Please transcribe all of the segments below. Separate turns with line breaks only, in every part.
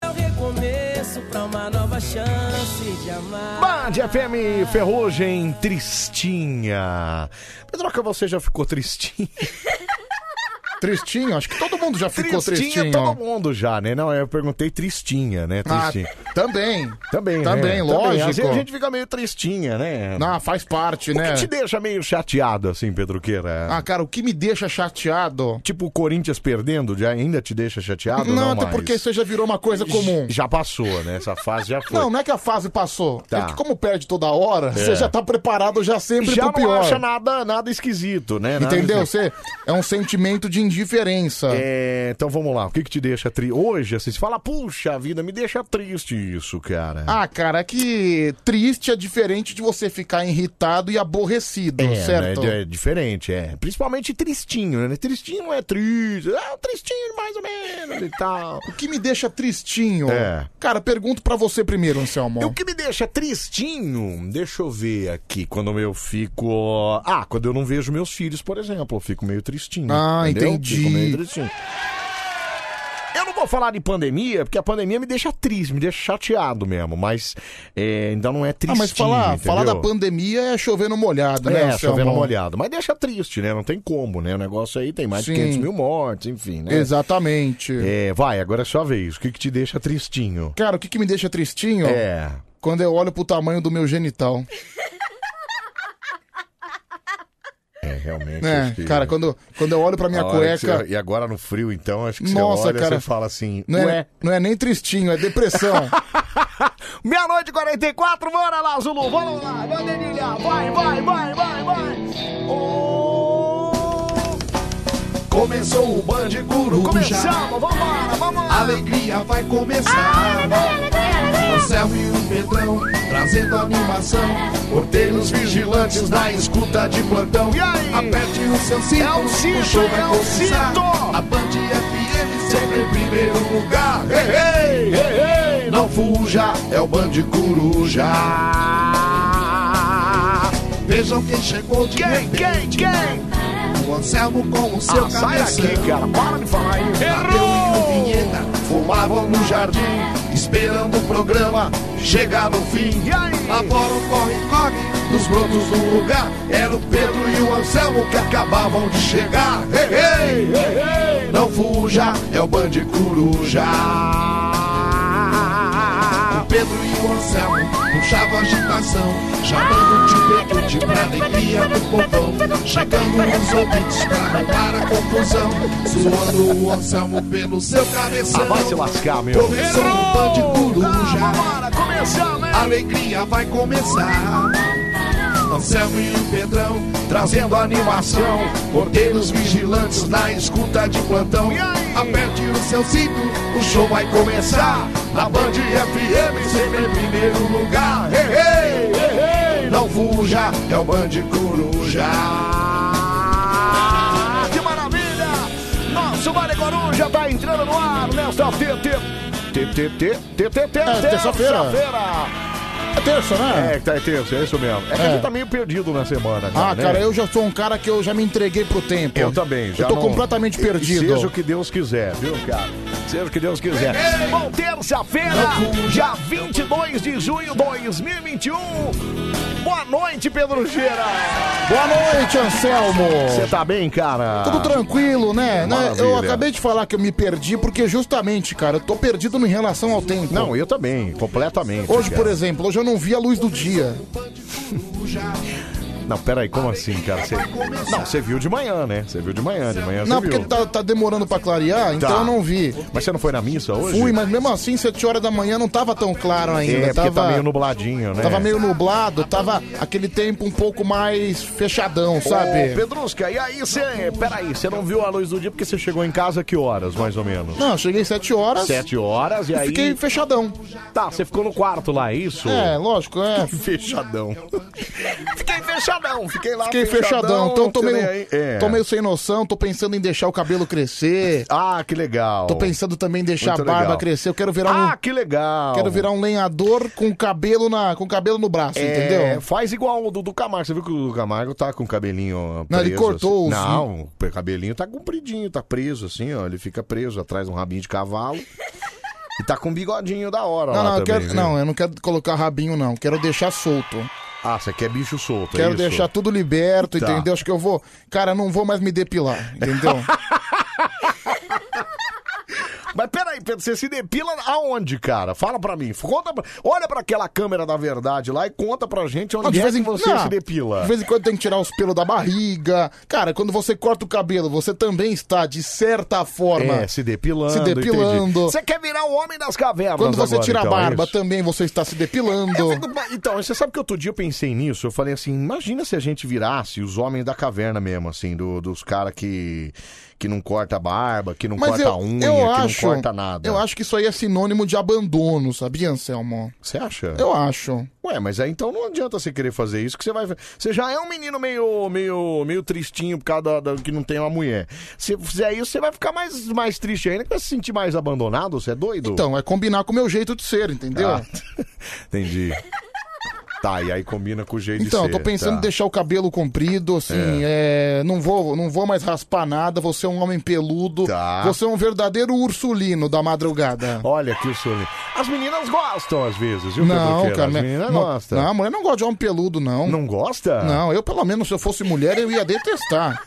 É pra uma nova chance de amar.
Band FM Ferrugem Tristinha. Pedroca, você já ficou tristinha?
Tristinho? Acho que todo mundo já ficou tristinho.
todo mundo já, né? Não, eu perguntei tristinha, né?
Ah,
Tristinha.
também.
Também,
Também, Tá
né?
lógico.
Às vezes a gente fica meio tristinha, né?
Ah, faz parte,
o
né?
que te deixa meio chateado, assim, Pedroqueira?
Ah, cara, o que me deixa chateado.
Tipo, o Corinthians perdendo já ainda te deixa chateado?
Não,
Não,
até
mais?
porque isso já virou uma coisa comum.
Já passou, né? Essa fase já foi.
Não, não é que a fase passou.
Tá. É.
É que como perde toda hora, você já tá preparado já sempre
já
pro
não
pior.
acha nada, nada esquisito, né? Nada
Entendeu?
esquisito.
Você é um sentimento de indiferença.
É, então vamos lá, o que que te deixa triste? Hoje, assim, você fala, puxa vida, me deixa triste isso, cara.
Ah, cara, é que triste é diferente de você ficar irritado e aborrecido,
é,
Tá certo?
né? É diferente, é. Principalmente tristinho, né? Tristinho não é triste, é um tristinho mais ou menos e tal.
O que me deixa tristinho?
É.
Cara, pergunto pra você primeiro, Anselmo.
E o que me deixa tristinho, deixa eu ver aqui, quando eu fico. Ah, quando eu não vejo meus filhos, por exemplo, eu fico meio tristinho.
Ah,
entendeu?
entendi.
Fico meio tristinho. Eu não vou falar de pandemia, porque a pandemia me deixa triste, me deixa chateado mesmo, mas é, ainda não é
Ah,
tristinho,
mas falar,
entendeu?
falar da pandemia é chover no molhado, né,
É,
Anselmo?
chovendo molhado. Mas deixa triste, né? Não tem como, né? O negócio aí tem mais
Sim.
de 500 mil mortes, enfim, né?
Exatamente.
É, vai, agora é sua vez. O que, que te deixa tristinho?
Cara, o que, que me deixa tristinho?
É.
Quando eu olho pro tamanho do meu genital.
É, realmente. acho
É,
que-
cara, quando, quando eu olho pra minha
A hora que
cueca.
você- e agora no frio, então, acho que
Nossa,
você olha
cara.
você fala assim,
Não
ué...
é, não é nem tristinho, é depressão.
Meia-noite e 44, bora lá, Zulu, vamos lá, vai, Denilha, vai, vai, vai, vai, vai. Ô,
Começou o Band Coruja.
começamos, vambora, vamos
A
lá.
alegria vai começar. O Anselmo e o Pedrão trazendo animação. Porteiros vigilantes na escuta de plantão.
E aí?
Aperte o seu cinto.
É o cinto,
show vai
é o
começar.
cinto.
A Band FM sempre em primeiro lugar.
Ei, ei, ei, ei,
Não fuja, é o Band Coruja. Vejam quem chegou de
quem,
repente.
quem, quem?
O Anselmo com o seu
Ah, sai
cabeção.
daqui, cara, para de falar isso.
Tadeu e o Vinheta fumavam no jardim, esperando o programa chegar no fim.
E aí?
Agora o corre-corre dos brotos do lugar. Era o Pedro e o Anselmo que acabavam de chegar. Ei, ei,
Ei, ei,
não fuja, é o Band Coruja. O Pedro e o Anselmo puxavam agitação,
Ah!
chamando de Pedro de pra alegria do povão. Chegando os ouvintes pra roubar a confusão, suando o Anselmo pelo seu cabeção.
ah, vai se lascar, meu.
Começou o Band Coruja.
Ah, vambora, começamos, hein?
A alegria vai começar. Anselmo e o Pedrão trazendo animação. Porteiros vigilantes na escuta de plantão.
E aí?
Aperte o seu cinto, o show vai começar. Na Band FM sempre em primeiro lugar. Ei, ei, ei, ei, não fuja, é o Band Coruja.
Ah, que maravilha! Nosso Vale Coruja tá entrando no ar nesta TT. TTT, TTT,
É, terça-feira. É terça, né?
É, tá é terça, é isso mesmo. É que a gente tá meio perdido na semana.
Ah,
né?
cara, eu já sou um cara que eu já me entreguei pro tempo.
Eu também, já
Eu tô
não-
completamente perdido.
Seja o que Deus quiser, viu, cara? Seja o que Deus quiser. Bom, terça-feira, dia 22 de junho de 2021. Boa noite, Pedro Geira.
Boa noite, Anselmo!
Você tá bem, cara?
Tudo tranquilo, né? Né? Eu
Maravilha.
acabei de falar que eu me perdi porque justamente, cara, eu tô perdido em relação ao tempo.
Não, eu também, completamente.
Hoje,
cara.
por exemplo, hoje eu não vi a luz do dia.
Não, peraí, como assim, cara? Você... Não, você viu de manhã, né? Você viu de manhã, de manhã
Não,
você
porque
viu.
tá, tá demorando pra clarear, então
Tá.
eu não vi.
Mas você não foi na missa hoje?
Fui, mas mesmo assim, 7 horas da manhã não tava tão claro
É,
ainda.
porque
tava,
tá meio nubladinho, né?
tava meio nublado, tava aquele tempo um pouco mais fechadão, sabe?
Ô, Pedrusca, e aí você... Peraí, você não viu a luz do dia porque você chegou em casa que horas, mais ou menos?
Não, cheguei 7 horas,
Sete horas e aí...
fiquei fechadão.
Tá, você ficou no quarto lá, é isso?
É, lógico, é.
Fechadão. fiquei fechadão, fiquei lá
Fiquei fechadão, então tô
você
meio,
nem aí. É.
tô meio sem noção, tô pensando em deixar o cabelo crescer.
Ah, que legal.
Tô pensando também em deixar
Muito
a barba
legal.
crescer. Eu quero virar
Ah,
um.
que legal.
Quero virar um lenhador com cabelo, na, com cabelo no braço,
É,
entendeu?
faz igual o Dudu Camargo. Você viu que o Dudu Camargo tá com o cabelinho preso.
Não, ele cortou
assim.
os-
Não, o cabelinho tá compridinho, tá preso assim, ó. Ele fica preso atrás de um rabinho de cavalo. E tá com um bigodinho da hora
Não,
lá
não, eu
também,
quero,
viu?
não, é- eu não quero colocar rabinho, não. Quero deixar solto.
Ah, você quer bicho solto, é
Quero
isso?
deixar tudo liberto,
Tá.
entendeu? Acho que eu vou. Cara, não vou mais me depilar, entendeu?
Mas peraí, Pedro, você se depila aonde, cara? Fala pra mim. Conta pra- Olha pra aquela câmera da verdade lá e conta pra gente onde é que você
não,
se depila.
De vez em quando tem que tirar os pelos da barriga. Cara, quando você corta o cabelo, você também está, de certa forma.
É, se depilando.
Se depilando.
entendi. Você quer virar o homem das cavernas
Quando você
agora,
tira
então,
a barba,
é isso?
também você está se depilando.
Então, você sabe que outro dia eu pensei nisso, eu falei assim, imagina se a gente virasse os homens da caverna mesmo, assim, do- dos caras que, que não corta a barba, que não
Mas
corta
eu,
a unha,
eu
que
acho,
não corta nada.
Eu acho que isso aí é sinônimo de abandono, sabia, Anselmo?
Você acha?
Eu acho.
Ué, mas aí então não adianta você querer fazer isso, que você vai. Você já é um menino meio, meio, meio tristinho por causa da, da- que não tem uma mulher. Se fizer isso, você vai ficar mais, mais triste ainda, que vai se sentir mais abandonado, você é doido?
Então, é combinar com o meu jeito de ser, entendeu?
Ah, entendi. Tá, e aí combina com o jeito
Então, eu
de ser.
tô pensando em
tá.
deixar o cabelo comprido, assim, é, não, vou, não vou mais raspar nada, você é um homem peludo, você é um verdadeiro ursulino da madrugada.
Tá. Olha que ursulino. As meninas gostam às vezes, viu,
Não,
Pedroqueira?
cara,
As
minha-
meninas
não,
gostam.
não, a mulher não gosta de homem peludo, não.
Não gosta?
Não, eu pelo menos, se eu fosse mulher, eu ia detestar.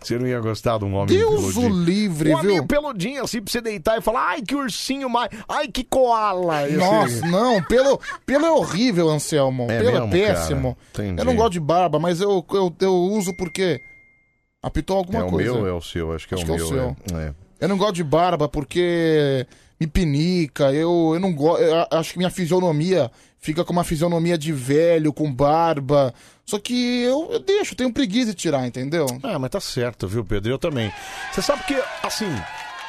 Você não ia gostar de um homem
Deus o
peludinho?
livre,
um
viu?
homem peludinho, assim, pra você deitar e falar, ai, que ursinho mais, ai, que koala. esse-
Nossa, não, pelo, pelo é horrível, Anselmo.
É
pelo
mesmo,
é péssimo.
cara? Entendi.
Eu não gosto de barba, mas eu, eu, eu uso porque apitou alguma
É o
coisa.
meu, é o seu, acho que é
Acho
o
que é o
meu.
seu.
é. É.
Eu não gosto de barba porque me pinica, eu, eu não gosto. eu a- Acho que minha fisionomia fica com uma fisionomia de velho, com barba. Só que eu, eu deixo, tenho preguiça de tirar, entendeu?
Ah, mas tá certo, viu, Pedro? Eu também. Você sabe que, assim,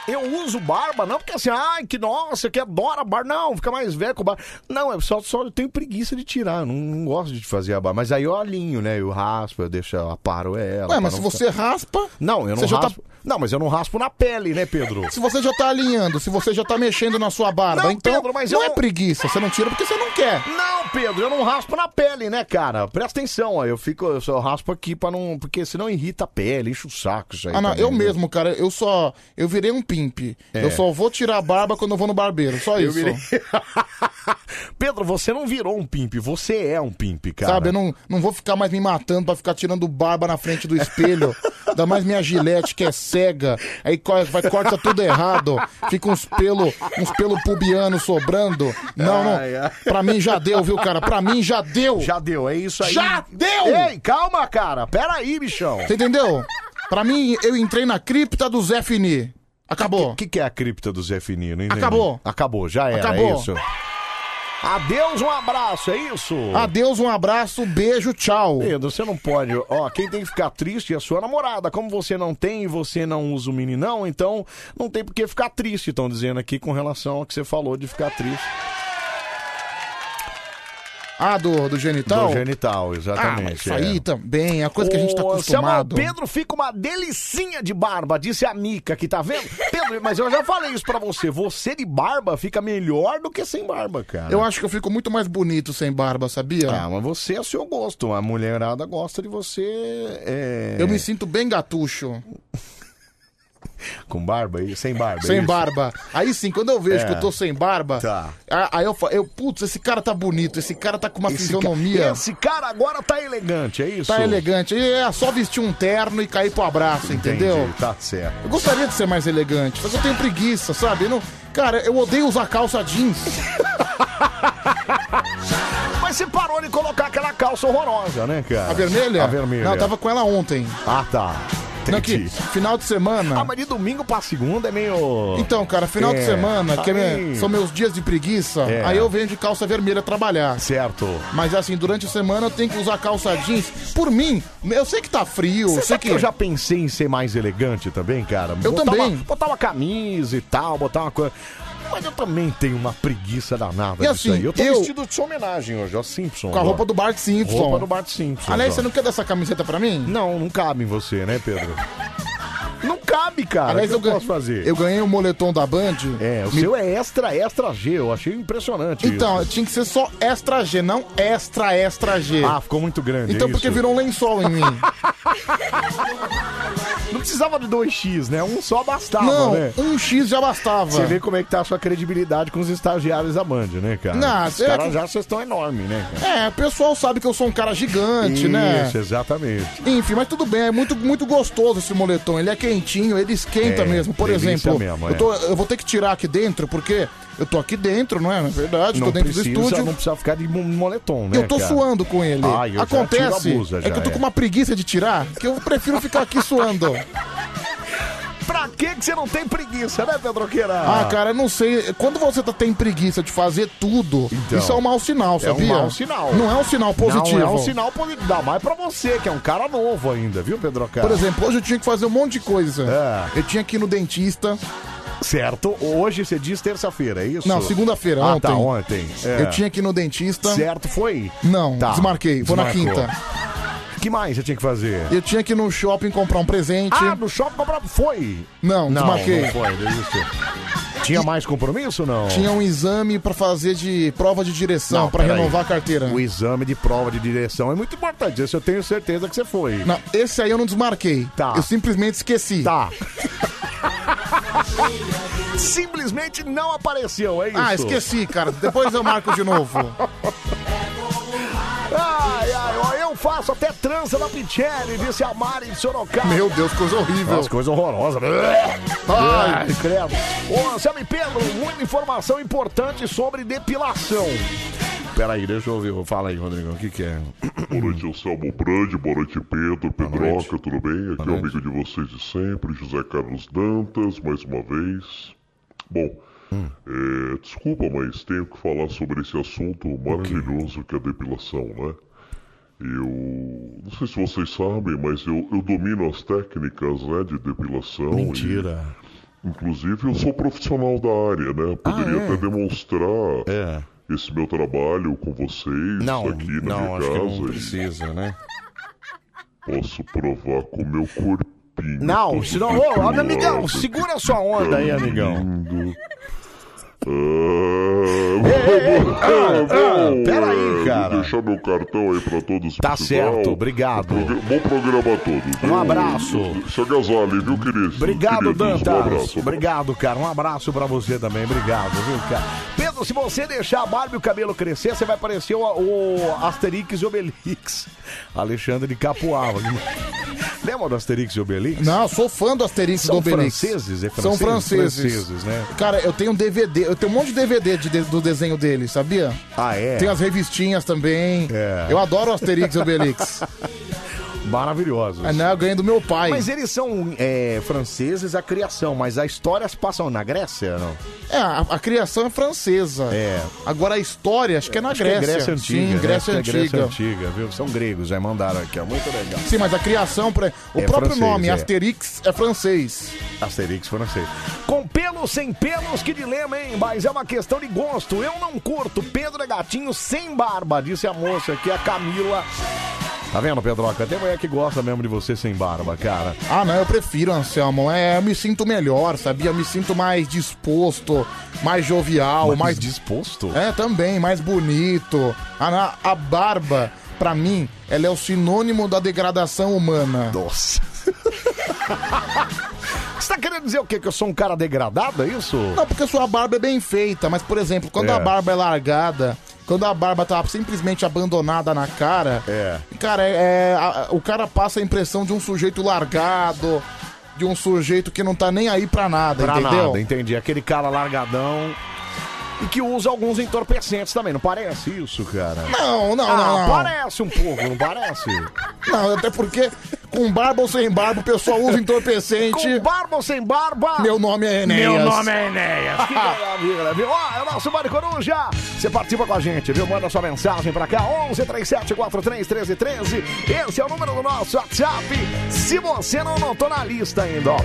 eu uso barba, não porque assim, ai, que nossa, que adora barba. Não, fica mais velho com barba. Não, é só, só eu tenho preguiça de tirar, eu não, não gosto de fazer a barba. Mas aí eu alinho, né? Eu raspo, eu deixo, eu aparo ela.
Ué,
pra
mas se
não
você
ficar-
raspa.
Não, eu não
você já tá-
raspo. Não, mas eu não raspo na pele, né, Pedro?
Se você já tá alinhando, se você já tá mexendo na sua barba,
Não,
então
Pedro, mas
não
eu
é
não-
preguiça, você não tira porque você não quer.
Não, Pedro, eu não raspo na pele, né, cara? Presta atenção, ó. Eu fico, eu só raspo aqui para não. Porque senão irrita a pele, enche o saco isso aí.
Ah, não,
também, né?
eu
viu?
mesmo, cara, eu só. Eu virei um pimp.
É.
Eu só vou tirar a barba quando eu vou no barbeiro, só
Eu
isso.
virei- Pedro, você não virou um pimp, você é um pimp, cara.
Sabe, eu não, não vou ficar mais me matando pra ficar tirando barba na frente do espelho. Ainda mais minha gilete que é cega. Aí co- vai, corta tudo errado. Fica uns pelo, uns pelo pubiano sobrando. Não, não.
Ai, ai.
Pra mim já deu, viu, cara? Pra mim já deu.
Já deu, é isso aí.
Já deu!
Ei, calma, cara. Pera aí, bichão.
Você entendeu? Pra mim, eu entrei na cripta do Zé Fini. Acabou.
O que, que é a cripta do Zé Finino? entendi.
Acabou.
Acabou, já era,
Acabou.
é isso. Adeus, um abraço, é isso?
Adeus, um abraço, beijo, tchau.
Pedro, você não pode. Ó, quem tem que ficar triste é a sua namorada. Como você não tem e você não usa o meninão, então não tem por que ficar triste, estão dizendo aqui com relação ao que você falou de ficar triste
Ah, do, do genital?
do genital, exatamente.
Ah, mas isso
é.
aí também, é a coisa que a gente tá
Ô,
acostumado.
Samuel, Pedro fica uma delicinha de barba, disse a Mica que tá vendo. Pedro, mas eu já falei isso pra você. Você de barba fica melhor do que sem barba, cara.
Eu acho que eu fico muito mais bonito sem barba, sabia?
Ah, mas você é o seu gosto. A mulherada gosta de você. é,
Eu me sinto bem gatucho,
Com barba e sem barba. é
sem
isso?
barba. Aí sim, quando eu vejo
É.
que eu tô sem barba,
Tá.
a- aí eu falo, eu, putz, esse cara tá bonito, esse cara tá com uma
Esse,
fisionomia.
ca- esse cara agora tá elegante, é isso?
Tá elegante. E É só vestir um terno e cair pro abraço,
Entendi,
entendeu?
Tá certo.
Eu gostaria de ser mais elegante, mas eu tenho preguiça, sabe? Eu não- Cara, eu odeio usar calça jeans.
Mas você parou de colocar aquela calça horrorosa, né, cara?
A vermelha?
A vermelha.
Não, eu tava com ela ontem.
Ah, tá.
Não,
Entendi.
que final de semana.
Ah, mas de domingo pra segunda é meio.
Então, cara, final
É,
de semana, que é minha-
aí-
são meus dias de preguiça,
É.
aí eu venho de calça vermelha trabalhar.
Certo.
Mas assim, durante a semana eu tenho que usar calça jeans. Por mim, eu sei que tá frio, eu
Você
sei
sabe
que.
que eu já pensei em ser mais elegante também, cara?
Eu
botar
também.
Uma, botar uma camisa e tal, botar uma coisa. Mas eu também tenho uma preguiça danada
E
disso
assim,
aí. Eu tô
eu-
vestido de homenagem hoje, ó, Simpson.
Com a
ó.
roupa do Bart Simpson.
Roupa do Bart Simpson.
Aliás,
ó.
você não quer dessa camiseta pra mim?
Não, não cabe em você, né, Pedro? Não cabe, cara.
Aliás,
O que
eu gan-
eu posso fazer?
Eu ganhei o moletom da Band.
É, o seu é extra, extra G. Eu achei impressionante.
Então,
isso.
tinha que ser só extra G, não extra, extra G.
Ah, ficou muito grande.
Então,
é
porque
isso?
virou um lençol em mim.
Não precisava de 2x, né? Um só bastava,
não,
né?
um X já bastava.
Você vê como é que tá a sua credibilidade com os estagiários da Band, né, cara?
Não,
os
é
caras
que-
já vocês estão enormes, né? cara?
É, o pessoal sabe que eu sou um cara gigante, né?
Isso, exatamente.
Enfim, mas tudo bem, é muito, muito gostoso esse moletom. Ele é quentinho, ele esquenta
É,
mesmo. Por
delícia
exemplo,
mesmo, é.
eu, tô- eu vou ter que tirar aqui dentro, porque eu tô aqui dentro, não é? Na verdade,
Não
tô dentro
precisa,
do estúdio.
não precisa ficar de mo- moletom, né?
Eu tô
cara?
suando com ele.
Ah, eu já
Acontece.
tiro a blusa,
é
já,
que eu tô
é.
com uma preguiça de tirar, que eu prefiro ficar aqui suando.
Pra que que você não tem preguiça, né, Pedroqueira?
Ah, cara, eu não sei. Quando você tá, tem preguiça de fazer tudo,
Então,
isso é um mau sinal,
É
sabia?
um mau sinal.
Não é um sinal positivo.
Não é um sinal positivo. Dá mais pra você, que é um cara novo ainda, viu, Pedroqueira?
Por exemplo, hoje eu tinha que fazer um monte de coisa.
É.
Eu tinha que ir no dentista.
Certo, hoje você diz terça-feira, é isso?
Não, segunda-feira,
ah,
ontem.
Tá, ontem. É.
Eu tinha que ir no dentista.
Certo, foi?
Não,
Tá.
desmarquei. Vou na
Desmarcou.
quinta.
que mais você tinha que fazer?
Eu tinha que ir no shopping comprar um presente.
Ah, no shopping comprar. Foi!
Não,
Não,
desmarquei.
não foi, desistiu. Tinha mais compromisso não?
Tinha um exame pra fazer de prova de direção,
Não,
pra
peraí.
renovar a carteira.
O exame de prova de direção é muito importante. Esse eu tenho certeza que você foi.
Não, esse aí eu não desmarquei.
Tá.
Eu simplesmente esqueci.
Tá. Simplesmente não apareceu, é isso?
Ah, esqueci, cara. Depois eu marco de novo.
Ai, ai, ó, eu faço até trança na Pichelli, disse a Mari de Sorocaba.
Meu Deus, coisa horrível.
Nossa, coisa horrorosa. Ai,
Ai.
credo. Ô, Sam e Pedro, muita informação importante sobre depilação. Peraí, deixa eu ouvir. Fala aí, Rodrigão, o que que é?
Boa noite, Anselmo Brandi, boa noite, Pedro, Pedroca, tudo bem? Aqui é o amigo de vocês de sempre, José Carlos Dantas, mais uma vez. Bom,
Hum.
eh, desculpa, mas tenho que falar sobre esse assunto maravilhoso que é a depilação, né? Eu não sei se vocês sabem, mas eu, eu domino as técnicas né, de depilação. e-
Mentira.
inclusive, eu sou profissional da área, né? Poderia
é?
até demonstrar
É.
esse meu trabalho com vocês
Não,
aqui na
não, acho
minha
que
casa.
não
e-
precisa, né?
Posso provar com o meu corpinho.
Não,
todo
senão, ô, ô, meu amigão,
depilado,
segura a sua onda aí, amigão.
é lindo. Ah,
ah, pera aí,
é,
cara.
Vou deixar meu cartão aí pra todos. se
Tá
precisar.
certo, obrigado. Um
Progr- Bom programa a todos. viu?
abraço.
Se agasalhem, viu, querido?
Obrigado,
queridos? Um
Dantas.
abraço.
Obrigado, cara. Um abraço pra você também. Obrigado, viu, cara? Pedro, se você deixar a barba e o cabelo crescer, você vai parecer o, o Asterix e Obelix. Alexandre de Capuava. Lembra do Asterix e Obelix?
Não, eu sou fã do Asterix e
São
do Obelix.
franceses? É
São
francês?
franceses.
Franceses, né?
Cara, eu tenho um DVD, eu tenho um monte de DVD de- de- do desenho dele, sabia?
Ah, é?
Tem as revistinhas também.
É.
Eu adoro o Asterix e Obelix.
Maravilhosos.
Ah, não, eu ganhei do meu pai.
Mas eles são é, franceses a criação, mas a história se passa na Grécia, não?
É, a, a criação é francesa.
É.
Agora a história, acho que é na
Acho que
Grécia.
é Grécia Antiga.
Sim,
né?
Grécia
Acho que
Antiga.
É Grécia Antiga, viu? São gregos, já mandaram aqui, ó. Muito legal.
Sim, mas a criação. pra- O
É
próprio
francês,
nome,
é.
Asterix, é francês.
Asterix assim. francês. Com pelos, sem pelos, que dilema, hein? Mas é uma questão de gosto. Eu não curto. Pedro é gatinho sem barba, disse a moça aqui, a Camila. Tá vendo, Pedroca? Tem mulher que gosta mesmo de você sem barba, cara.
Ah, não, eu prefiro, Anselmo. É, eu me sinto melhor, sabia? Eu me sinto mais disposto, mais jovial,
Mas
mais.
disposto?
É, também, mais bonito. Ah, na- A, barba, pra mim, ela é o sinônimo da degradação humana.
Nossa. Você tá querendo dizer o quê? Que eu sou um cara degradado, é isso?
Não, porque sua barba é bem feita, mas, por exemplo, quando
É.
a barba é largada, quando a barba tá simplesmente abandonada na cara,
É.
cara, é, é- a- a- o cara passa a impressão de um sujeito largado, de um sujeito que não tá nem aí pra nada,
Pra
entendeu?
nada, entendi. Aquele cara largadão e que usa alguns entorpecentes também, não parece isso, cara?
Não, não, não,
Ah,
não.
parece um pouco, não parece?
Não, até porque com barba ou sem barba o pessoal usa entorpecente.
Com barba ou sem barba?
Meu nome é Enéas.
Meu nome é Enéas. Que maravilha, viu? Ó, é o nosso Mário Coruja. Você participa com a gente, viu? Manda sua mensagem pra cá, 11 37 43 13 13. Esse é o número do nosso WhatsApp. Se você não anotou na lista ainda, ó.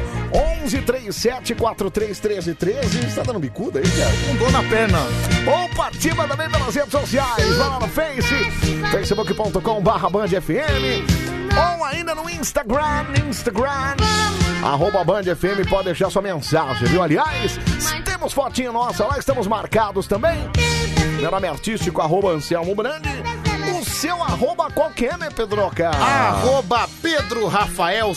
11 37 43 13 13. Você tá dando bicuda aí, cara?
Com dor na perna.
Ou participa também pelas redes sociais, vai lá no Face, facebook.com.br Band FM, ou ainda no Instagram, Instagram, Arroba Band FM, pode deixar sua mensagem, viu? Aliás, temos fotinha nossa lá, estamos marcados também. Meu nome é artístico, arroba Anselmo Brandi. O seu arroba qual que é, né, Pedroca?
Arroba Pedro Rafael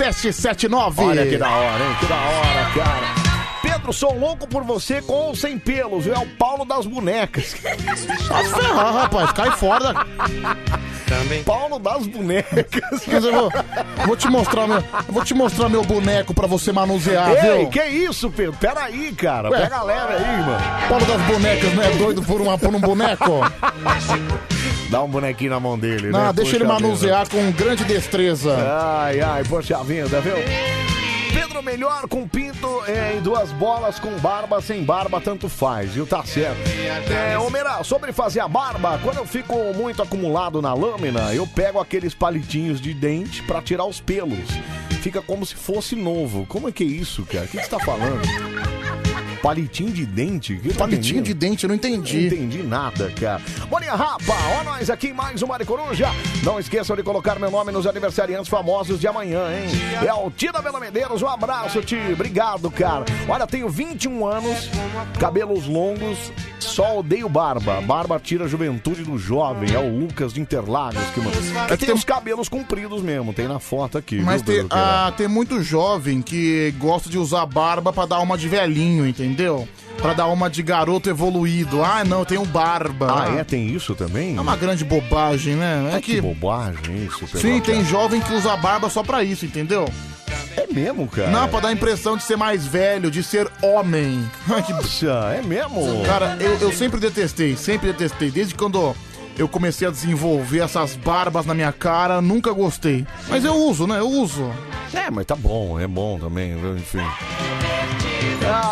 7779.
Olha que da hora, hein? Que da hora, cara. Pedro, sou louco por você com ou sem pelos, viu? É o Paulo das bonecas.
Vai ferrar, rapaz, cai fora.
Também. Paulo das bonecas.
Mas eu vou, vou te mostrar meu, eu vou te mostrar meu boneco pra você manusear,
Ei,
viu?
que isso, Pedro? Peraí, cara.
Ué.
Pega a leve aí, mano.
Paulo das bonecas, não é doido por, uma, por um boneco?
Dá um bonequinho na mão dele, né?
Não, deixa
Poxa
ele
vida.
manusear com grande destreza.
Ai, ai, poxa vida, viu? Pedro melhor com pinto é, em duas bolas, com barba, sem barba, tanto faz, viu? Tá certo. É, Homera, sobre fazer a barba, quando eu fico muito acumulado na lâmina, eu pego aqueles palitinhos de dente pra tirar os pelos. Fica como se fosse novo. Como é que é isso, cara? O que que você tá falando? Palitinho de dente? Que
Palitinho de
menino?
dente, eu não entendi.
Não entendi nada, cara. Bolinha Rapa, ó nós aqui em mais um Mari Coruja. Não esqueçam de colocar meu nome nos aniversariantes famosos de amanhã, hein? É o Ti da Bela Medeiros, um abraço, Ti. Obrigado, cara. Olha, tenho 21 anos, cabelos longos, só odeio barba. Barba tira a juventude do jovem. É o Lucas de Interlagos que manda. É Que tem os cabelos compridos mesmo, tem na foto aqui.
um Mas
viu, é.
tem,
Pedro Queiroz?
ah, tem muito jovem que gosta de usar barba pra dar uma de velhinho, entendeu? Pra dar uma de garoto evoluído. Ah, não, eu tenho barba.
Ah, é? Tem isso também?
né? É uma grande bobagem, né? É
Ai, que
que.
bobagem isso, Pedro
Sim,
Queiroz.
tem jovem que usa barba só pra isso, entendeu?
É mesmo, cara?
Não, pra dar a impressão de ser mais velho, de ser homem. que
Nossa, é mesmo?
Cara, eu, eu sempre detestei, sempre detestei. Desde quando eu comecei a desenvolver essas barbas na minha cara, nunca gostei. Mas eu uso, né? Eu uso.
É, mas tá bom, é bom também, enfim.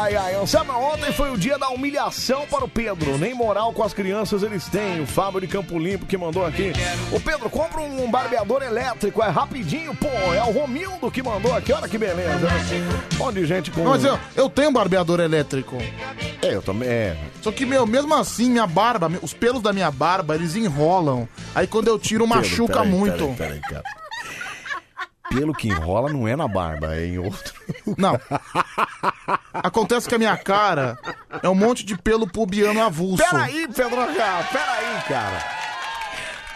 Ai, ai, Anselmo, ontem foi o dia da humilhação para o Pedro. Nem moral com as crianças eles têm. O Fábio de Campo Limpo que mandou aqui. Ô Pedro, compra um barbeador elétrico, é rapidinho, pô. É o Romildo que mandou aqui, olha que beleza. Onde de gente com.
Mas eu, eu tenho um barbeador elétrico.
É, eu também. É.
Só que, meu, mesmo assim, minha barba, os pelos da minha barba, eles enrolam. Aí quando eu tiro, machuca
Pedro, peraí,
muito.
peraí, peraí, cara. Pelo que enrola, não é na barba, é em outro.
Não. Acontece que a minha cara é um monte de pelo pubiano avulso.
Peraí, Pedro Angel, peraí, cara.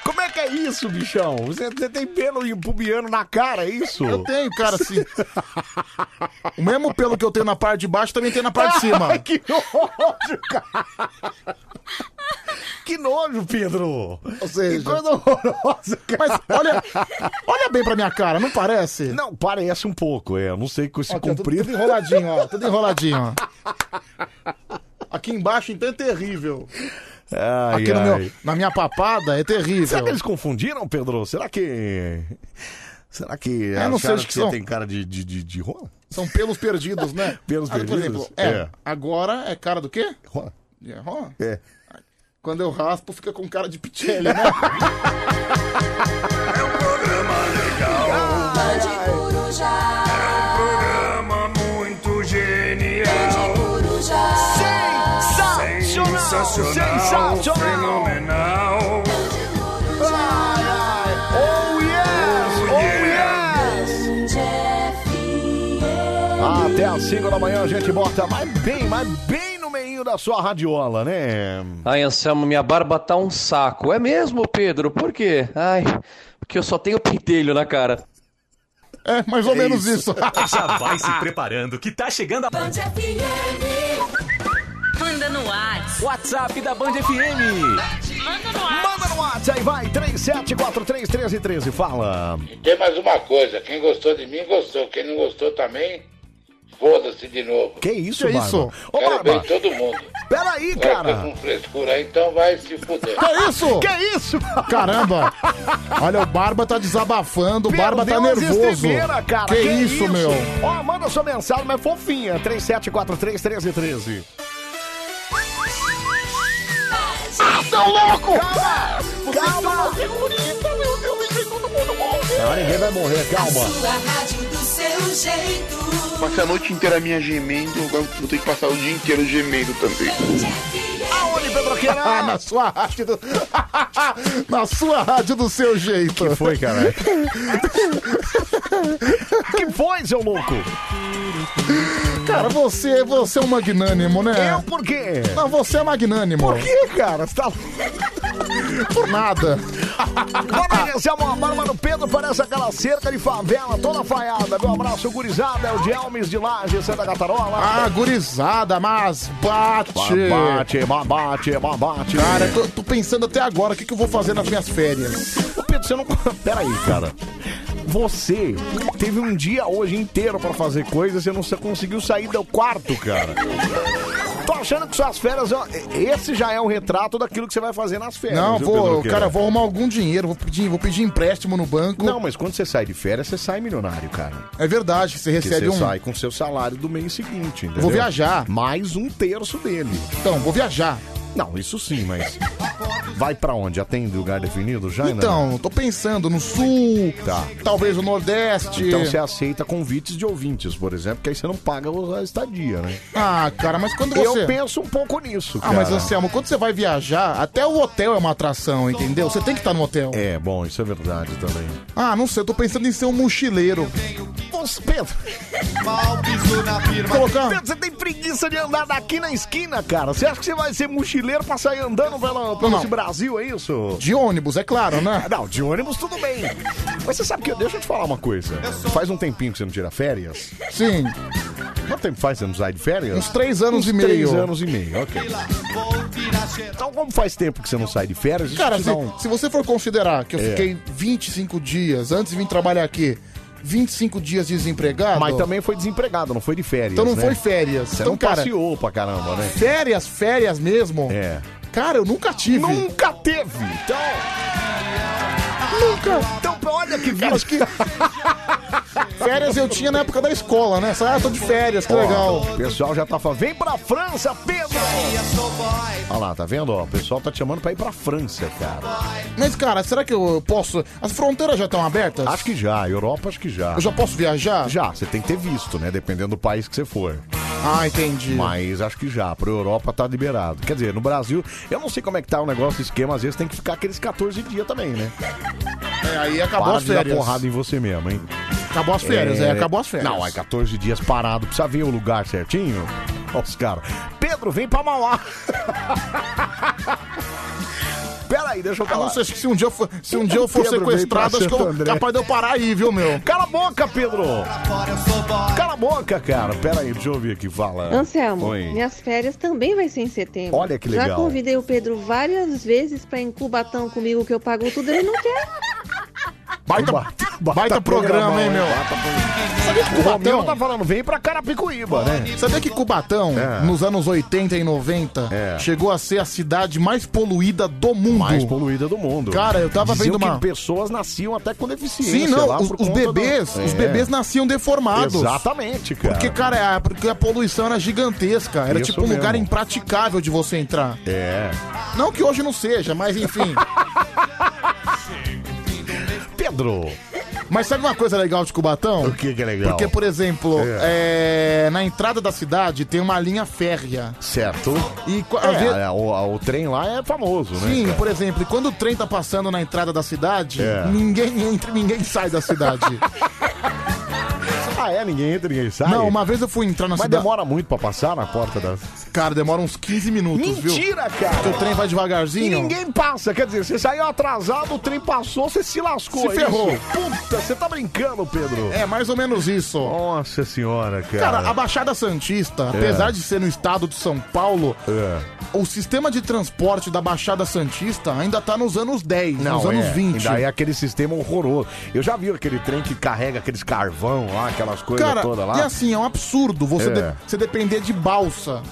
Como é que é isso, bichão? Você, você tem pelo e pubiano na cara, é isso?
Eu tenho, cara, assim. O mesmo pelo que eu tenho na parte de baixo também tem na parte de cima.
Ai, que nojo, cara. Que nojo, Pedro.
Ou seja,
Que coisa horrorosa, cara.
Mas olha, olha bem pra minha cara, não parece?
Não, parece um pouco, é. Eu não sei com esse
Aqui, ó, tudo,
comprido.
tudo enroladinho, ó. Tudo enroladinho, ó. Aqui embaixo, então, é terrível.
Ai,
Aqui no
ai.
meu, na minha papada, é terrível.
Será que eles confundiram, Pedro? Será que... Será que
É, não sei,
acharam
acho
que,
que
você
são-
tem cara de, de, de, de rola?
São pelos perdidos, né?
Pelos
Aí,
perdidos?
Por exemplo, é,
É.
agora é cara do quê?
Rola?
De rola.
É.
Quando eu raspo, fica com cara de pichele, né?
Band Coruja. Band Coruja.
Sensacional! Sensacional!
Band Coruja.
Oh yes! Oh yes!
Band FM.
Ah,
Ah, Até às 5 da manhã a gente bota mais bem, mais bem no meio da sua radiola, né?
Ai, Anselmo, minha barba tá um saco. É mesmo, Pedro? Por quê? Ai, porque eu só tenho pentelho na cara.
É, mais ou menos isso.
Já vai se preparando que tá chegando a
Band FM.
Manda no WhatsApp.
WhatsApp da Band FM.
Manda no WhatsApp.
Manda no WhatsApp aí, vai, 37431313, fala.
Tem mais uma coisa, quem gostou de mim gostou, quem não gostou também, foda-se de novo.
Que isso,
Que
Barba?
isso?
Ô,
Quero
Barba,
bem todo mundo.
peraí,
Agora fica
cara.
com frescura aí, então vai se fuder.
É isso?
Que isso, Barba?
Caramba! Olha, o Barba tá desabafando, o Barba tá
Perdeu as
nervoso.
estribeiras, cara.
Que, isso, meu?
Ó, manda sua mensagem, mas é fofinha, 37431313.
Tão Ah, louco!
Calma! Calma! Ah, ninguém vai morrer, calma.
Sua rádio do seu jeito.
Passei a noite inteira minha gemendo, agora vou ter que passar o dia inteiro gemendo também.
Band FM.
Aonde aí, Pedroqueira!
Na sua rádio do... Na sua rádio do seu jeito.
que foi, cara? que foi, seu louco?
Cara, você, você é um magnânimo, né?
Eu por quê?
Não, você é magnânimo. Por
que, cara? Você tá...
Por nada.
Bora agradecer a Barba do Pedro, parece aquela cerca de favela toda falhada. Meu abraço, gurizada, é o de Almes de Laje, Santa Catarola.
Ah, gurizada, mas bate.
Babate, babate, babate.
Cara, eu tô, tô pensando até agora o que, que eu vou fazer nas minhas férias.
Ô, Pedro, você não. Peraí, cara. Você teve um dia hoje inteiro pra fazer coisa, você não sa- conseguiu sair do quarto, cara. Tô achando que suas férias. ó, Esse já é um retrato daquilo que você vai fazer nas férias.
Não,
viu,
vou,
Pedro Queira?
cara, vou arrumar algum dinheiro, vou pedir, vou pedir empréstimo no banco.
Não, mas quando você sai de férias, você sai milionário, cara.
É verdade, você
Porque
recebe
você
um.
sai com o seu salário do mês seguinte, entendeu?
Vou viajar.
Mais um terço dele.
Então, vou viajar.
Não, isso sim, mas. Vai pra onde? Já tem lugar definido já? ainda não?
Então, tô pensando no sul,
Tá.
talvez no nordeste.
Então você aceita convites de ouvintes, por exemplo, que aí você não paga a estadia, né?
Ah, cara, mas quando
Eu
você.
penso um pouco nisso,
Ah,
cara.
mas Anselmo, quando você vai viajar, até o hotel é uma atração, entendeu? Você tem que estar no hotel.
É, bom, isso é verdade também.
Ah, não sei, eu tô pensando em ser um mochileiro.
Nossa, Pedro.
Colocar. Tá
Pedro, você tem preguiça de andar daqui na esquina, cara. Você acha que você vai ser mochileiro pra sair andando pela, pelo
Não,
esse
não.
Brasil, é isso?
De ônibus, é claro, né?
Ah, Não, de ônibus tudo bem. Mas você sabe que. eu- Deixa eu te falar uma coisa. Faz um tempinho que você não tira férias.
Sim.
Quanto tempo faz que você não sai de férias?
Uns três anos e meio.
Três anos e meio, ok. Então, como faz tempo que você não sai de férias, deixa eu
Cara,
te
se,
dar um-
se você for considerar que eu
É.
fiquei 25 dias antes de vir trabalhar aqui, 25 dias desempregado.
Mas também foi desempregado, não foi de férias.
Então não
né?
foi férias.
Você
então,
não
cara,
passeou pra caramba, né?
férias, férias mesmo.
É.
Cara, eu nunca tive.
Nunca teve. Então,
Nunca.
então olha que
Cara,
vírus.
acho que. férias eu tinha na época da escola, né? Ah, tô de férias, que legal.
O pessoal já tá falando, vem pra França, Pedro! Olha lá, tá vendo? Ó, o pessoal tá te chamando pra ir pra França, cara.
Mas, cara, será que eu posso. As fronteiras já estão abertas?
Acho que já, Europa acho que já.
Eu já posso viajar?
Já, você tem que ter visto, né? Dependendo do país que você for.
Ah, entendi.
Mas acho que já, pra Europa tá liberado. Quer dizer, no Brasil, eu não sei como é que tá o negócio, o esquema, às vezes tem que ficar aqueles 14 dias também, né?
É, aí acabou
Para
as
de dar
férias.
porrada em você mesmo, hein?
Acabou as férias, é... acabou as férias.
Não, é 14 dias parado, precisa ver o lugar certinho. Ó, os caras. Pedro, vem pra Mauá. Pera aí, deixa eu
Ah,
falar.
não sei, acho que se um dia eu for, se um dia eu for
Pedro veio
sequestrado,
pra
acho que
Santo
eu,
André.
capaz de eu parar aí, viu, meu?
Cala a boca, Pedro! Cala a boca, cara. Pera aí, deixa eu ouvir aqui, fala.
Anselmo,
Oi.
minhas férias também vai ser em setembro.
Ah, Olha que
Já
legal.
convidei o Pedro várias vezes pra ir em Cubatão comigo que eu pago tudo, ele não quer.
Baita,
Baita-
baita,
baita
programa, hein, meu? Sabia que
O Romero tá
Cubatão, É.
falando, vem pra Carapicuíba, né?
sabia que Cubatão
É.
nos anos 80 e 90,
É.
chegou a ser a cidade mais poluída do mundo?
Mais poluída do mundo.
Cara, eu tava
Diziam
vendo uma-
que pessoas nasciam até com
Sim,
deficiência.
não,
lá,
os,
por
os
conta
bebês,
da-
os
É,
bebês nasciam deformados.
Exatamente, cara.
um Porque, cara, a, porque a poluição era gigantesca. Era
Isso
tipo um lugar
mesmo.
impraticável de você entrar.
É.
Não que hoje não seja, mas enfim.
Pedro,
mas sabe uma coisa legal de Cubatão?
o que que é legal?
Porque, por exemplo, é, na entrada da cidade tem uma linha férrea.
Certo.
E co- às vezes-
É, é, o, o trem lá é famoso, né?
Sim,
cara?
por exemplo, e quando o trem tá passando na entrada da cidade,
É.
ninguém entra e ninguém sai da cidade.
Ah, é? Ninguém entra, ninguém sai?
Não, uma vez eu fui entrar na
Mas
cidade.
demora muito pra passar na porta da...
Cara, demora uns 15 minutos, viu?
Mentira,
Porque
cara!
o trem vai
E
devagarzinho.
ninguém passa, quer dizer, você saiu atrasado, o trem passou, você se lascou.
Se
é
ferrou.
isso? Puta, você tá brincando, Pedro.
É mais ou menos isso.
Nossa senhora, cara.
Cara, a Baixada Santista, apesar de ser no estado de São Paulo,
É.
o sistema de transporte da Baixada Santista ainda tá nos anos 10,
Não,
nos anos
é.
20.
Daí é aquele sistema horroroso. Eu já vi aquele trem que carrega aqueles carvão lá, aquelas coisas
Cara,
todas lá.
e assim, é um absurdo você,
É.
de- você depender de balsa.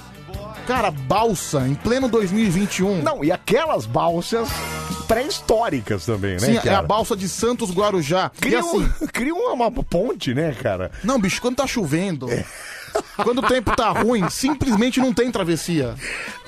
Cara, balsa em pleno 2021.
Não, e aquelas balsas pré-históricas também, né,
Sim, é
cara?
a balsa de Santos Guarujá. E
Cria, um-
assim,
cria uma, uma ponte, né, cara? É.
não, bicho, quando tá chovendo, quando o tempo tá ruim, simplesmente não tem travessia.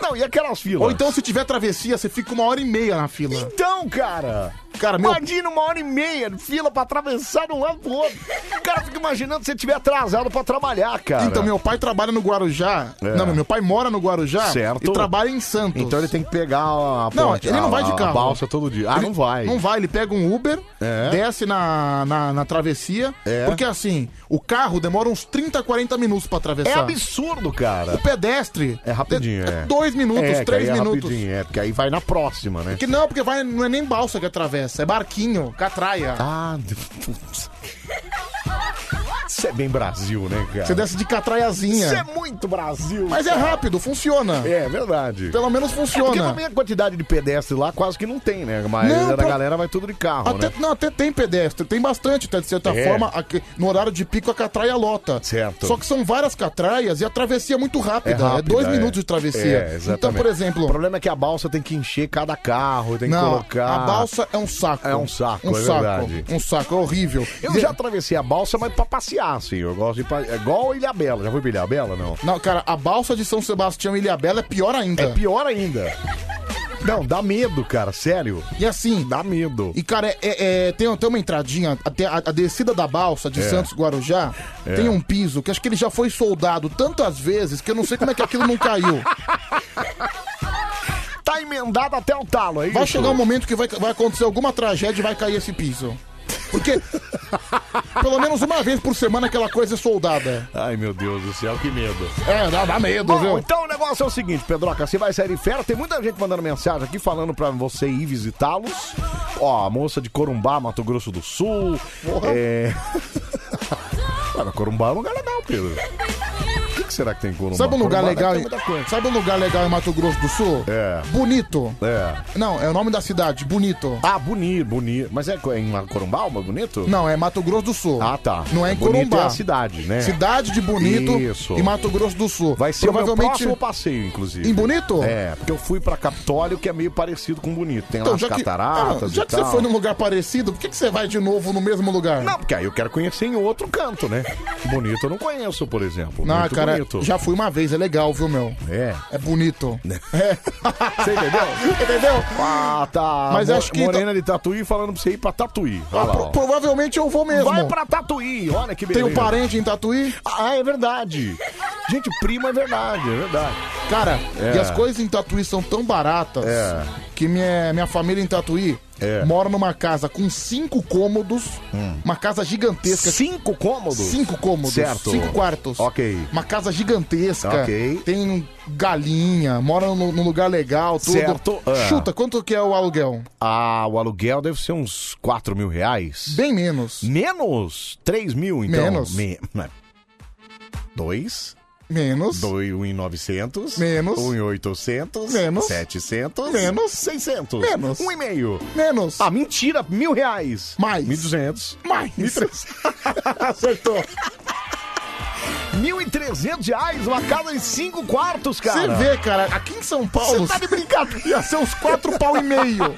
Não, e aquelas filas?
Ou então, se tiver travessia, você fica uma hora e meia na fila.
Então, cara!
Cara, meu-
Imagina uma hora e meia, fila pra atravessar de um lado pro outro. O cara fica imaginando se você estiver atrasado pra trabalhar, cara.
Então, meu pai trabalha no Guarujá.
É.
Não, meu pai mora no Guarujá
Certo.
e trabalha em Santos.
Então ele tem que pegar a
Não,
ponte,
ele
a-
não vai de
a
carro.
balsa todo dia. Ah,
Ele-
não vai.
Não vai, ele pega um Uber,
É.
desce na, na, na travessia.
É.
Porque assim, o carro demora uns 30, 40 minutos pra atravessar.
É absurdo, cara.
O pedestre.
É rapidinho, é.
Dois minutos,
É, que
três
aí é
minutos.
rapidinho, é, porque aí vai na próxima, né?
Que não, porque vai, não é nem balsa que atravessa, é barquinho, catraia.
Ah, putz. Isso é bem Brasil, né, cara?
Você desce de catraiazinha.
Isso é muito Brasil.
Mas é
cara.
rápido, funciona.
É, verdade.
Pelo menos funciona.
É porque também a quantidade de pedestre lá quase que não tem, né? Mas
Não,
a
pro-
galera vai tudo de carro,
Até,
né?
Não, até tem pedestre, tem bastante, até de certa
É.
forma, aqui- no horário de pico a catraia lota.
Certo.
Só que são várias catraias e a travessia é muito rápida, é, dois
é.
minutos de travessia.
É, exatamente.
então, por exemplo,
O problema é que a balsa tem que encher cada carro, tem
não,
que colocar.
a balsa é um saco.
É um saco,
um
é
saco,
verdade.
um saco, é horrível.
Eu já atravessei a balsa, mas pra passear, assim. Eu gosto de. pa- É igual Ilha Bela. Já foi pra Ilha Bela, não?
Não, cara, a balsa de São Sebastião e Ilhabela é pior ainda.
É pior ainda. Não, dá medo, cara, sério.
E assim.
Dá medo.
E, cara, é- é- é- tem, tem uma entradinha, até a, a descida da balsa de
É.
Santos Guarujá
É.
tem um piso que acho que ele já foi soldado tantas vezes que eu não sei como é que aquilo não caiu.
Tá emendado até o talo, é aí.
Vai chegar um momento que vai, vai acontecer alguma tragédia e vai cair esse piso. Porque pelo menos uma vez por semana aquela coisa é soldada.
Ai, meu Deus do céu, que medo.
É, dá, dá medo,
Bom,
viu?
Então o negócio é o seguinte, Pedroca, você vai sair de férias, tem muita gente mandando mensagem aqui falando pra você ir visitá-los. Ó, a moça de Corumbá, Mato Grosso do Sul. É... Ué, mas Corumbá é um lugar legal, Pedro. O que, que será que tem em Corumbá?
Sabe um lugar
Corumbá
legal?
deve
em-
ter muita coisa.
Sabe um lugar legal em Mato Grosso do Sul?
É.
Bonito.
É.
Não, é o nome da cidade, Bonito.
Ah, bonito, bonito. Mas é co- é em Corumbá, uma bonito?
Não, é Mato Grosso do Sul.
Ah, tá.
Não é em
Bonito
Corumbá.
É a cidade, né?
Cidade de Bonito
Isso.
e Mato Grosso do Sul.
Vai ser o meu próximo passeio, inclusive.
Em Bonito?
É, porque eu fui pra Capitólio, que é meio parecido com Bonito. Tem lá
Então,
as
já que,
cataratas
Ah, já
e
que
tal.
você foi num lugar parecido, por que, que você vai de novo no mesmo lugar?
Não, porque aí eu quero conhecer em outro canto, né? Bonito eu não conheço, por exemplo.
Não,
Muito
Ah, cara,
bonito. Né?
já fui uma vez, é legal, viu, meu?
É.
É bonito.
Você entendeu?
Entendeu?
Ah, tá.
Mas
Mo-
acho que- Ah,
Morena de Tatuí falando pra você ir pra Tatuí. Olha lá,
Pro-
ó.
Provavelmente eu vou mesmo.
Vai pra Tatuí, olha que
Tem
beleza.
um parente em Tatuí?
Ah, é verdade. Gente, primo é verdade, é verdade.
Cara,
É.
e as coisas em Tatuí são tão baratas
É.
que minha, minha família em Tatuí
É. Hum.
mora numa casa com cinco cômodos, uma casa gigantesca.
Cinco cômodos?
Cinco cômodos.
Certo.
Cinco quartos.
Ok.
Uma casa gigantesca.
Ok.
Tem galinha, mora num, num lugar legal, tudo.
Certo, é.
Chuta, quanto que é o aluguel?
Ah, o aluguel deve ser uns 4 mil reais.
Bem menos.
Menos? 3 mil, então?
Menos.
Me... Dois? um
Menos.
Doi 1,900.
Menos.
1,800.
Menos.
700.
Menos.
600.
Menos.
Um e meio.
Menos.
Ah, mentira. Mil reais.
Mais.
1.200.
Mais.
1.300. Acertou. 1.300 reais, uma casa de cinco quartos,
Você
cara.
vê, cara, aqui em São Paulo.
Você tá de brincadeira.
Ia ser uns quatro pau e meio.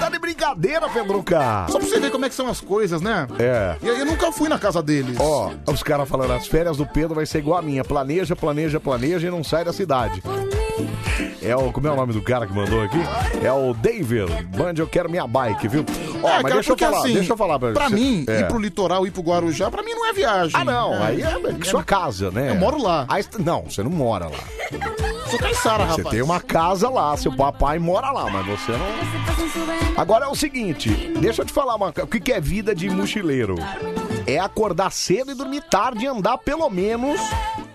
Tá de brincadeira, Pedroca.
Só pra você ver como é que são as coisas, né?
É.
E aí eu nunca fui na casa deles.
Ó, os caras falando, as férias do Pedro vai ser igual a minha. Planeja, planeja, planeja e não sai da cidade. É o. Como é o nome do cara que mandou aqui? É o David. Band, eu quero minha bike, viu? Ó, mas deixa eu
É, porque assim,
falar, deixa eu falar pra,
pra, mim,
é.
ir pro litoral, ir pro Guarujá, pra mim não é viagem.
Ah, não, aí é sua casa, né?
Eu moro lá.
Aí você- não, você não mora lá.
Sou caiçara,
Você
rapaz.
tem uma casa lá, seu papai mora lá, mas você não. Agora é o seguinte, deixa eu te falar uma coisa. O que que é vida de mochileiro? É acordar cedo e dormir tarde e andar pelo menos,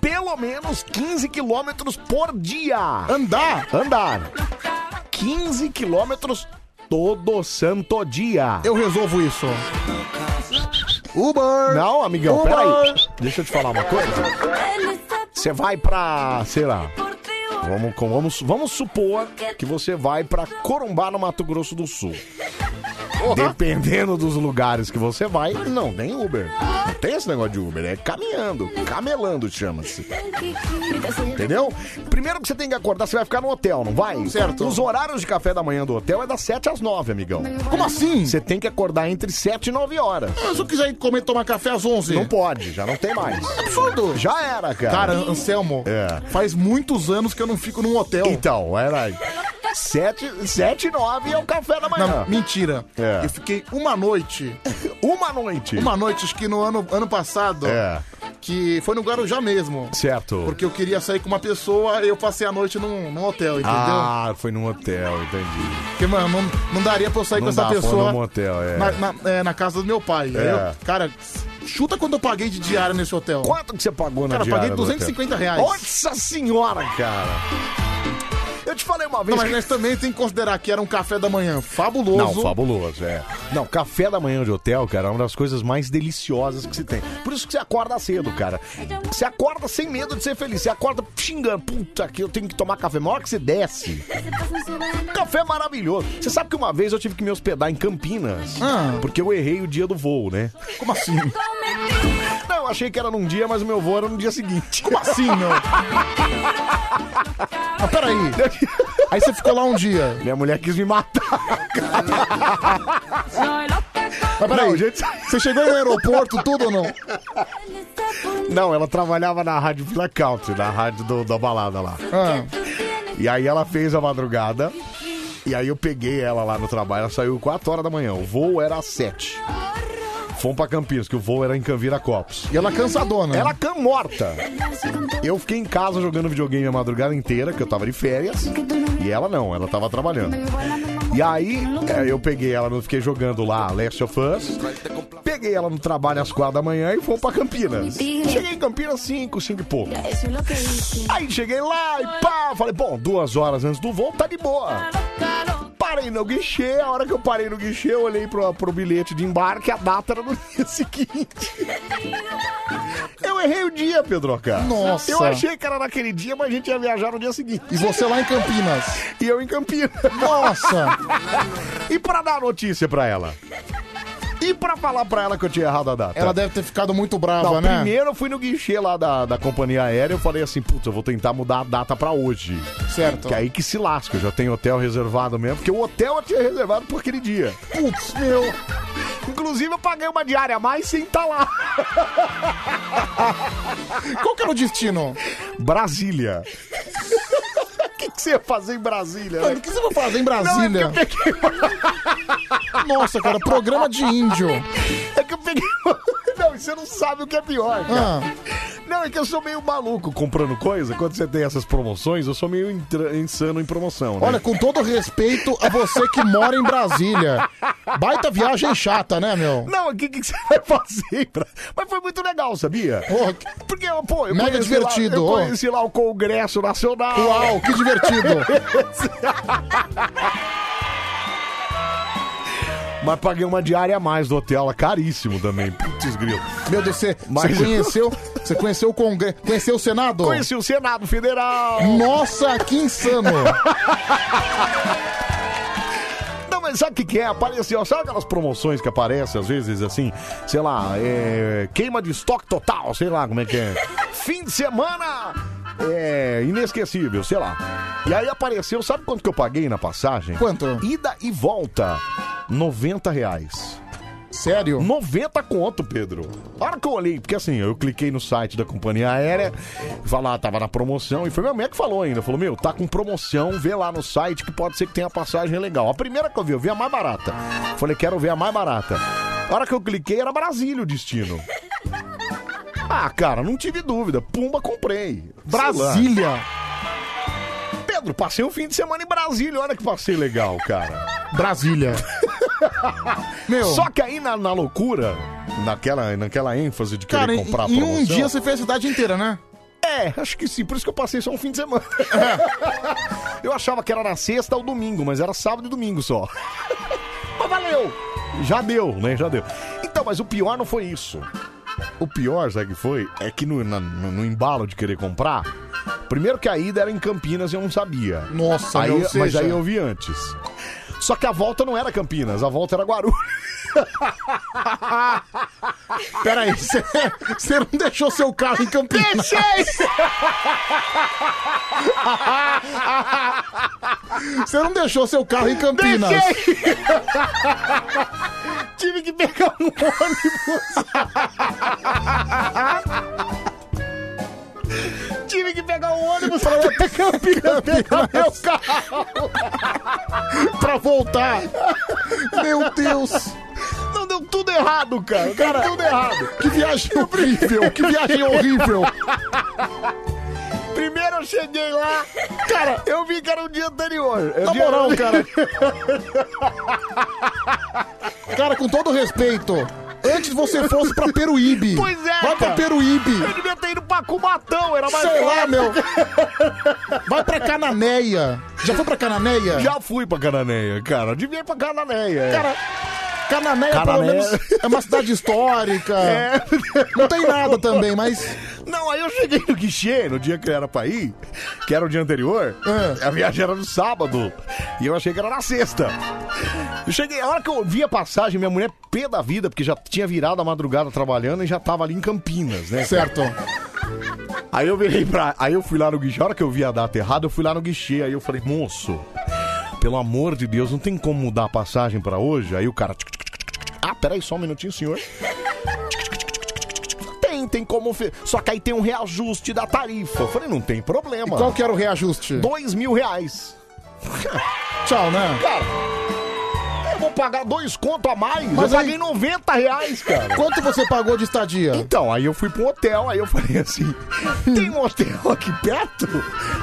pelo menos 15 quilômetros por dia.
Andar?
Andar 15 quilômetros todo santo dia.
Eu resolvo isso. Uber!
Não, amigão,
Uber!
peraí. Deixa eu te falar uma coisa. Você vai pra, sei lá, vamos, com- vamos, vamos supor que você vai pra Corumbá, no Mato Grosso do Sul. Dependendo dos lugares que você vai, não tem Uber. Não tem esse negócio de Uber, é caminhando, camelando chama-se. Entendeu? Primeiro que você tem que acordar, você vai ficar no hotel, não vai?
Certo.
Os horários de café da manhã do hotel é das 7 às 9, amigão.
Como assim?
Você tem que acordar entre 7 e 9 horas.
Mas eu quiser ir comer tomar café às 11.
Não pode, já não tem mais.
Absurdo!
Já era, cara.
Cara, Anselmo,
É.
faz muitos anos que eu não fico num hotel.
Então, era. Sete, sete e nove é o café da manhã.
Não, mentira.
É.
Eu fiquei uma noite.
uma noite?
Uma noite, acho que no ano, ano passado.
É.
Que foi no Guarujá mesmo.
Certo.
Porque eu queria sair com uma pessoa e eu passei a noite num, num hotel, entendeu?
Ah, foi num hotel, entendi.
Porque, mano, não, não daria pra eu sair
Não
com essa
dá, foi
pessoa.
num hotel, é.
Na, na- é, na casa do meu pai.
É.
Aí eu- cara, chuta quanto eu paguei de diário nesse hotel.
Quanto que você pagou na
Cara, eu
diária
paguei
do
250
hotel?
reais.
Nossa senhora, cara. Eu te falei uma vez.
mas nós também tem que considerar que era um café da manhã fabuloso.
Não, fabuloso, é. Não, café da manhã de hotel, cara, é uma das coisas mais deliciosas que se tem. Por isso que você acorda cedo, cara. Você acorda sem medo de ser feliz. Você acorda xingando. Puta, que eu tenho que tomar café. Maior que você desce. Café maravilhoso. Você sabe que uma vez eu tive que me hospedar em Campinas. Porque eu errei o dia do voo, né?
Ah. Como assim?
Não, eu achei que era num dia, mas o meu voo era no dia seguinte.
Como assim, meu? Ah, peraí. Aí você ficou lá um dia.
Minha mulher quis me matar.
Mas peraí,
Não, gente-
você chegou no aeroporto, tudo ou não?
Não, ela trabalhava na rádio Blackout, na rádio do- da balada lá.
Ah.
E aí ela fez a madrugada. E aí eu peguei ela lá no trabalho. Ela saiu 4 horas da manhã. O voo era às 7. Fomos pra Campinas, que o voo era em Canviracopos.
E ela é cansadona. né?
Ela can morta. Eu fiquei em casa jogando videogame a madrugada inteira, que eu tava de férias. E ela não, ela tava trabalhando. E aí, é, eu peguei ela, eu fiquei jogando lá Last of Us. Peguei ela no trabalho às quatro da manhã e fomos pra Campinas. Cheguei em Campinas 5, 5 e pouco. Aí cheguei lá e pá, falei, bom, duas horas antes do voo, tá de boa. Parei no guichê, a hora que eu parei no guichê, eu olhei pro, pro bilhete de embarque, a data era no dia seguinte. Eu errei o dia, Pedro Acá.
Nossa.
Eu achei que era naquele dia, mas a gente ia viajar no dia seguinte.
E você lá em Campinas.
E eu em Campinas.
Nossa!
e pra dar notícia pra ela? E pra falar pra ela que eu tinha errado a data?
Ela deve ter ficado muito brava,
Não,
né?
primeiro eu fui no guichê lá da, da companhia aérea, eu falei assim, putz, eu vou tentar mudar a data pra hoje.
Certo.
Que aí que se lasca, eu já tenho hotel reservado mesmo, porque o hotel eu tinha reservado por aquele dia.
Putz, meu.
Inclusive eu paguei uma diária a mais sem estar lá.
Qual que era o destino?
Brasília. O que, que você ia fazer em Brasília?
Mano,
né?
o que você vai fazer em Brasília?
Não, é porque eu
Nossa, cara, programa de índio.
peguei... é que eu peguei... um- Não, você não sabe o que é pior, cara.
Ah.
Não, é que eu sou meio maluco comprando coisa. Quando você tem essas promoções, eu sou meio intra- insano em promoção, né?
Olha, com todo respeito a você que mora em Brasília. Baita viagem chata, né, meu?
Não, o que, que você vai fazer? pra- Mas foi muito legal, sabia? Porque, pô, eu
Mega
conheci
divertido,
Lá, eu
ó.
conheci lá o Congresso Nacional.
Uau, que divertido.
Mas paguei uma diária a mais do hotel, lá, caríssimo também. Putz, grilo.
Meu Deus, você,
Mas-
você conheceu, você conheceu o Congresso, conheceu o Senado?
Conheci o Senado Federal.
Nossa, que insano.
Não, mas sabe o que, que é? Apareceu, sabe aquelas promoções que aparecem às vezes assim? Sei lá, é, queima de estoque total, sei lá como é que é. Fim de semana é inesquecível, sei lá. E aí apareceu, sabe quanto que eu paguei na passagem?
Quanto?
Ida e volta, 90 reais.
Sério?
90 conto, Pedro. A hora que eu olhei, porque assim, eu cliquei no site da companhia aérea, falar, tava na promoção, e foi minha mulher que falou ainda. Falou, meu, tá com promoção, vê lá no site que pode ser que tenha passagem legal. A primeira que eu vi, eu vi a mais barata. Falei, quero ver a mais barata. A hora que eu cliquei, era Brasília o destino. Ah, cara, não tive dúvida. Pumba, comprei. Brasília.
Brasília.
Pedro, passei um fim de semana em Brasília. Olha que passei legal, cara.
Brasília. Meu.
Só que aí na, na loucura, naquela, naquela ênfase de querer
Cara, em,
comprar a
em
promoção...
um dia você fez a cidade inteira, né?
É, acho que sim, por isso que eu passei só um fim de semana. eu achava que era na sexta ou domingo, mas era sábado e domingo só. mas valeu! Já deu, né? Já deu. Então, mas o pior não foi isso. O pior, sabe o que foi? É que no, na- no- no embalo de querer comprar, primeiro que a ida era em Campinas e eu não sabia.
Nossa,
aí,
meu, ou
Mas
seja-
aí eu vi antes. Só que a volta não era Campinas, a volta era Guarulhos.
Peraí, você você não deixou seu carro em Campinas? Deixei! Você não deixou seu carro em Campinas?
Tive que pegar um ônibus. Tive que pegar um ônibus.
falando até campeão, pegar meu carro pra voltar. Meu Deus.
Não, deu tudo errado, cara.
Cara,
tudo errado.
Que viagem horrível, que viagem horrível.
Primeiro eu cheguei lá, cara, eu vi que era o dia anterior.
Na
dia-
moral, cara. Cara, com todo respeito, antes você fosse pra Peruíbe.
Pois é,
Vai pra
cara.
Peruíbe.
Eu devia ter ido pra Cubatão, era mais
Sei lá,
perto.
meu. Vai pra Cananéia. Já foi pra Cananéia?
Já fui pra Cananéia, cara. Devia ir pra Cananéia. é.
Cara, Cananéia, pelo
Cananéia.
menos, é uma cidade histórica.
É.
Não tem nada também, mas...
Não, aí eu cheguei no guichê, no dia que era pra ir, que era o dia anterior.
Ah.
A viagem era no sábado. E eu achei que era na sexta. Eu cheguei, a hora que eu vi a passagem, minha mulher pé da vida, porque já tinha virado a madrugada trabalhando e já tava ali em Campinas, né?
Certo.
Aí eu virei pra. Aí eu fui lá no guichê. A hora que eu vi a data errada, eu fui lá no guichê. Aí eu falei, moço, pelo amor de Deus, não tem como mudar a passagem pra hoje? Aí o cara. "Tic, tic, tic, tic, tic, tic." Ah, peraí, só um minutinho, senhor. Tem, tem como. fe- Só que aí tem um reajuste da tarifa. Eu falei, não tem problema.
E qual que era o reajuste?
Dois mil reais.
Tchau, né?
Cara, eu vou pagar dois conto a mais.
Mas
eu
aí-
paguei 90 reais, cara.
Quanto você pagou de estadia?
Então, aí eu fui pro hotel, aí eu falei assim: tem um hotel aqui perto?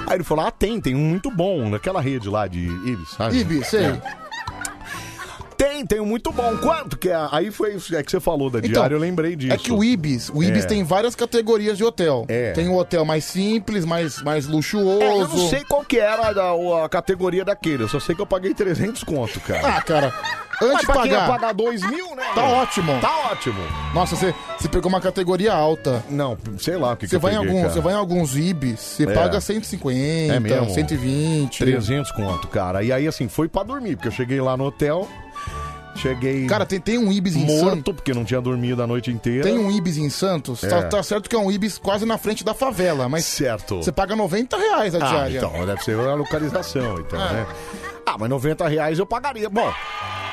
Aí ele falou: ah, tem, tem um muito bom, naquela rede lá de Ibis, sabe?
Ibi, sei.
É. Tem, tem um muito bom. Quanto que é? Aí foi isso é que você falou da
Então,
diária, eu lembrei disso.
É que o Ibis, o Ibis
É.
tem várias categorias de hotel. Tem o hotel mais simples, mais, mais luxuoso.
É, eu não sei qual que era a, a categoria daquele, eu só sei que eu paguei 300 conto, cara.
Ah, cara, antes
Mas
de
pra quem ia
pagar,
pagar 2 mil, né?
tá ótimo.
Tá ótimo.
Nossa, você, você pegou uma categoria alta.
Não, sei lá o que que
Você
eu
vai, em
peguei,
alguns,
cara.
você vai em alguns Ibis, você
É.
paga 150,
É mesmo?
120.
300 conto, cara. E aí, assim, foi pra dormir, porque eu cheguei lá no hotel, cheguei
Cara, tem, tem um Ibis em Santos.
morto, porque não tinha dormido a noite inteira.
Tem um Ibis em Santos.
É.
Tá, tá certo que é um Ibis quase na frente da favela, mas
Certo.
você paga 90 reais a
Ah,
diária.
então, deve ser a localização, então,
É.
né? Ah, mas 90 reais eu pagaria. Bom,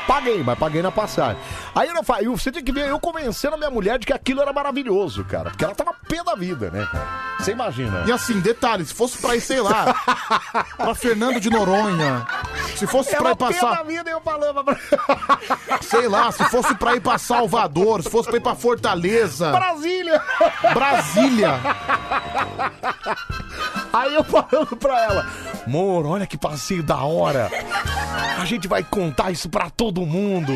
paguei, mas paguei na passagem. Aí eu falei, você tem que ver, eu convencendo a minha mulher de que aquilo era maravilhoso, cara. Porque ela tava pé da vida, né, cara? Você imagina.
E assim, detalhe, se fosse pra ir, sei lá, pra Fernando de Noronha, se fosse pra ir
Ela pé da
passar,
vida, eu falava pra...
sei lá, se fosse pra ir pra Salvador, se fosse pra ir pra Fortaleza,
Brasília!
Brasília,
Aí eu falando pra ela, amor, olha que passeio da hora. A gente vai contar isso pra todo mundo.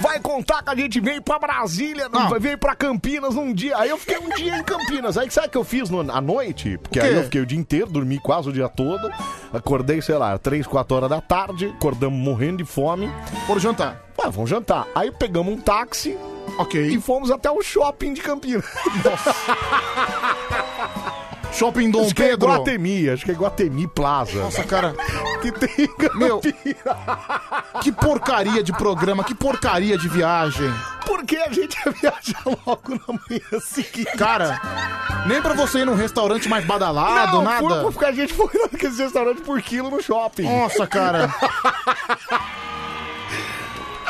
Vai contar que a gente veio pra Brasília,
Não.
veio pra Campinas num dia. Aí eu fiquei um dia em Campinas. Aí sabe o que eu fiz no- à noite? Porque
O quê?
aí eu fiquei o dia inteiro, dormi quase o dia todo. Acordei, sei lá, 3, 4 horas da tarde. Acordamos morrendo de fome.
por jantar.
Ah, vamos jantar. Aí pegamos um táxi e
Ok.
fomos até o shopping de Campinas.
Shopping Dom
acho que é
Pedro.
Guatemi, acho que é Guatemi Plaza.
Nossa, cara,
que tem em Campinas.
meu, que porcaria de programa, que porcaria de viagem.
Porque a gente ia viajar logo na manhã seguinte.
Cara, nem pra você ir num restaurante mais badalado,
não,
nada.
Por, porque a gente foi naquele restaurante por quilo no shopping.
Nossa, cara.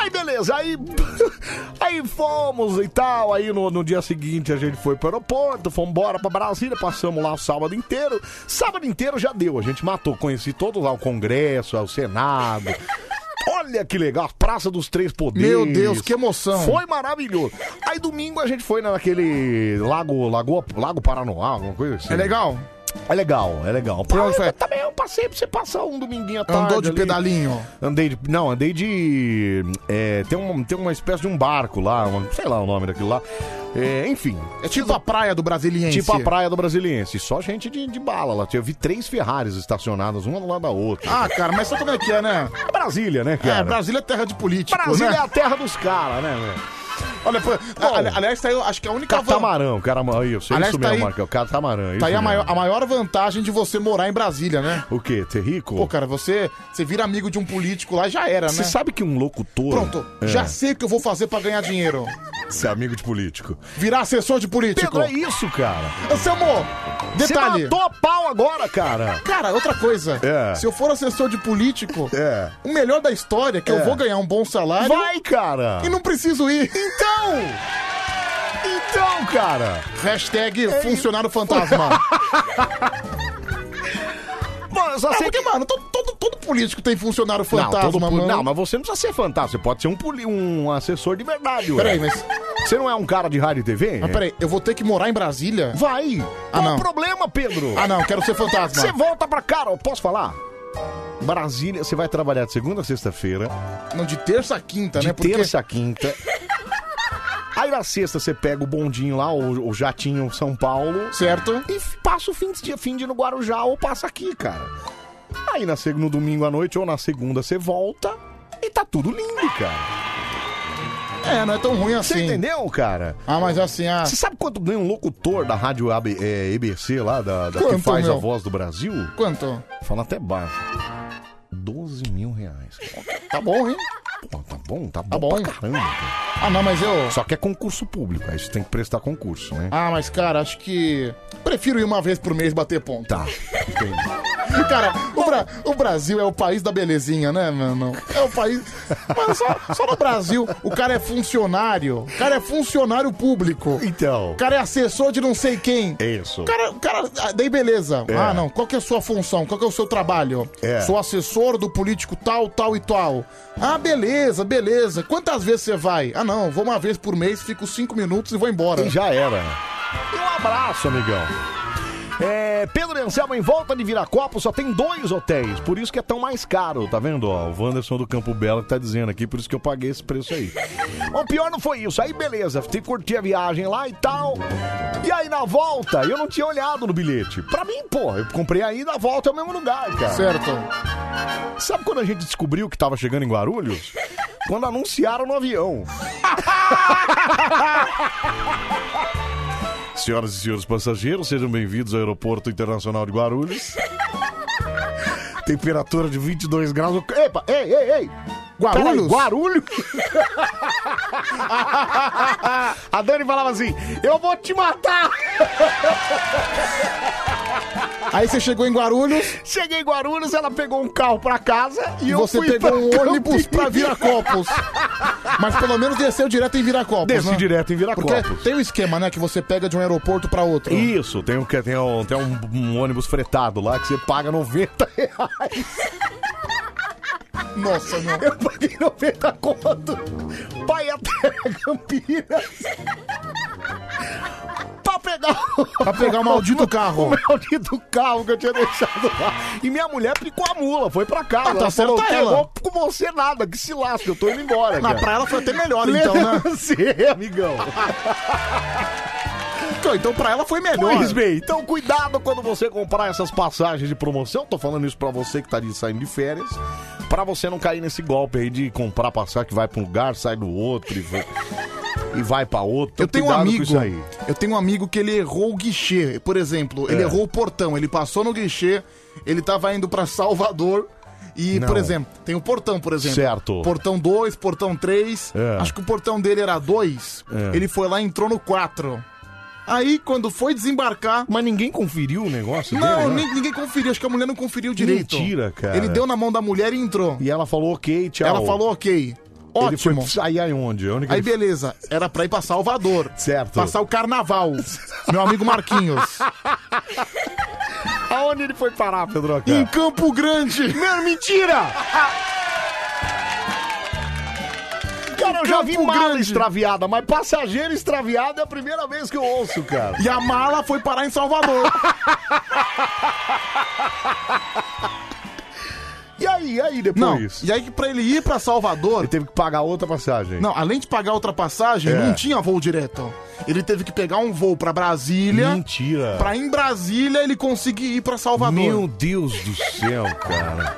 Aí beleza, aí, aí fomos e tal. Aí no, no dia seguinte a gente foi pro aeroporto, fomos embora pra Brasília, passamos lá o sábado inteiro. Sábado inteiro já deu, a gente matou, conheci todo lá o Congresso, o Senado. Olha que legal, a Praça dos Três Poderes.
Meu Deus, que emoção.
Foi maravilhoso. Aí domingo a gente foi naquele lago, lago, lago Paranoá, alguma coisa assim.
É legal?
É legal, é legal.
Foi onde
Ah,
foi?
eu Também eu passei pra você passar um dominguinho à tarde.
Tá Andou de
ali.
pedalinho.
Andei de. Não, andei de. é, tem, uma, tem uma espécie de um barco lá, uma- sei lá o nome daquilo lá. É, enfim,
É tipo a praia do brasiliense.
tipo a praia do Brasiliense. Só gente de, de bala lá. Eu vi três Ferraris estacionadas, uma do lado da outra.
Ah, cara, mas sabe como é que é, né?
É Brasília, né,
É,
cara?
Brasília é terra de político,
Brasília
né?
é a terra dos caras, né, velho?
Olha, foi... ali- aliás, tá aí, eu acho que a única... van-
Catamarão, cara. Isso,
Aliás,
isso
tá
mesmo,
aí-
Marcão. Catamarã.
Tá aí a
É isso
maior,
mesmo.
a maior vantagem de você morar em Brasília, né?
O quê? Ser rico?
Pô, cara, você, você vira amigo de um político lá já era, né?
Você sabe que um locutor.
Pronto,
É,
já sei o que eu vou fazer pra ganhar dinheiro.
Ser é amigo de político.
Virar assessor de político.
Pedro, é isso, cara.
Anselmo, detalhe.
Você matou a pau agora, cara.
Cara, outra coisa.
É.
Se eu for assessor de político,
É.
o melhor da história é que eu
É.
vou ganhar um bom salário
Vai, cara.
e não preciso ir.
Então! Então, cara!
Hashtag funcionário fantasma.
precisa ser.
Porque, mano, todo, todo, todo político tem funcionário
não, todo
fantasma,
poli-
mano.
não, mas você não precisa ser fantasma. Você pode ser um, poli- um assessor de verdade, ué.
Peraí, mas-
Você não é um cara de rádio e TV?
Mas peraí, eu vou ter que morar em Brasília?
Vai!
Ah,
Qual
não.
o problema, Pedro?
Ah, não, quero ser fantasma.
Você volta pra cá, ó, posso falar? Brasília, você vai trabalhar de segunda a sexta-feira.
Não, de terça a quinta,
de
né? Porque-
terça a quinta. Aí na sexta você pega o bondinho lá, o, o jatinho São Paulo.
Certo.
E f- passa o fim de, dia- fim de no Guarujá ou passa aqui, cara. Aí na, seg- no domingo à noite ou na segunda você volta e tá tudo lindo, cara.
É, não é tão ruim assim.
Você entendeu, cara?
Ah, mas assim, ah.
Você sabe quanto ganha um locutor da rádio AB, é, EBC lá, da, da que
Quanto,
faz
meu?
a voz do Brasil?
Quanto?
Fala até baixo. 12 mil reais.
Tá bom, hein?
Pô, tá bom, tá bom,
Tá bom.
pra caramba. cara.
Ah, não, mas eu.
Só que é concurso público, aí você tem que prestar concurso, né?
Ah, mas cara, acho que. Prefiro ir uma vez por mês bater ponto.
Tá.
Cara, o, Bra- o Brasil é o país da belezinha, né, mano? É o país. Mano, só, só no Brasil o cara é funcionário. O cara é funcionário público.
Então.
O cara é assessor de não sei quem.
Isso.
O cara, o cara ah, daí beleza.
É.
Ah, não. Qual que é a sua função? Qual que é o seu trabalho?
É.
Sou assessor do político tal, tal e tal. Ah, beleza, beleza. Quantas vezes você vai? Ah, não. Vou uma vez por mês, fico cinco minutos e vou embora.
E já é. era. E um abraço, amigão. É, Pedro e Anselmo, em volta de Viracopo só tem dois hotéis, por isso que é tão mais caro, tá vendo? Ó, o Wanderson do Campo Belo que tá dizendo aqui, por isso que eu paguei esse preço aí. O pior não foi isso, aí beleza, tem que curtir a viagem lá e tal. E aí na volta, eu não tinha olhado no bilhete. Pra mim, pô, eu comprei aí na volta é o mesmo lugar, cara.
Certo.
Sabe quando a gente descobriu que tava chegando em Guarulhos? Quando anunciaram no avião. Senhoras e senhores passageiros, sejam bem-vindos ao Aeroporto Internacional de Guarulhos. Temperatura de 22 graus. Epa, ei, ei, ei!
Guarulhos?
Peraí, Guarulhos? A Dani falava assim: Eu vou te matar!
Aí você chegou em Guarulhos.
Cheguei em Guarulhos, ela pegou um carro pra casa e
E
eu
você
fui
pegou
pra
um ônibus
Campinas.
pra Viracopos. Mas pelo menos desceu direto em Viracopos,
Desci
né?
direto em Viracopos.
Porque tem o esquema, né? Que você pega de um aeroporto pra outro.
Isso, tem um, que- tem um, tem um, um ônibus fretado lá que você paga 90 reais.
Nossa, não.
Eu paguei 90 conto pra ir até Campinas pra pegar,
Pra pegar o maldito carro.
o maldito carro que eu tinha deixado lá. E minha mulher picou a mula, foi pra casa.
Ah, tá
ela falou,
certa
"Cara,
ela."
eu vou com você nada, que se lasca, eu tô indo embora.
Na
cara."
praia ela foi até melhor, então, né?
Sim, amigão.
Então, Então pra ela foi melhor.
Pois bem, então cuidado quando você comprar essas passagens de promoção. Tô falando isso pra você que tá ali saindo de férias. Pra você não cair nesse golpe aí de comprar passagem que vai pra um lugar, sai do outro e vai, e vai pra outro. Então,
Eu tenho um
cuidado com
amigo.
isso aí.
Eu tenho um amigo que ele errou o guichê, por exemplo. Ele
É.
errou o portão, ele passou no guichê, ele tava indo pra Salvador. E,
Não.
por exemplo, tem o portão, por exemplo.
Certo.
Portão 2, portão 3.
É.
Acho que o portão dele era 2.
É.
Ele foi lá e entrou no 4. Aí, quando foi desembarcar.
Mas ninguém conferiu o negócio
Não,
dele, né?
nem- ninguém conferiu. Acho que a mulher não conferiu direito.
Mentira, cara.
Ele deu na mão da mulher e entrou.
E ela falou ok, tchau.
Ela falou, ok.
Ele foi
Ótimo.
sair aí onde? Onde que
Aí
ele-
beleza, era pra ir pra Salvador.
Certo.
Passar o carnaval. Meu amigo Marquinhos.
Aonde ele foi parar, Pedro?
Em Campo Grande.
Mano, mentira! Cara, eu já vi
Campo
mala
Grande.
extraviada, mas passageiro extraviado é a primeira vez que eu ouço, cara.
E a mala foi parar em Salvador.
E aí, e aí
Não.
depois?
E aí que pra ele ir pra Salvador.
Ele teve que pagar outra passagem.
Não, além de pagar outra passagem,
É.
não tinha voo direto. Ele teve que pegar um voo pra Brasília.
Mentira.
Pra em Brasília ele conseguir ir pra Salvador.
Meu Deus do céu, cara.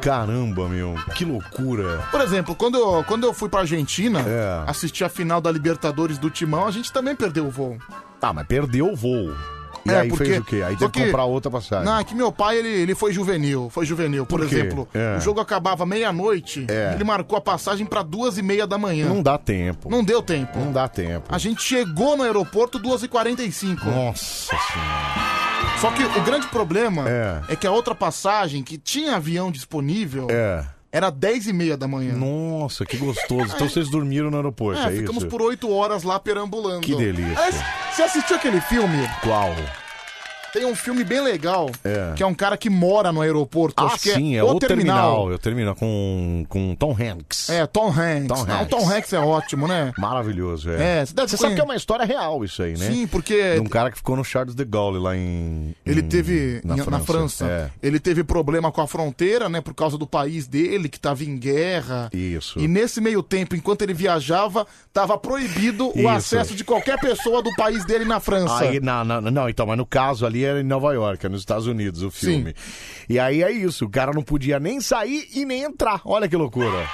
Caramba, meu. Que loucura.
Por exemplo, quando eu, quando eu fui pra Argentina,
É.
assistir a final da Libertadores do Timão, a gente também perdeu o voo.
Tá, mas perdeu o voo. E
É,
aí
porque-
fez o quê? Aí
só
teve que
que-
comprar outra passagem.
Não, é que meu pai, ele, ele foi juvenil, foi juvenil. Por,
Por quê?
exemplo,
É.
o jogo acabava meia-noite,
É.
ele marcou a passagem pra duas e meia da manhã.
Não
Não,
dá tempo.
deu tempo.
Não dá tempo.
A gente chegou no aeroporto duas e quarenta e cinco.
Nossa senhora.
Só que o grande problema
É.
é. que a outra passagem, que tinha avião disponível,
É.
era dez e meia da manhã.
Nossa, que gostoso. Então vocês dormiram no aeroporto,
É,
é,
ficamos
isso?
por oito horas lá perambulando.
Que delícia.
Aliás, Você assistiu aquele filme
Qual?
Tem um filme bem legal,
É.
que é um cara que mora no aeroporto.
Ah,
acho que
sim, é, o terminal. Eu termino com, com Tom Hanks.
É, Tom Hanks.
Tom
Não,
Hanks.
Tom Hanks é ótimo, né?
Maravilhoso,
É,
é.
você deve
sabe
conhe-
que é uma história real isso aí, né?
Sim, porque-
De um cara que ficou no Charles de Gaulle lá em.
Ele
em-
teve, em- na França,
Hum, É.
ele teve problema com a fronteira, né, por causa do país dele, que tava em guerra.
Isso.
E nesse meio tempo, enquanto ele viajava, tava proibido
Isso.
o acesso de qualquer pessoa do país dele na França.
Aí, na- na- não, então, mas no caso ali era em Nova York, é nos Estados Unidos, o filme. E aí é isso, o cara não podia nem sair e nem entrar. Olha que loucura.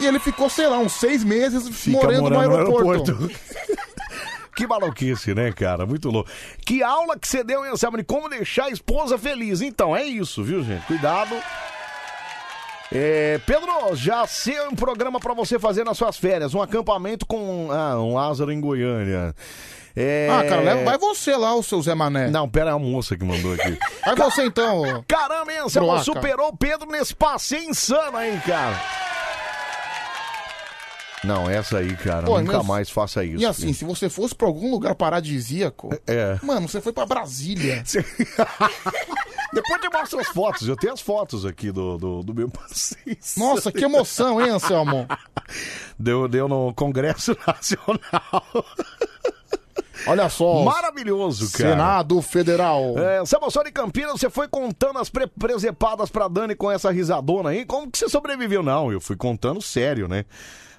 E ele ficou, sei lá, uns seis meses
Fica
morando, no aeroporto.
que maluquice, né, cara? Muito louco. Que aula que você deu, hein, Anselmo, de como deixar a esposa feliz. Então, é isso, viu, gente? Cuidado. É, Pedro, já sei um programa pra você fazer nas suas férias. Um acampamento com ah, um Lázaro em Goiânia. É...
Ah, cara, leva- vai você lá, o seu Zé Mané.
Não, pera, é a moça que mandou aqui.
Vai você então.
Caramba, hein, Anselmo,
Broca.
superou o Pedro nesse passeio insano, hein, cara? Não, essa aí, cara,
Pô,
nunca
mas-
mais faça isso.
E assim, se você fosse pra algum lugar paradisíaco,
É.
mano, você foi pra Brasília.
Depois eu mostro as fotos, eu tenho as fotos aqui do, do, do meu passeio.
Nossa, que emoção, hein, Anselmo?
Deu, deu no Congresso Nacional.
Olha só.
Maravilhoso, cara.
Senado Federal.
É, Samuel de Campinas, você foi contando as pre presepadas pra Dani com essa risadona aí? Como que você sobreviveu? Não, eu fui contando sério, né?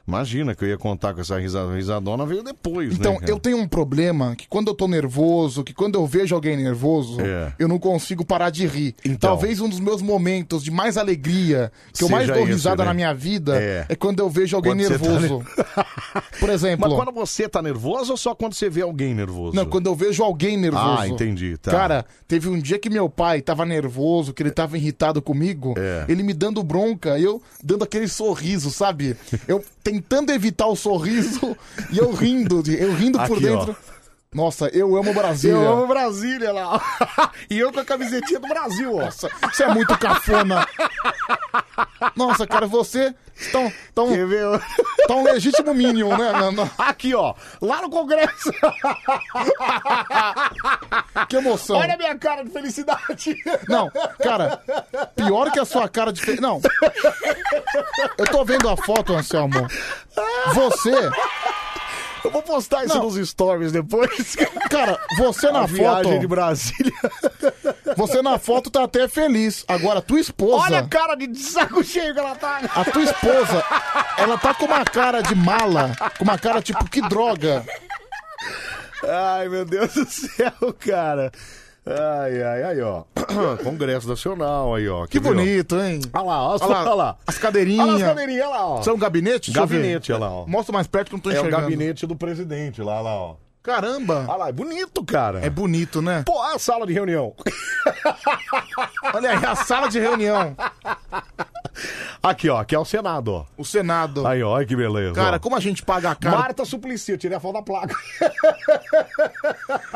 Imagina que eu ia contar com essa risa- risadona, veio depois,
Então,
né? cara?
eu tenho um problema que quando eu tô nervoso, que quando eu vejo alguém nervoso,
É. Então.
eu não consigo parar de rir. Talvez um dos meus momentos de mais alegria, que eu
Seja
mais dou
esse,
risada
né?
na minha vida,
É.
é, quando eu vejo alguém
Quando você tá
nervoso. Por um exemplo.
Mas quando você tá nervoso ou só quando você vê alguém nervoso?
Não, quando eu vejo alguém nervoso.
Ah, entendi, tá.
Cara, teve um dia que meu pai tava nervoso, que ele tava irritado comigo,
É.
ele me dando bronca, eu dando aquele sorriso, sabe? Eu tentando evitar o sorriso e eu rindo, de- eu rindo por
Aqui, ó.
dentro. Nossa, eu amo Brasília.
Eu amo Brasília lá. e eu com a camisetinha do Brasil, ó.
Nossa, você é muito cafona. Nossa, cara, você tão tão tão legítimo minion, né? Não, não.
Aqui, ó, lá no Congresso.
Que emoção.
Olha a minha cara de felicidade.
Não, cara, pior que a sua cara de. fe- Não. Eu tô vendo a foto, Anselmo. Você.
Eu vou postar isso nos stories depois.
Cara, você na
A viagem
foto.
de Brasília.
Você na foto tá até feliz. Agora, a tua esposa.
Olha a cara de saco cheio que ela tá.
A tua esposa, ela tá com uma cara de mala. Com uma cara tipo, que droga.
Ai, meu Deus do céu, cara. Ai, ai, ai, ó. Congresso Nacional aí, ó.
Que bonito, hein?
Olha lá, olha,
Olha lá, as cadeirinhas.
Olha as cadeirinhas, olha lá, ó.
São gabinetes? Deixa eu ver.
Gabinete, olha lá, ó.
Mostra mais perto que eu não tô
É o
enxergando.
gabinete do presidente lá, lá, ó.
Caramba!
Olha lá, é bonito, cara.
É bonito, né?
Pô, olha a sala de reunião.
Olha aí, a sala de reunião.
Aqui, ó, aqui é o Senado, ó.
O Senado.
Aí, ó, olha que beleza.
Cara,
ó.
como a gente paga a cara.
Marta Suplicy, eu tirei a foto da placa.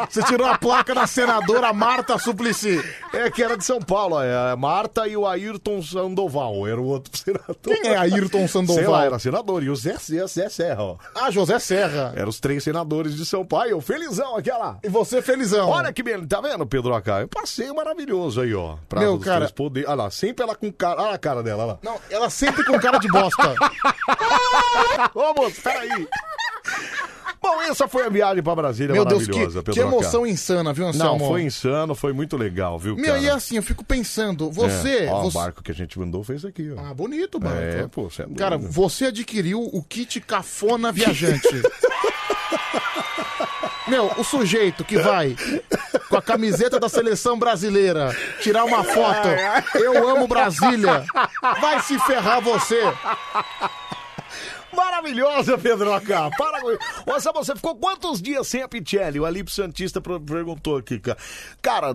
Você tirou a placa da senadora Marta Suplicy.
É que era de São Paulo, é a Marta e o Ayrton Sandoval, era o outro senador.
Quem é Ayrton Sandoval?
Sei lá, era senador, e o Zé, Zé, Zé Serra, ó.
Ah, José Serra.
Eram os três senadores de São Paulo, e eu felizão aqui, olha lá.
E você felizão.
Olha que beleza, tá vendo, Pedro Acá? Eu passei maravilhoso aí, ó. Praça
Meu,
dos
cara-
Três Poderes. Olha lá, sempre ela com cara, olha a cara dela, olha lá.
Não, ela sempre com cara de bosta.
Ô, moço, peraí. Bom,
é
essa foi a viagem pra Brasília
Meu Deus,
é maravilhosa,
que,
Pedro
que emoção
Acá.
insana, viu,
Não,
Anselmo?
foi insano, foi muito legal, viu,
Meu,
cara?
e assim, eu fico pensando, você.
É, ó,
você...
o barco que a gente mandou fez aqui, ó.
Ah, bonito, mano.
É, pô, você é doido.
Cara, você adquiriu o kit cafona viajante. Meu, o sujeito que vai com a camiseta da seleção brasileira tirar uma foto, eu amo Brasília, vai se ferrar você.
Maravilhosa, Pedroca! Para com isso. Ô, Sam, você ficou quantos dias sem a Pichelli? O Alípio Santista pro- perguntou aqui, cara. Cara,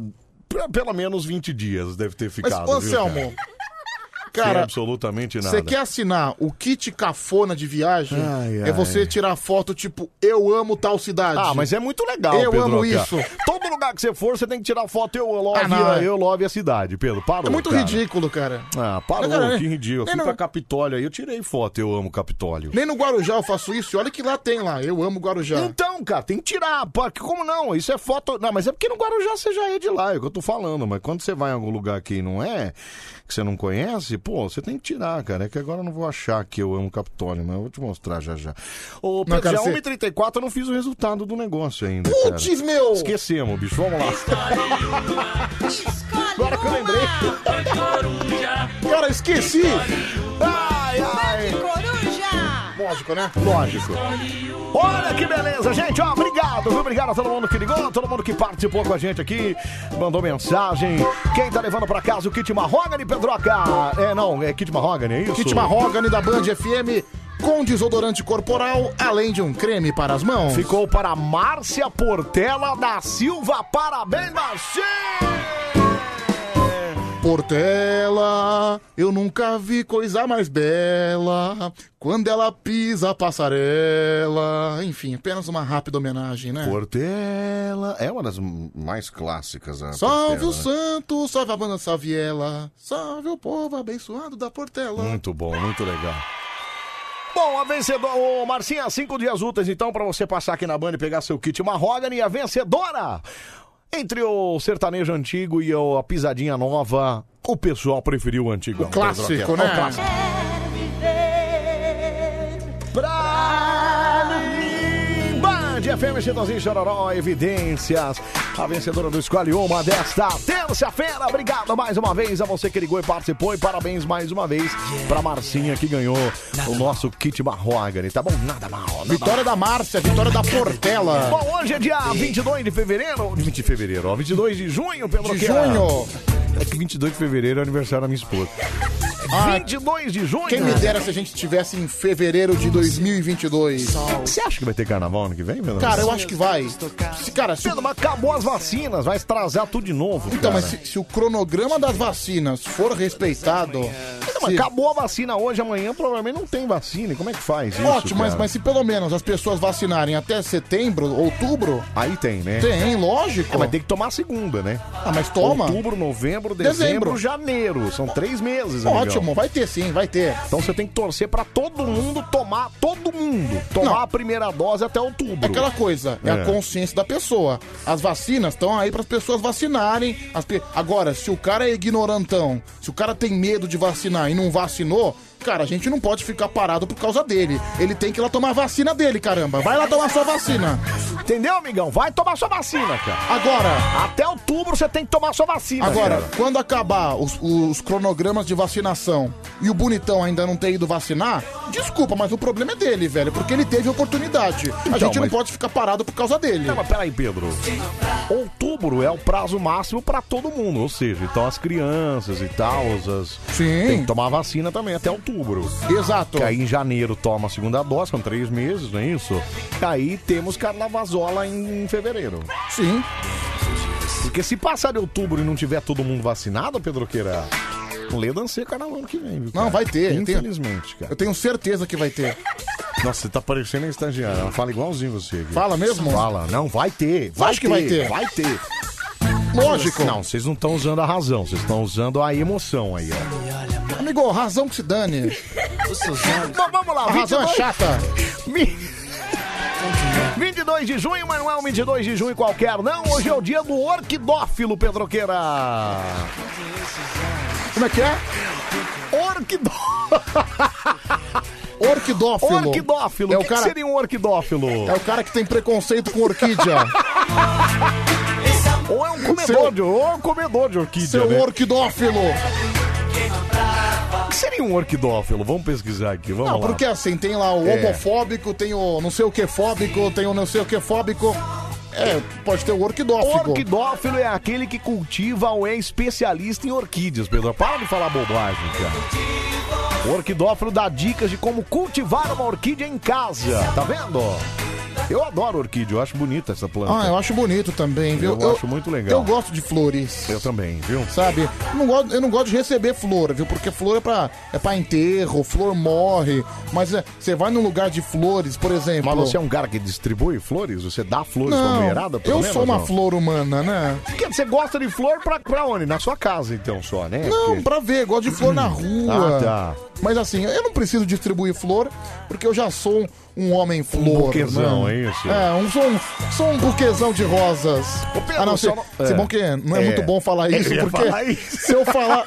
p- pelo menos 20 dias deve ter
Mas,
ficado.
ô,
viu,
Anselmo,
cara, Sem
cara,
absolutamente nada.
você quer assinar o kit cafona de viagem?
Ai, ai.
É você tirar foto tipo, eu amo tal cidade.
Ah, mas é muito legal,
Eu amo
Pedroca.
isso.
Todo Todo lugar que você for, você tem que tirar foto eu love,
Ah, não, é.
eu love a cidade, Pedro. Parou,
É muito
cara.
ridículo, cara.
Ah, parou,
Não, cara,
que ridículo. Eu
nem
fui
no-
pra Capitólio aí, eu tirei foto, eu amo Capitólio.
Nem no Guarujá eu faço isso. e Olha que lá tem lá. Eu amo Guarujá.
Então, cara, tem que tirar, pá, que como não? Isso é foto. Não, mas é porque no Guarujá você já é de lá, é o que eu tô falando. Mas quando você vai em algum lugar que não é, que você não conhece, pô, você tem que tirar, cara. É que agora eu não vou achar que eu amo Capitólio, mas eu vou te mostrar já já. Ô, Pedro,
cara,
já é
você-
1h34 eu não fiz o resultado do negócio ainda.
Putz,
cara.
meu!
Esquecemos, bicho, vamos lá.
Agora que eu lembrei. Cara, esqueci.
Ai, ai.
Lógico, né?
Lógico. Olha que beleza, gente. Ó, obrigado, viu? Obrigado a todo mundo que ligou, a todo mundo que participou com a gente aqui, mandou mensagem. Quem tá levando pra casa o Kit Marrogani, Pedroca? É, não, é Kit Marrogani, é isso?
Kit Mahogany da Band FM com desodorante corporal, além de um creme para as mãos.
Ficou para Márcia Portela da Silva. Parabéns, Márcia!
Portela, eu nunca vi coisa mais bela. Quando ela pisa a passarela. Enfim, apenas uma rápida homenagem, né?
Portela é uma das mais clássicas. A
Salve
Portela,
o
né?
santo, salve a banda Saviela. Salve o povo abençoado da Portela.
Muito bom, muito legal. Bom, a vencedora, ô Marcinha, cinco dias úteis então pra você passar aqui na Band e pegar seu kit Mahogany. A vencedora entre o sertanejo antigo e o- a pisadinha nova, o pessoal preferiu o antigo. O
clássico, né?
Band FM Chitãozinho Chororó, evidências. A vencedora do Escolhe Uma desta terça-feira. Obrigado mais uma vez a você que ligou e participou. E parabéns mais uma vez pra Marcinha que ganhou o nosso kit Mahogany, tá bom? Nada mal. nada
Vitória da Márcia, vitória da Portela.
Bom, hoje é dia 22 de fevereiro. 20 de fevereiro, ó. 22 de junho, Pedro
De
Queira.
junho.
É que 22 de fevereiro é aniversário da minha esposa.
Ah,
22 de junho.
Quem me dera se a gente estivesse em fevereiro de 2022.
Você acha que vai ter carnaval ano que vem, Pedro?
Cara, eu acho que vai. Se, cara, se...
Pedro, mas acabou as vacinas, vai atrasar tudo de novo.
Então,
cara.
mas se, se o cronograma das vacinas for respeitado.
Não, mas Acabou a vacina hoje, amanhã provavelmente não tem vacina. E como é que faz isso?
Ótimo, mas,
cara?
mas se pelo menos as pessoas vacinarem até setembro, outubro.
Aí tem, né?
Tem, lógico.
É, mas tem que tomar a segunda, né?
Ah, mas toma.
Outubro, novembro, dezembro,
Dezembro.
janeiro. São três meses, amigão.
Ótimo, vai ter sim, vai ter.
Então você tem que torcer pra todo mundo tomar, todo mundo, tomar a primeira dose até outubro.
É aquela coisa, é,
É.
a consciência da pessoa. As vacinas estão aí para as pessoas vacinarem. As pe- Agora, se o cara é ignorantão, se o cara tem medo de vacinar e não vacinou, cara, a gente não pode ficar parado por causa dele. Ele tem que ir lá tomar a vacina dele, caramba. Vai lá tomar sua vacina.
Entendeu, amigão? Vai tomar sua vacina, cara.
Agora,
Até outubro você tem que tomar sua vacina.
Agora,
cara.
quando acabar os, os cronogramas de vacinação e o bonitão ainda não ter ido vacinar, desculpa, mas o problema é dele, velho, porque ele teve oportunidade. a
Então,
gente não
mas-
pode ficar parado por causa dele.
Não, mas peraí, Pedro. Outubro é o prazo máximo pra todo mundo, ou seja, então as crianças e tal, as- as...
Sim.
tem que tomar a vacina também até outubro.
Exato.
Que aí em janeiro toma a segunda dose, são três meses, não é isso? E aí temos carnavazola em fevereiro.
Sim.
Porque se passar de outubro e não tiver todo mundo vacinado, Pedro Queira, não lê dancê carnaval ano que vem, viu?
Não, vai ter. eu tenho-
Infelizmente, cara.
Eu tenho certeza que vai ter.
Nossa, você tá parecendo a estagiária. Ela fala igualzinho você. aqui.
Fala mesmo?
Fala. Não, vai ter. Vai
Acho
ter,
que vai ter.
Vai ter.
Lógico.
Não, vocês não estão usando a razão. Vocês estão usando a emoção aí, ó.
Amigo, razão que se dane.
Bom, vamos lá.
A razão é
22.
chata.
Mi- 22 de junho, mas não é um 22 de junho qualquer, não. Hoje é o dia do orquidófilo, Pedroqueira.
Como é que é?
Orquidó...
Orquidófilo.
Orquidófilo.
É
o
o
que,
cara-
que seria um orquidófilo?
É o cara que tem preconceito com orquídea.
Ou é um comedor,
Seu-
de, ou é um comedor de orquídea,
Seu
né?
orquidófilo.
O que seria um orquidófilo? Vamos pesquisar aqui, vamos
Não,
lá.
porque assim, tem lá o
É.
homofóbico, tem o não sei o que fóbico, tem o não sei o que fóbico. É, pode ter o orquidófico.
Orquidófilo é aquele que cultiva ou é especialista em orquídeas, Pedro. Para de falar bobagem, cara. O orquidófilo dá dicas de como cultivar uma orquídea em casa, tá vendo? Eu adoro orquídea, eu acho bonita essa planta.
Ah, eu acho bonito também, viu?
Eu acho muito legal.
Eu gosto de flores.
Eu também, viu?
Sabe? Eu não gosto, eu não gosto de receber flor, viu? Porque flor é pra, é pra enterro, flor morre. Mas é, você vai num lugar de flores, por exemplo.
Mas você é um cara que distribui flores? Você dá flores pra
não,
mulherada? pelo
Eu
menos,
sou uma
não?
flor humana, né?
Porque você gosta de flor pra, pra onde? Na sua casa, então, só, né?
Não,
Porque-
pra ver, gosto de flor na rua.
Ah, tá.
Mas assim, eu não preciso distribuir flor, porque eu já sou um- um homem flor.
buquezão,
né?
é isso?
É, um, sou, um, sou um buquezão de rosas.
Pedro,
ah, não, se,
só não-
se
é.
bom que não é,
É.
muito bom falar
Eu
isso,
ia
porque
falar isso.
se eu falar.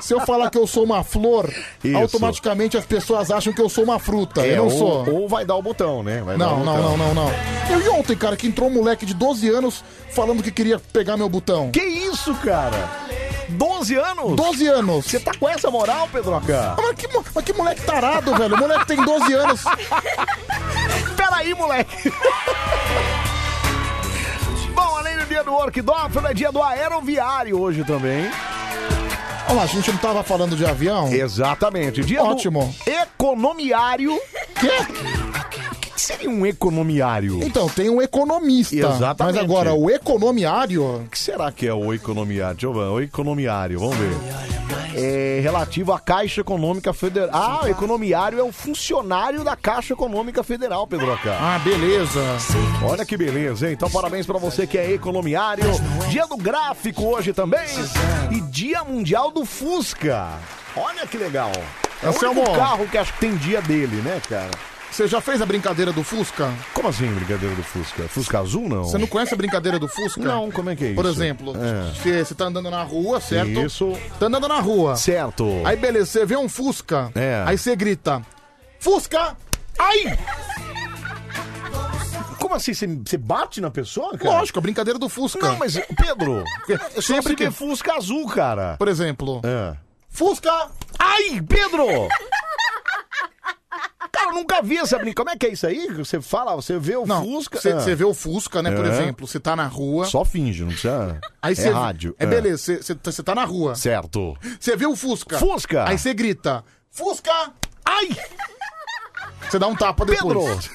Se eu falar que eu sou uma flor,
Isso. É,
automaticamente as pessoas acham que eu sou uma fruta. eu não
ou,
sou.
ou vai dar o botão, né? Vai dar
Não,
o
não,
botão.
não, não, não. Eu e ontem, cara, que entrou um moleque de 12 anos falando que queria pegar meu botão.
Que isso, cara? 12 anos?
12 anos. Você
tá com essa moral, Pedroca?
Mas que, mo- mas que moleque tarado, velho. O moleque tem 12 anos.
Peraí, moleque. Bom, além do dia do Orquidófilo, é dia do aeroviário hoje também.
Olha lá, a gente não tava falando de avião?
Exatamente. Dia
Ótimo.
do economiário. O que que seria um economiário?
Então, tem um economista.
Exatamente.
Mas agora, o economiário...
O que será que é o economiário? Deixa eu ver, o economiário, vamos ver. É relativo à Caixa Econômica Federal. Ah, o economiário é o funcionário da Caixa Econômica Federal, Pedroca.
Ah, beleza.
Olha que beleza, hein? Então parabéns pra você que é economiário. Dia do gráfico hoje também. E dia mundial do Fusca. Olha que legal. É o
Anselmo.
único carro que acho que tem dia dele, né, cara?
Você já fez a brincadeira do Fusca?
Como assim, brincadeira do Fusca? Fusca azul, não?
Você não conhece a brincadeira do Fusca?
Não, como é que é
Por
isso?
exemplo,
É.
você você tá andando na rua, certo?
Isso.
Tá andando na rua.
Certo.
Aí, beleza, você vê um Fusca.
É.
Aí você grita... Fusca! Ai!
Como assim? Você- Você bate na pessoa, cara?
Lógico, a brincadeira do Fusca.
Não, mas, é um Pedro,
Sempre
sempre
que-
que Fusca azul, cara.
Por exemplo...
É.
Fusca!
Ai, Pedro! Cara, eu nunca vi essa brincadeira. Como é que é isso aí? Você fala, você vê o
Não,
Fusca.
você
Ah.
você vê o Fusca, né? Por
É.
exemplo, você tá na rua.
Só finge, não precisa.
Aí
é
você-
rádio. É.
É, beleza, você- você tá- você tá na rua.
Certo.
Você vê o Fusca.
Fusca!
Aí você grita. Fusca!
Ai!
Você dá um tapa
Pedro!
depois.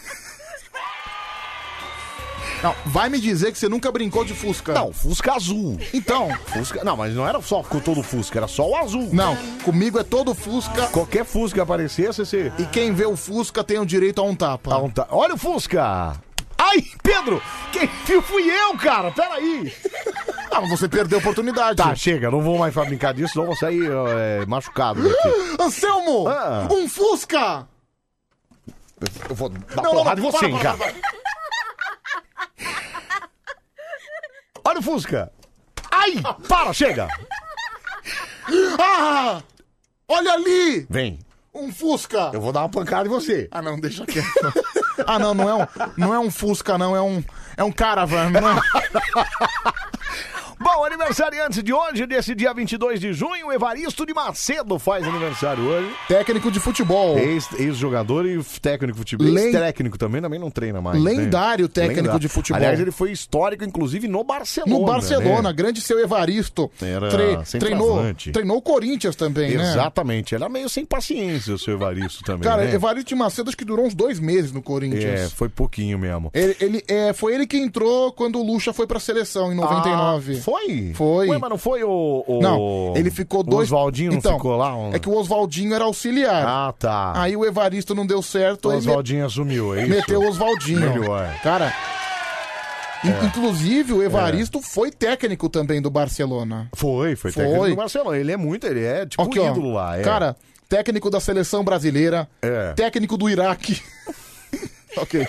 Não, vai me dizer que você nunca brincou de Fusca.
Não, Fusca azul.
Então,
Fusca... Não, mas não era só com todo Fusca, era só o azul.
não, comigo é todo Fusca
Qualquer Fusca aparecesse, você.
e quem vê o Fusca tem o direito a um tapa.
Ah, um ta- Olha o Fusca! Ai, Pedro! Quem viu fui eu, cara! Peraí!
Ah, mas você perdeu a oportunidade.
Tá, chega, não vou mais pra brincar disso, senão eu vou sair é, machucado daqui.
Anselmo!
Ah.
Um Fusca!
Eu vou dar
Não, não,
porrada
não,
em você,
para,
hein,
para,
cara.
para,
Olha o Fusca! Ai! Para, chega!
Ah! Olha ali!
Vem,
Um Fusca!
eu vou dar uma pancada em você.
Ah, não, deixa quieto. Ah, não, não é um, não é um Fusca, não, é um, é um Caravan, não é?
Bom, aniversariante de hoje, desse dia 22 de junho, Evaristo de Macedo faz aniversário hoje.
Técnico de futebol.
Ex- Ex-jogador e f- técnico de futebol.
Len-
Ex-técnico também, também não treina mais. né?
Lendário técnico de futebol.
Aliás, ele foi histórico, inclusive, no Barcelona.
No Barcelona,
né?
grande seu Evaristo.
Era centroavante.
treinou, treinou o Corinthians também, né?
Exatamente. Era meio sem paciência o seu Evaristo também.
Cara,
né?
Evaristo de Macedo acho que durou uns dois meses no
É,
Corinthians.
foi pouquinho mesmo.
Ele, ele- é, foi ele que entrou quando o Lucha foi pra seleção em 99.
Ah, foi?
Foi.
Ué, mas não foi o. o-
Não, ele ficou dois.
O Oswaldinho não
então,
ficou lá? Um...
É que o Oswaldinho era auxiliar.
Ah, tá.
Aí o Evaristo não deu certo.
o
ele
Oswaldinho assumiu, é isso?
meteu o Oswaldinho.
Melhor. É.
Cara. in- Inclusive, o Evaristo foi técnico também do Barcelona.
Foi, foi,
Foi.
técnico do Barcelona. Ele é muito, ele é tipo
Aqui, ó.
ídolo lá. É.
Cara, técnico da seleção brasileira,
É.
técnico do Iraque. ok.
ok.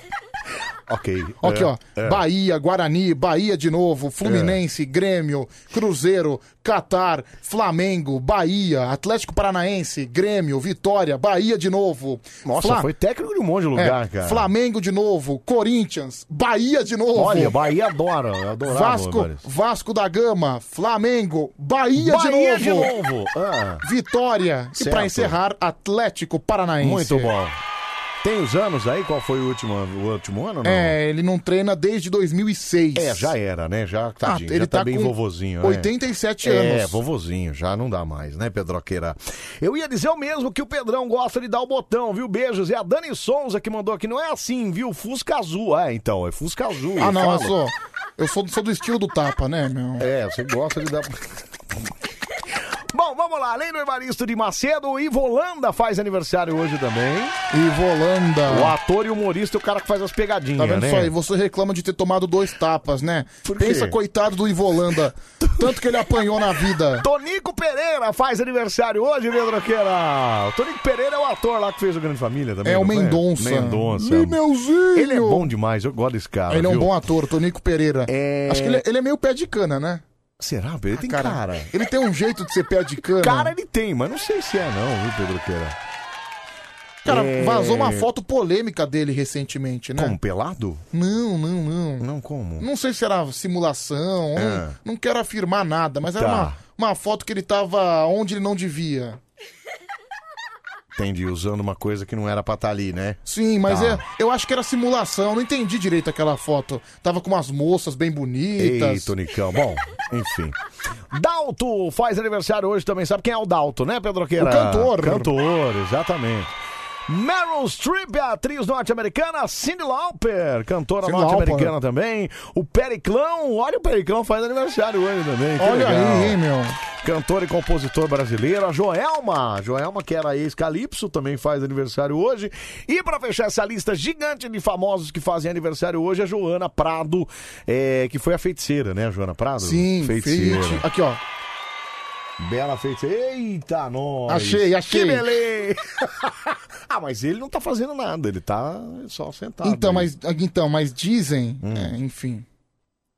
Aqui,
é,
ó.
é.
Bahia, Guarani, Bahia de novo, Fluminense, Grêmio, Cruzeiro, Catar, Flamengo, Bahia, Atlético Paranaense, Grêmio, Vitória, Bahia de novo.
Nossa,
Fla-
foi técnico de um monte de
é,
lugar, cara.
Flamengo de novo, Corinthians, Bahia de novo.
Olha, Bahia adora, eu adorava.
Vasco,
Boris.
Vasco da Gama, Flamengo, Bahia,
Bahia
de novo.
Ah,
Vitória. E
Certo.
pra encerrar, Atlético Paranaense.
muito bom. Tem os anos aí? Qual foi o último, ano- o último ano? Não?
É, ele não treina desde 2006.
É, já era, né? Já, tadinho,
ele
já tá,
tá
bem
com
vovozinho.
87
é. É,
anos.
vovozinho, já não dá mais, né, Pedroqueira? Eu ia dizer o mesmo que o Pedrão gosta de dar o botão, viu? Beijos. E a Dani Sonza que mandou aqui, não é assim, viu? Fusca azul. Ah, então, é Fusca azul.
Ah, não, eu
falo.
sou, eu sou, sou do estilo do tapa, né, meu?
É, você gosta de dar. Bom, vamos lá. Além do Evaristo de Macedo, Tá o Ivolanda faz aniversário hoje também.
Ivolanda.
O ator e humorista, o cara que faz as
Tá
pegadinhas,
vendo
né?
só aí? Você reclama de ter tomado dois tapas, né?
quê?
Pensa, coitado do Ivolanda. Tanto que ele apanhou na vida.
Tonico Pereira faz aniversário hoje, Pedroqueira. O Tonico Pereira é o ator lá que fez o Grande Família também.
É o
não foi?
Mendonça.
Mendonça. um
Lineuzinho.
Ele é bom demais, eu gosto desse cara.
Ele é um
Ah, viu?
bom ator, Tonico Pereira.
É...
Acho que ele é, ele é meio pé de cana, né?
Será? Ele tem
cara,
cara.
Ele tem um jeito de ser pé de cana.
Cara, ele tem, mas não sei se é não, viu, Pedroqueira?
Cara,
É.
vazou uma foto polêmica dele recentemente, né?
Como, pelado?
Não, não, não.
Não como?
Não sei se era simulação,
É.
não, não quero afirmar nada, mas era
Tá.
uma, uma foto que ele tava onde ele não devia.
Entendi, usando uma coisa que não era pra estar ali, né?
Sim, mas
Tá.
é, eu acho que era simulação, não entendi direito aquela foto. Tava com umas moças bem
Ei,
bonitas.
Tonicão. Bom, enfim. Dalto faz aniversário hoje também. Sabe quem é o Dalto, né, Pedroqueira?
O cantor. né?
Cantor, exatamente. Meryl Streep, a atriz norte-americana. Cindy Lauper, cantora
Cyndi Lauper.
norte-americana também. O Periclão, olha o Periclão faz aniversário hoje também. que
Olha
legal.
aí, hein, meu.
Cantor e compositor brasileiro, a Joelma. Joelma, que era ex-Calypso, também faz aniversário hoje. E pra fechar essa lista gigante de famosos que fazem aniversário hoje, a Joana Prado, é, que foi a feiticeira, né, a Joana Prado?
Sim,
feiticeira.
feiti- Aqui, ó.
Bela feiticeira. Eita, nós.
Achei, achei.
Que beleza. ah, mas ele não tá fazendo nada, ele tá Hum. só sentado.
Então,
aí.
mas, então, mas dizem, é, enfim.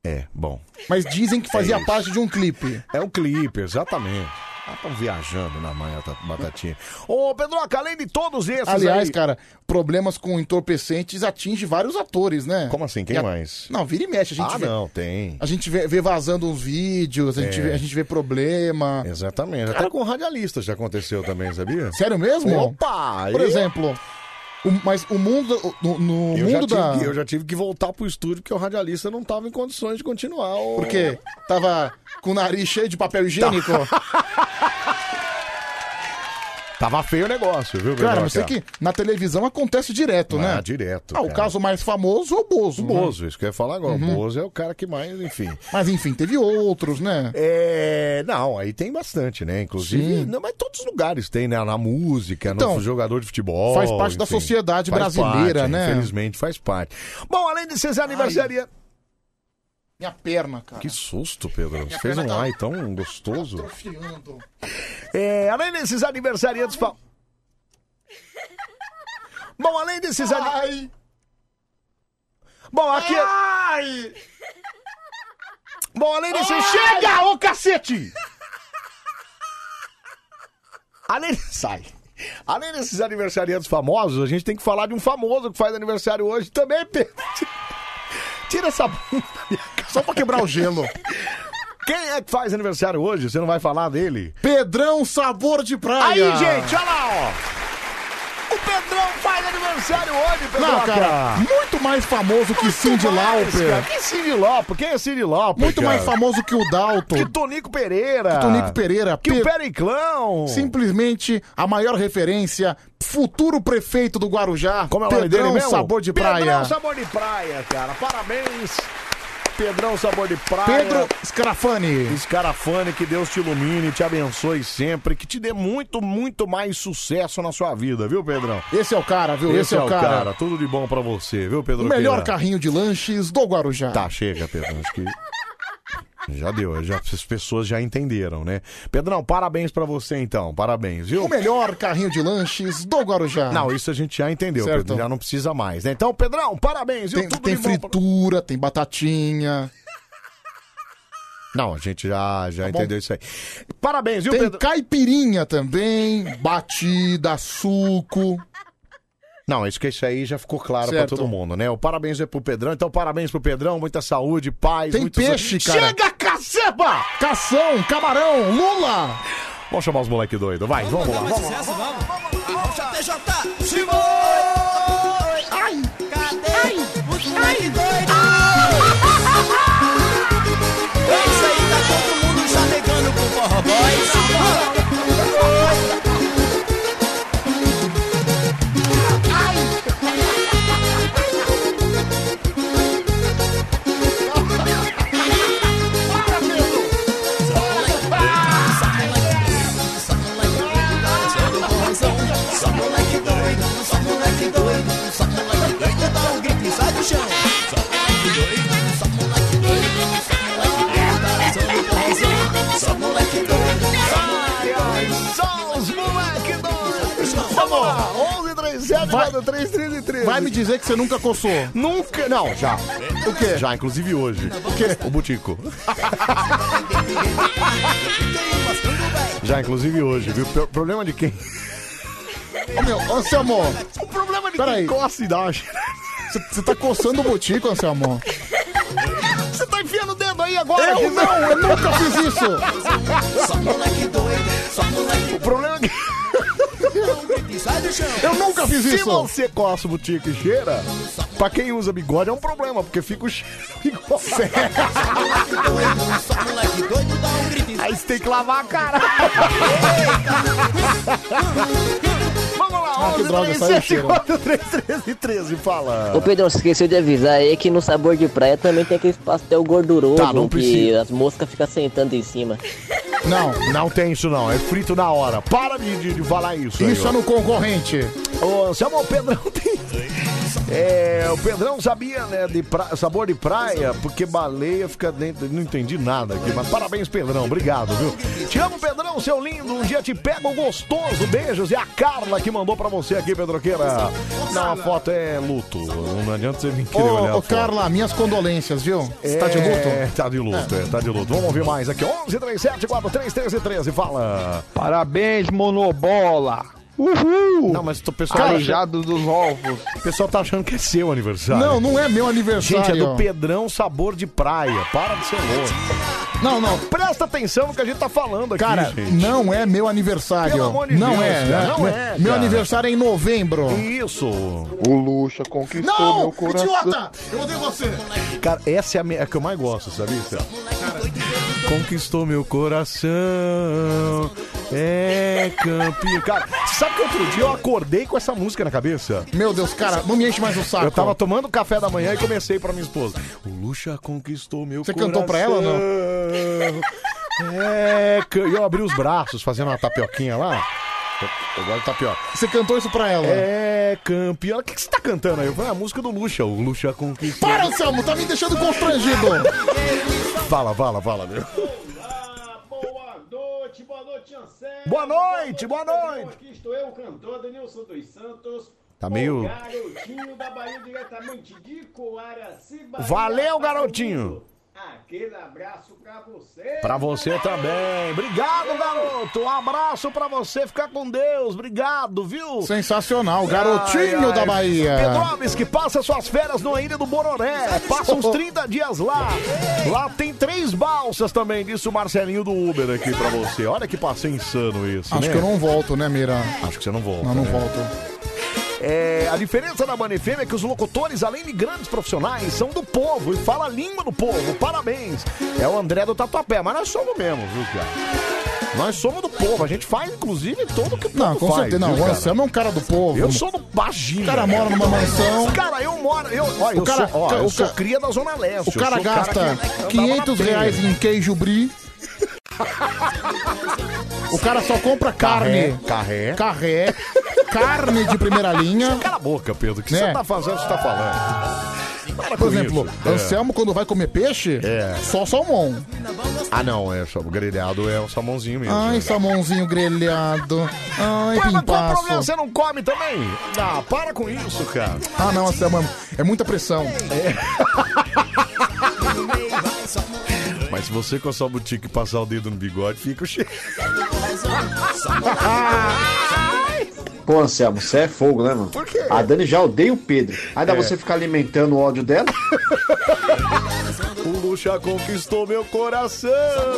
É, bom.
Mas dizem que fazia
É isso.
parte de um clipe.
É um clipe, exatamente. Ah, tão viajando na manhã, tá- batatinha. Ô, Pedroca, além de todos esses
Aliás,
aí...
cara, problemas com entorpecentes atinge vários atores, né?
Como assim? Quem
E a-
mais?
Não, vira e mexe, a gente
ah,
vê.
não, tem.
A gente vê, vê vazando uns vídeos, a, gente
É.
vê, a gente vê problema.
Exatamente. Até com radialista já aconteceu também, sabia?
Sério mesmo?
Opa!
Por
eu-
exemplo, o- mas o mundo. o- No, no
Eu já,
mundo
tive,
da.
que- eu já tive que voltar pro estúdio porque o radialista não tava em condições de continuar. ô.
Porque tava com o nariz cheio de papel higiênico.
Tá. Tava feio o negócio, viu,
Cara,
Pedroca?
mas é isso aqui na televisão acontece direto,
Ah,
né?
direto.
Ah, o
cara.
caso mais famoso é o Bozo.
O
né?
Bozo, isso que eu ia falar agora.
Uhum.
O Bozo é o cara que mais, enfim.
Mas enfim, teve outros, né?
É, não, aí tem bastante, né? Inclusive,
Sim.
não, mas em todos os lugares tem, né? Na música, no
Então,
jogador de futebol.
faz parte da sociedade
faz
brasileira,
parte,
né?
Infelizmente faz parte. Bom, além de desses aniversariantes.
Minha perna, cara.
Que susto, Pedro. Você
Minha
fez um
perna tá-
ai tão gostoso.
Atrofiando.
É, além desses aniversariantes. fa- Bom, além desses. ani-
Ai!
Bom, aqui. é-
Ai!
Bom, além desses.
Chega, ô cacete!
Além Sai. Além desses aniversariantes famosos, a gente tem que falar de um famoso que faz aniversário hoje também, Pedro. Tira essa bunda.
Só pra quebrar o gelo.
Quem é que faz aniversário hoje? Você não vai falar dele?
Pedrão Sabor de Praia.
Aí, gente, olha lá, ó. O Pedrão faz aniversário hoje, Pedro.
Não, cara, muito mais famoso que Cindy Lauper.
Que Cid Lopes? Quem é Cid Lopes?
Muito mais
cara?
famoso que o Dalton.
Que Tonico Pereira.
Que Tonico Pereira.
Que o
Pe-
Periclão.
Simplesmente a maior referência, futuro prefeito do Guarujá,
Como é o nome
Pedrão
dele mesmo?
Sabor de Praia.
Pedrão Sabor de Praia, cara. Parabéns. Pedrão Sabor de Praia.
Pedro Scarafani.
Scarafani, que Deus te ilumine, te abençoe sempre, que te dê muito, muito mais sucesso na sua vida, viu, Pedrão?
Esse é o cara, viu? Esse, é o cara.
Tudo de bom pra você, viu, Pedro?
O melhor
Queira?
carrinho de lanches do Guarujá.
Tá, chega, Pedrão. Acho que. Já deu, já, as pessoas já entenderam, né? Pedrão, parabéns pra você então, parabéns, viu?
O melhor carrinho de lanches do Guarujá.
Não, isso a gente já entendeu,
Certo.
Pedro, já não precisa mais, né? Então, Pedrão, parabéns, viu?
tem,
Tudo
tem
de bom pra-
fritura, tem batatinha,
Não, a gente já, já
Tá bom.
entendeu isso aí. Parabéns, viu,
tem
Pedro?
caipirinha também, batida, suco.
Não, isso que isso aí já ficou claro pra
Certo.
todo mundo, né? O parabéns é pro Pedrão, então parabéns pro Pedrão, muita saúde, paz,
Tem
muito
peixe, cara.
Chega, caceba!
Cação, camarão, lula.
Vamos chamar os moleque doido, vai, vamos lá, vamos lá.
Vamos, vamos, vamos. TJ, Simão!
É tá Vai, 3333.
Vai me dizer que você nunca coçou.
Nunca. Não, já. O quê? Já, inclusive hoje. O quê? O Butico. já, inclusive hoje, viu? Pro- Problema de quem?
Ô, meu, ô, Anselmo.
O problema é de
Peraí.
quem coça e dá uma cheirada.
Você tá coçando o botico, Anselmo?
Você tá enfiando o dedo aí agora?
Eu
Gisele?
não, eu nunca fiz isso.
Só moleque doido, só moleque
O problema é que
Eu nunca fiz
Se
isso.
você coça o botico e cheira, pra quem usa bigode é um problema, porque fica o cheiro do bigode. Aí você tem que lavar a cara. Vamos
Ah,
lá,
que
11,
droga,
3,
saiu o
7,
cheiro.
4, 3, 13, 13, fala.
Ô Pedro, esqueceu de avisar aí que no sabor de praia também tem aquele pastel gorduroso
Tá, não
que
precisa.
as moscas ficam sentando em cima.
Não, não tem isso não, é frito na hora. Para de, de, de falar isso
Isso é no concorrente.
Ô, Anselmo, o Pedrão tem... É, o Pedrão sabia, né, de pra- sabor de praia, porque baleia fica dentro... Não entendi nada aqui, mas parabéns, Pedrão, obrigado, viu? Te amo, Pedrão, seu lindo, um dia te pego gostoso, beijos. E a Carla que mandou pra você aqui, Pedroqueira. Não, a foto é luto, não adianta você vir querer olhar a
Ô, ô
foto.
Carla, minhas condolências, viu? Você tá de
É,
luto?
tá de luto, é, tá de luto. Vamos ouvir mais aqui, 11, 3, 7, 4, 3, 13, 13, fala.
Parabéns, monobola! Uhul!
Não, mas o pessoal...
Calejado dos ovos.
O pessoal tá achando que é seu aniversário.
Não, não é meu aniversário.
Gente, é do Pedrão Sabor de Praia. Para de ser louco.
Não, não.
Presta atenção no que a gente tá falando aqui,
Cara,
gente.
não é meu aniversário.
Pelo amor de
não
Deus,
é,
cara,
né?
não é,
Meu
cara.
aniversário é em novembro.
Isso.
O Luxa conquistou
Não,
meu coração.
idiota! Eu odeio você.
Cara, essa é a, minha- a que eu mais gosto, sabia? Cara. Conquistou meu coração. É campeão. Cara, sabe que outro dia eu acordei com essa música na cabeça?
Meu Deus, cara, não me enche mais o saco.
Eu tava tomando café da manhã e comecei pra minha esposa. O Luxa conquistou meu
Você
coração.
cantou pra ela ou não?
É, can- e eu abri os braços fazendo uma tapioquinha lá. Eu, eu gosto de tapioca.
Você cantou isso pra ela?
É, campeão. O que, que você tá cantando aí? Eu falei, a música do Luxa. O Luxa conquistou.
Para, Anselmo, tá me deixando constrangido.
Fala, fala, fala, meu. Boa noite, boa noite.
Aqui estou eu, o cantor Denilson dos Santos.
Tá meio-
o Garotinho da Bahia, diretamente de Coaraci, Bahia.
Valeu, garotinho.
Aquele abraço pra você.
Pra você também. Obrigado, garoto. Um abraço pra você. Ficar com Deus. Obrigado, viu?
Sensacional, garotinho
Ai, ai.
da Bahia.
Pedrópolis, que passa suas férias numa ilha do Bororé. Passa uns 30 dias lá. Lá tem três balsas também, disse o Marcelinho do Uber aqui pra você. Olha que passeio insano isso,
Acho
né?
que eu não volto, né, Mira?
Acho que você não volta.
Não, não
né?
volto.
É, a diferença da Band FM é que os locutores, além de grandes profissionais, são do povo e fala a língua do povo. Parabéns. É o André do Tatuapé, mas nós somos mesmo, viu, cara? Nós somos do povo. A gente faz, inclusive, todo o que o povo
Não, com
faz,
certeza. Não,
viu,
o
cara?
Anselmo é um cara do povo.
Eu sou do Bagina.
O cara mora numa mansão.
Cara, eu moro. Eu, olha,
O
eu
cara-
sou, ó,
ca-
eu
o
sou
ca-
cria da Zona Leste.
O cara
eu sou
gasta
que andava na
500
telha.
reais em queijo brie. O cara só compra carne.
Carré.
Carré. Carne de primeira linha.
Cala a boca, Pedro. O que
Né?
você tá fazendo? Você tá falando. Para com
Por exemplo,
isso. É.
Anselmo, quando vai comer peixe,
É.
só salmão.
Ah, não, é só, o grelhado é o salmãozinho mesmo.
Ai,
né?
salmãozinho grelhado. Ai,
Ué, mas qual o problema?
pimpaço.
Você um não come também? Ah, para com isso, cara.
Ah, não, Anselmo, é muita pressão.
É. Mas se você coçar o boutique e passar o dedo no bigode, fica o cheiro.
Pô, Anselmo, você é fogo, né, mano?
Por quê? É.
A Dani já odeia o Pedro. Ainda você ficar alimentando o ódio dela?
O Luxa conquistou meu coração.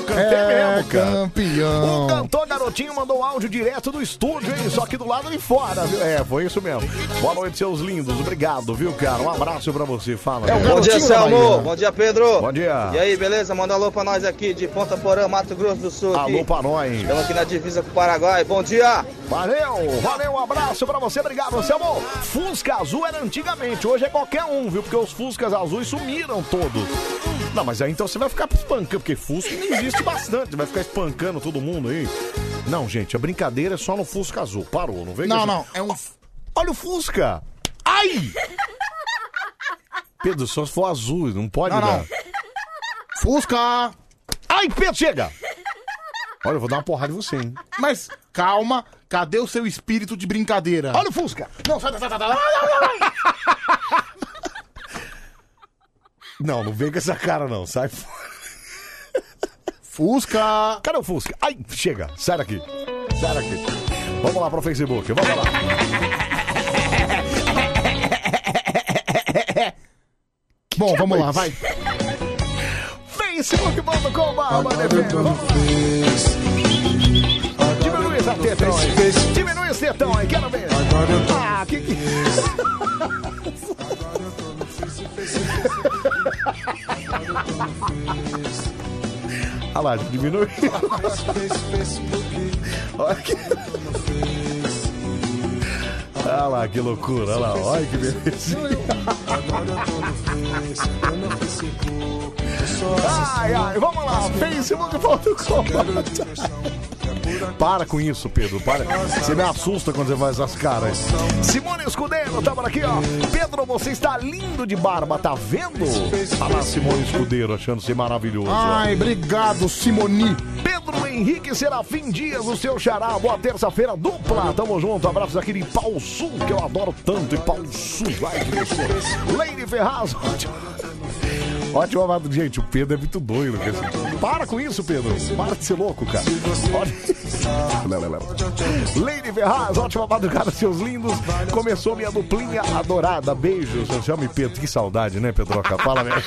Cantei
É,
mesmo, cara.
campeão.
O cantor garotinho mandou áudio direto do estúdio, hein? Só que do lado de fora, viu? É, foi isso mesmo. Boa noite, seus lindos. Obrigado, viu, cara? Um abraço pra você. Fala.
É o
cara.
Bom dia, Selmo. Bom dia, Pedro.
Bom dia.
E aí, beleza? Manda alô pra nós aqui de Ponta Porã, Mato Grosso do Sul. aqui.
Alô pra nós.
Estamos aqui na divisa com o Paraguai. Bom dia.
Valeu, valeu, um abraço pra você, obrigado, seu amor. Fusca azul era antigamente, hoje é qualquer um, viu? Porque os Fuscas azuis sumiram todos. Não, mas aí então você vai ficar espancando, porque Fusca não existe bastante, vai ficar espancando todo mundo aí. Não, gente, a brincadeira é só no Fusca azul, parou, não vem com
Não,
essa-
não, é um.
Olha o Fusca! Ai! Pedro, só se for azul, não pode
Não,
dar.
não. Fusca!
Ai, Pedro, chega! Olha, eu vou dar uma porrada em você, hein?
Mas calma, cadê o seu espírito de brincadeira?
Olha o Fusca!
Não, sai, sai, sai, sai, sai.
Não, não vem com essa cara, não. Sai fora.
Fusca!
Cadê o Fusca? Ai, chega. Sai daqui. Sai daqui. Vamos lá pro Facebook. Vamos lá.
Bom, vamos lá, vai.
Facebook.com Diminui essa teta aí. Diminui esse tetão aí. Quero ver. Ah, que que... Olha lá, diminui. Olha que... Olha lá, que loucura. Olha lá, olha que beleza. Ai, ai, vamos lá, facebook.com. Para com isso, Pedro, para. Você me assusta quando você faz essas caras. Simone Escudeiro, tá por aqui, ó. Pedro, você está lindo de barba, tá vendo? Olha lá, Simone Escudeiro, achando-se maravilhoso. ó.
Ah.
Ai, obrigado, Simoni.
Pedro Henrique Serafim Dias, o seu xará. Boa terça-feira dupla. Tamo junto. Abraços aqui de Pau Sul, que eu adoro tanto. E Pau Sul, vai que você. Leire Ferraz. ótimo. Ótimo, amado. Gente, o Pedro é muito doido. com esse- Para com isso, Pedro. Para de ser louco, cara. Olha... Não, não, não. Leire Ferraz, ótima madrugada, seus lindos. Começou minha duplinha adorada. Beijos. Eu chamo Pedro. Que saudade, né, Pedroca? Fala, velho.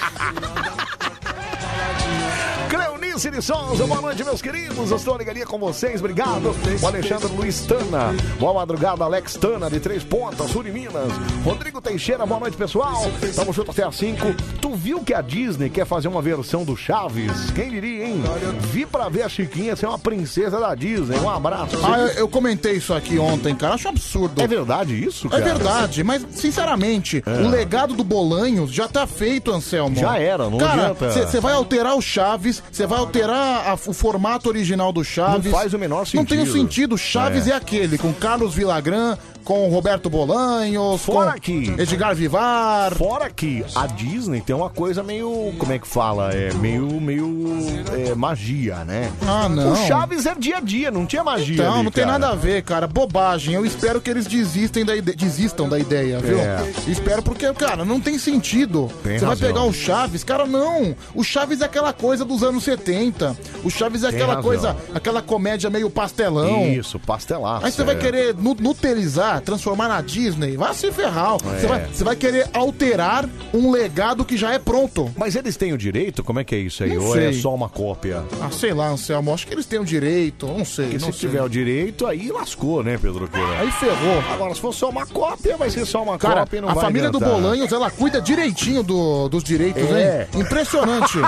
Cleonice de Souza, boa noite, meus queridos. Eu estou ligadinha com vocês, obrigado. O Alexandre Luiz Tana, boa madrugada, Alex Tana, de Três Pontas, Sul de Minas. Rodrigo Teixeira, boa noite, pessoal. Tamo junto até às 5. Tu viu que a Disney quer fazer uma versão do Chaves? Quem diria, hein? Vi pra ver a Chiquinha ser uma princesa da Disney. Um abraço.
Ah, eu, eu comentei isso aqui ontem, cara. Acho absurdo.
É verdade isso,
É
cara? É.
verdade, mas sinceramente, o legado do Bolanhos já tá feito, Anselmo.
Já era, não
cara,
adianta.
Você vai alterar o Chaves, você vai alterar a- o formato original do Chaves.
Não faz o menor
Não tem o
sentido.
sentido. Chaves
É.
é, aquele, com Carlos Villagrán, com Roberto Bolanhos,
Fora
com
que-
Edgar Vivar.
Fora que a Disney tem uma coisa meio. Como é que fala? É meio. meio. é, magia, né?
Ah, não.
O Chaves é dia a dia, não tinha magia.
Então,
ali,
não tem
cara.
nada a ver, cara. Bobagem. Eu espero que eles desistem da ide- desistam da ideia, viu?
É.
Espero porque, cara, não tem sentido.
Tem
Você vai
razão.
pegar o Chaves, cara, não. O Chaves é aquela coisa dos anos 70. O Chaves é
Tem
aquela
razão.
coisa, aquela comédia meio pastelão.
Isso, pastelar. É.
Aí você vai querer nu- nutelizar, transformar na Disney, vai se ferrar. Você
É.
vai, você vai querer alterar um legado que já é pronto.
Mas eles têm o direito? Como é que é isso aí?
Não
Ou é
sei.
só uma cópia?
Ah, sei lá, Anselmo, acho que eles têm o direito, não sei.
Porque
não
se
sei.
tiver o direito, aí lascou, né, Pedro Queira?
Aí ferrou.
Agora, se for só uma cópia, vai ser só uma
Cara,
cópia e não
a
vai
família do
adiantar.
Bolanhos, ela cuida direitinho do- dos direitos,
É.
hein? Impressionante.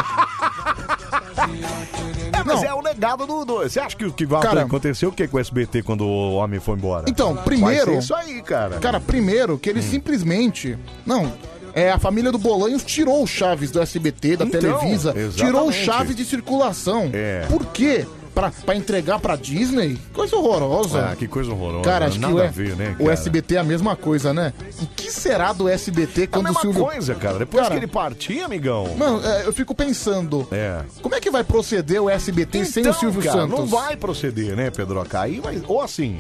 É, mas é o legado do. do- Você acha que o que vai
Cara-
acontecer o que com o SBT quando o homem foi embora?
Então,
Vai
primeiro-
ser isso aí, cara. Hum.
Cara, primeiro que ele simplesmente... Não, é, a família do Bolanhos tirou o Chaves do SBT, da
Então,
Televisa. Tirou o
exatamente.
Chaves de circulação.
É.
Por quê? Pra, pra entregar pra Disney? Coisa horrorosa.
Ah, que coisa horrorosa.
Cara, acho
Nada
que o,
a ver, né?
o
cara?
SBT é a mesma coisa, né? O que será do SBT
É a
quando o
mesma
Silvio...
coisa, cara. Depois
Cara,
que ele partir, amigão.
Mano, é, eu fico pensando,
É.
como é que vai proceder o SBT sem o Silvio
Então, cara,
Santos?
Não vai proceder, né, Pedro? Aí, mas, ou assim,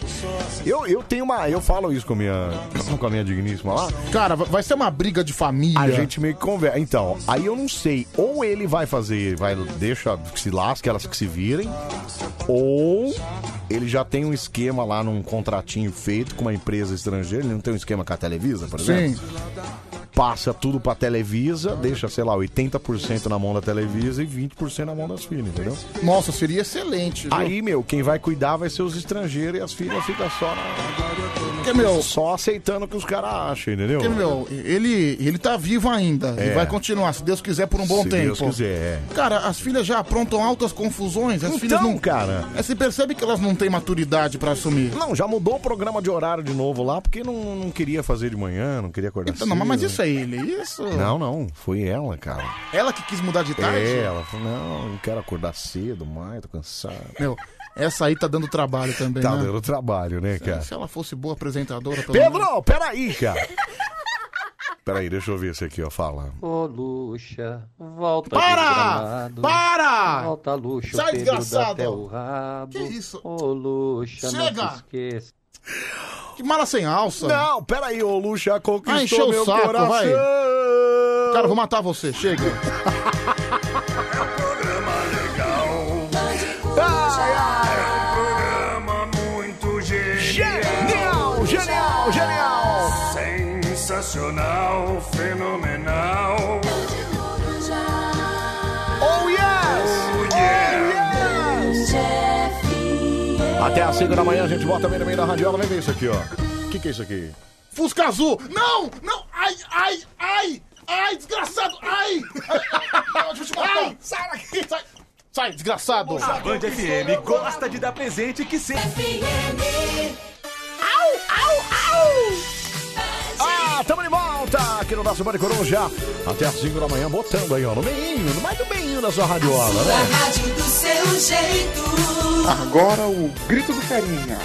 eu, eu tenho uma. Eu falo isso com a minha, com a minha digníssima lá.
Cara, va- vai ser uma briga de família.
A gente meio que conversa. Então, aí eu não sei. Ou ele vai fazer, vai deixa que se lasque, elas que se virem. Ou ele já tem um esquema lá num contratinho feito com uma empresa estrangeira. Ele não tem um esquema com a Televisa, por exemplo? Passa tudo pra Televisa, deixa, sei lá, 80% na mão da Televisa e 20% na mão das filhas, entendeu?
Nossa, seria excelente. viu?
Aí, meu, quem vai cuidar vai ser os estrangeiros e as filhas ficam só na...
Porque, é meu,
só aceitando o que os caras acham, entendeu?
porque, meu, ele, ele tá vivo ainda.
É.
E vai continuar, se Deus quiser, por um bom
Se
tempo.
Deus quiser, é.
Cara, as filhas já aprontam altas confusões. As
Então,
filhas não.
cara.
É, Você percebe que elas não têm maturidade pra assumir.
Não, já mudou o programa de horário de novo lá, porque não, não queria fazer de manhã, não queria acordar
Então,
cedo.
não, mas isso é ele. Isso.
Não, não, foi ela, cara.
Ela que quis mudar de tarde?
É, ela falou, não, não quero acordar cedo mais, tô cansado.
Meu, essa aí tá dando trabalho também.
Tá
né? é
dando trabalho, né, cara?
Se ela fosse boa apresentadora, pelo menos.
Pedro, peraí, cara. Peraí, deixa eu ver esse aqui, ó. Fala.
Ô, Luxa, volta
Para!
de gramado.
Para!
Volta, Luxa,
Sai,
o Pedro
desgraçado!
dá até o rabo. Que isso? Ô, Luxa,
Chega!
não se esqueça.
Que mala sem alça.
Não, peraí, ô Luxa conquistou
Ah, encheu
meu
o saco,
coração.
vai. Cara, eu vou matar você, chega.
Ah! Genial, genial, genial!
Sensacional, fenomenal.
Oh yes! Até às 5 da manhã a gente bota também no meio da radiola. Vem ver isso aqui, ó. O que, que é isso aqui?
Fusca azul. Não, não. Ai, ai, ai. Ai, desgraçado. Ai. Ai, deixa eu te matar. sai daqui. Sai, sai desgraçado.
A Band FM gosta de dar presente que se...
Au, au, au! Ah, tamo de volta aqui no nosso Bande Coruja. Até às 5 da manhã, botando aí, ó, no meinho, no mais do meinho da sua radiola,
Sua
né?
é rádio do seu jeito.
Agora o grito do carinha.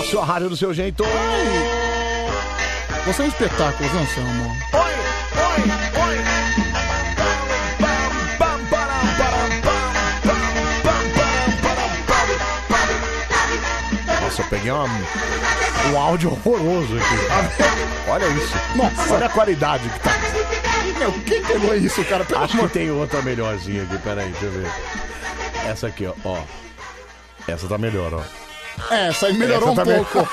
A sua rádio do seu jeito.
Você é um espetáculo, viu, Anselmo?
Nossa, eu peguei uma- um áudio horroroso aqui. Olha isso. Nossa, olha a qualidade que tá. Meu, quem pegou isso, cara? Acho que tem outra melhorzinha aqui, peraí, deixa eu ver. Essa aqui, ó. ó. Essa tá melhor, ó.
É, Essa aí melhorou
Essa
um
tá me-
pouco.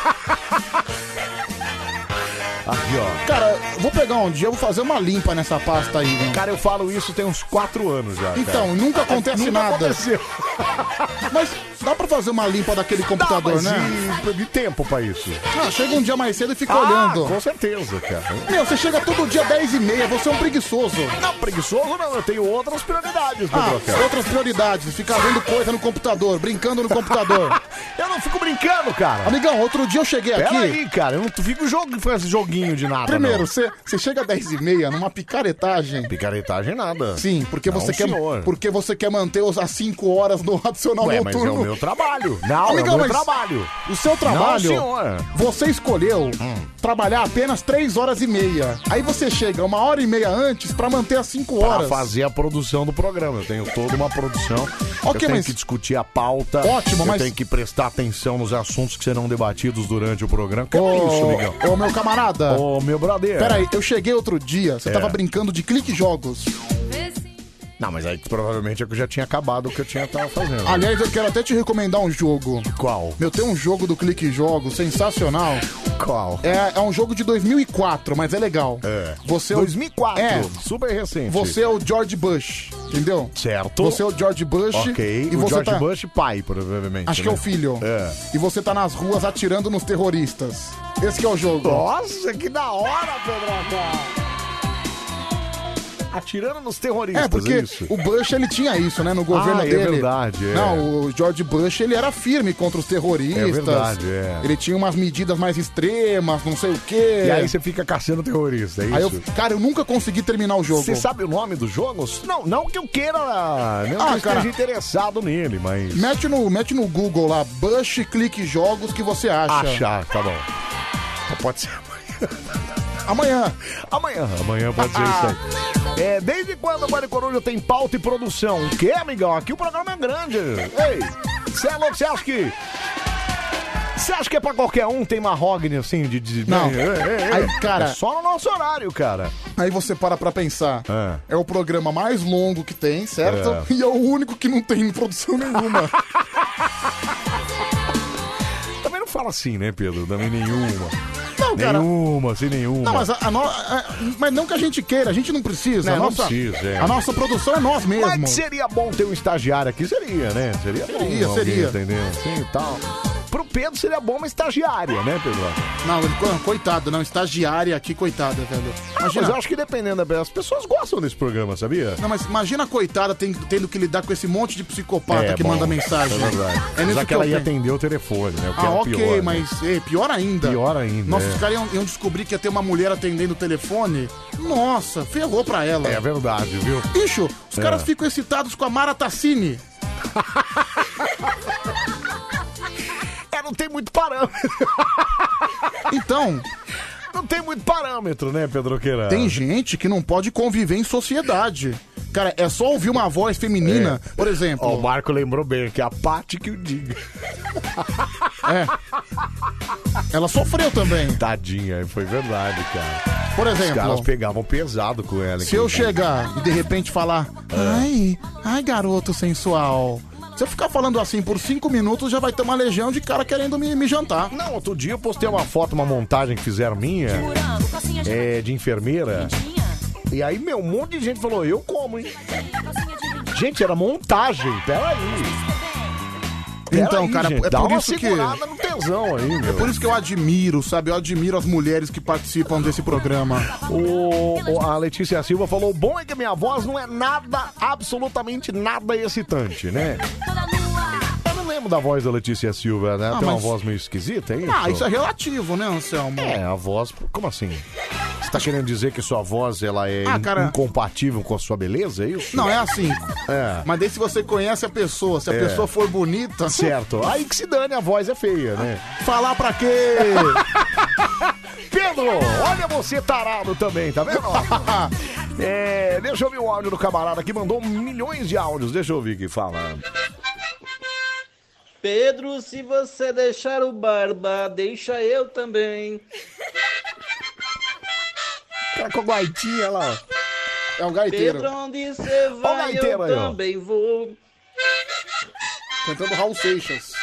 Aqui, ó.
Cara, vou pegar um dia, eu vou fazer uma limpa nessa pasta aí, viu?
Cara, eu falo isso tem uns 4 anos já. cara. É,
Então, nunca acontece
Nunca
nada.
aconteceu.
Mas dá pra fazer uma limpa daquele computador,
mas
né?
e de tempo pra isso.
Ah, chega um dia mais cedo e fica
Ah,
olhando.
Com certeza, cara.
Meu, você chega todo dia 10 e meia, você é um preguiçoso.
Não, preguiçoso não, eu tenho outras prioridades,
Ah,
Pedro Acá.
outras prioridades, ficar vendo coisa no computador, brincando no computador.
eu não fico brincando, cara.
Amigão, outro dia eu cheguei
Pera
aqui.
aí, cara, eu não fico jogando, fazendo joguinho de nada.
Primeiro,
não.
você você chega às 10 e meia numa picaretagem.
Picaretagem nada.
Sim, porque
Não,
você quer
senhor.
porque você quer manter os- as 5 horas no adicional
Ué, mas é
noturno.
o meu trabalho. Não, é
Amigão,
o meu
mas
trabalho.
O seu trabalho,
Não, senhor. Hum.
você escolheu trabalhar apenas 3 horas e meia. Aí você chega uma hora e meia antes pra manter as 5
Pra
horas.
fazer a produção do programa. Eu tenho toda uma produção. eu
Ok,
tenho
mas-
que discutir a pauta.
Ótimo,
eu
mas-
tenho que prestar atenção nos assuntos que serão debatidos durante o programa. Que é isso, amigão?
Ô, ô, meu camarada.
Ô, meu brother.
Peraí, eu cheguei outro dia, você
É.
tava brincando de clique jogos.
Não, mas aí provavelmente é que eu já tinha acabado o que eu tinha tava fazendo.
Aliás, eu quero até te recomendar um jogo.
Qual?
Meu, tem um jogo do Clique Jogos sensacional.
Qual?
É, é um jogo de 2004, mas é legal.
É.
Você é o-
2004,
É.
super recente.
Você é o George Bush, entendeu?
Certo.
Você é o George Bush.
Ok,
E
o
você
George
tá...
Bush pai, provavelmente.
Acho que é o filho.
É.
E você tá nas ruas atirando nos terroristas. Esse que é o jogo.
Nossa, que da hora, Pedroca! Atirando nos terroristas,
É, porque
isso.
o Bush, ele tinha isso, né, no governo
Ah, é
dele.
verdade, é.
Não, o George Bush, ele era firme contra os terroristas.
É verdade, é.
Ele tinha umas medidas mais extremas, não sei o quê.
E aí você fica caçando terrorista, é isso?
Aí eu, cara, eu nunca consegui terminar o jogo.
Você sabe o nome do jogo? Não, não que eu queira, não que
Ah,
eu esteja
cara.
interessado nele, mas...
Mete no, mete no Google lá, Bush Clique Jogos, que você acha.
Achar, tá bom. Então Pode ser
Amanhã.
Amanhã, amanhã pode ser isso aí. É, desde quando o Bande Coruja tem pauta e produção? O quê, amigão? Aqui o programa é grande. Ei, você é louco, você acha que... Você acha que é pra qualquer um tem marrogni assim de... de-
Não.
Ei, ei, ei.
Aí, cara-
É só no nosso horário, cara.
Aí você para pra pensar. É. o programa mais longo que tem, certo?
É.
E é o único que não tem produção nenhuma.
Também não fala assim, né, Pedro? Também nenhuma.
Não, cara.
Nenhuma, sem nenhuma.
Não, mas, a, a no- a- mas não que a gente queira, a gente não precisa.
Não,
a
não
nossa,
precisa, é.
A nossa produção é nós
Mas
mesmos.
que seria bom ter um estagiário aqui, seria, né? Seria, bom
Seria,
alguém,
seria.
Entendeu? Sim, e tal. Pro Pedro seria bom uma estagiária, né, Pedro?
Não, ele- co- coitado, não, estagiária aqui, coitada, velho.
Ah, mas
Imagina.
eu acho que dependendo da pessoa, as pessoas gostam desse programa, sabia?
Não, mas imagina a coitada ten- tendo que lidar com esse monte de psicopata que
É bom,
manda mensagem.
É verdade.
É nisso
Já que, ela
eu
ia
penso.
atender o telefone, né? O que
Ah,
era
ok,
pior, né?
mas é, pior ainda.
Pior ainda,
Nossa,
é.
os caras iam, iam descobrir que ia ter uma mulher atendendo o telefone. Nossa, ferrou pra ela.
É verdade, viu?
Bicho, os
É.
caras ficam excitados com a Mara Tassini.
É, não tem muito parâmetro.
Então.
Não tem muito parâmetro, né, Pedroqueira?
Tem gente que não pode conviver em sociedade. Cara, é só ouvir uma voz feminina,
É.
por exemplo.
Ó, o Marco lembrou bem que a parte que o diga.
É.
Ela sofreu também.
Tadinha, foi verdade, cara.
Por
Os
exemplo-
caras pegavam pesado com ela.
Se eu chegar e de repente falar,
É.
ai, ai garoto sensual. Se eu ficar falando assim por cinco minutos, já vai ter uma legião de cara querendo me, me jantar.
Não, outro dia eu postei uma foto, uma montagem que fizeram minha. É, de enfermeira. E aí, meu, um monte de gente falou, eu como, hein? Gente, era montagem, peraí.
Então,
Peraí,
cara,
gente,
é
dá
por
uma
isso que.
segurada no tesão aí, meu.
É por isso que eu admiro, sabe? Eu admiro as mulheres que participam desse programa.
O, o- a Letícia Silva falou: "O bom é que minha voz não é nada, absolutamente nada excitante, né? Eu não lembro da voz da Letícia Silva, né? Ela
Ah,
Tem uma
mas-
voz meio esquisita, é isso?
Ah, isso é relativo, né, Anselmo?
É, a voz. Como assim? Você tá querendo dizer que sua voz ela é
Ah,
in-
cara-
incompatível com a sua beleza, é isso?
Não, é assim.
É.
Mas daí se você conhece a pessoa, se a
É.
pessoa for bonita.
Certo. Aí que se dane, a voz é feia, né?
Falar pra quê?
Pedro, olha você tarado também, tá vendo? É, deixa eu ouvir o áudio do camarada que mandou milhões de áudios. Deixa eu ouvir que fala.
Pedro, se você deixar o barba, deixa eu também.
Tá com a guaitinha lá.
É um
Pedro, onde você vai, eu
gaiteiro aí, ó.
também vou.
Cantando Raul Seixas.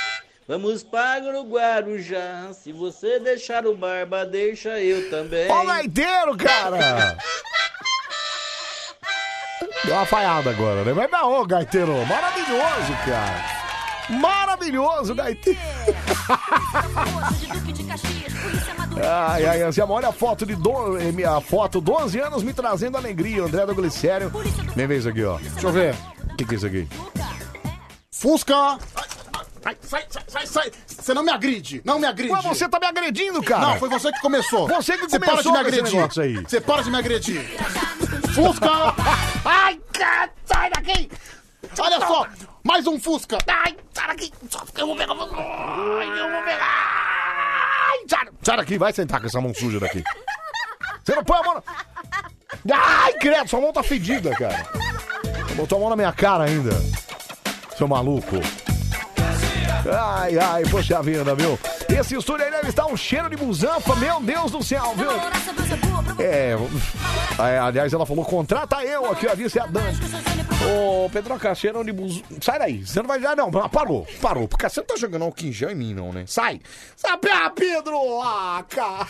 Vamos para o Guarujá. Se você deixar o barba, deixa eu também.
Ó o gaiteiro, cara! Deu uma falhada agora, né? Mas não, ô, gaiteiro, maravilhoso, cara! Maravilhoso, gaiteiro! Ai, ai, Anselmo, olha a foto de do... eh, minha foto, 12 anos me trazendo alegria, André do Glicério. Vem ver isso aqui, ó. Deixa
eu ver.
O que, que é isso aqui?
Fusca! Ai, sai, sai, sai, sai! Você não me agride! Não me agride!
Ué, você tá me agredindo, cara.
Não, foi você que começou!
Você que
Você para de
começou
me
com esse
agredir!
negócio aí.
Você para de me agredir! Fusca! Ai, cara, sai daqui! Olha só! Mais um Fusca! Ai, sai daqui! Eu vou pegar. Eu vou pegar!
Ai, sai, sai daqui, vai sentar com essa mão suja daqui. Você não põe a mão. na- Ai, credo, sua mão tá fedida, cara. Botou a mão na minha cara ainda. Seu maluco. Ai, ai, poxa vida, meu. Esse estúdio aí deve estar um cheiro de busanfa, meu Deus do céu, viu? É, é, aliás, ela falou, contrata eu aqui, ó, disse a Dani. Ô, Pedro Cacheiro, onde bus... Sai daí, você não vai... Ah, não, parou, parou. Porque você não tá jogando o Quinjão em mim, não, né? Sai. Sai, ah, Pedro, ah, cara.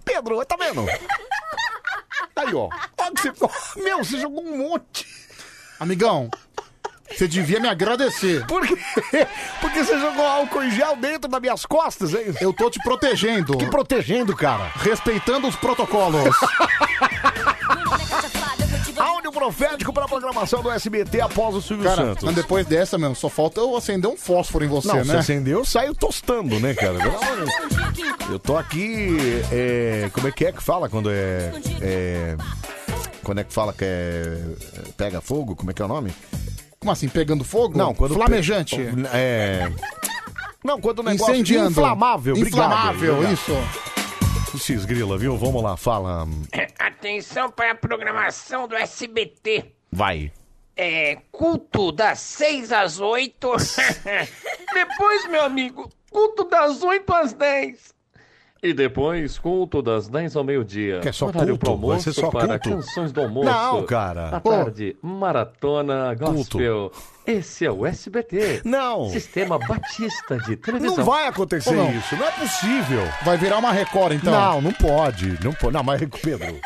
Pedro, tá vendo? tá Aí, ó. Olha que você... Meu, você jogou um monte.
Amigão, você devia me agradecer.
Por quê? Porque você jogou álcool em gel dentro das minhas costas, é isso?
Eu tô te protegendo. Que
protegendo, cara?
Respeitando os protocolos.
Áudio profético pra programação do SBT após o Silvio
Cara,
Santos.
mas depois dessa, meu, só falta eu acender um fósforo em você,
Não,
né?
você acendeu, eu saio tostando, né, cara? Pelo amor de Deus. Eu tô aqui. é, como é que é que fala quando é, é, Quando é que fala que é. Pega fogo? Como é que é o nome?
Como assim, pegando fogo?
Não, quando.
Flamejante.
pe- É. Não, quando o negócio.
Incendiando.
Inflamável, obrigado,
um Inflamável,
obrigado.
isso.
Se esgrila, viu? Vamos lá, fala.
Atenção para a programação do SBT.
Vai.
É culto das 6 às 8. Depois, meu amigo, culto das 8 às 10.
E depois, culto das 10 ao meio-dia.
Que é só
Horário
culto?
pro almoço,
Vai ser só
para
culto?
canções do almoço.
Não, cara.
À
Pô.
tarde, maratona gospel. Esse é o SBT.
Não.
Sistema Batista de televisão.
Não vai acontecer
Ou não?
isso, não é possível.
Vai virar uma Record, então.
Não, não pode. Não, pode. não mas Pedro,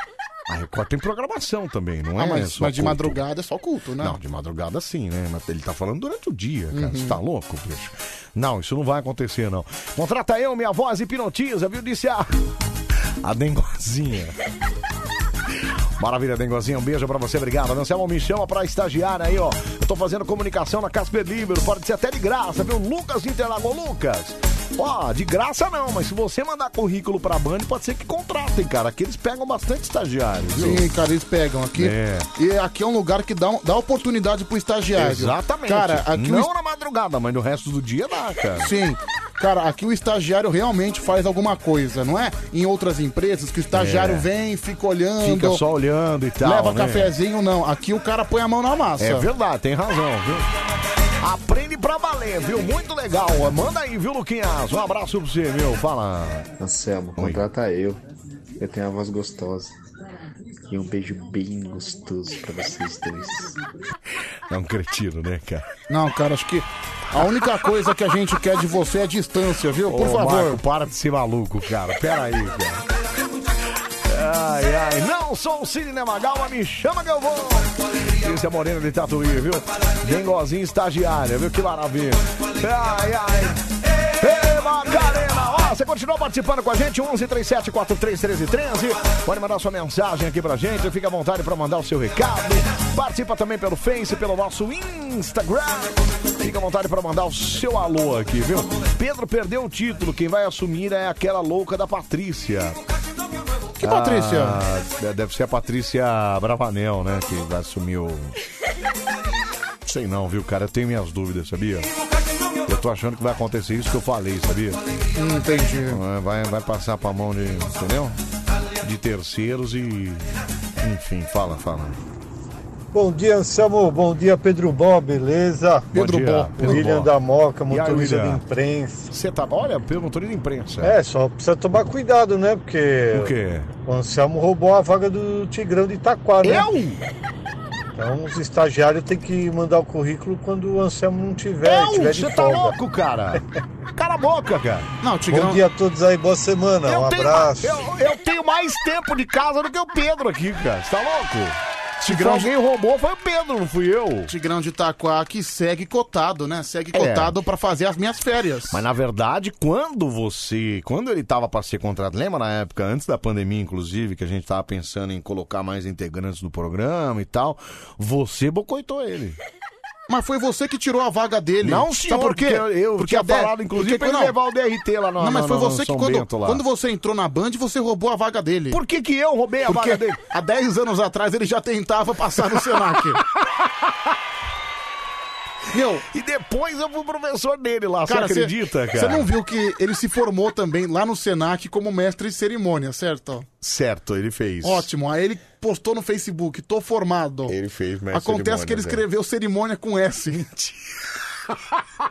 a Record tem programação também, não é?
Ah, mas,
só
mas de
culto.
madrugada é só culto, né?
Não, de madrugada sim, né? Mas ele tá falando durante o dia, cara.
Uhum.
Você tá louco, bicho? Não, isso não vai acontecer, não. Contrata eu, minha voz hipnotiza, viu? Disse a. A Dengozinha. Maravilha, Dengozinha. Um beijo pra você, obrigado. Anselmo, me chama pra estagiar aí, ó. Eu tô fazendo comunicação na Casper Libero. Pode ser até de graça, viu? Lucas de Interlago. Ô, Lucas. Ó, de graça não, mas se você mandar currículo pra Band, pode ser que contratem, cara. Aqui eles pegam bastante estagiário, viu?
Sim, cara, eles pegam aqui.
É.
E aqui é um lugar que dá, um- dá oportunidade pro estagiário.
Exatamente.
Cara, aqui o
não
est-
na madrugada, mas no resto do dia dá, cara.
Sim. Cara, aqui o estagiário realmente faz alguma coisa, não é? Em outras empresas que o estagiário
É.
vem, fica olhando.
Fica só olhando e tal.
Leva
né?
cafezinho, não. Aqui o cara põe a mão na massa.
É verdade, tem razão, viu? Aprende pra valer, viu? Muito legal. Manda aí, viu, Luquinhas? Um abraço pra você, meu. Fala.
Anselmo, contrata eu. Eu tenho a voz gostosa. E um beijo bem gostoso pra vocês dois.
É um cretino, né, cara?
Não, cara, acho que a única coisa que a gente quer de você é distância, viu? Por
Ô,
favor.
Marco, para de ser maluco, cara. Pera aí, cara. Ai, ai. Não sou o Cine Magal, mas me chama que eu vou. Esse é Morena de Tatuí, viu? Dengozinho estagiária, viu? Que maravilha. Ai, ai. Ei, Macarena! Ó, você continua participando com a gente, 11 37 431313. Pode mandar sua mensagem aqui pra gente, fica à vontade pra mandar o seu recado. Participa também pelo Face, pelo nosso Instagram. Fica à vontade pra mandar o seu alô aqui, viu? Pedro perdeu o título, quem vai assumir é aquela louca da Patrícia.
Que Patrícia?
Ah, de- deve ser a Patrícia Bravanel, né? Que vai assumir o. Sei não, viu, cara? Eu tenho minhas dúvidas, sabia? Eu tô achando que vai acontecer isso que eu falei, sabia? É,
Não entendi.
Vai, vai passar pra mão de. Entendeu? De terceiros e. Enfim, fala, fala.
Bom dia, Anselmo. Bom dia, Pedro Bom, beleza?
Pedro dia, Bom. Pedro
William
Bom.
da Moca,
E aí,
motorista de
William?
imprensa.
Você tá. Olha, pelo motorista de imprensa.
É, só precisa tomar cuidado, né? Porque.
O quê?
O Anselmo roubou a vaga do Tigrão de Itaquá, né? Eu? Então os estagiários têm que mandar o currículo quando o Anselmo não tiver.
Eu?
tiver de
Você tá
folga.
louco, cara? Cala a boca, cara.
Não,
Bom dia a todos aí, boa semana. um
tenho
abraço.
ma- eu, eu tenho mais tempo de casa do que o Pedro aqui, cara. Você tá louco? Se for alguém roubou, foi o Pedro, não fui eu. É.
Tigrão de Itaquá que segue cotado, né? Segue cotado pra fazer as minhas férias.
Mas na verdade, quando você. Quando ele tava para ser contratado, lembra na época, antes da pandemia, inclusive, que a gente tava pensando em colocar mais integrantes no programa e tal, você bocoitou ele.
Mas foi você que tirou a vaga dele.
Não, senhor,
Sabe por quê?
porque eu tinha
a
falado, inclusive, pra ele
não.
levar o DRT lá no-
Não, mas
no-
foi
no
você
São
que quando,
Bento lá.
quando você entrou na Band, você roubou a vaga dele. Por
que que eu roubei a
porque
vaga dele?
há 10 anos atrás ele já tentava passar no Senac. Meu,
E depois eu fui professor dele lá,
cara,
você acredita, cara?
Você não viu que ele se formou também lá no Senac como mestre de cerimônia, certo?
Certo, ele fez.
Ótimo. Aí ele postou no Facebook, tô formado.
Ele fez, né? mas.
Acontece que ele
cerimônias,
escreveu cerimônia com S.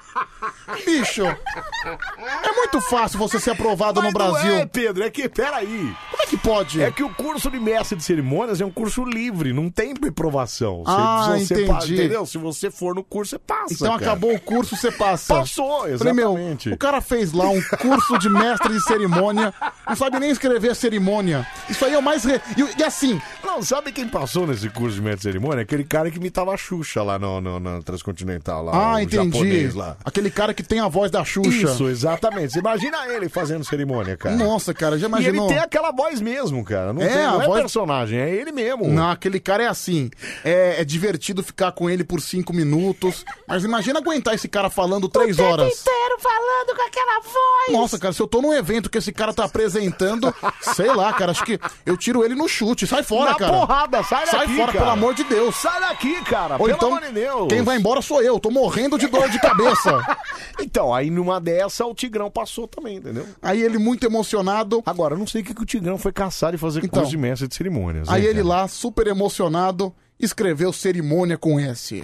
Bicho, é muito fácil você ser aprovado no Brasil.
É, Pedro, é que, peraí.
Como é que pode?
É que o curso de mestre de cerimônias é um curso livre, não tem aprovação. Você-
Ah,
você pa-
entendi.
entendeu? Se você for no curso, você passa.
Então
cara.
acabou o curso, você passa.
Passou,
Falei, meu,
exatamente.
o cara fez lá um curso de mestre de cerimônia, não sabe nem escrever cerimônia. Isso aí é o mais. Re... E, e assim,
Não, sabe quem passou nesse curso de mestre de cerimônia? Aquele cara que imitava a Xuxa lá no, no- na Transcontinental, lá,
ah,
o
entendi.
japonês lá.
Aquele cara que tem a voz da Xuxa.
Isso, é. exatamente. Você Imagina ele fazendo cerimônia, cara.
Nossa, cara, já imaginou?
E ele tem aquela voz mesmo, cara. Não
É,
é, tem, não
a
é
voz-
personagem, é ele mesmo.
Não, aquele cara é assim. É, é divertido ficar com ele por cinco minutos. Mas imagina aguentar esse cara falando três horas.
inteiro falando com aquela voz.
Nossa, cara, se eu tô num evento que esse cara tá apresentando, sei lá, cara, acho que eu tiro ele no chute. Sai fora,
Na
cara.
porrada, sai daqui,
fora,
cara.
pelo amor de Deus.
Sai daqui, cara,
Ou
pelo
então,
amor de Deus.
Quem vai embora sou eu, tô morrendo de dor de cabeça.
então, aí numa dessa, o Tigrão passou também, entendeu?
Aí ele muito emocionado.
Agora, eu não sei o que, que o Tigrão foi caçado e fazer
Então.
curso de mestre de cerimônias.
Aí
né,
ele
cara?
lá, super emocionado, escreveu cerimônia com S.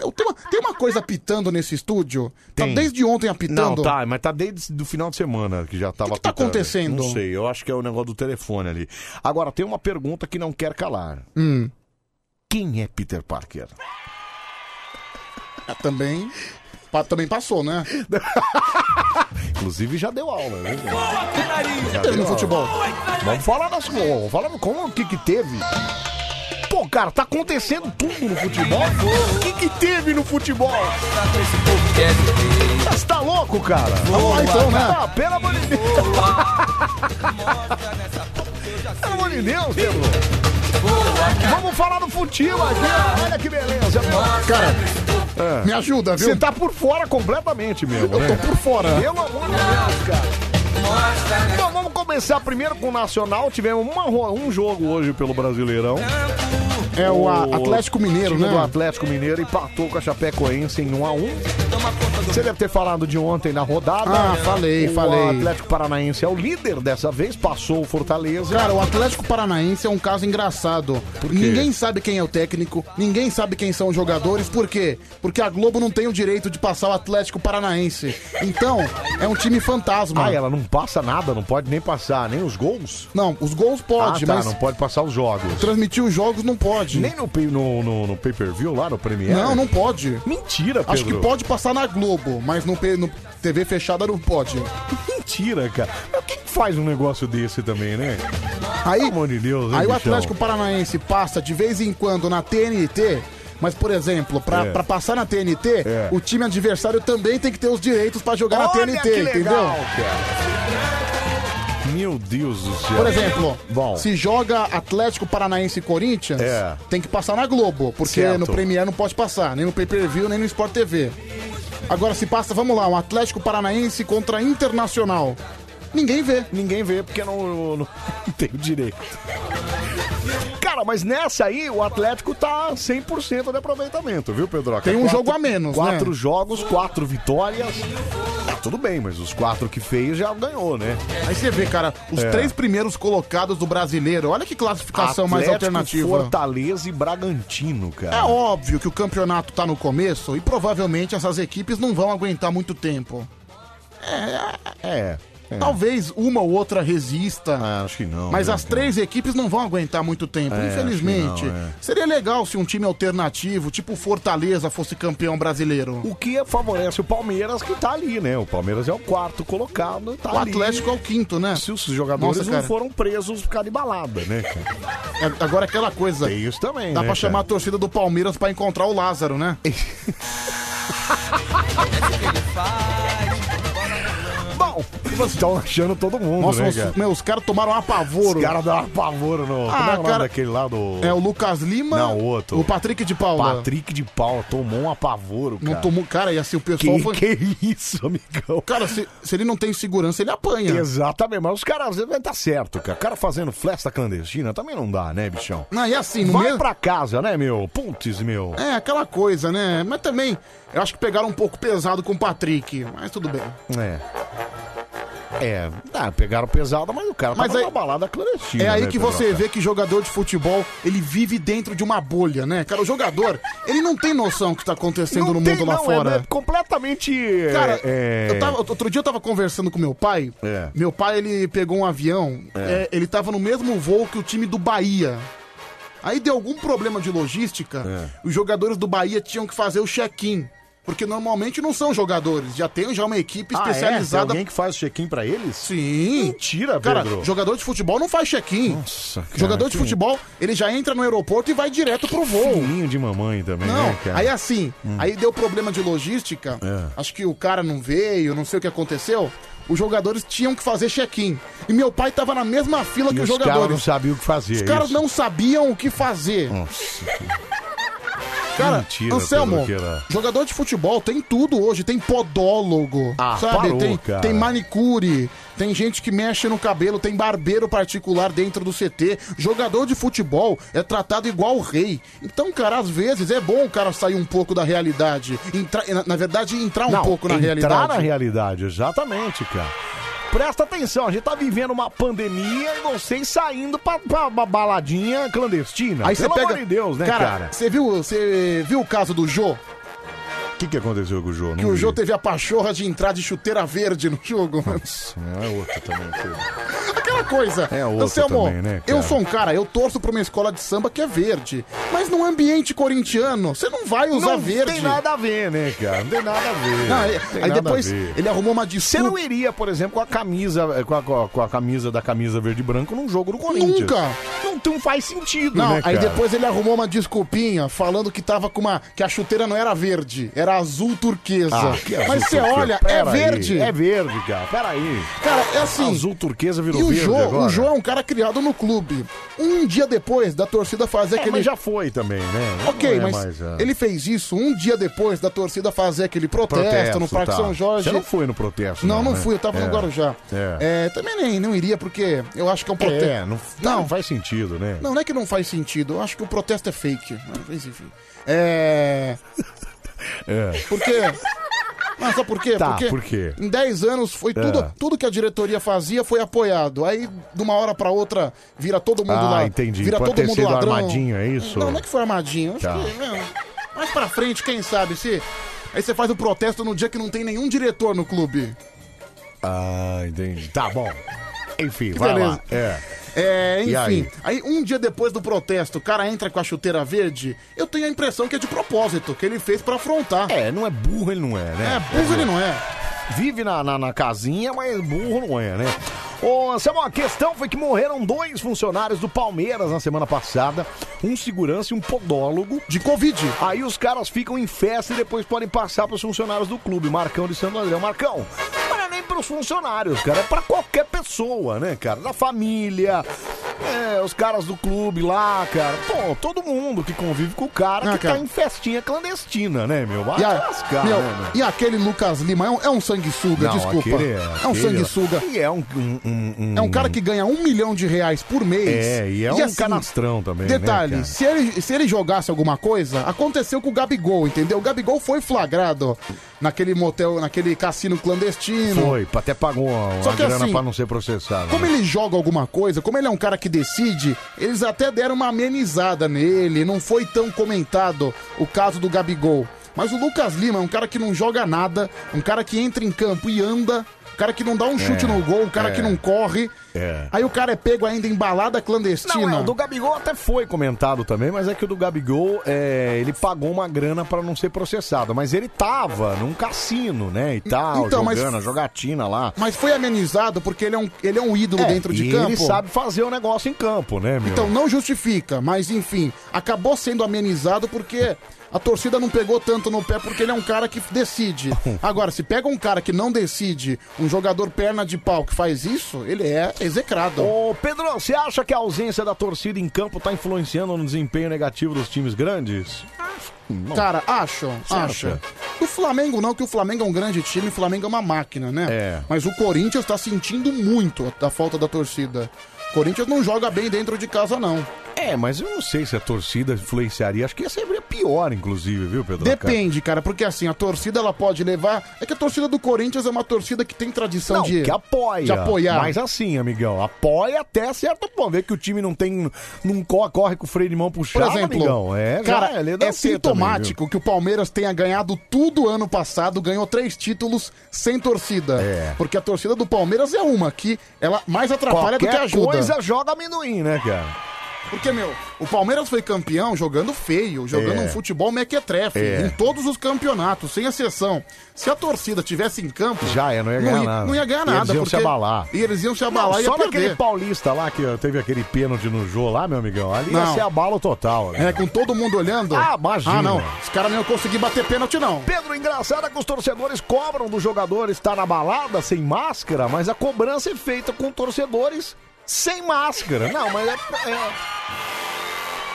Eu tenho uma- tem uma coisa apitando nesse estúdio.
Tem.
Tá desde ontem apitando.
Não, tá, mas tá desde o final de semana que já tava. O que,
tá acontecendo?
Não sei, eu acho que é o negócio do telefone ali. Agora, tem uma pergunta que não quer calar.
Hum.
Quem é Peter Parker?
Ah, Também. pa- Também passou, né?
Inclusive já deu aula, né? Já
teve
deu
no futebol?
Tá Vamos falar das vamos falar como o que que teve. Pô, cara, tá acontecendo tudo no futebol. O que que teve no futebol? Você tá louco, cara?
Vamos lá então, né?
Ah, pelo amor de Deus. Pelo amor de Deus, Pedro. Vamos falar do futebol aqui. Olha que beleza.
Cara,
É.
me ajuda, viu?
Você tá por fora completamente mesmo, né?
Eu tô por fora.
Pelo amor de Deus, cara. Então vamos começar primeiro com o Nacional. Tivemos uma ro- um jogo hoje pelo Brasileirão.
É o a- Atlético Mineiro,
time
né?
do Atlético Mineiro empatou com a Chapecoense em 1 a 1 Você deve ter falado de ontem na rodada.
Ah, falei,
o
falei.
O Atlético Paranaense é o líder dessa vez, passou o Fortaleza.
Cara, o Atlético Paranaense é um caso engraçado. Ninguém sabe quem é o técnico, ninguém sabe quem são os jogadores. Por quê? Porque a Globo não tem o direito de passar o Atlético Paranaense. Então, é um time fantasma.
Ah, ela não passa nada, não pode nem passar, nem os gols?
Não, os gols pode,
ah, tá,
mas-
não pode passar os jogos.
Transmitir os jogos não pode.
Nem no, pay- no, no, no pay-per-view lá, no Premiere?
Não, não pode.
É. Mentira, Pedro.
Acho que pode passar na Globo, mas no, P- no TV fechada não pode.
Mentira, cara. Mas quem que faz um negócio desse também, né?
Aí,
Pelo amor de Deus, hein,
Aí o
bichão?
Atlético Paranaense passa de vez em quando na TNT. Mas, por exemplo, pra,
É.
pra passar na TNT,
É.
o time adversário também tem que ter os direitos pra jogar na
Olha
TNT,
que legal,
entendeu?
cara. Meu Deus do céu.
Por exemplo,
Bom.
se joga Atlético Paranaense e Corinthians,
É.
tem que passar na Globo, porque
Certo.
no Premier não pode passar, nem no pay-per-view, nem no Sport TV. Agora, se passa, vamos lá, um Atlético Paranaense contra Internacional. Ninguém vê.
Ninguém vê, porque não, não, não tem o direito. Cara, mas nessa aí o Atlético tá 100% de aproveitamento, viu, Pedro?
Tem um jogo a menos, né?
Quatro jogos, quatro vitórias. Tá tudo bem, mas os quatro que fez já ganhou, né?
Aí você vê, cara, Os
É.
três primeiros colocados do brasileiro, olha que classificação mais
Atlético,
alternativa.
Fortaleza e Bragantino,
É
cara.
óbvio que o campeonato tá no começo e provavelmente essas equipes não vão aguentar muito tempo.
É. é.
Talvez uma ou outra resista.
acho que não.
Mas
né,
as
cara?
três equipes não vão aguentar muito tempo,
É, acho que
infelizmente.
não, é.
Seria legal se um time alternativo, tipo o Fortaleza, fosse campeão brasileiro.
O que favorece o Palmeiras que tá ali, né? O Palmeiras é o quarto colocado. Tá
O
ali.
Atlético é o quinto, né?
Se os jogadores
Nossa,
não
cara.
foram presos por causa de balada, né? cara? É,
Agora aquela coisa.
Tem isso também,
Dá
né,
pra
cara?
chamar a torcida do Palmeiras pra encontrar o Lázaro, né?
Bom, vocês estão achando todo mundo,
Nossa,
né,
os-
cara?
meu, os caras tomaram um apavoro.
Os caras deram um apavoro no...
Ah,
Como é o nome
cara-
daquele lá do...
É o Lucas Lima.
Não, o outro.
O Patrick de Paula.
Patrick de Paula tomou um apavoro, cara.
né? Não tomou. Cara, e assim o pessoal
Que-
foi.
que isso, amigão?
Cara, se, se ele não tem segurança, ele apanha.
Exatamente, mas os caras às vezes vai tá certo, cara. O cara fazendo festa clandestina também não dá, né, bichão?
Não, e assim, no
Vai
mesmo-
pra casa, né, meu? Putz, meu.
É, aquela coisa, né? Mas também, eu acho que pegaram um pouco pesado com o Patrick. Mas tudo bem.
É. É, tá, pegaram pesada, mas o cara
Mas
tava
aí-
numa balada clandestina.
É aí
né,
que você
Pedroca?
vê que jogador de futebol, ele vive dentro de uma bolha, né? Cara, o jogador, ele não tem noção do que tá acontecendo no
tem,
mundo lá
não, é,
fora.
né, completamente.
Cara,
é,
eu tava- outro dia eu tava conversando com meu pai.
É.
Meu pai, ele pegou um avião.
É.
é, ele tava no mesmo voo que o time do Bahia. Aí deu algum problema de logística.
É.
Os jogadores do Bahia tinham que fazer o check-in. Porque normalmente não são jogadores. Já tem já uma equipe
Ah, é? Tem
especializada.
alguém que faz o check-in pra eles?
Sim.
Mentira,
Cara,
Pedro.
jogador de futebol não faz check-in.
Nossa, cara,
jogador de
que-
futebol, ele já entra no aeroporto e vai direto pro voo.
Filhinho de mamãe também,
Não,
né, cara?
aí assim,
Hum.
aí deu problema de logística.
É.
Acho que o cara não veio, não sei o que aconteceu. Os jogadores tinham que fazer check-in. E meu pai tava na mesma fila
E
que os,
os caras não
jogadores.
sabiam o que fazer.
os caras
isso.
não sabiam o que fazer.
Nossa.
Cara,
Mentira,
Anselmo,
Pedroqueira.
jogador de futebol tem tudo hoje. Tem podólogo, sabe?
Ah, parou,
tem,
cara.
tem manicure, tem gente que mexe no cabelo, tem barbeiro particular dentro do CT. Jogador de futebol é tratado igual o rei. Então, cara, às vezes é bom o cara sair um pouco da realidade. Entrar, na, na verdade, entrar um
Não,
pouco na
entrar
realidade.
na realidade, exatamente, cara. Presta atenção, a gente tá vivendo uma pandemia e vocês saindo pra, pra uma baladinha clandestina.
Aí você
Pelo
pega.
amor de Deus, né, cara?
Você viu, você viu o caso do Jô?
O que, que aconteceu com o Jô?
Que o Jô teve a pachorra de entrar de chuteira verde no jogo.
É outro também.
Aquela coisa.
É outra
Anselmo,
também, né, cara?
eu sou um cara, eu torço pra uma escola de samba que é verde. Mas num ambiente corintiano, você não vai usar
não
verde.
tem nada a ver, né, cara? Não tem nada a ver.
Não, aí-
Não tem
aí
nada a
depois
ver.
ele arrumou uma
Você
desculpa.
não iria, por exemplo, com a camisa, com a, com a- com a camisa da camisa verde e branco num jogo do Corinthians.
Nunca!
Não, não faz sentido,
Não,
né,
aí
cara?
depois ele arrumou uma desculpinha falando que tava com uma. que a chuteira não era verde, era azul turquesa.
Ah, que azul
Mas você
turquesa.
olha, é
Pera aí,
verde.
É verde, cara. Peraí.
Cara, é assim.
Azul turquesa virou
E o
verde
Jô,
agora.
o Jô é um cara criado no clube. Um dia depois da torcida fazer
É,
aquele.
mas já foi também, né? Não
Ok,
é
mas
mais, é.
ele fez isso um dia depois da torcida fazer aquele protesto, no Parque
tá.
São Jorge.
Você não foi no protesto.
Não, não
né?
fui, eu tava no Guarujá.
É.
É, também nem, não iria, porque eu acho que é um protesto.
É, não, não. faz sentido, né?
Não, não é que não faz sentido, eu acho que o protesto é fake. Mas enfim. É.
É.
Porque. Ah, sabe por quê?
Tá, por quê?
em 10 anos foi tudo,
É.
tudo que a diretoria fazia foi apoiado. Aí, de uma hora pra outra, vira todo mundo
Ah,
lá.
entendi.
Vira
Pode
todo
ter
mundo
sido
ladrão.
armadinho, é isso?
Não, não é que foi armadinho. Acho
Tá.
que, né, mais pra frente, quem sabe, se... Aí você faz o protesto no dia que não tem nenhum diretor no clube.
Ah, entendi. Tá bom. Enfim,
Que
vai
beleza.
lá. É.
É,
E
enfim.
aí?
Aí? um dia depois do protesto, o cara entra com a chuteira verde. Eu tenho a impressão que é de propósito, que ele fez pra afrontar.
É, não é burro, ele não é, né?
É, burro ele não é.
Vive na, na, na casinha, mas burro não é, né? Ô, Anselmo, a questão foi que morreram dois funcionários do Palmeiras na semana passada, um segurança e um podólogo.
De Covid.
Aí os caras ficam em festa e depois podem passar pros funcionários do clube. Marcão de Santo André. Marcão, não é nem pros funcionários, cara, é pra qualquer pessoa, né, cara? Da família, é, os caras do clube lá, cara. Pô, todo mundo que convive com o cara
Ah,
que tá em festinha clandestina, né, meu? Vai
E, a-
lascar,
meu,
né, meu?
e aquele Lucas Lima é um, é um sanguessuga,
Não,
desculpa.
aquele é-
é um
aquele-
sanguessuga.
E é um, um- um-
É um cara que ganha um milhão de reais por mês.
É, e é um
assim,
canastrão também, né,
Detalhe,
cara?
se, ele, se ele jogasse alguma coisa, aconteceu com o Gabigol, entendeu? O Gabigol foi flagrado naquele motel, naquele cassino clandestino.
Foi, até pagou uma,
Só
uma
que
grana
assim,
pra não ser processado.
Como
né?
ele joga alguma coisa, como ele é um cara que decide, eles até deram uma amenizada nele. Não foi tão comentado o caso do Gabigol. Mas o Lucas Lima é um cara que não joga nada, um cara que entra em campo e anda, um cara que não dá um chute
É,
no gol, um cara
é.
que não corre.
É.
Aí o cara é pego ainda em balada clandestina.
Não, é, o do Gabigol até foi comentado também, mas é que o do Gabigol, é, ele pagou uma grana pra não ser processado. Mas ele tava num cassino, né, e tal,
Então, mas-
jogando a jogatina lá.
Mas foi amenizado porque ele é um, ele é um ídolo
É,
dentro de
e
campo.
ele sabe fazer o negócio em campo, né, meu?
Então não justifica, mas enfim, acabou sendo amenizado porque a torcida não pegou tanto no pé porque ele é um cara que decide. Agora, se pega um cara que não decide, um jogador perna de pau que faz isso, ele é execrado.
Ô, Pedro, você acha que a ausência da torcida em campo tá influenciando no desempenho negativo dos times grandes? Não.
Cara, acho,
Você
acho.
acha?
Do Flamengo não, que o Flamengo é um grande time, o Flamengo é uma máquina, né?
É.
Mas o Corinthians tá sentindo muito a falta da torcida. O Corinthians não joga bem dentro de casa, não.
É, mas eu não sei se a torcida influenciaria. Acho que ia ser pior, inclusive, viu, Pedro?
Depende, cara, porque assim, a torcida ela pode levar. É que a torcida do Corinthians é uma torcida que tem tradição
Não,
de.
que apoia.
De apoiar.
Mas assim, amigão, apoia até certo ponto. Vê que o time não tem. Não co- corre com o freio de mão
Por
puxado,
exemplo,
amigão. É,
cara,
já, ele dá
é
um quê também,
sintomático que o Palmeiras tenha ganhado tudo ano passado, ganhou três títulos sem torcida.
É.
Porque a torcida do Palmeiras é uma que ela mais
viu?
atrapalha do que
Qualquer
ajuda.
coisa joga amendoim, né, cara?
Porque, meu, o Palmeiras foi campeão jogando feio, jogando
É.
um futebol mequetrefe,
É.
em todos os campeonatos, sem exceção. Se a torcida tivesse em campo...
Já é, não ia ganhar nada.
Não ia ganhar
E
nada.
eles iam se
porque-
abalar.
E eles iam se
Não,
abalar e é ia
só
perder.
naquele paulista lá que ó, teve aquele pênalti no jogo lá, meu amigão. Ali ia
Não.
ser abalo total.
É, com todo mundo olhando.
Ah, imagina.
Ah, não. Os caras não iam conseguir bater pênalti, não.
Pedro, engraçado é que os torcedores cobram do jogador estar na balada sem máscara, mas a cobrança é feita com torcedores sem máscara. Não, mas é. é-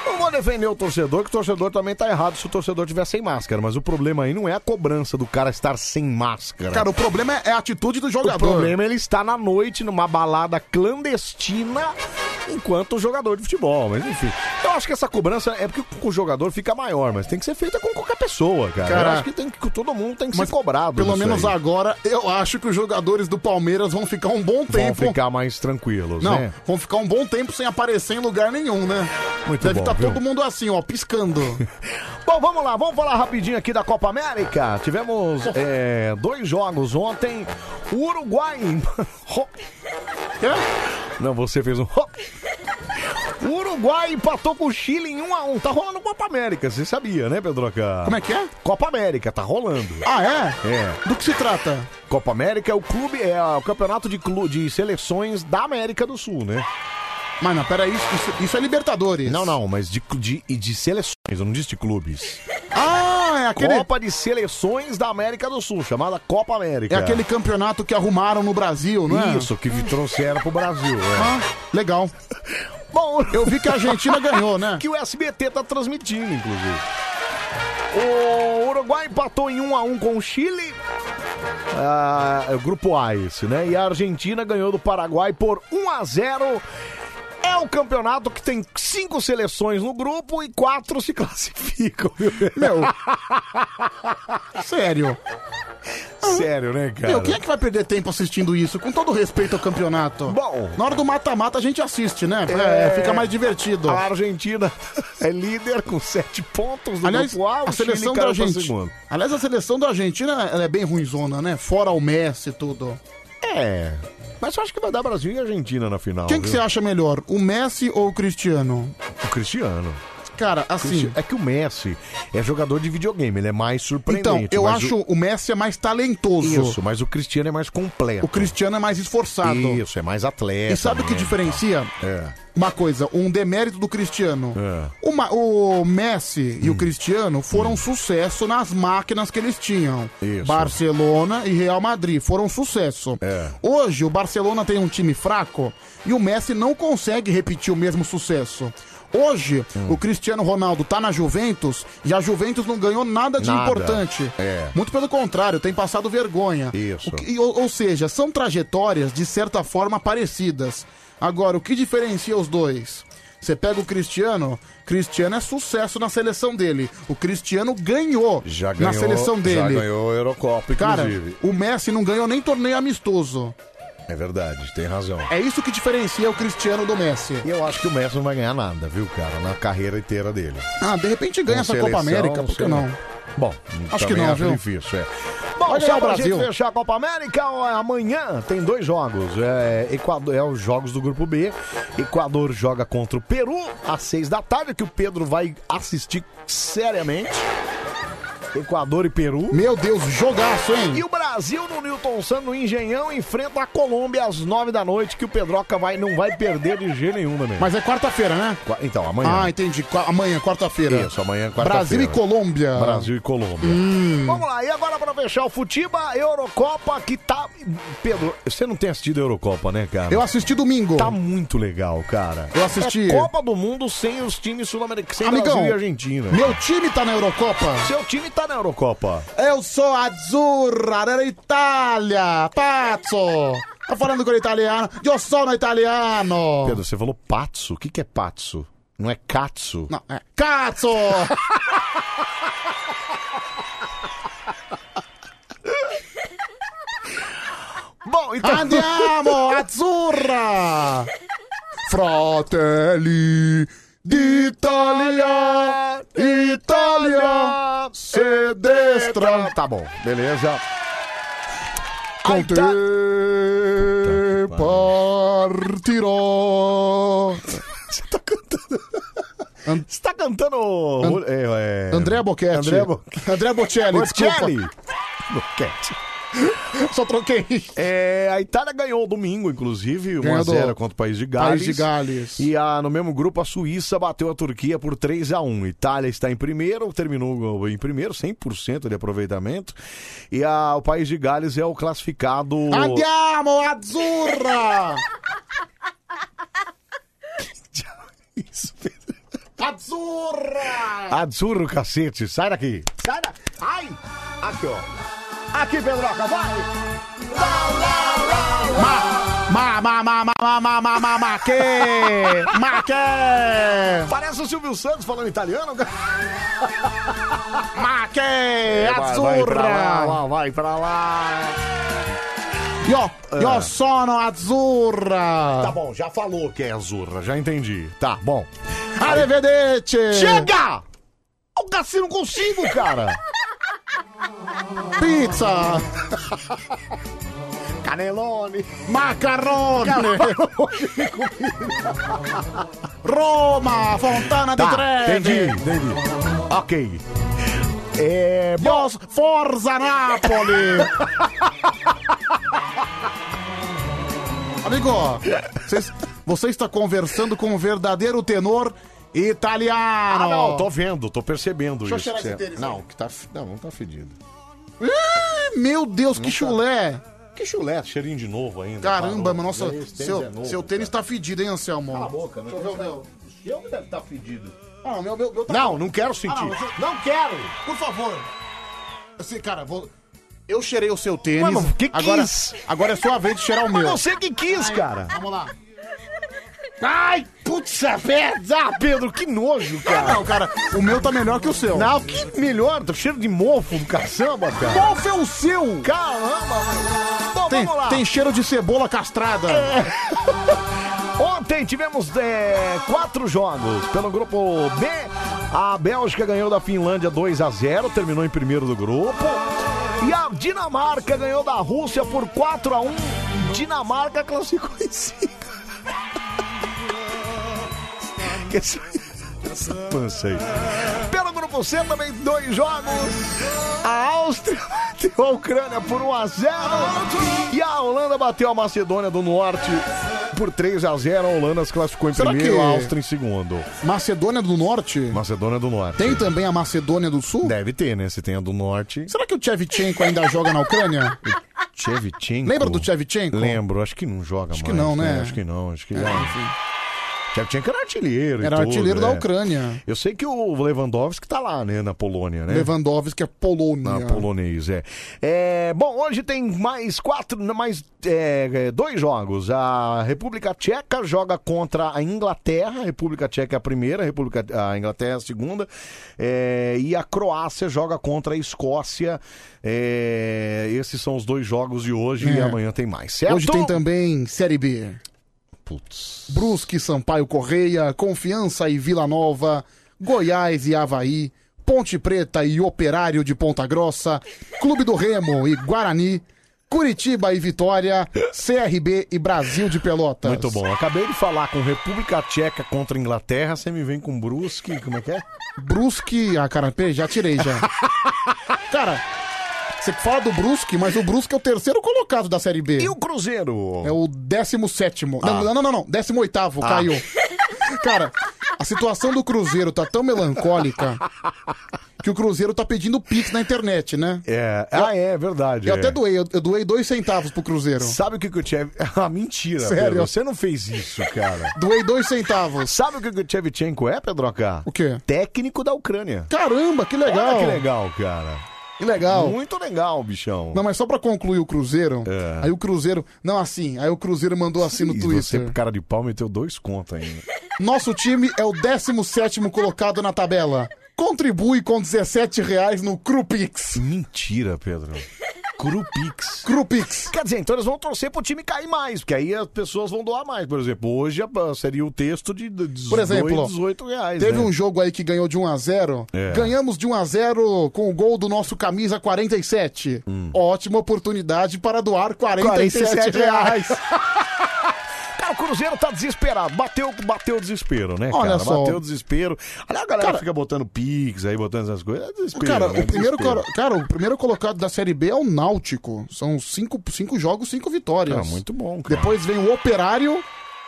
Não vou defender o torcedor, que o torcedor também tá errado se o torcedor tiver sem máscara. Mas o problema aí não é a cobrança do cara estar sem máscara.
Cara, o problema é- é a atitude do jogador.
O problema é ele estar na noite numa balada clandestina enquanto jogador de futebol. Mas enfim, eu acho que essa cobrança é porque o jogador fica maior, mas tem que ser feita com qualquer pessoa, cara.
Cara,
eu acho que, tem que todo mundo tem que ser cobrado.
Pelo
nisso
menos
aí.
agora, eu acho que os jogadores do Palmeiras vão ficar um bom
Vão
tempo.
ficar mais tranquilos,
Não,
né?
vão ficar um bom tempo sem aparecer em lugar nenhum, né?
Muito
Deve
bom,
estar
viu?
todo mundo assim, ó, piscando.
Bom, vamos lá, vamos falar rapidinho aqui da Copa América. Tivemos é, dois jogos ontem. O Uruguai. Não, você fez um. O Uruguai empatou com o Chile em 1 a 1 Tá rolando Copa América, você sabia, né, Pedroca?
Como é que é?
Copa América, tá rolando.
Ah, é?
É.
Do que se trata?
Copa América é o clube, é o campeonato de, clu, de seleções da América do Sul, né?
Mas não, peraí, isso, isso é Libertadores.
Não, não, mas de, clu- de, e de seleções, eu não disse de clubes.
Ah, é aquele.
Copa de Seleções da América do Sul, chamada Copa América.
É aquele campeonato que arrumaram no Brasil, não é?
Isso, que trouxeram pro Brasil.
Ah,
É.
legal.
Bom,
eu vi que a Argentina ganhou, né?
Que o SBT tá transmitindo, inclusive. O Uruguai empatou em 1 a 1 com o Chile. Ah, é o grupo A esse, né? E a Argentina ganhou do Paraguai por 1 a 0. É o campeonato que tem cinco seleções no grupo e quatro se classificam. viu?
Meu. Sério.
sério, né, cara?
Meu, quem é que vai perder tempo assistindo isso? Com todo respeito ao campeonato.
Bom.
Na hora do mata-mata a gente assiste, né?
É.
É, fica mais divertido.
A Argentina é líder com sete pontos do
Aliás,
grupo A, o
a seleção
Chile caiu
da
pra
Argentina.
segundo.
Aliás, a seleção da Argentina ela é bem ruinzona, né? Fora o Messi e tudo.
É. Mas eu acho que vai dar Brasil e Argentina na final.
Quem que
viu?
você acha melhor, o Messi ou o Cristiano?
O Cristiano.
Cara, assim-
Cristi- É que o Messi é jogador de videogame, ele é mais surpreendente.
Então, eu
mas
acho
o-
o... Messi é mais talentoso.
Isso, mas o Cristiano é mais completo.
O Cristiano é mais esforçado.
Isso, é mais atleta.
E sabe o que
né?
diferencia?
É.
Uma coisa, um demérito do Cristiano. O, Ma- o Messi
Hum.
e o Cristiano foram sucesso nas máquinas que eles tinham.
Isso.
Barcelona e Real Madrid foram sucesso.
É.
Hoje o Barcelona tem um time fraco e o Messi não consegue repetir o mesmo sucesso. Hoje,
Hum.
o Cristiano Ronaldo tá na Juventus e a Juventus não ganhou nada de
Nada.
importante.
É.
Muito pelo contrário, tem passado vergonha.
Isso.
O que- e- ou, ou seja, são trajetórias de certa forma parecidas. Agora, o que diferencia os dois? Você pega o Cristiano, Cristiano é sucesso na seleção dele. O Cristiano ganhou,
Já
na
ganhou-
seleção dele.
Já ganhou a Eurocopa,
Cara,
inclusive.
o Messi não ganhou nem torneio amistoso.
É verdade, tem razão.
É isso que diferencia o Cristiano do Messi.
E eu acho que o Messi não vai ganhar nada, viu, cara, na carreira inteira dele.
Ah, de repente ganha
Com
essa
seleção,
Copa América, por que
sei
não?
lá. Bom,
Acho que
também
não,
acho
viu?
difícil, é. Bom,
Olha
só
aí,
pra
Brasil.
gente fechar a Copa América, ó, amanhã tem dois jogos. É, Equador, é os jogos do grupo B. Equador joga contra o Peru às seis da tarde, que o Pedro vai assistir seriamente. Equador e Peru.
Meu Deus, jogaço, hein?
E o Brasil no Newton Santos, no Engenhão, enfrenta a Colômbia às nove da noite, que o Pedroca vai, não vai perder de jeito nenhum também.
Mas é quarta-feira, né?
Então, amanhã.
Ah, entendi. Qua- Amanhã, é quarta-feira.
Isso, amanhã, quarta-feira.
Brasil e Colômbia.
Brasil e Colômbia.
Hum.
Vamos lá, e agora pra fechar o Futiba, Eurocopa, que tá. Pedro, você não tem assistido a Eurocopa, né, cara?
Eu assisti domingo.
Tá muito legal, cara.
Eu assisti.
É Copa do Mundo sem os times sul-americanos, sem
Amigão,
Brasil e Argentina.
meu time tá na Eurocopa.
Seu time tá na Eurocopa.
Eu sou azzurra della Italia, pazzo. Tá falando com o italiano. Eu sono italiano.
Pedro, você falou patso. O que, que é patso? Não é katsu?
Não, é cazzo.
Bom, então...
Andiamo, azzurra. Fratelli d'Italia, Italia, se destra. boh,
Tá bom, beleza.
eh, Con te partirò.
tá Você tá cantando. é, é,
André Boquete.
André Bo-
André Bocelli, desculpa.
Bocelli. Boquete.
Só troquei.
É, a Itália ganhou domingo, inclusive,
Ganhou do-
1x0 contra o País de Gales.
País de Gales.
E a- no mesmo grupo, a Suíça bateu a Turquia por 3x1. Itália está em primeiro, terminou em primeiro, 100% de aproveitamento. E a- o País de Gales é o classificado.
Andiamo, azzurra.
Isso,
Azzurra!
Azzurro, cacete, sai daqui.
Sai da... Ai!
Aqui, ó. Aqui, Pedroca, vai!
Ma, ma, ma, ma, ma, ma, ma, ma, ma, que... Ma, que...
Parece o Silvio Santos falando italiano, cara. É,
Ma, que...
Vai, vai pra lá,
Azzurra!
lá, vai pra lá.
Yo,
É.
yo sono azzurra!
Tá bom, já falou que é azurra, já entendi. Tá, bom.
Arrivederci!
Chega! O cacete não consigo, cara!
Pizza!
Canelone!
Macarrone! Roma! Fontana di
Tá,
Trevi!
entendi, entendi. Ok. É. Bom,
Yo, Forza Napoli! Amigo, vocês- você está conversando com um verdadeiro tenor italiano.
ah, não, tô vendo, tô percebendo
Deixa eu
isso.
cheirar esse
Você-
tênis
não, que tá. f- Não, não tá fedido. tá.
Ih, Meu Deus, que chulé.
Que chulé, cheirinho de novo ainda.
Caramba,
parou.
mas nossa,
E aí, esse tênis
seu,
é novo,
seu tênis tá fedido, hein, Anselmo?
Cala a boca, né?
Deixa eu ver o meu.
Eu que deve tá estar fedido.
Ah, meu, meu, meu tá-
Não, não quero
Ah,
sentir.
não, você- não quero! Por favor! Assim, cara, vou. Eu cheirei o seu tênis.
Mas, mas, que que
agora,
isso? é
agora é sua vez de cheirar o meu.
Mas você que quis, cara.
Vamos lá.
Ai, putz, merda! Ah, Pedro, que nojo, cara. Não, cara, o meu tá melhor que o seu. Não, que melhor? Tá cheiro de mofo do caçamba, cara.
Qual foi o seu?
Caramba! Bom,
tem,
vamos lá.
tem cheiro de cebola castrada.
É. Ontem tivemos é, quatro jogos pelo grupo B. A Bélgica ganhou da Finlândia 2 a 0, terminou em primeiro do grupo. E a Dinamarca ganhou da Rússia por 4 a 1. Dinamarca classificou em cima. Que essa, essa pança aí. Pelo grupo C também dois jogos. A Áustria bateu a Ucrânia por 1 a 0 e a Holanda bateu a Macedônia do Norte por 3 a 0. A Holanda se classificou em
Será
primeiro,
que-
a Áustria em segundo.
Macedônia do Norte?
Macedônia do Norte.
Tem também a Macedônia do Sul?
Deve ter, né? Se tem a do Norte.
Será que o Tchevchenko ainda joga na Ucrânia?
Tchevchenko.
Lembra do Tchevchenko?
Lembro, acho que não joga
Acho que
mais.
não, né?
Acho que não, acho que
É,
já.
enfim.
Tchevchenko era artilheiro. e
Era
tudo,
artilheiro da
é.
Ucrânia.
Eu sei que o Lewandowski tá lá, né? Na Polônia, né?
Lewandowski é Polônia.
Na polonês, é. É, Bom, hoje tem mais quatro, não, mais é, é, dois jogos. A República Tcheca joga contra a Inglaterra. A República Tcheca é a primeira, a, República, a Inglaterra é a segunda. É, e a Croácia joga contra a Escócia. É, esses são os dois jogos de hoje e
É.
amanhã tem mais, certo?
Hoje tem também Série B.
Putz.
Brusque, Sampaio Correia, Confiança e Vila Nova, Goiás e Havaí, Ponte Preta e Operário de Ponta Grossa, Clube do Remo e Guarani, Curitiba e Vitória, CRB e Brasil de Pelotas.
Muito bom. Acabei de falar com República Tcheca contra a Inglaterra. Você me vem com Brusque, como é que é?
Brusque, ah, cara, peraí, já tirei já. cara, você fala do Brusque, mas o Brusque é o terceiro colocado da Série B. E
o Cruzeiro?
É o décimo sétimo.
Ah.
Não, não, não, não, décimo oitavo,
Ah.
caiu. Cara, a situação do Cruzeiro tá tão melancólica que o Cruzeiro tá pedindo pix na internet, né?
É. Ah, é, verdade.
Eu
é.
até doei, eu, eu doei dois centavos pro Cruzeiro.
Sabe o que, que o Tchev... Ah, mentira,
é? Sério?
Pedro. Você não fez isso, cara.
Doei dois centavos.
Sabe o que, que o Tchevchenko é, Pedroca? O
quê?
Técnico da Ucrânia.
Caramba, que legal.
Olha que legal, cara.
Que legal.
Muito legal, bichão.
Não, mas só pra concluir o Cruzeiro,
É.
aí o Cruzeiro. Não, assim, aí o Cruzeiro mandou assim no
E você,
Twitter.
pro cara de pau, meteu dois contos né? ainda.
Nosso time é o 17 colocado na tabela. Contribui com 17 reais no Crupix.
Mentira, Pedro. Crupix.
Crupix.
Quer dizer, então eles vão torcer pro time cair mais, porque aí as pessoas vão doar mais. Por exemplo, hoje a- seria o texto de 18,
Por exemplo, ó,
18 reais.
teve
né?
um jogo aí que ganhou de 1 a 0
É.
Ganhamos de 1 a 0 com o gol do nosso camisa 47.
Hum.
Ótima oportunidade para doar 47,
47
reais.
Cara, o Cruzeiro tá desesperado. Bateu, bateu o desespero, né,
Olha
cara?
só.
Bateu o desespero. Aliás, a galera
Cara-
fica botando pix aí, botando essas coisas. É desespero.
Cara,
né?
o primeiro,
Desespero.
cara, cara, o primeiro colocado da Série B é o Náutico. São cinco, cinco jogos, cinco vitórias.
Ah, muito bom, cara.
Depois vem o Operário,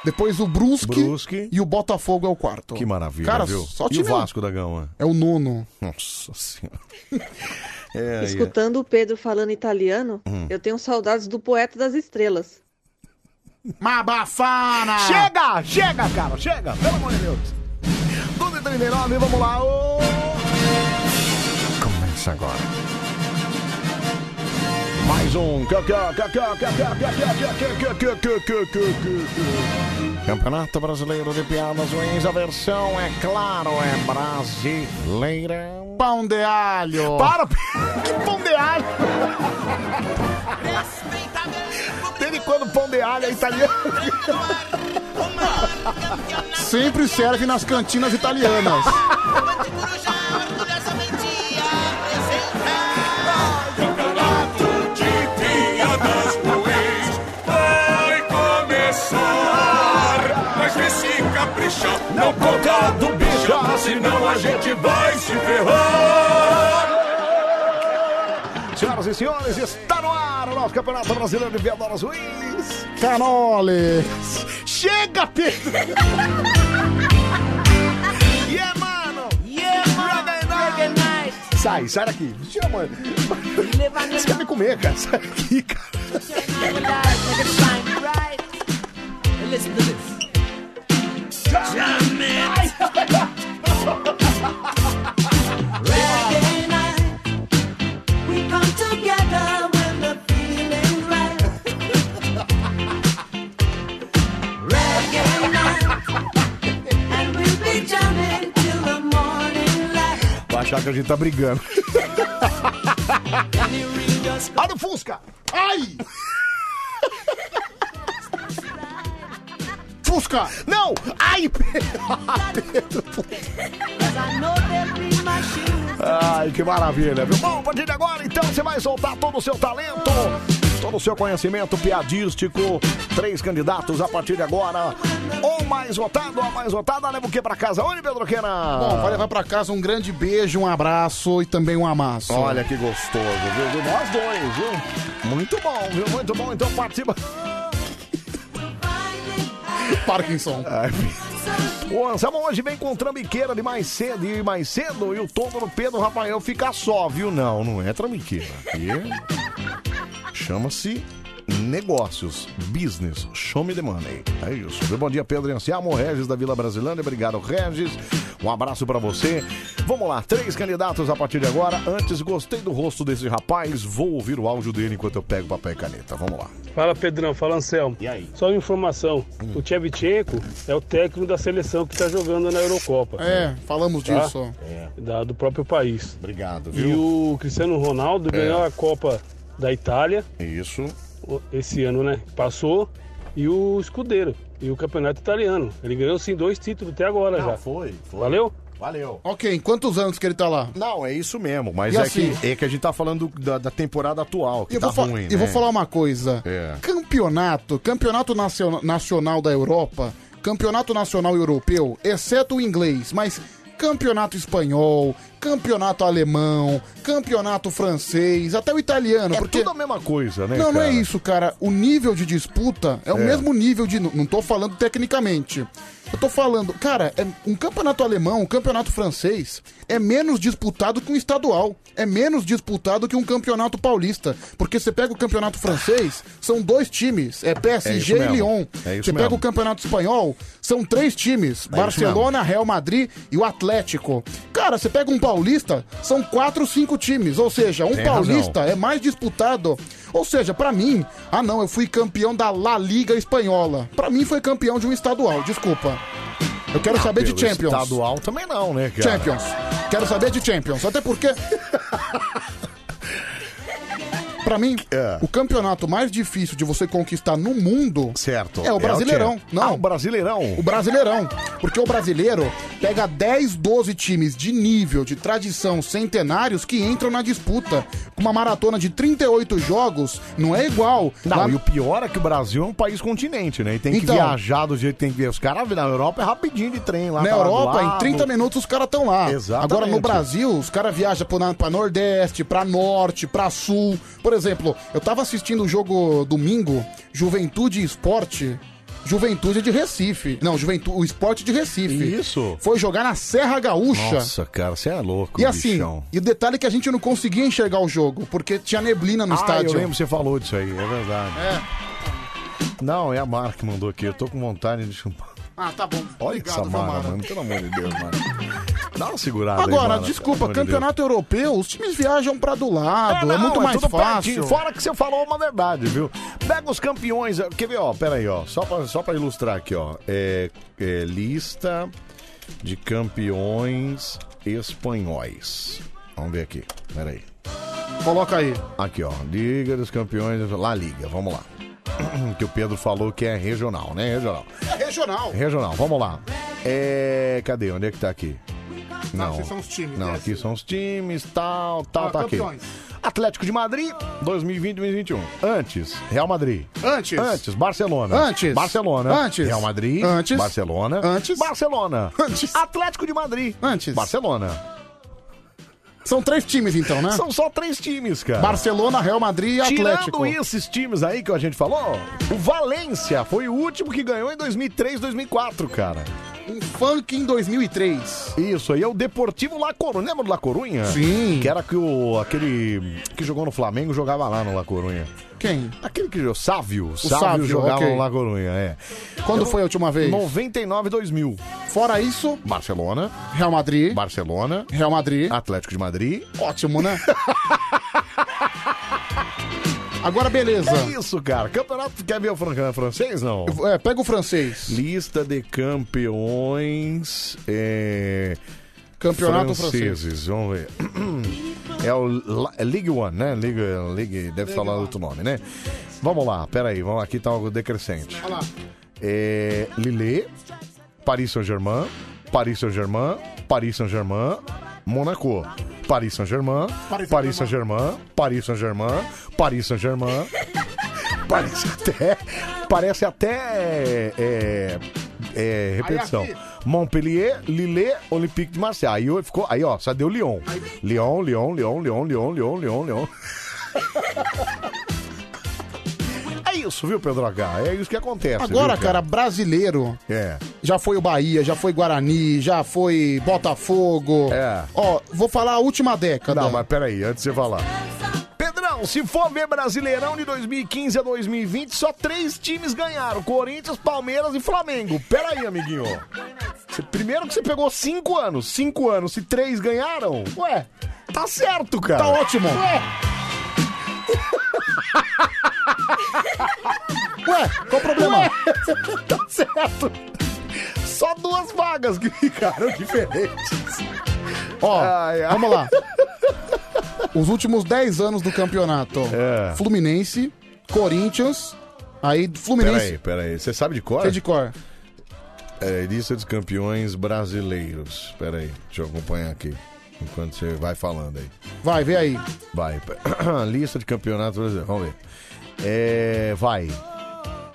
depois o Brusque,
Brusque.
e o Botafogo é o quarto.
Que maravilha,
Cara,
viu?
só
e o
time...
Vasco da Gama?
É o nono.
Nossa senhora. É, aí, é.
Escutando o Pedro falando italiano,
Hum.
eu tenho saudades do Poeta das Estrelas.
Mabafana!
Chega, chega, cara, chega, pelo amor de Deus. 12h39, vamos lá. ô! Começa agora. Mais um. Campeonato Brasileiro de Piadas Ruins, a versão, é claro, é brasileira.
Pão de alho!
Para! que pão de alho! Desde quando pão de alho é italiano?
Sempre serve nas cantinas italianas.
Campeonato de piadas ruins vai começar. Mas vê se caprichar, não conta do bicha, senão a gente vai se ferrar.
Senhoras e senhores, está no ar o nosso Campeonato Brasileiro de Piadas Ruins.
Canole!
Chega, Pedro! yeah, É, mano!
Yeah, mano!
Sai, sai daqui. Tira, mano. Você quer me comer, cara? Sai daqui, cara.
Listen to this. Jam
Reggae night. We come together when the feeling's right. Reggae night.
que a gente tá brigando. Olha o Fusca! Ai! Fusca! Não! Ai, Pedro! Ai, que maravilha, viu? Bom, a partir de agora, então, você vai soltar todo o seu talento, todo o seu conhecimento piadístico. Três candidatos a partir de agora. Ou mais votado, ou mais votada, leva o que pra casa? Onde, Pedro Queira?
Bom, vai levar pra casa um grande beijo, um abraço e também um amasso.
Olha que gostoso, viu? Nós dois, viu? Muito bom, viu? Muito bom. Então participa.
Parkinson.
O Anselmo hoje vem com trambiqueira de mais cedo e mais cedo e o tom do Pedro Rafael fica só, viu? Não, não é trambiqueira. Aqui é chama-se negócios, business, show me the money. É isso. Viu? Bom dia, Pedro e Anselmo, Regis da Vila Brasilândia. Obrigado, Regis. Um abraço pra você. Vamos lá, três candidatos a partir de agora. Antes, gostei do rosto desse rapaz. Vou ouvir o áudio dele enquanto eu pego papel e caneta. Vamos lá.
Fala Pedrão, fala Anselmo. E aí? Só uma informação:
Hum.
o Tchevchenko é o técnico da seleção que está jogando na Eurocopa.
É, falamos
Tá?
disso.
Da- do próprio país.
É. Obrigado,
viu? E o Cristiano Ronaldo
É.
ganhou a Copa da Itália.
Isso.
Esse ano, né? Passou. E o Escudeiro. E o campeonato italiano. Ele ganhou, sim, dois títulos até agora já.
Ah, Foi,
Valeu?
Valeu.
Ok, em quantos anos que ele tá lá?
Não, é isso mesmo, mas
E
é,
assim?
que, é que a gente tá falando da, da temporada atual, que
Eu,
tá
vou, fa-
ruim,
eu
né?
vou falar uma coisa.
É.
Campeonato, campeonato nacio- nacional da Europa, campeonato nacional europeu, exceto o inglês, mas campeonato espanhol, campeonato alemão, campeonato francês, até o italiano, porque
Tudo a mesma coisa, né,
não, não é
cara?
isso, cara. O nível de disputa é o
É.
mesmo nível de. Não tô falando tecnicamente. Eu tô falando, cara, é um campeonato alemão, um campeonato francês é menos disputado que um estadual. É menos disputado que um campeonato paulista. Porque você pega o campeonato francês, são dois times. É PSG
É
e
isso mesmo.
Lyon.
É isso
você pega
mesmo.
o campeonato espanhol, são três times.
É
Barcelona, Real Madrid e o Atlético. Cara, você pega um paulista, são quatro, cinco times. Ou seja, um
Tem razão.
paulista é mais disputado. Ou seja, pra mim, ah não, eu fui campeão da La Liga espanhola. Pra mim foi campeão de um estadual, desculpa. Eu quero
Ah,
saber de
pelo
Champions.
Estadual também não, né, cara?
Champions. Quero saber de Champions, até porque Pra mim,
É.
o campeonato mais difícil de você conquistar no mundo
certo.
é o Brasileirão.
Champions.
Não,
Ah, o Brasileirão.
o Brasileirão. Porque o brasileiro pega 10, 12 times de nível, de tradição, centenários que entram na disputa. Com uma maratona de 38 jogos, não é igual.
Não,
Lá-
e o pior é que o Brasil é um país continente, né? E tem que
Então.
viajar do jeito que tem que ver. Os caras na Europa é rapidinho de trem lá.
na
tá lá do
Europa, em
lado.
30 minutos os caras estão lá.
Exatamente.
Agora no Brasil, os caras viajam pro na- pra Nordeste, pra Norte, pra Sul. Por exemplo, eu tava assistindo o jogo domingo, Juventude e Esporte. Juventude de Recife. Não, Juventude, o Esporte de Recife.
Isso.
Foi jogar na Serra Gaúcha.
Nossa, cara, você é louco,
E assim,
bichão.
e o detalhe é que a gente não conseguia enxergar o jogo, porque tinha neblina no
ah,
estádio.
eu lembro, você falou disso aí, é verdade. Não, é a Mara que mandou aqui. Eu tô com vontade de chupar.
Ah, tá bom.
Olha essa Mara, mano. Pelo amor de Deus, mano. Dá uma segurada aí,
Agora,
Mara,
desculpa,
pelo amor de
campeonato europeu, os times viajam pra do lado, é,
Não,
muito
é
mais
tudo
fácil.
pertinho. Fora que você falou uma verdade, viu? Pega os campeões. eh, Quer ver, ó? Pera aí, ó. Só pra, só pra ilustrar aqui, ó. É, é, lista de campeões espanhóis. Vamos ver aqui. Pera aí.
Coloca aí.
Aqui, ó. Liga dos Campeões. La Liga. Vamos lá. Que o Pedro falou que é regional, né? Regional.
É regional.
Regional, vamos lá. É. Cadê? Onde é que tá aqui? Não.
esses são os times,
Não,
né?
aqui são os times, tal, tal,
Ah,
tá aqui.
campeões.
Atlético de Madrid, 2020-2021. Antes, Real Madrid.
Antes.
Antes, Barcelona.
Antes.
Barcelona.
Antes.
Real Madrid.
Antes.
Barcelona.
Antes.
Barcelona.
Antes.
Atlético de Madrid.
Antes.
Barcelona.
São três times então, né?
São só três times, cara.
Barcelona, Real Madrid e Atlético.
Tirando esses times aí que a gente falou, o Valência foi o último que ganhou em 2003, 2004, cara.
Um funk em 2003.
Isso aí é o Deportivo La Corunha. Lembra do La Corunha?
Sim.
Que era que o, aquele que jogou no Flamengo jogava lá no La Corunha.
Quem?
Aquele que jogou, Sávio. O Sávio,
Sávio,
jogava
ok.
no La Corunha, é.
Quando
Eu-
foi a última vez?
99 2000.
Fora isso,
Barcelona,
Real Madrid,
Barcelona,
Real Madrid.
Atlético de Madrid.
Ótimo, né? Agora beleza.
É isso, cara. Campeonato quer ver o fran- francês não?
É, pega o francês.
Lista de campeões. É...
Campeonato
franceses. Vamos ver.
Hum,
É o La- é League One, né? League, League deve falar outro nome, né? Vamos lá, peraí, vamos lá, aqui tá algo decrescente.
Olha lá.
É, Lille, Paris Saint-Germain, Paris Saint-Germain, Paris Saint-Germain, Monaco. Paris Saint-Germain, Paris Saint-Germain, Paris Saint-Germain, Paris Saint-Germain. Parece até. Parece até. é, é, repetição.
Aí aqui.
Montpellier, Lille, Olympique de Marseille. Aí eu- ficou, aí ó, só deu Lyon. Lyon, Lyon, Lyon, Lyon, Lyon, Lyon, Lyon, Lyon. É isso, viu, Pedro H? É isso que acontece.
Agora,
viu,
cara, brasileiro.
É.
Já foi o Bahia, já foi Guarani, já foi Botafogo. É. Ó, vou falar a última década.
Não, mas peraí, antes de você falar. Pedrão, se for ver Brasileirão de 2015 a 2020, só três times ganharam: Corinthians, Palmeiras e Flamengo. Peraí, amiguinho. Você- Primeiro que você pegou cinco anos. Cinco anos, se três ganharam, ué, tá certo, cara.
Tá ótimo.
Ué.
Ué, qual o problema?
tá certo. Só duas vagas que ficaram diferentes.
Ó, vamos lá. Os últimos 10 anos do campeonato.
É.
Fluminense, Corinthians, aí Fluminense.
Peraí, peraí. Você sabe de cor?
Sei de cor.
É, lista dos campeões brasileiros. Peraí, deixa eu acompanhar aqui. Enquanto você vai falando aí.
Vai, vê aí.
Vai. lista de campeonato brasileiro. Vamos ver. É, vai.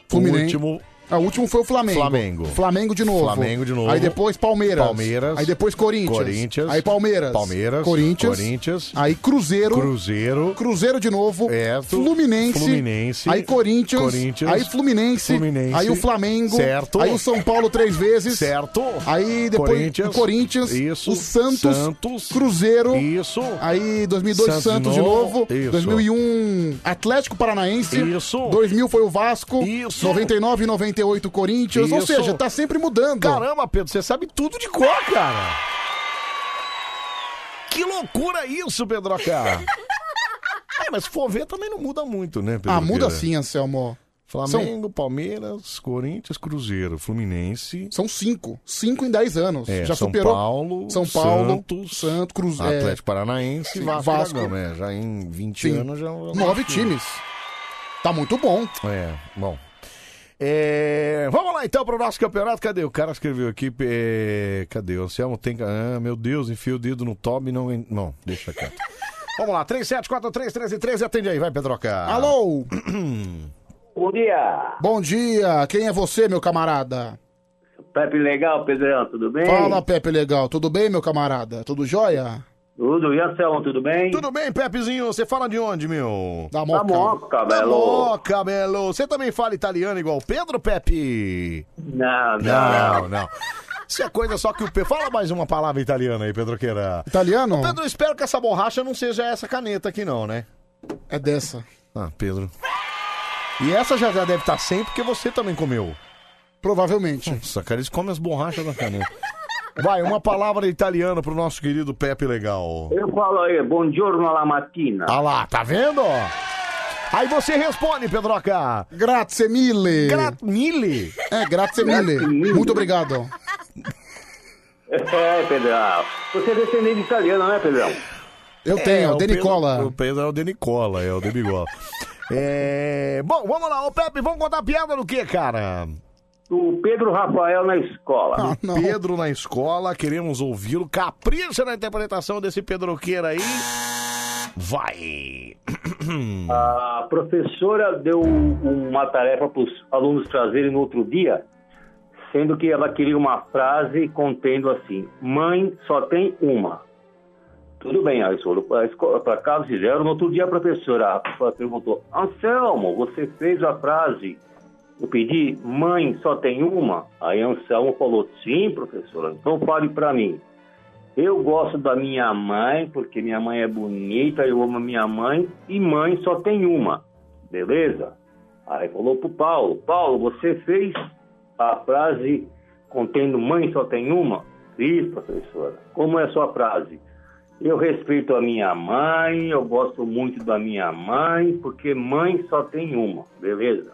Fluminense.
Último.
Ah, o último foi o Flamengo.
Flamengo.
Flamengo de novo.
Flamengo de novo.
Aí depois Palmeiras.
Palmeiras.
Aí depois Corinthians.
Corinthians.
Aí Palmeiras.
Palmeiras.
Corinthians.
Corinthians.
Aí Cruzeiro.
Cruzeiro.
Cruzeiro de novo. Fluminense.
Fluminense.
Aí Corinthians.
Corinthians.
Aí Fluminense.
Fluminense.
Aí o Flamengo.
Certo.
Aí o São Paulo três vezes.
Certo.
Aí depois
Corinthians.
o Corinthians.
Isso.
O Santos.
Santos.
Cruzeiro.
Isso.
Aí 2002 Santos, de novo.
Isso.
2001 Atlético Paranaense.
Isso.
2000 foi o Vasco. Isso. 99 e 98 Corinthians. Ou
Isso.
seja, tá sempre mudando.
Caramba, Pedro, você sabe tudo de cor, cara. Que loucura isso, Pedro Acá. É, mas se for ver, também não muda muito, né, Pedro?
ah, muda
Queira?
sim, Anselmo.
Flamengo, Palmeiras, Corinthians, Cruzeiro, Fluminense.
São cinco. Cinco em dez anos.
É,
Já
São
superou.
Paulo,
São Paulo,
Santos,
Santo, Cruzeiro.
Atlético Paranaense,
Sim,
Vasco.
Vasco.
Vasco. Já, já em 20
Sim.
anos já.
Nove times. Tá muito bom.
É, bom. É, vamos lá então pro nosso campeonato. Cadê? O cara escreveu aqui. é, cadê? O Anselmo tem. Ah, meu Deus, enfia o dedo no top e não. Não, deixa quieto. Vamos lá, 37431313, atende aí, vai, Pedroca.
Alô?
Bom dia.
Bom dia. Quem é você, meu camarada?
Pepe Legal, Pedrão, tudo bem?
Fala, Pepe Legal. Tudo bem, meu camarada? Tudo jóia?
Tudo, e Anselmo, tudo bem?
Tudo bem, Pepezinho? Você fala de onde, meu?
Da
Moca. Da Moca,
Da
Belo.
Moca, Belo. Você também fala italiano igual o Pedro, Pepe?
Não,
não. Não, Isso é coisa só que o Pedro... Fala mais uma palavra italiana aí, Pedro Queira.
Italiano?
Ô, Pedro, espero que essa borracha não seja essa caneta aqui não, né?
É dessa.
Ah, Pedro. E essa já já deve estar sem porque você também comeu.
Provavelmente.
Nossa, cara, eles comem as borrachas da caneta. Vai, uma palavra italiana pro nosso querido Pepe Legal.
Eu falo aí, bom giorno alla mattina.
Ah lá, tá vendo? Aí você responde, Pedroca.
Grazie mille.
Ah. Gra mille?
É, grazie mille.
Grazie mille.
Muito obrigado.
É, Pedrão. Você é descendente italiano, né, Pedrão?
Eu
É,
tenho, o
Pedro-
Denicola.
O Pedro é o Denicola, é o de bigola. É, Bom, vamos lá, ô Pepe, vamos contar piada do que, cara?
O Pedro Rafael na escola.
Tá. Pedro na escola, queremos ouvi-lo. Capricha na interpretação desse Pedroqueira aí. Vai!
A professora deu uma tarefa para os alunos trazerem no outro dia, sendo que ela queria uma frase contendo assim: Mãe só tem uma. Tudo bem, aí eles foram para casa, fizeram. No outro dia, a professora perguntou: Anselmo, você fez a frase? Eu pedi, mãe só tem uma? Aí Anselmo falou: Sim, professora, então fale para mim. Eu gosto da minha mãe, porque minha mãe é bonita, eu amo minha mãe, e mãe só tem uma, beleza? Aí falou pro Paulo, Paulo, você fez a frase contendo mãe só tem uma? Fiz, professora. Como é a sua frase? Eu respeito a minha mãe, eu gosto muito da minha mãe, porque mãe só tem uma, beleza?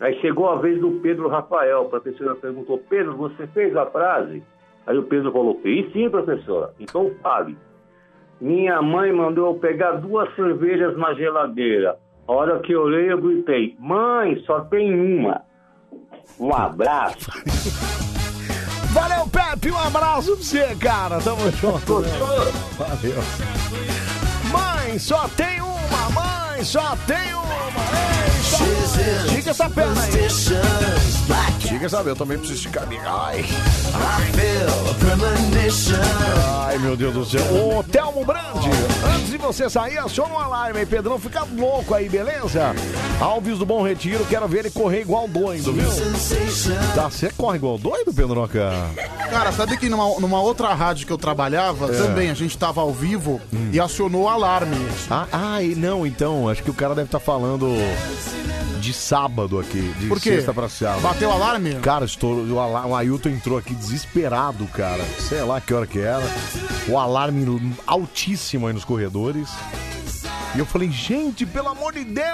Aí chegou a vez do Pedro Rafael, a professora perguntou, Pedro, você fez a frase? Aí o Pedro falou, e sim, professora, então fale. Minha mãe mandou eu pegar duas cervejas na geladeira. A hora que eu olhei, eu gritei, mãe, só tem uma. Um abraço.
Valeu, Pepe. Um abraço pra você, cara. Tamo junto. né? Valeu. Mãe, só tem uma. Mãe, só tem uma. Diga essa perna aí. Diga essa, eu também preciso de caminhar. Ai. Ai, meu Deus do céu. Ô, Telmo Brandi, antes de você sair, aciona o alarme aí, Pedrão. Fica louco aí, beleza? Alves do Bom Retiro, quero ver ele correr igual doido, viu? Tá, você corre igual doido, Pedroca?
Cara, sabe que numa, numa outra rádio que eu trabalhava,
É. Hum.
também a gente tava ao vivo e acionou o alarme.
Ah, ah, e não, então, acho que o cara deve estar falando de sábado aqui, de
Por quê?
sexta pra sábado.
Bateu o alarme?
Cara, estourou, o, ala- o Ailton entrou aqui desesperado, cara. Sei lá que hora que era. O alarme altíssimo aí nos corredores. E eu falei, gente, pelo amor de Deus,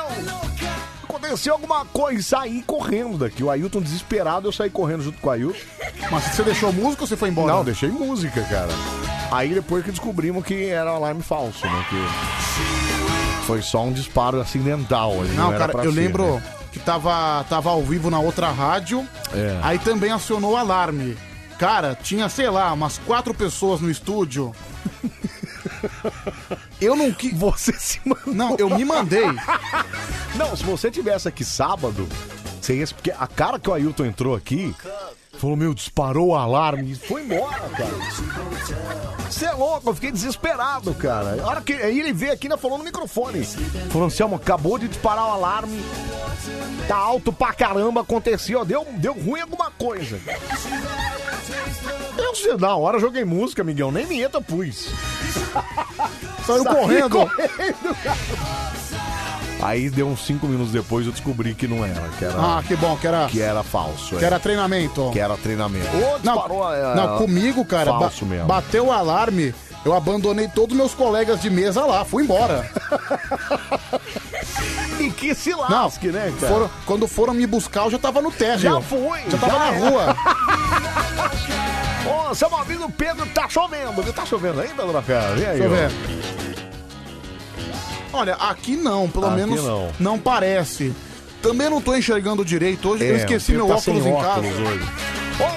aconteceu alguma coisa. E saí correndo daqui. O Ailton desesperado, eu saí correndo junto com o Ailton.
Mas você deixou música ou você foi embora?
Não, deixei música, cara. Aí depois que descobrimos que era um alarme falso, né? Que foi só um disparo acidental. ele
Não,
era
cara,
pra
eu
ser,
lembro
né?
que tava, tava ao vivo na outra rádio,
É.
aí também acionou o alarme. Cara, tinha, sei lá, umas quatro pessoas no estúdio. Eu não quis.
Você se mandou.
Não, eu me mandei.
Não, se você tivesse aqui sábado, você ia. Porque a cara que o Ailton entrou aqui falou: Meu, disparou o alarme e foi embora, cara. Você é louco, eu fiquei desesperado, cara. A hora que aí ele veio aqui, ainda falou no microfone: Falou, Selma, acabou de disparar o alarme. Tá alto pra caramba, aconteceu, deu, deu ruim alguma coisa. Eu sei, na hora eu joguei música, amigão, nem vinheta eu pus.
Saiu correndo.
Aí deu uns 5 minutos depois eu descobri que não era, que era.
Ah, que bom, que era-
Que era falso.
Que
é.
era treinamento.
Que era treinamento.
Não, não, comigo, cara, ba-
Falso mesmo.
bateu o alarme, eu abandonei todos meus colegas de mesa lá, fui embora.
E que se
lasque,
né,
cara? quando foram me buscar, eu já tava no térreo.
Já fui,
Já tava
já
na
era.
rua.
Ô, seu Malvino Pedro, tá chovendo, viu? Tá chovendo ainda, dona Fé? Vem aí,
Deixa eu
ó.
ver. Olha, aqui não, pelo
Aqui
menos
não.
não. parece. Também não tô enxergando direito hoje,
É,
eu esqueci
o
meu
Pedro tá sem
óculos em casa.
óculos hoje.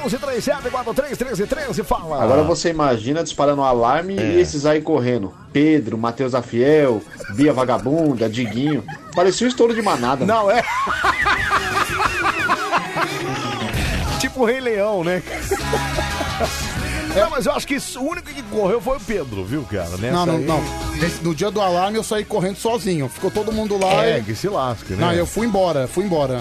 11 37 43 13 13, fala.
Agora você imagina disparando um alarme
É.
e esses aí correndo. Pedro, Matheus Afiel, Bia Vagabunda, é Diguinho. Parecia um estouro de manada.
Não, é. Tipo o Rei Leão, né?
É.
Não, mas eu acho que o único que correu foi o Pedro, viu, cara? Nessa
Não, não,
aí-
não. Nesse- no dia do alarme eu saí correndo sozinho. Ficou todo mundo lá.
É,
e-
que se lasque, né?
Não, eu fui embora, fui embora.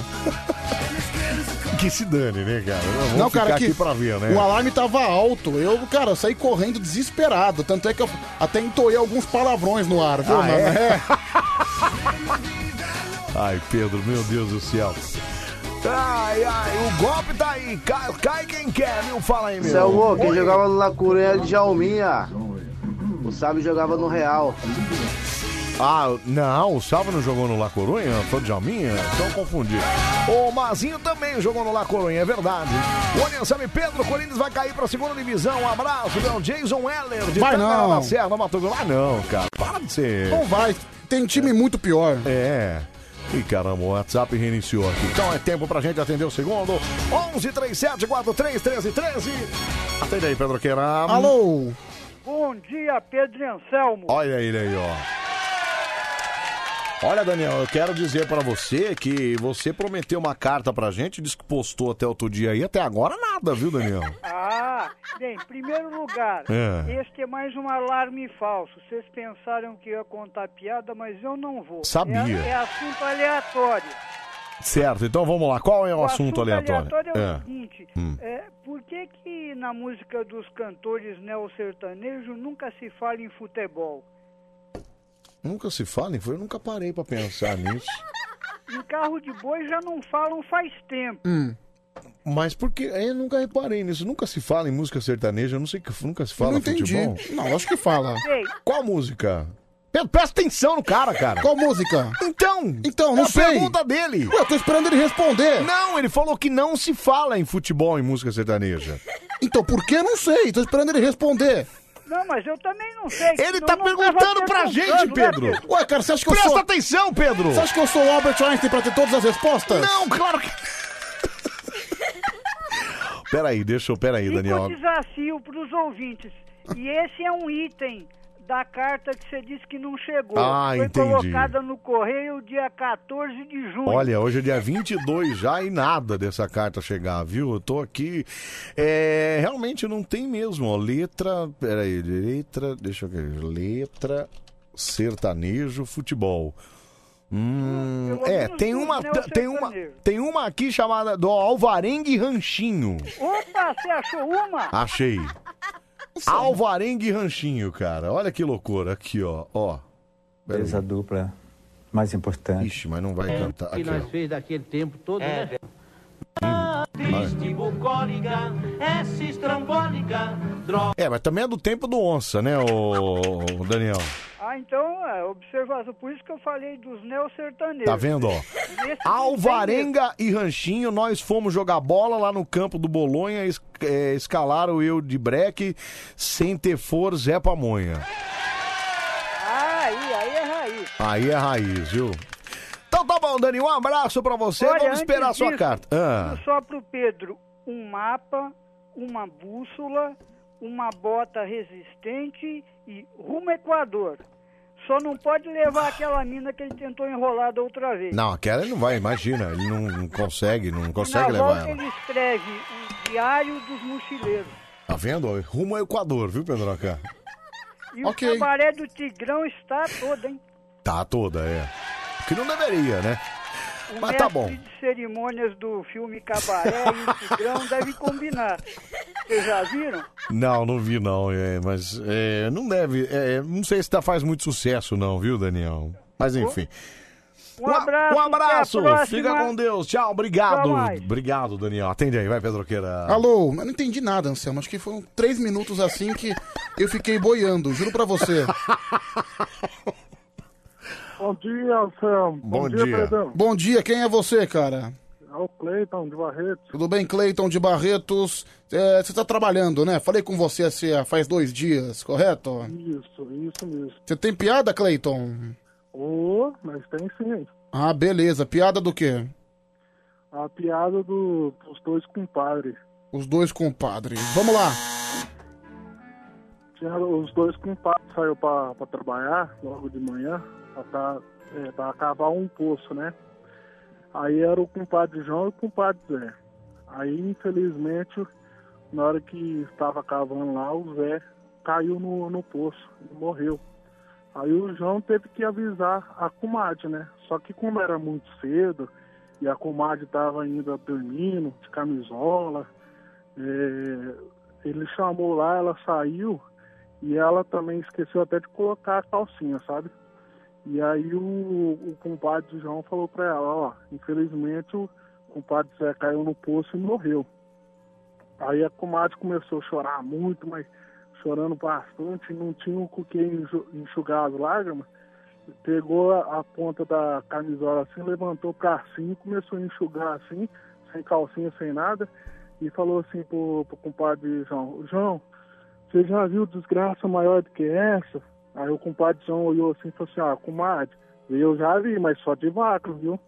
Que se dane, né, cara? Vamos
não, cara,
ficar
que
aqui pra ver, né?
o alarme tava alto. Eu, cara, eu saí correndo desesperado. Tanto é que eu até entoei alguns palavrões no ar, viu,
Ah,
mano?
é? Ai, Pedro, meu Deus do céu. Ai, ai, o golpe tá aí. Cai, cai quem quer, viu? Fala aí, meu.
Selmo, quem
Oi.
é jogava no Lacura era de Jalminha. O Sábio tá jogava no Real.
Ah, não, o Salvo não jogou no La Coruña? Foi de Jalminha? Então confundi. O Mazinho também jogou no La Coruña, é verdade. Olha, sabe, Pedro, o Corinthians vai cair pra segunda divisão. Um abraço, meu Jason Heller de
Vai
Tangará
não.
da Serra, Mato Grosso. Ah, não, cara, para de ser.
Não vai. Tem um time muito pior.
É. E caramba, o WhatsApp reiniciou aqui. Então é tempo pra gente atender o segundo. 11 37 43 13 13. Atende aí, Pedro Queira.
Alô?
Bom dia, Pedro e Anselmo.
Olha ele aí, ó. Olha, Daniel, eu quero dizer pra você que você prometeu uma carta pra gente, disse que postou até outro dia aí, até agora nada, viu, Daniel?
Ah, bem, em primeiro lugar,
É.
este é mais um alarme falso. Vocês pensaram que eu ia contar piada, mas eu não vou.
Sabia.
É, é assunto aleatório.
Certo, então vamos lá. Qual é o, assunto, aleatório?
é o
É.
seguinte,
Hum.
é, por que que na música dos cantores neo-sertanejo nunca se fala em futebol?
Nunca se fala, hein? Foi- eu nunca parei pra pensar nisso.
Em carro de boi já não falam faz tempo.
Mas porque eh, eu nunca reparei nisso, nunca se fala em música sertaneja, eu não sei que nunca se fala
não entendi.
futebol.
Não, acho que fala.
Sei.
Qual música? Pedro, presta atenção no cara, cara.
Qual música?
Então,
então, não
é a
sei.
pergunta dele.
Ué, eu tô esperando ele responder.
Não, ele falou que não se fala em futebol em música sertaneja.
Então, por que eu não sei? Tô esperando ele responder.
Não, mas eu também não sei.
Ele
Não-
tá
não
perguntando
tava
pra gente,
perguntando, né,
Pedro. Ué, cara, você acha que eu
Presta
sou...
atenção, Pedro.
Você acha que eu sou o Albert Einstein pra ter todas as respostas?
Não, claro que... Peraí, deixa eu... Peraí,
Fica o
Daniel.
desafio para os ouvintes. E esse é um item da carta que você disse que não chegou.
Ah,
Foi
entendi.
colocada no correio dia 14 de junho.
Olha, hoje é dia 22 já e nada dessa carta chegar, viu? Eu tô aqui. É, realmente não tem mesmo, ó. Letra. Peraí, letra. Deixa eu ver. Letra. Sertanejo, futebol. Hum, é, tem uma, tem uma, tem uma aqui chamada do Alvarengue Ranchinho.
Opa, você achou uma?
Achei. Alvarengue Ranchinho, cara. Olha que loucura aqui, ó. Ó.
Beleza
dupla mais importante. Ixi, mas não vai cantar
que
aqui.
É. nós
ó.
fez daquele tempo todo,
É.
né?
Triste,
bucólica, essa estrambólica,
É, mas também é do tempo do onça, né, o Daniel?
Ah, então, é, observação. Por isso que eu falei dos neossertanejos.
Tá vendo, ó?
Nesse-
Alvarenga e Ranchinho, nós fomos jogar bola lá no campo do Bolonha, es- é, escalaram eu de breque, sem ter for Zé Pamonha.
Ah, aí, aí é raiz.
Aí é raiz, viu? Então tá bom, Dani, um abraço pra você,
Olha,
vamos esperar a
antes
sua
disso,
carta. Ah,
Só pro Pedro, um mapa, uma bússola, uma bota resistente e rumo ao Equador. Só não pode levar aquela mina que ele tentou enrolar da outra vez.
Ah. não, aquela ele não vai, imagina, ele não, não consegue, não
Na
consegue levar
volta
ela.
ele escreve o Diário dos Mochileiros.
Tá vendo? ó? Rumo ao Equador, viu, Pedroca?
E o cabaré do Tigrão está todo, hein?
Tá toda, é. Que não deveria, né?
O
Mas tá
mestre
bom.
de cerimônias do filme Cabaré e o Tigrão devem combinar. Vocês já viram?
Não, não vi não, é, mas é, não deve, é, não sei se tá, faz muito sucesso não, viu, Daniel? Mas enfim.
Um abraço, até
Um
a
abraço,
próxima.
fica com Deus, tchau, obrigado.
Tchau, mais.
Obrigado, Daniel. Atende aí, vai, Pedroqueira.
Alô, eu não entendi nada, Anselmo. Acho que foram três minutos assim que eu fiquei boiando, juro pra você.
Bom dia, Anselmo. Pedrão.
Bom dia, quem é você, cara?
É o Cleiton de Barreto.
Tudo bem, Cleiton de Barretos? É, você tá trabalhando, né? Falei com você assim, há- faz dois dias, correto?
Isso, isso mesmo.
Você tem piada, Cleiton?
Ô, mas tem sim.
Ah, beleza. Piada do quê?
A piada do, dos dois compadres.
Os dois compadres. Vamos lá.
Tinha os dois compadres saiu pra, pra trabalhar logo de manhã, pra, tá- é, pra cavar um poço, né? Aí era o compadre João e o compadre Zé. Aí, infelizmente, na hora que estava cavando lá, o Zé caiu no, no poço e morreu. Aí o João teve que avisar a comadre, né? Só que como era muito cedo e a comadre estava ainda dormindo, de camisola, é, ele chamou lá, ela saiu e ela também esqueceu até de colocar a calcinha, sabe? E aí o, o compadre do João falou pra ela, ó, infelizmente o compadre Zé caiu no poço e morreu. Aí a comadre começou a chorar muito, mas chorando bastante, não tinha com que enxu- enxugar as lágrimas. Pegou a, a ponta da camisola assim, levantou pra cima e começou a enxugar assim, sem calcinha, sem nada, e falou assim pro, pro compadre João, João, você já viu desgraça maior do que essa? Aí o compadre João olhou assim e falou assim, ó, comadre, eu já vi, mas só de vaca, viu?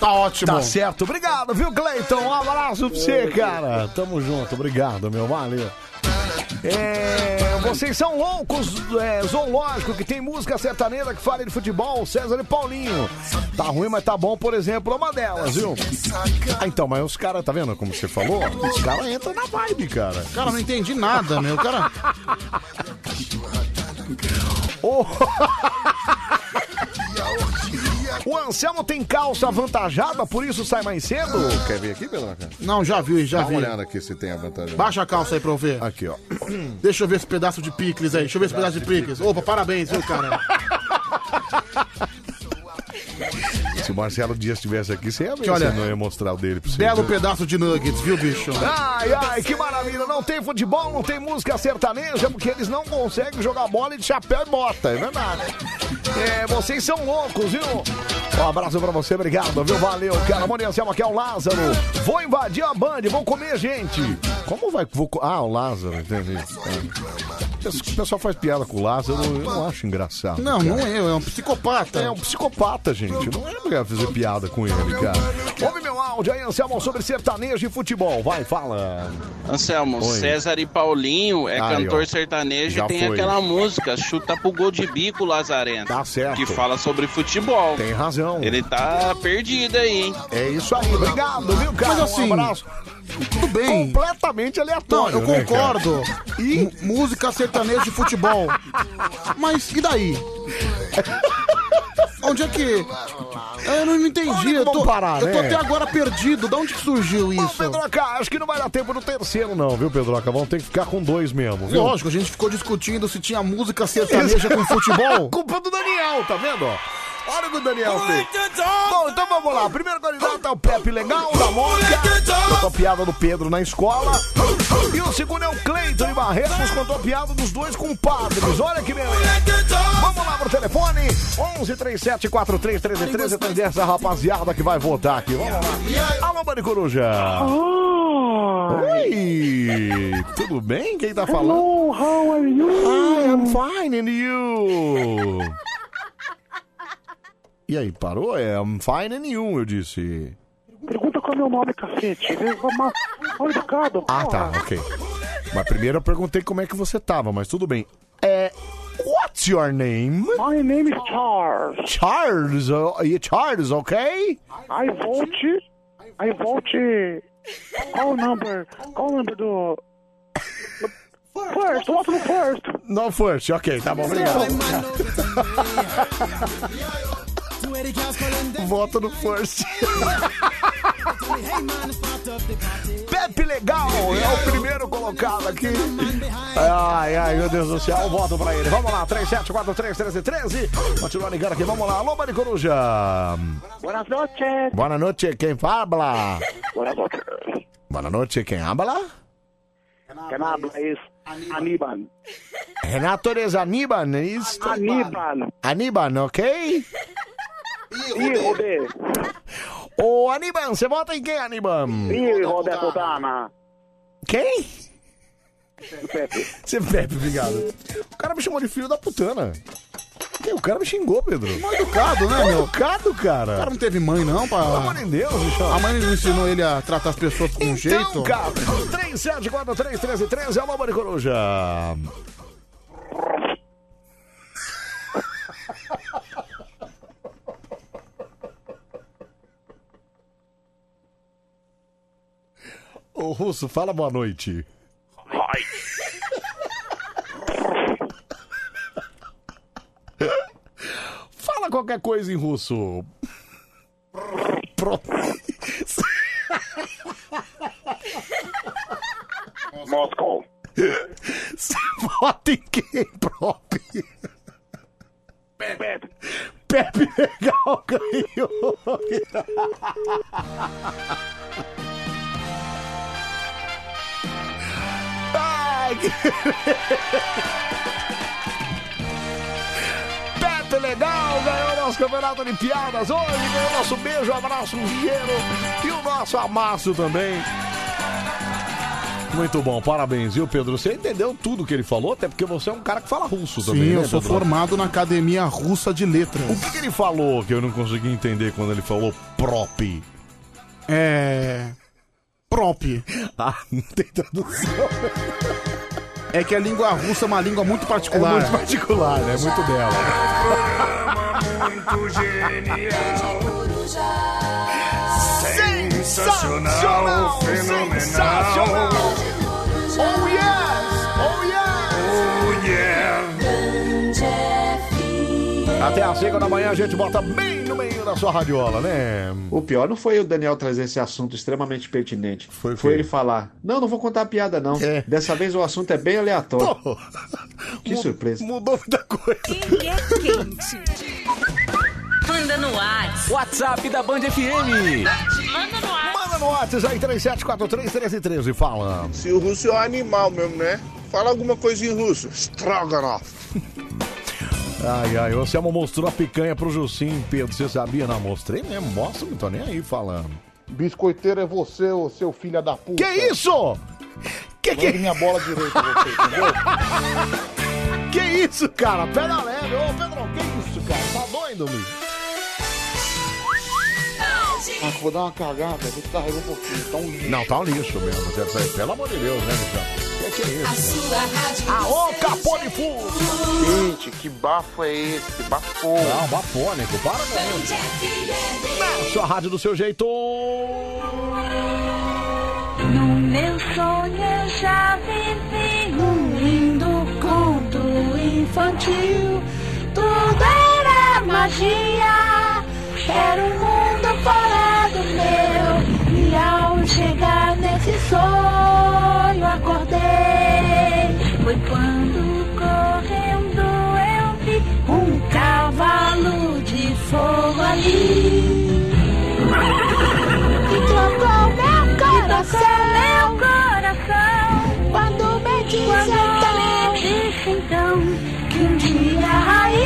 Tá ótimo.
Tá certo, obrigado, viu, Cleiton? Um abraço pra você, cara. Tamo junto, obrigado, meu, valeu. É, vocês são loucos, é, zoológico, que tem música sertaneja que fala de futebol, César e Paulinho. Tá ruim, mas tá bom, por exemplo, é uma delas, viu? Ah, então, mas os caras, tá vendo como você falou? Os caras entram na vibe, cara.
Cara, não entendi nada, meu. Cara.
Ô, O Anselmo tem calça avantajada, por isso sai mais cedo? Quer ver aqui, Pedro?
Não, já vi, já
Dá
vi.
uma olhada aqui se tem avantajada.
Baixa a calça aí pra eu ver.
Aqui, ó.
Deixa eu ver esse pedaço de picles aí. Deixa eu ver esse pedaço de picles. Opa, parabéns, viu, cara?
Se o Marcelo Dias estivesse aqui, você ia ver
Que olha,
se ele não ia mostrar o dele pra você.
Belo pedaço de nuggets, viu, bicho?
Ai, ai, que maravilha. Não tem futebol, não tem música sertaneja, porque eles não conseguem jogar bola de chapéu e bota, é verdade. É, vocês são loucos, viu? Um abraço pra você, obrigado, viu? Valeu, cara. Moni Anselmo, aqui é o Lázaro. Vou invadir a Band, vou comer gente. Como vai? Vou... co- Ah, o Lázaro, entendi. É. O pessoal faz piada com o Lázaro, eu não acho engraçado.
Não,
cara.
não é, é um psicopata.
É um psicopata, gente. Não é pra fazer piada com ele, cara. Ouve meu áudio aí, Anselmo, sobre sertanejo e futebol. Vai, fala.
Anselmo,
Oi.
César e Paulinho é
Aí,
cantor
ó.
sertanejo
Já
e tem
foi.
aquela música Chuta pro gol de bico, Lazarento.
Tá certo.
Que fala sobre futebol.
Tem razão.
Ele tá perdido aí, hein?
É isso aí, obrigado, viu, cara?
Mas assim,
um abraço.
Tudo bem.
Completamente
Não,
aleatório.
eu
né, cara?
concordo. Mu- Música sertaneja de futebol. Mas e daí? Onde é que. É, Eu não entendi. Eu tô,
parar,
eu tô
né?
até agora perdido. De onde que surgiu isso?
Pedroca, acho que não vai dar tempo do terceiro, não, viu, Pedroca? Vamos ter que ficar com dois mesmo, viu?
Lógico, a gente ficou discutindo se tinha música sertaneja com futebol.
Culpa do Daniel, tá vendo? ó? Olha o que o Daniel fez. Bom, então vamos lá. Primeiro candidato é o Pepe Legal, da Mônica.
é
Contou a piada do Pedro na escola. E o segundo é o Cleiton de Barreiros, contou a piada dos dois compadres. Olha que beleza. Vamos lá pro telefone. 11 37 43 33 é tendência, rapaziada que vai votar aqui. Vamos lá. Alô, Bani Coruja.
Oh!
Oi. Tudo bem? Quem tá falando?
Hello, how are you?
I am fine and you. E aí, parou? É, I'm fine and you, eu disse.
Pergunta qual é meu nome, cacete. é Mal educado.
Ah, tá, ok. Mas primeiro eu perguntei como é que você tava, mas tudo bem. É. What's your name?
My name is Charles.
Charles, oh, yeah, Charles, ok?
I vote. I vote. Qual o number? Qual o number do. First, what the first?
Não first, ok, tá bom, obrigado. Vota no first. Pepe Legal é o primeiro colocado aqui. É, Ai, ai, meu Deus do céu, voto pra ele. Vamos lá, 37431313. Continua ligando aqui, vamos lá. Alô, Mari Coruja.
Buenas noches.
Boa noite, quem
Ah.
fala?
Buenas noches.
Boa noite, quem habla?
Quem habla es Aníbal.
Renato Desaniban, isso?
Aníbal.
Aníbal, ok?
Hijo de.
Ô, Aníbal, você vota em quem, Aníbal?
Hijo de putana.
Quem?
Pepe.
Você bebe, obrigado. O cara me chamou de filho da putana. Que, O cara me xingou, Pedro.
Mal educado, né,
Mal
meu?
educado, cara.
O cara não teve mãe, não, pra... Pelo amor
de Deus,
A mãe não ensinou ele a tratar as pessoas com um jeito.
Então, cara, 37431313 é o Lobo de Coruja. Ô, Russo, fala boa noite. Fala qualquer coisa em russo. Pronto.
Moscou.
Você vota em quem, Prop?
Pepe.
Pepe Legal ganhou. Ai, que... Pepe Legal ganhou nosso campeonato de piadas hoje. Ganhou nosso beijo, abraço, um cheiro e o nosso amasso também. Muito bom, parabéns, viu, Pedro? Você entendeu tudo que ele falou, até porque você é um cara que fala russo
Sim,
também. né,
eu sou
Pedro?
formado na Academia Russa de Letras.
O que, que ele falou que eu não consegui entender quando ele falou prop?
É... Prop.
Ah, não tem tradução.
É que a língua russa é uma língua muito particular.
É muito particular, é muito bela.
Muito
Sensacional, sensacional. Oh yes, oh yes.
Oh yeah.
Até às 5 da manhã a gente bota bem no meio da sua radiola, né?
O pior não foi o Daniel trazer esse assunto extremamente pertinente. Foi, ele falar: Não, não vou contar a piada, não. Dessa vez o assunto é bem aleatório. que surpresa.
Mudou muita coisa.
Quem é quente?
Manda no WhatsApp.
WhatsApp da Band FM.
Manda no WhatsApp.
Manda no WhatsApp aí, 37431313, fala.
Se o russo é um animal mesmo, né? Fala alguma coisa em russo. Strogonoff.
Ai, ai, o Anselmo mostrou a picanha pro Jussim, Pedro, você sabia? Não, mostrei mesmo, mostra, não tô nem aí falando.
Biscoiteiro é você, ô seu filho da puta.
Que isso? Que que...
minha bola direita, você, entendeu?
Que isso, cara? Pera leve, ô Pedro, que isso, cara? Tá doido, bicho?
Ah, vou dar uma cagada, vou descarregar um pouquinho. Tá um lixo.
Não, tá um lixo mesmo, Zé, Zé, pelo amor de Deus, né, bichão? Que que é isso? Aô, Capone
Gente, que bafo é esse? Que bafo.
Não, bafônico, para mesmo. Sua rádio do seu jeito.
No meu sonho eu já vivi um lindo conto infantil. Tudo era magia, era um mundo fora do meu. E ao chegar nesse sonho acordei. Foi quando correndo eu vi um cavalo de fogo ali. E é trocou meu coração, meu coração. Quando me disse então, que um dia rainha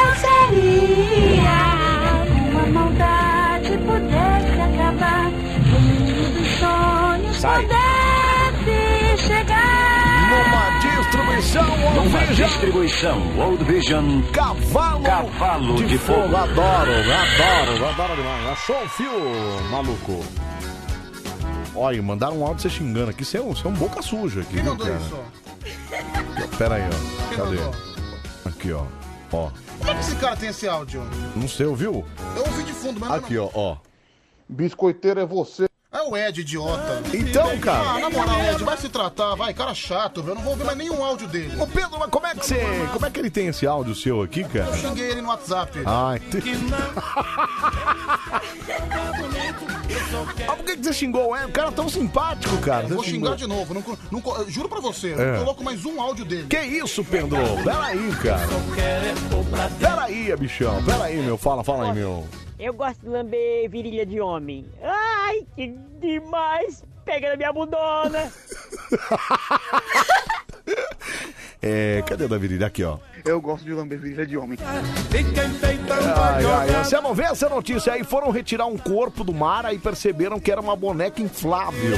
eu seria. Uma maldade pudesse acabar, o mundo dos sonhos
Sai.
pudesse chegar.
Numa distribuição Old Vision.
Distribuição Old Vision.
Cavalo,
Cavalo de, fogo.
Adoro, adoro, adoro demais. Achou o fio, maluco? Olha, mandaram um áudio você xingando aqui. Você é um, você é um boca suja aqui, viu, cara? Pera aí, ó. Cadê? Aqui, ó. Ó.
Como é que esse cara tem esse áudio?
Não sei, ouviu?
Eu ouvi de fundo, mas
Aqui, ó, ó.
Biscoiteiro é você.
É o Ed, idiota.
Então, cara.
Ah, na moral, Ed, vai se tratar, vai. Cara chato, velho. Eu não vou ouvir mais nenhum áudio dele.
Ô, Pedro, mas como é que você. Como é que ele tem esse áudio seu aqui, cara?
Eu xinguei ele no WhatsApp.
Ai, entendi. Ah, por que que você xingou o Ed? O cara é tão simpático, cara. Você
Vou xingar
xingou.
de novo. Não, co- não co- eu juro pra você, eu
É.
não coloco mais um áudio dele.
Que isso, Pedro? Peraí, cara. Peraí, bichão. Peraí, meu. Fala, fala aí, meu.
Eu gosto de lamber virilha de homem. Ai, que demais! Pega na minha bundona!
É, cadê o da virilha? Aqui, ó.
Eu gosto de lamber virilha de homem.
Ai, ai, Anselmo, vê essa notícia aí. Foram retirar um corpo do mar aí perceberam que era uma boneca inflável.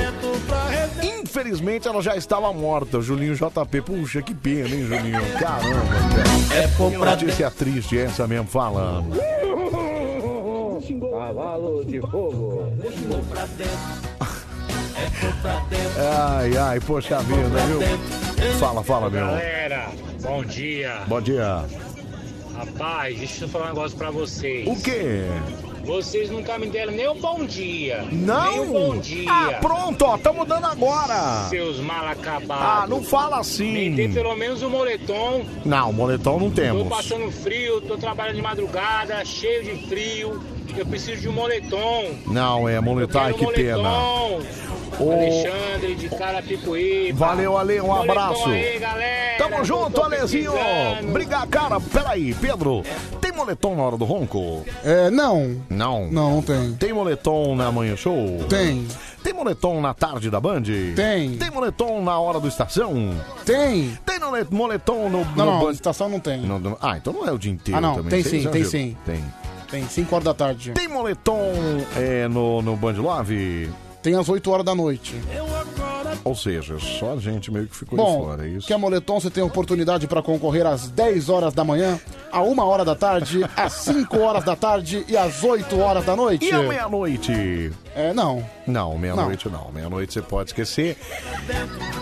Infelizmente, ela já estava morta. Julinho JP. Puxa, que pena, hein, Julinho? Caramba, cara. É que notícia triste essa mesmo, fala.
Cavalo de fogo.
Ai, ai, poxa vida, viu? Fala, fala, meu.
Galera, bom dia.
Bom dia.
Rapaz, deixa eu falar um negócio pra vocês.
O quê?
Vocês nunca me deram nem um bom dia. Nem
Não?
um bom dia.
Ah, pronto, ó, tamo dando agora.
Seus mal acabados.
Ah, não fala assim.
Me dê pelo menos um moletom.
Não, moletom não
Tô
temos.
passando frio, tô trabalhando de madrugada, cheio de frio. Eu preciso de um moletom.
Não, é, moletom, ai,
Quero
que pena.
moletom.
Ô,
Alexandre de Carapicuíba.
Valeu, Ale, um
Moletom
abraço.
aí, galera.
Tamo junto,
Tô
Alezinho.
precisando.
Obrigado, cara. Peraí, Pedro, tem moletom na hora do ronco?
É, não.
Não.
Não, não tem.
Tem moletom na manhã show?
Tem.
Tem moletom na tarde da Band? Tem. Tem moletom na hora do estação?
Tem.
Tem no le- moletom no.
Não,
no
não,
Band?
estação não tem.
No- no- Ah, então não é o dia inteiro
Ah, não,
também.
tem
Você
sim, tem
exagero.
sim.
Tem.
Tem, 5 horas da tarde.
Tem moletom é, no, no Band Love?
Tem às 8 horas da noite.
Ou seja, só a gente meio que ficou de
Bom,
fora, é isso?
quer moletom, você tem oportunidade pra concorrer às 10 horas da manhã, à 1 hora da tarde, às 5 horas da tarde e às 8 horas da noite.
E à meia-noite?
É, não.
Não, meia-noite não. Meia-noite você pode esquecer.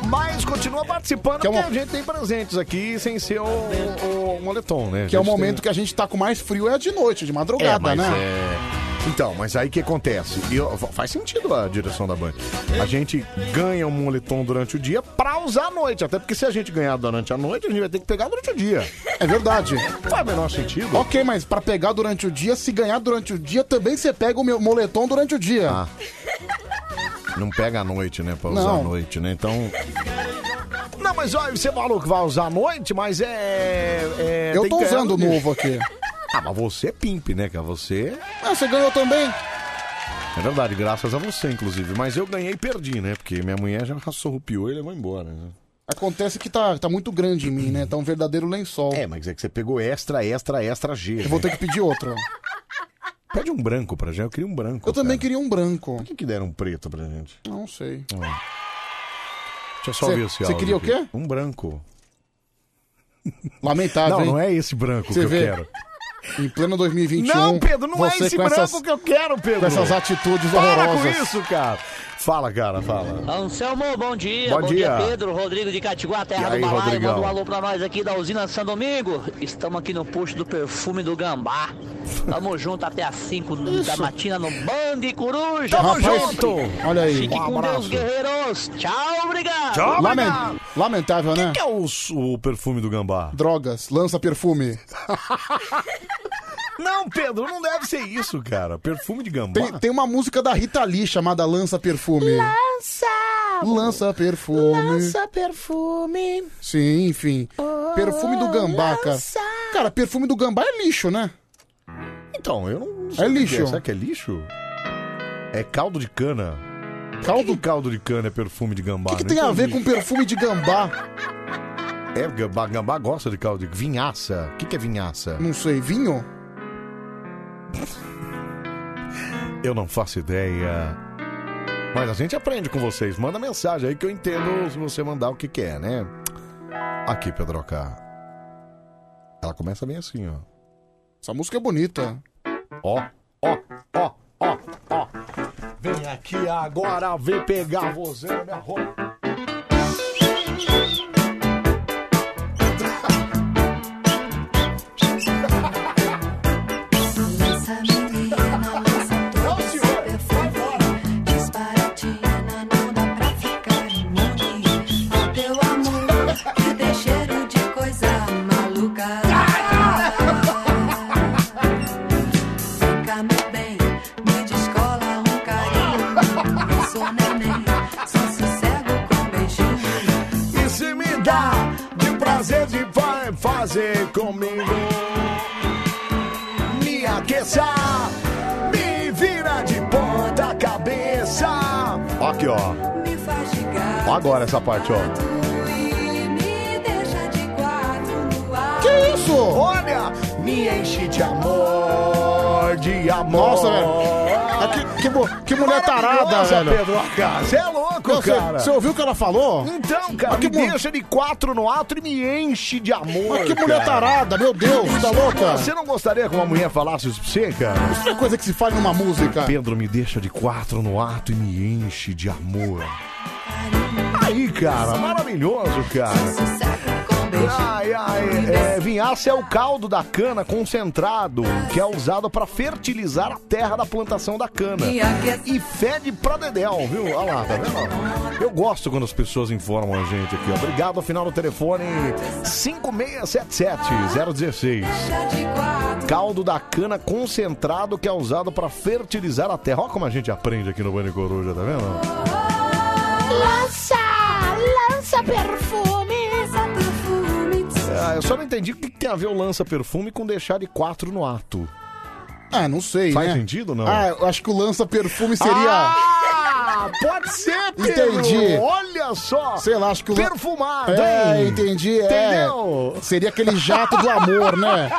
Mas continua participando,
é
porque a gente tem presentes aqui sem ser o, o- o moletom, né?
Que é o
A gente
momento
tem-
que a gente tá com mais frio, é de noite, de madrugada,
é, mas
né?
é- Então, mas aí o que acontece? E, ó, fa- faz sentido a direção da Band. A gente ganha um moletom durante o dia pra usar à noite. Até porque se a gente ganhar durante a noite, a gente vai ter que pegar durante o dia.
É verdade.
Faz o menor sentido.
Ok, mas pra pegar durante o dia, se ganhar durante o dia, também você pega o meu moletom durante o dia.
Ah. Não pega à noite, né? Pra usar
Não.
à noite, né? Então. Não, mas olha, você falou que vai usar à noite, mas é. é,
Eu
tem
tô
que ganhar
usando o
no dia.
novo aqui.
Ah, mas você é pimp, né, cara? Você.
Ah, você ganhou também?
É verdade, graças a você, inclusive. Mas eu ganhei e perdi, né? Porque minha mulher já sorrupiou e levou embora. Né?
Acontece que tá, tá muito grande em mim, né? Tá um verdadeiro lençol.
É, mas é que você pegou extra, extra, extra G. né?
Eu vou ter que pedir outro.
Pede um branco pra gente, eu queria um branco.
Eu também queria um branco.
Por que, que deram um preto pra gente?
Não sei.
Ó. Deixa eu só
Cê-
ver esse
cê
áudio
queria o
aqui.
quê?
Um branco.
Lamentável,
não,
hein?
não é esse branco
Cê
que
vê?
eu quero.
Em pleno 2021.
Não, Pedro, não é
você
esse
com
branco
essas-
que eu quero, Pedro.
Com essas atitudes
Para
horrorosas.
com isso, cara. Fala, cara, fala.
Anselmo, bom dia.
Bom dia.
Pedro. Rodrigo de Catiguá,
E
terra
aí,
do Balaio.
Rodrigão?
Manda um alô pra nós aqui da usina São Domingo. Estamos aqui no posto do perfume do Gambá. Tamo junto até às 5 da
Isso.
matina no Band Coruja.
Tamo
Sempre.
junto. Olha aí.
Fique
Um
com Deus,
abraço.
guerreiros. Tchau, obrigado.
Lamen- Lamentável, né? O que,
é o, perfume do gambá?
Drogas, lança perfume.
Não, Pedro, não deve ser isso, cara. Perfume de gambá.
Tem, tem uma música da Rita Lee chamada Lança Perfume.
Ah,
Lança!
Lança perfume.
Lança perfume.
Sim, enfim. Perfume do gambá, cara. Cara, perfume do gambá é lixo, né?
Então, eu não
É
o que que
lixo.
Será que é lixo? É caldo de cana. Caldo? Que caldo de cana é perfume de gambá? O
que tem a ver com perfume de gambá?
É, gambá, gambá gosta de caldo de vinhaça. O que, que é vinhaça?
Não sei, vinho?
Eu não faço ideia. Mas a gente aprende com vocês. Manda mensagem aí que eu entendo se você mandar o que quer, né? Aqui, Pedroca. Ela começa bem assim, ó.
Essa música é bonita.
Ó, ó, ó, ó, ó. Vem aqui agora, vem pegar você na minha roupa. E se me dá de prazer de fa- fazer comigo Me aqueça, me vira de ponta cabeça Ó Aqui, ó. Ó agora essa parte, ó.
Que isso?
Olha, me enche de amor, de amor.
Nossa, velho. Ah, que, que, mo- que mulher tarada,
Maravilhosa,
velho.
Pedroca. Cê é louco,
Não, cê-
cara.
Você ouviu o que ela falou?
Então, cara,
Mas que
me
mu-
deixa de quatro no ato e me enche de amor.
Mas que mulher tarada, meu Deus, tá louca?
Você não gostaria que uma mulher falasse isso pra você, cara?
Isso não é coisa que se faz numa música.
Pedro me deixa de quatro no ato e me enche de amor. Aí, cara, maravilhoso, cara. Ai, ai, é, vinhaça é o caldo da cana concentrado, que é usado pra fertilizar a terra da plantação da cana. E fede pra dedéu, viu? Olha lá, tá vendo? Eu gosto quando as pessoas informam a gente aqui. ó. Obrigado, ao final do telefone 5677-016. Caldo da cana concentrado que é usado pra fertilizar a terra. Olha como a gente aprende aqui no Bane Coruja, tá vendo?
Lança! Lança perfume! Lança perfume!
Ah, eu só não entendi o que que tem a ver o lança-perfume com deixar de quatro no ato.
Ah, não sei,
Faz
né?
sentido ou não?
Ah, eu acho que o lança perfume seria.
Ah, pode ser, Pedro.
Entendi.
Olha só.
Sei lá, acho que o lan-
Perfumado,
É,
hein?
entendi.
Entendeu?
É. Seria aquele jato do amor, né?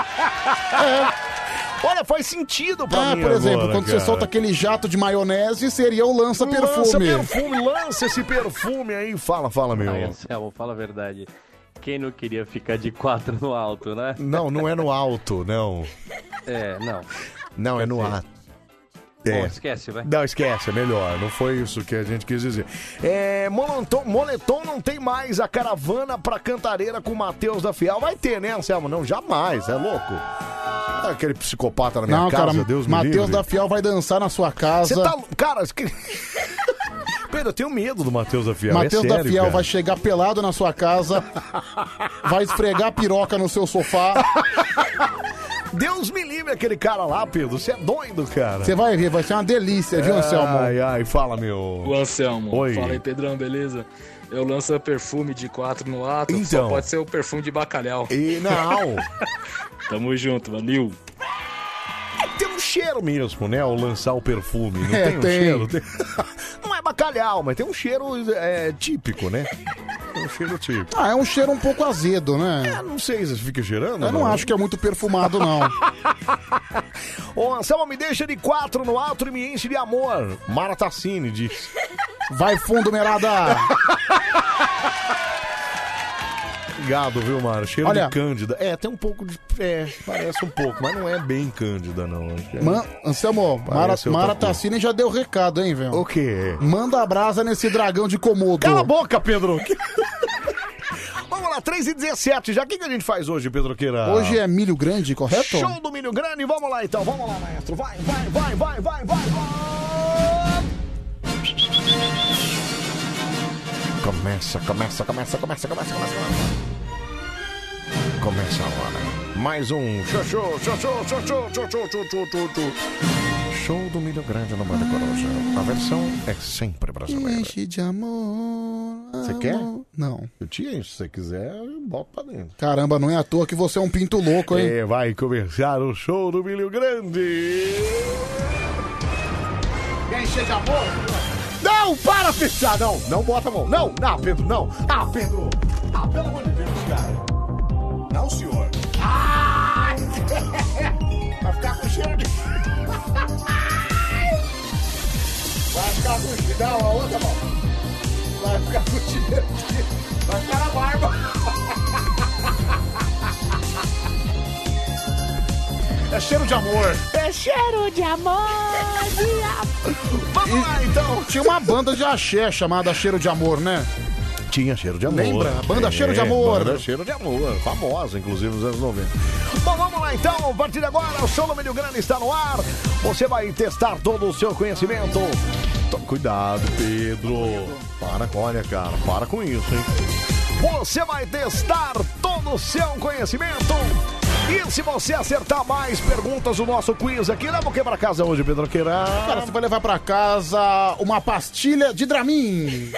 Olha, faz sentido pra
É,
mim né?
por exemplo,
agora,
quando
cara.
você solta aquele jato de maionese, seria o
Lança
lança-perfume.
perfume, lança esse perfume aí. Fala, fala, meu.
Ai, Anselmo, fala a verdade. Quem não queria ficar de quatro no alto, né?
Não, não é no alto, não.
É, não.
Não, é no ato. É.
Bom, esquece, vai.
Não, esquece, é melhor. Não foi isso que a gente quis dizer. É, moletom, moletom não tem mais a caravana pra cantareira com o Matheus da Fial. Vai ter, né, Anselmo? Não, jamais, é louco. É Aquele psicopata na minha
Não,
casa,
cara,
Deus me
Matheus
livre.
da Fiel vai dançar na sua casa.
Você tá. Cara, que... Pedro, eu tenho medo do Matheus da Fiel.
Matheus
é
da
sério,
Fiel
cara.
vai chegar pelado na sua casa, vai esfregar a piroca no seu sofá.
Deus me livre aquele cara lá, Pedro. Você é doido, cara.
Você vai ver, vai ser uma delícia, viu, Anselmo?
Ai, ai, fala, meu.
O Anselmo.
Oi.
Fala aí, Pedrão, beleza? Eu lanço perfume de 4 no ato,
Então.
só pode ser o perfume de bacalhau.
E não.
Tamo junto, valeu.
cheiro mesmo, né? Ao lançar o perfume. Não
É,
tem, um
tem.
cheiro? Tem- Não é bacalhau, mas tem um cheiro é, típico, né? Tem um cheiro típico.
Ah, é um cheiro um pouco azedo, né?
Eu não sei se fica cheirando.
Eu não acho que é muito perfumado, não.
Ô, Anselmo, me deixa de quatro no alto e me enche de amor. Mara Tassini diz.
Vai fundo, merada!
Obrigado, viu, Mara? Cheiro
Olha-
de cândida. É, tem um pouco de... É, parece um pouco, mas não é bem cândida, não. Acho que é-
Man Anselmo, Mara,
Parece outra
Mara
coisa.
Tassini já deu recado, hein, velho?
O quê?
Manda a brasa nesse dragão de Komodo. Cala a
boca, Pedro! Vamos lá, 3 e 17 já. O que, que a gente faz hoje, Pedroqueira?
Hoje é milho grande, correto?
Show do Milho Grande, vamos lá então, vamos lá, maestro. Vai, vai, vai, vai, vai, vai. Começa, começa, começa, começa, começa, começa, começa. Começa agora. Mais um show, show, show, show, show, show, show, show, show, show, show, show. Show do Milho Grande no Banda Coruja. A versão é sempre brasileira.
Enche de amor.
Você quer?
amor. Não.
Eu te encho, se você quiser, eu boto pra dentro.
Caramba, não é à toa que você é um pinto louco, hein?
É, vai começar o show do Milho Grande.
Enche de amor?
Não, para, Pedro! Ah, não, não bota a mão. Não, não, Pedro, não. Ah, Pedro. Ah, pelo amor de Deus, cara. Não, senhor. Ah!
Ai! Vai ficar com cheiro de. Vai ficar com cheiro. Não, a outra mão. Vai ficar com cheiro de. Vai ficar na barba.
É cheiro de amor.
É cheiro de amor, de amor.
Vamos lá, então.
Tinha uma banda de axé chamada Cheiro de Amor, né?
Tinha Cheiro de Amor. É,
Lembra? A Banda Cheiro de Amor.
Banda Cheiro de Amor. Famosa, inclusive, nos anos 90. Bom, vamos lá então. A partir de agora, o show do Milho Grande está no ar. Você vai testar todo o seu conhecimento. Tô- Cuidado, Pedro. Para com, olha, cara, para com isso, hein? Você vai testar todo o seu conhecimento. E se você acertar mais perguntas do nosso quiz aqui, leva o que pra casa hoje, Pedro Queira?
Cara, você vai levar pra casa uma pastilha de Dramin.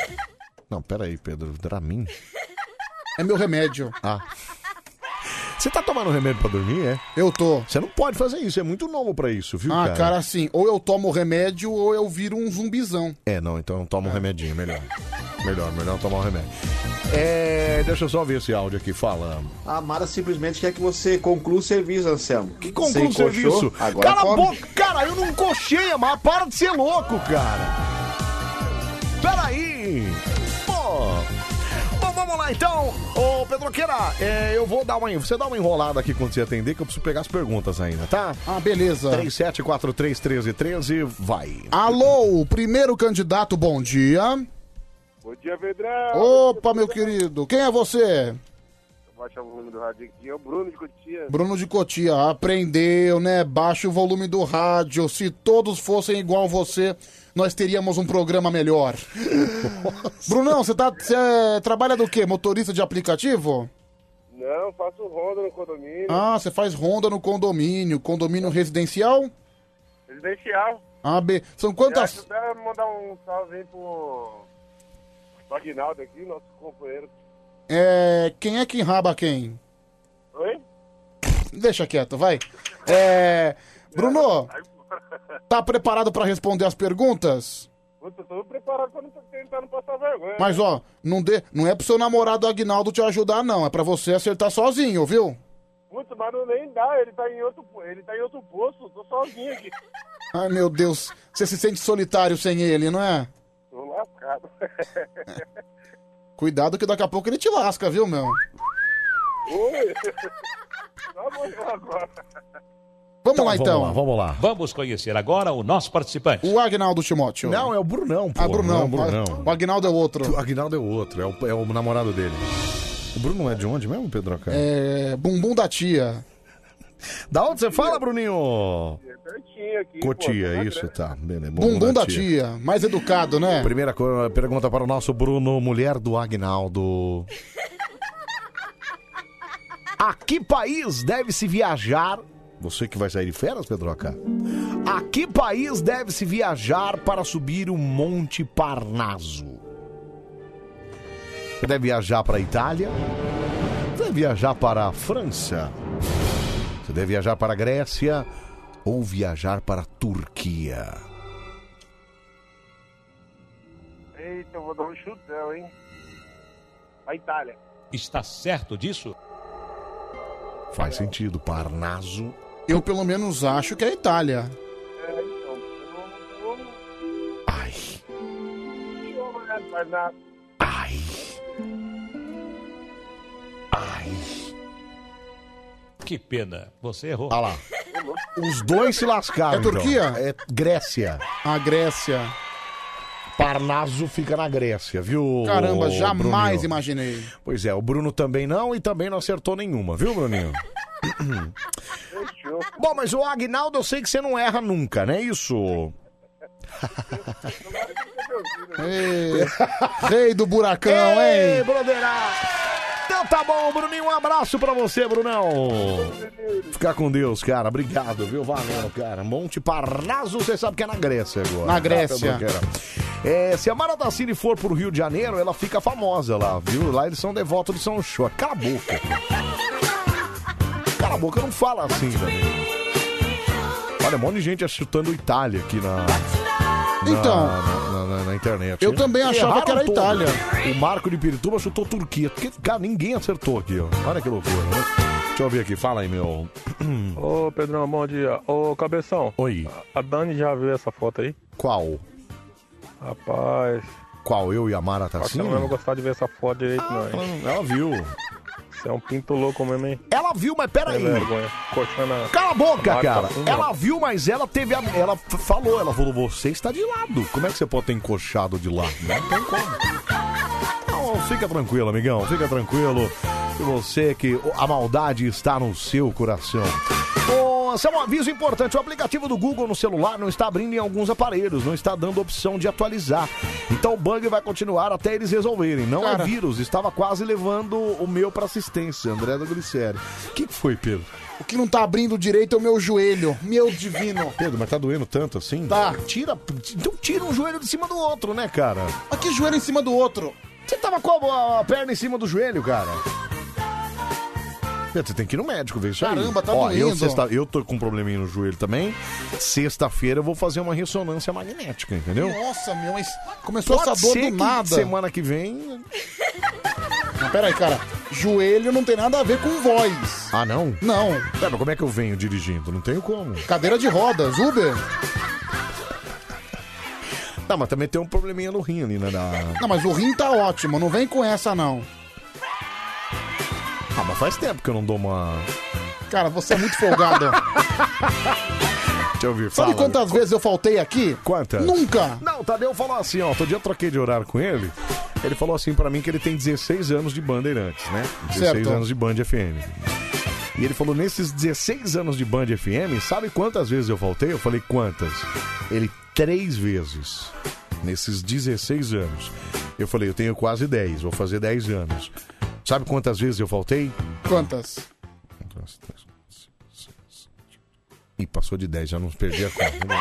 Não, peraí, Pedro. Dramin?
É meu remédio.
Ah. Você tá tomando remédio pra dormir, é?
Eu tô.
Você não pode fazer isso, é muito novo pra isso, viu,
Ah,
cara?
cara, assim, ou eu tomo remédio ou eu viro um zumbizão.
É, não, então toma um remedinho, melhor. Melhor, melhor tomar um remédio. É, deixa eu só ver esse áudio aqui, fala.
A Mara simplesmente quer que você conclua o serviço, Anselmo. Que
Conclua o serviço.
Agora
Cala
come.
a boca, cara, eu não cochei, mas para de ser louco, cara. Peraí. Pô. Bom, vamos lá então. Ô, Pedroqueira, é, eu vou dar uma. en- Você dá uma enrolada aqui quando você atender, que eu preciso pegar as perguntas ainda, tá?
Ah, beleza.
37431313, vai.
Alô, o primeiro candidato, bom dia.
Bom dia,
Ah,
Pedrão.
Opa, meu querido, quem é você?
Baixa o volume do rádio aqui. É o Bruno de Cotia.
Bruno de Cotia, aprendeu, né? Baixa o volume do rádio. Se todos fossem igual você, nós teríamos um programa melhor. Brunão, você tá, você é- trabalha do quê? Motorista de aplicativo?
Não, faço ronda no condomínio.
Ah, você faz ronda no condomínio, condomínio residencial?
Residencial.
Ah, B. São
Já
quantas?
ajudaram a mandar um salve aí pro... pro Aguinaldo aqui, nosso companheiro.
É, quem é que enraba quem?
Oi?
Deixa quieto, vai. É, Bruno, tá preparado pra responder as perguntas?
Putz, eu tô preparado pra não tentar não passar vergonha.
Mas ó, não, dê, não é pro seu namorado Agnaldo te ajudar, não. É pra você acertar sozinho, viu?
Putz, mas não nem dá. Ele tá em outro, po- ele tá em outro posto. Tô sozinho aqui.
Ai, meu Deus. Você se sente solitário sem ele, não é?
Tô lascado.
É.
Cuidado que daqui a pouco ele te lasca, viu, meu?
Oi. Tá bom agora.
Vamos lá, então.
vamos lá.
Vamos conhecer agora o nosso participante.
O Agnaldo Timóteo.
Não, é o Brunão, pô.
Ah, Brunão.
Não, é o Brunão.
O Agnaldo é outro.
O Agnaldo é outro, é o, é o namorado dele. O Bruno é de onde mesmo, Pedro? Cara?
É. Bumbum da tia.
Da onde você fala, Bruninho?
É Pertinho aqui.
Cotia, isso, tá. Beleza,
Bumbum da tia. Mais educado, né?
Primeira co- pergunta para o nosso Bruno, mulher do Agnaldo. A que país deve-se viajar? Você que vai sair de férias, Pedroca? A que país deve-se viajar para subir o Monte Parnaso? Você deve viajar para a Itália? Você deve viajar para a França? Você deve viajar para a Grécia? ou viajar para a Turquia?
Eita, eu vou dar um chutão, hein? A Itália.
Está Tá certo disso?
Faz sentido, Parnaso.
Eu pelo menos acho que é a Itália.
É, então. Eu não. Ai. Mas na...
Que pena, você errou.
Tá
Ah lá. Os dois se lascaram.
É Turquia?
então. É Grécia.
A Grécia.
Parnaso fica na Grécia, viu?
Caramba, jamais
Bruninho?
imaginei.
Pois é, o Bruno também não e também não acertou nenhuma, viu, Bruninho? Bom, mas o Agnaldo eu sei que você não erra nunca, né? Isso.
Ei, rei do buracão,
Ei,
hein?
broderá! Então tá bom, Bruninho, um abraço pra você, Brunão! Ficar com Deus, cara, obrigado, viu? Valeu, cara. Monte Parnaso, você sabe que é na Grécia agora.
Na
tá,
Grécia.
Pedroqueira? É, se a Mara Tassini for pro Rio de Janeiro, ela fica famosa lá, viu? Lá eles são devotos de São João. Cala a boca. Cala a boca, não fala assim, velho. Olha, um monte de gente chutando Itália aqui na... na-
Então.
Na, na- na
É
internet.
Eu também achava
Erraram
que era
todos.
Itália.
O Marco de Pirituba chutou Turquia. Porque, cara, ninguém acertou aqui, ó. Olha que loucura, né? Deixa eu ver aqui. Fala aí, meu.
Ô, Pedrão, bom dia. Ô, Cabeção.
Oi.
A Dani já viu essa foto aí?
Qual?
Rapaz.
Qual? Eu e a Mara
Acho que
Tassini?
ela não vai gostar de ver essa foto direito, não, hein?
Ela viu.
Você é um pinto louco mesmo, hein?
Ela viu, mas peraí.
Sem vergonha. Cortando a... Hum.
Cala a boca,
Mara
cara.
Tassini,
Ela
ó.
viu, mas ela teve a... Ela f- falou, ela falou, você está de lado. Como é que você pode ter encoxado de lado? Não tem como. Não, fica tranquilo, amigão. Fica tranquilo. E você que a maldade está no seu coração. Ô, Esse é um aviso importante. O aplicativo do Google no celular não está abrindo em alguns aparelhos, não está dando opção de atualizar. Então o bug vai continuar até eles resolverem. Não é vírus, estava quase levando o meu para assistência, André da Glicério. O que que foi, Pedro?
O que não tá abrindo direito é o meu joelho. Meu divino.
Pedro, mas tá doendo tanto assim?
Tá.
Tira, então tira um joelho de cima do outro, né, cara?
Mas que joelho em cima do outro?
Você tava com a, a perna em cima do joelho, cara? Pedro, Você tem que ir no médico ver isso aí.
Caramba, tá
Ó, eu,
doendo.
sexta- eu tô com um probleminha no joelho também. Sexta-feira eu vou fazer uma ressonância magnética, entendeu?
Nossa, meu, mas começou
Pode
essa dor
ser
do
que
nada.
semana que vem.
Pera aí, cara. Joelho não tem nada a ver com voz.
Ah, não?
Não.
Pera, mas como é que eu venho dirigindo? Não tenho como.
Cadeira de rodas, Uber.
Tá, mas também tem um probleminha no rim ali, né? na-
Não, mas o rim tá ótimo, não vem com essa não.
Ah, mas faz tempo que eu não dou uma.
Cara, você é muito folgado.
Deixa eu ouvir.
Sabe
fala.
quantas vezes eu faltei aqui?
Quantas?
Nunca.
Não, o Tadeu falou assim, ó. Outro dia eu troquei de horário com ele. Ele falou assim pra mim que ele tem 16 anos de Bandeirantes, né? 16
Certo.
anos de Band FM. E ele falou, nesses 16 anos de Band FM, sabe quantas vezes eu faltei? Eu falei, quantas? Ele, três vezes. Nesses 16 anos. Eu falei, eu tenho quase 10, vou fazer 10 anos. Sabe quantas vezes eu faltei? Um,
Quantas?
E passou de 10, já não perdi a conta. né?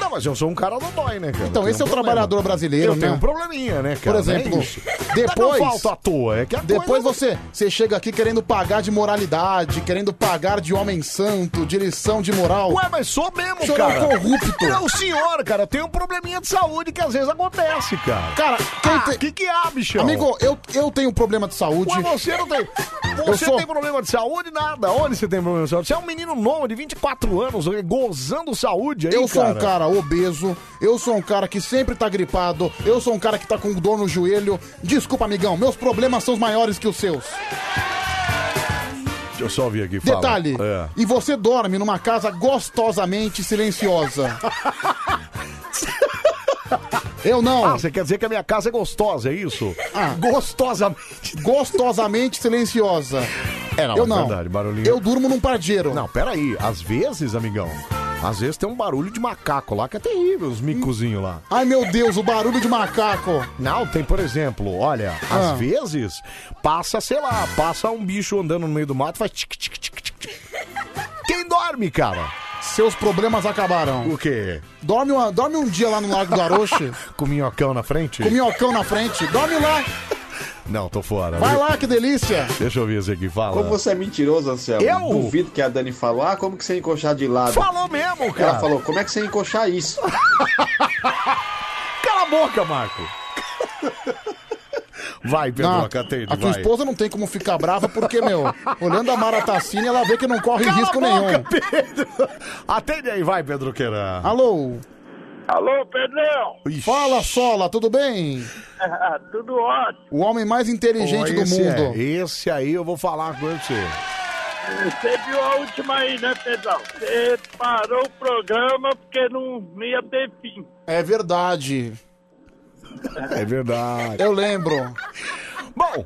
Não, mas eu sou um cara dodói, né, cara?
Então,
Eu
esse é o
tenho um problema.
trabalhador brasileiro,
Eu
né?
tenho um probleminha, né, cara?
Por exemplo,
É isso.
depois.
Não falta à toa, é que a
Depois você, você chega aqui querendo pagar de moralidade, querendo pagar de homem santo, de lição de moral.
Ué, mas sou mesmo,
Você
cara.
é um corrupto.
Não, senhor, cara, tem um probleminha de saúde que às vezes acontece, cara.
Cara, quem
Ah,
tem-
que que há, bichão?
Amigo, eu, eu tenho problema de saúde.
Ué, você não tem.
Eu
Você
sou-
tem problema de saúde? Nada. Onde você tem problema de saúde? Você é um menino novo de 24 anos, gozando saúde aí,
Eu sou
cara.
um cara obeso, eu sou um cara que sempre tá gripado, eu sou um cara que tá com dor no joelho. Desculpa, amigão, meus problemas são os maiores que os seus.
Deixa eu só ouvir aqui, fala.
Detalhe,
É.
e você dorme numa casa gostosamente silenciosa. Eu não.
Ah, você quer dizer que a minha casa é gostosa, é isso?
Ah.
Gostosamente.
Gostosamente silenciosa.
É, não,
eu
é
não.
verdade, barulhinho.
Eu durmo num pardeiro.
Não, peraí. Às vezes, amigão, às vezes tem um barulho de macaco lá que é terrível, os micozinhos lá.
Ai, meu Deus, o barulho de macaco.
Não, tem, por exemplo, olha,
Ah.
às vezes passa, sei lá, passa um bicho andando no meio do mato, faz tic, tic, tic, tic, tic. Quem dorme, cara?
Seus problemas acabaram.
O quê?
Dorme, uma- dorme um dia lá no Lago do Aroche,
Com minhocão na frente?
com o minhocão na frente. Dorme lá.
Não, tô fora.
Vai lá, que delícia!
Deixa eu ver esse aqui, fala.
Como você é mentiroso, Anselmo.
Eu?
Duvido que a Dani falou. Ah, como que você ia encoxar de lado?
Falou mesmo, cara.
Ela falou, como é que você ia encoxar isso?
Cala a boca, Marco. Vai, Pedroca, atende,
a tua
vai.
esposa não tem como ficar brava porque, meu, olhando a Maratacine, ela vê que não corre
Cala a
risco
boca,
nenhum.
Pedro. Atende aí, vai, Pedro Queira.
Alô?
Alô, Pedrão! Ah,
Fala, Sola, tudo bem?
Tudo ótimo.
O homem mais inteligente
Ó,
do
esse é,
mundo.
esse aí eu vou falar com você.
Você viu a última aí, né, Pedrão? Você parou o programa porque não, não ia ter fim.
É verdade.
É verdade.
Eu lembro.
Bom,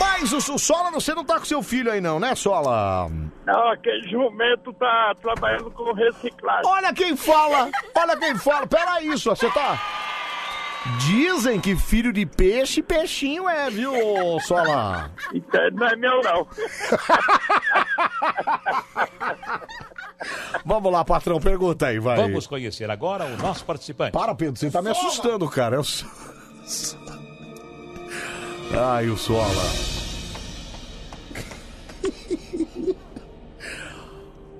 mas o Su- Sola, você não tá com seu filho aí não, né, Sola?
Não, aquele É jumento tá trabalhando com reciclagem.
Olha quem fala! Olha quem fala! Pera aí, só, você tá... Dizem que filho de peixe, peixinho é, viu, ô, Sola?
Então não é meu, não.
Vamos lá, patrão, pergunta aí, vai.
Vamos conhecer agora o nosso participante.
Para, Pedro, você tá me assustando, cara. É o So- Ai, o Sola.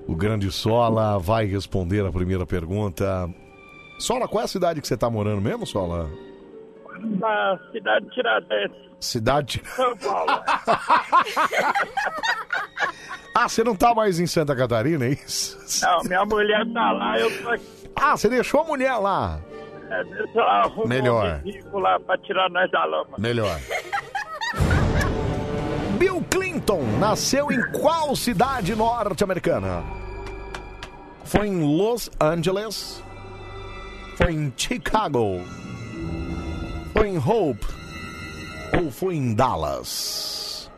O grande Sola vai responder a primeira pergunta. Sola, qual é a cidade que você tá morando mesmo, Sola?
Na cidade de Tiradentes,
Cidade.
São Paulo.
Ah, você não tá mais em Santa Catarina, é isso?
Não, minha mulher tá lá, eu tô aqui.
Ah, você deixou a mulher lá.
É, deixa eu arrumar
Melhor.
um rico lá pra tirar nós da lama.
Melhor. Bill Clinton nasceu em qual cidade norte-americana? Foi em Los Angeles? Foi em Chicago? Foi em Hope? Ou foi em Dallas?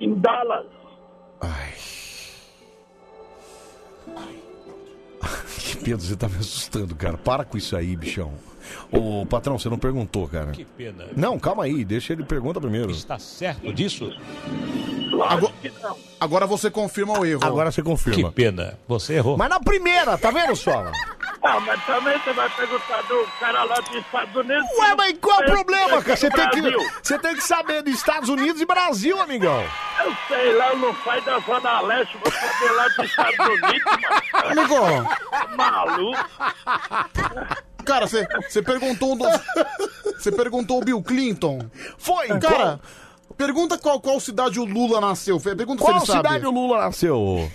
Em Dallas.
Que Pedro, você tá me assustando, cara. Para com isso aí, bichão. Ô, patrão, você não perguntou, cara.
Que pena.
Não, calma aí, deixa ele pergunta primeiro.
Está certo disso?
Agora, agora você confirma o erro.
Agora você confirma.
Que pena, você errou.
Mas na primeira, tá vendo, Sola?
Ah, mas também você vai perguntar do cara lá dos Estados Unidos.
Ué, mas qual é o problema, cara? Você tem, que,
Brasil.
você tem que saber dos Estados Unidos e Brasil, amigão.
Eu sei lá, eu não saio da Zona Leste, vou saber lá dos Estados Unidos, mano.
Amigo,
Maluco.
cara, você você perguntou do- você perguntou o Bill Clinton.
Foi,
cara. Pergunta qual, qual cidade o Lula nasceu. Fê. Pergunta
Qual
se ele
cidade
sabe.
o Lula nasceu?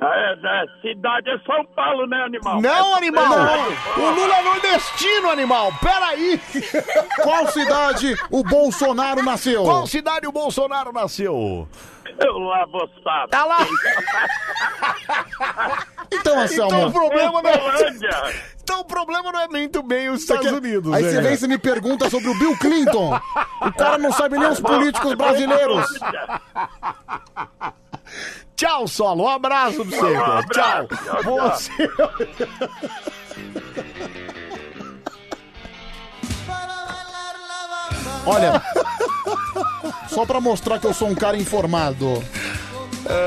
Ah,
É, né, cidade é São Paulo, né, animal?
Não,
É,
animal!
Não.
O Lula é nordestino, animal! Peraí!
Qual cidade o Bolsonaro nasceu?
Qual cidade o Bolsonaro nasceu?
Eu lá vou saber.
Tá lá!
Então, Anselmo.
Então o problema não é...
Uberlândia.
Então o problema não é muito bem os Estados Unidos,
Aí
né,
você vem
cara?
e você me pergunta sobre o Bill Clinton. O cara não sabe nem os políticos brasileiros.
Tchau, Solo. Um abraço pra você,
Um
cara.
abraço.
Tchau.
Tchau,
Você...
Olha, só pra mostrar que eu sou um cara informado.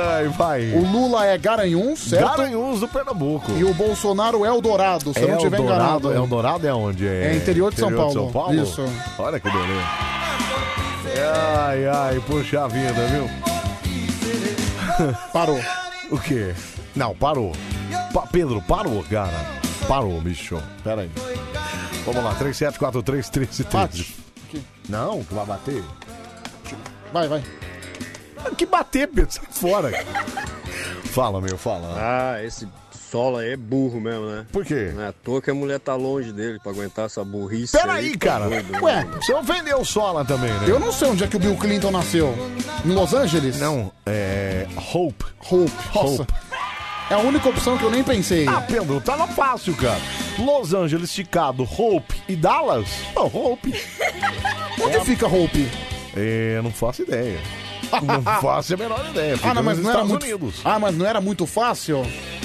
Ai, vai.
O Lula é Garanhuns, certo?
Garanhuns do Pernambuco.
E o Bolsonaro é Eldorado, se eu não tiver enganado.
Eldorado é onde?
É interior de São Paulo.
São Paulo?
Isso.
Olha que beleza. Ai, ai, puxa vida, viu?
Parou.
O quê? Não, parou. Pa- Pedro, parou, cara. Parou, bicho. Pera aí. Vamos lá, 37431313. Não, que vai bater. Ah,
Vai, vai.
Que bater, Pedro, sai fora. Fala, meu, fala.
Ah, esse Sola aí é burro mesmo, né?
Por quê?
Não é à toa que a mulher tá longe dele pra aguentar essa burrice.
Peraí,
aí,
cara.
tá doido, né?
Ué, você ofendeu o Sola também, né?
Eu não sei onde é que o Bill Clinton nasceu. Em Los Angeles?
Não, é. Hope.
Hope. Nossa.
Hope.
É a única opção que eu nem pensei.
Ah, Pedro, tava fácil, cara. Los Angeles, Chicago, Hope e Dallas? Não, Hope.
Onde fica Hope?
É, não faço ideia. Não faço a menor ideia.
Ah,
Fica
não, mas
nos
não era
Estados
muito.
Unidos.
Ah, mas não era muito fácil?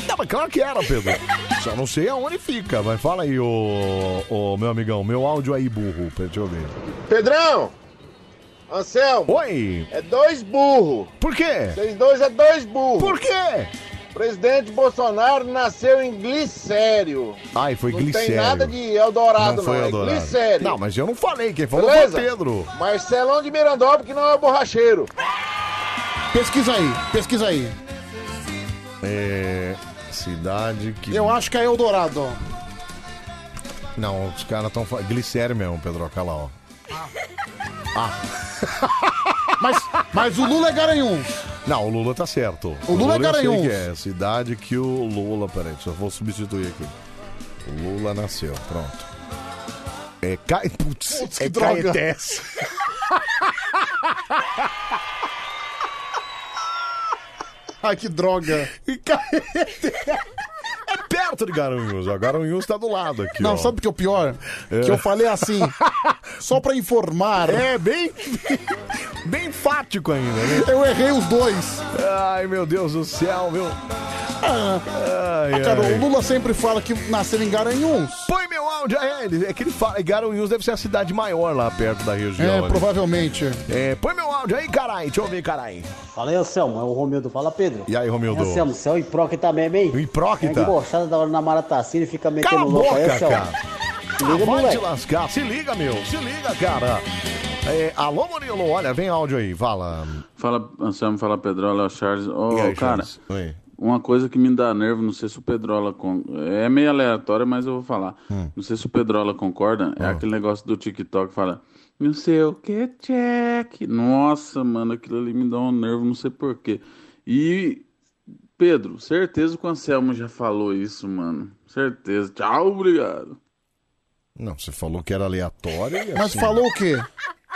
Não, mas claro que era, Pedro. Só não sei aonde fica, mas fala aí, ô, ô, meu amigão. Meu áudio aí, burro. Pedro, Deixa eu ver.
Pedrão! Anselmo!
Oi!
É dois burro!
Por quê?
Vocês dois é dois burro!
Por quê?
Presidente Bolsonaro nasceu em glicério.
Ai, foi
não
glicério.
tem nada de Eldorado, não.
não foi
É
Eldorado.
glicério.
Não, mas eu não falei, quem falou
Beleza?
foi o Pedro.
Marcelão de Mirandópolis, que não é borracheiro.
Pesquisa aí, pesquisa aí.
É. Cidade que.
Eu acho que é Eldorado, ó.
Não, os caras estão falando. Glicério mesmo, Pedro, olha lá, ó. Ah.
Mas, mas o Lula é garanhão.
Não, o Lula tá certo.
O Lula é
eu sei
garanhuns.
que é cidade que o Lula. Peraí, só vou substituir aqui. O Lula nasceu, pronto. É Ca... Putz,
Putz, que
é
droga.
Caetés.
Ai, que droga.
É perto de Garanhuns. ó. Garanhuns tá do lado aqui.
Não,
ó.
sabe o que é o pior?
É.
Que eu falei assim, só pra informar.
É, bem. Bem fático ainda, né?
Eu errei os dois.
Ai, meu Deus do céu, meu. Ai,
cara,
ai.
o Lula sempre fala que nasceu em Garanhuns.
Põe meu áudio. É, ele- é que ele fala. Garanhuns deve ser a cidade maior lá perto da região.
É,
ali.
provavelmente.
É, põe meu áudio aí, carai. Deixa eu ouvir, carai.
Fala aí, Anselmo. É o Romildo. Fala, Pedro.
E aí, Romildo?
É, Anselmo, você é o Hiprócrita mesmo, hein? O
Hiprócrita?
É gostado da hora na Maratacina e fica metendo
Cala a
louco aí,
boca,
Anselmo.
cara.
Se liga,
Ah, vai
moleque.
te é lascar. Se liga, meu. Se liga, cara. É, alô, Murilo. Olha, vem áudio aí. Fala.
Fala, Anselmo, fala Pedrola, é o Charles. Ô,
E aí,
cara,
Charles? Oi.
uma coisa que me dá nervo, não sei se o Pedrola. con- É meio aleatório, mas eu vou falar.
Hum.
Não sei se o Pedrola concorda,
Ah.
é aquele negócio do TikTok que fala. Não sei o que, check. Nossa, mano, aquilo ali me dá um nervo, não sei porquê. E, Pedro, certeza que o Anselmo já falou isso, mano. Certeza. Tchau, obrigado.
Não, você falou que era aleatório. e
Mas
assim-
falou o quê?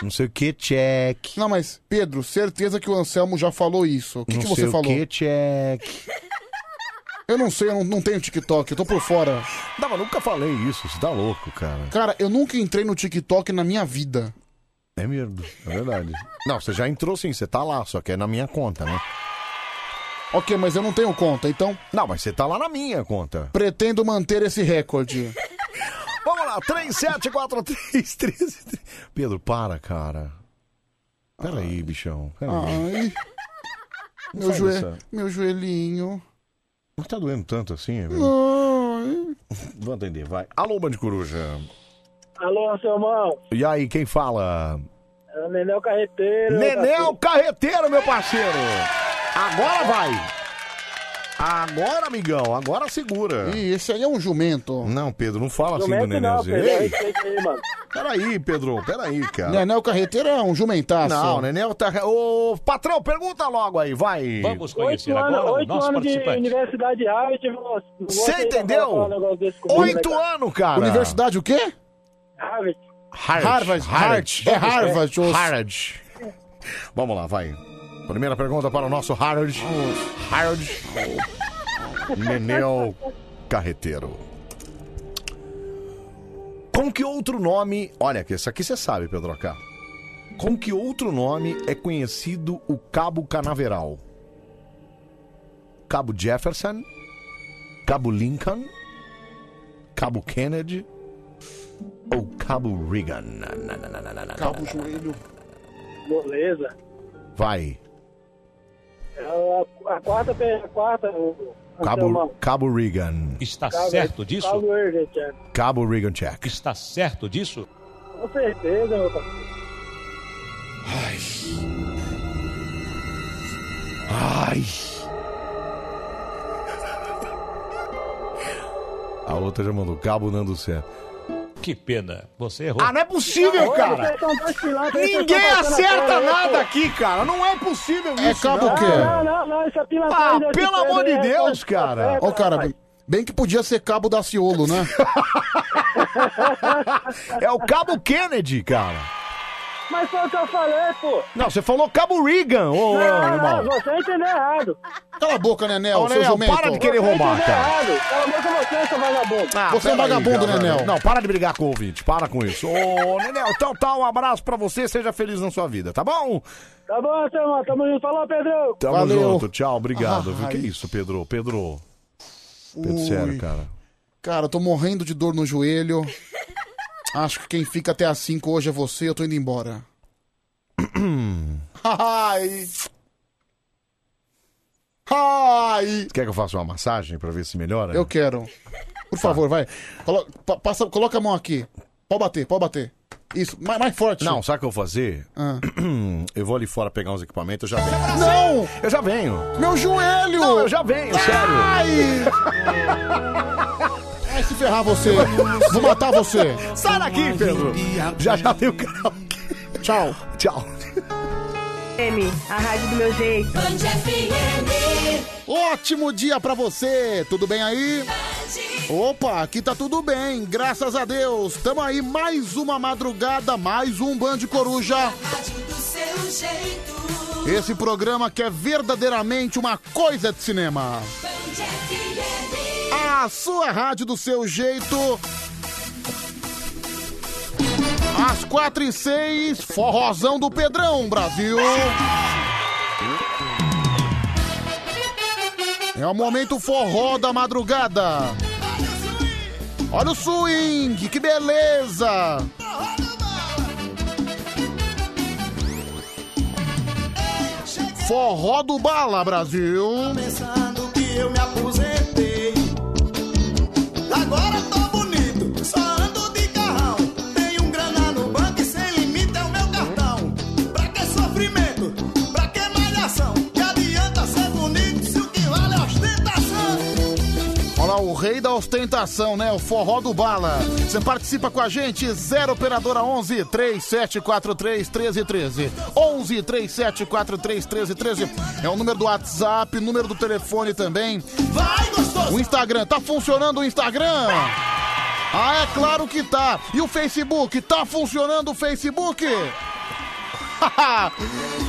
Não sei o que, check.
Não, mas, Pedro, certeza que o Anselmo já falou isso. O que,
Não
que você
sei o
falou?
que, check.
Eu não sei, eu não, não tenho TikTok, eu tô por fora.
Não, mas nunca falei isso, você tá louco, cara.
Cara, eu nunca entrei no TikTok na minha vida.
É mesmo, é verdade. Não, você já entrou sim, você tá lá, só que é na minha conta, né?
Ok, mas eu não tenho conta, então.
Não, mas você tá lá na minha conta.
Pretendo manter esse recorde.
Vamos lá, 374313. Pedro, para, cara. Peraí, bichão. Peraí.
Ai. Meu,
Não faz
joe-
isso.
meu joelhinho.
Não tá doendo tanto assim, é mesmo? Hum.
Ai.
Vou atender, vai. Alô, Band Coruja.
Alô, Anselmão.
E aí, quem fala?
É o Nenel Carreteiro. tá
Nenel Carreteiro, meu parceiro. Agora vai. Agora, amigão, agora segura.
Ih, esse aí é um jumento.
Não, Pedro, não fala assim do
Jumento não,
nenenzinho.
Pedro, é
Ei,
isso aí, mano.
peraí, Pedro, peraí, cara.
Nenel Carreteiro é um jumentaço.
Não, Nenel tá. Ô, patrão, pergunta logo aí, vai.
Oito anos- Oito anos de tá Universidade Arte.
Você entendeu?
um
Oito anos, cara.
Universidade o quê?
Harvard.
Harvard.
Harvard, Harvard. É Harvard, os-
Harvard. Vamos lá, vai. Primeira pergunta para o nosso Harvard. Harvard. Nenel Carreteiro. Com que outro nome. Olha, que essa aqui você sabe, Pedro K. Com que outro nome é conhecido o Cabo Canaveral? Cabo Jefferson? Cabo Lincoln? Cabo Kennedy? Ou Cabo Reagan?
Cabo
joelho.
Beleza.
Vai.
É A, a quarta, pe- a quarta, o o
Cabo,
Anselmão.
Cabo Reagan.
Está
Cabo-
Tá certo disso?
Cabo Verde, cara.
Cabo Reagan check.
Está certo disso?
Com certeza, meu parceiro.
Ai. A outra já mandou Cabo Nando certo.
Que pena, você errou.
Ah, não é possível,
Olha,
cara.
vocês são dois pilantras, vocês
Ninguém
estão passando a
acerta
perna,
nada
pô.
aqui, cara. Não é possível isso.
É cabo
não.
o quê?
Não, não, não, isso é
Ah,
pilantragem.
pelo amor
é
de Deus, cara.
Ó, cara, bem que podia ser Cabo da Ciolo, né?
É o Cabo Kennedy, cara.
Mas foi o que eu falei, pô.
Não, você falou Cabo Reagan, ô, ô,
Não,
irmão.
não, você entendeu errado.
Cala a boca, né? Nenel,
Ô,
seu
Nenel,
jumento.
para de querer roubar,
Entendeu
cara.
errado. Cala a boca você, seu vagabundo.
Ah,
Você é
peraí,
vagabundo,
cara.
Nenel.
Não, para de brigar com o ouvinte, para com isso. Ô, Nenel, então tá, um abraço pra você, seja feliz na sua vida, tá bom?
Tá bom, Anselmo, tamo junto. Falou, Pedrão.
Tamo junto, tchau, obrigado.
Ah,
viu? Que
ai.
isso, Pedro? Pedro, Pedro,
Ui.
sério, cara.
Cara, eu tô morrendo de dor no joelho. Acho que quem fica até as 5 hoje é você, eu tô indo embora. Ai. Ai. Aí.
Quer que eu faça uma massagem pra Tá. ver se melhora?
Eu quero. Por favor, vai. Colo- pa- passa, coloca a mão aqui. Pode bater, pode bater. Isso, mais, mais forte.
Não, sabe o que eu vou fazer?
Ah.
Eu vou ali fora pegar uns equipamentos, eu já venho.
Não!
Eu já venho.
Meu joelho!
Não, eu já venho, sério.
Vai se ferrar você. Vou matar você.
Sai daqui, Pedro. Já já tem o canal.
Tchau.
Tchau.
a rádio do meu jeito.
Ótimo dia pra você. Tudo bem aí? Opa, aqui tá tudo bem, graças a Deus. Tamo aí mais uma madrugada, mais um Band Coruja. Esse programa que é verdadeiramente uma coisa de cinema. A sua rádio do seu jeito. Às quatro e seis, forrozão do Pedrão, Brasil. É o momento forró da madrugada. Olha o swing, que beleza! Forró do Bala, Brasil.
Pensando que eu me aposentei. Agora tô bonito, só ando de carrão. Tenho um grana no banco e sem limite é o meu cartão. Pra que sofrimento? Pra que malhação? Que adianta ser bonito se o que vale é ostentação?
Olha lá, o rei da ostentação, né? O forró do bala. Você participa com a gente, 0 operadora 11 3743 1313. 11 3743 1313. É o número do WhatsApp, número do telefone também. Vai, gostoso! O Instagram, tá funcionando o Instagram? Ah, é claro que tá. E o Facebook, tá funcionando o Facebook?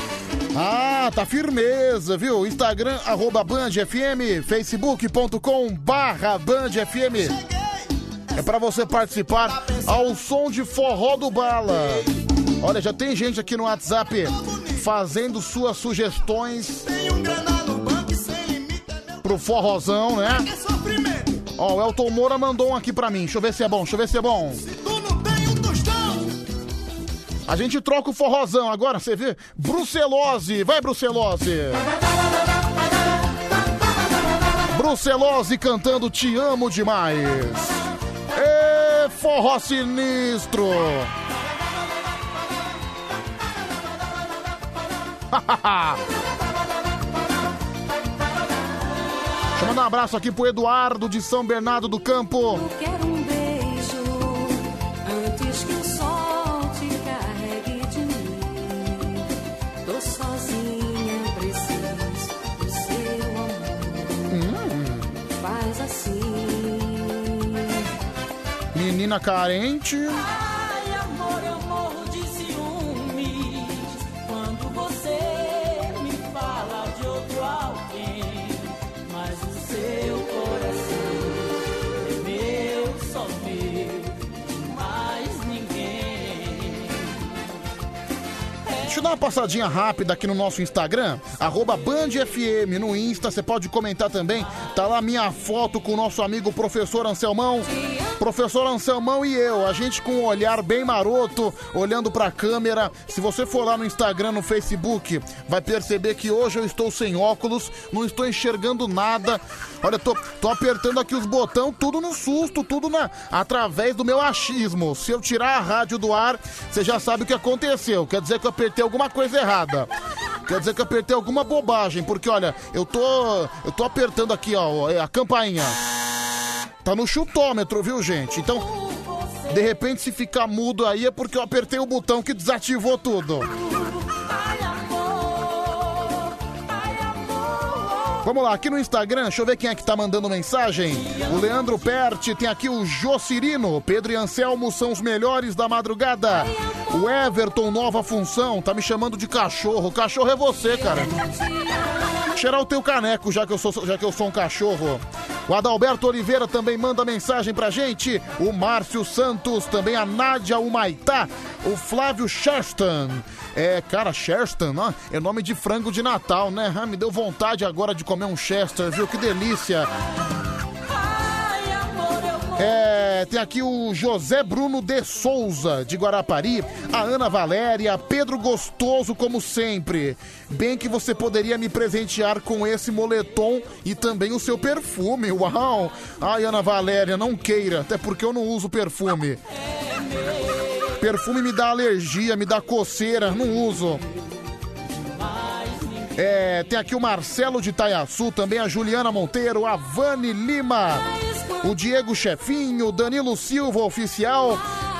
Ah, tá firmeza, viu? Instagram, arroba Band FM, facebook.com barra Band FM. É pra você participar ao som de forró do bala. Olha, já tem gente aqui no WhatsApp fazendo suas sugestões pro forrozão, né? Ó, o Elton Moura mandou um aqui pra mim. Deixa eu ver se é bom, deixa eu ver se é bom. A gente troca o forrozão agora, você vê? Brucelose, vai Brucelose! Brucelose cantando Te Amo Demais! Ê, forró sinistro! Deixa eu mandar um abraço aqui pro Eduardo de São Bernardo do Campo.
Quero um beijo antes que o sol te carregue de mim. Tô sozinha, preciso do seu
Hum,
amor. Faz assim.
Menina carente.
Ai, amor, eu morro de ciúmes quando você me fala de outro alguém. Mas o seu coração é meu, só meu, mais ninguém.
Deixa eu dar uma passadinha rápida aqui no nosso Instagram, arroba BandFM no Insta, você pode comentar também. Tá lá minha foto com o nosso amigo professor Anselmão. Professor Anselmão e eu, a gente com um olhar bem maroto, olhando pra câmera. Se você for lá no Instagram, no Facebook, vai perceber que hoje eu estou sem óculos, não estou enxergando nada. Olha, tô, tô apertando aqui os botão, tudo no susto, tudo na através do meu achismo. Se eu tirar a rádio do ar, você já sabe o que aconteceu. Quer dizer que eu apertei alguma coisa errada. Quer dizer que eu apertei alguma bobagem, porque olha, eu tô eu tô apertando aqui, ó, é, a campainha. Tá no chutômetro, viu, gente? Então, de repente se ficar mudo aí é porque eu apertei o botão que desativou tudo. Vamos lá, aqui no Instagram, deixa eu ver quem é que tá mandando mensagem. O Leandro Perti, tem aqui o Jocirino, Pedro e Anselmo são os melhores da madrugada. O Everton, nova função, tá me chamando de cachorro. Cachorro é você, cara. Cheirar o teu caneco, já que eu sou, já que eu sou um cachorro. O Adalberto Oliveira também manda mensagem pra gente. O Márcio Santos, também a Nádia Humaitá. O Flávio Sherston. É, cara, Sherston, ó, é nome de frango de Natal, né? Ah, me deu vontade agora de comer um Chester, viu? Que delícia.
Ai, amor, eu morro.
É, tem aqui o José Bruno de Souza, de Guarapari, a Ana Valéria, Pedro Gostoso, como sempre. Bem que você poderia me presentear com esse moletom e também o seu perfume. Uau! Ai, Ana Valéria, não queira, até porque eu não uso perfume. Perfume me dá alergia, me dá coceira, não uso. É, tem aqui o Marcelo de Itaiaçu, também a Juliana Monteiro, a Vani Lima, o Diego Chefinho, o Danilo Silva Oficial,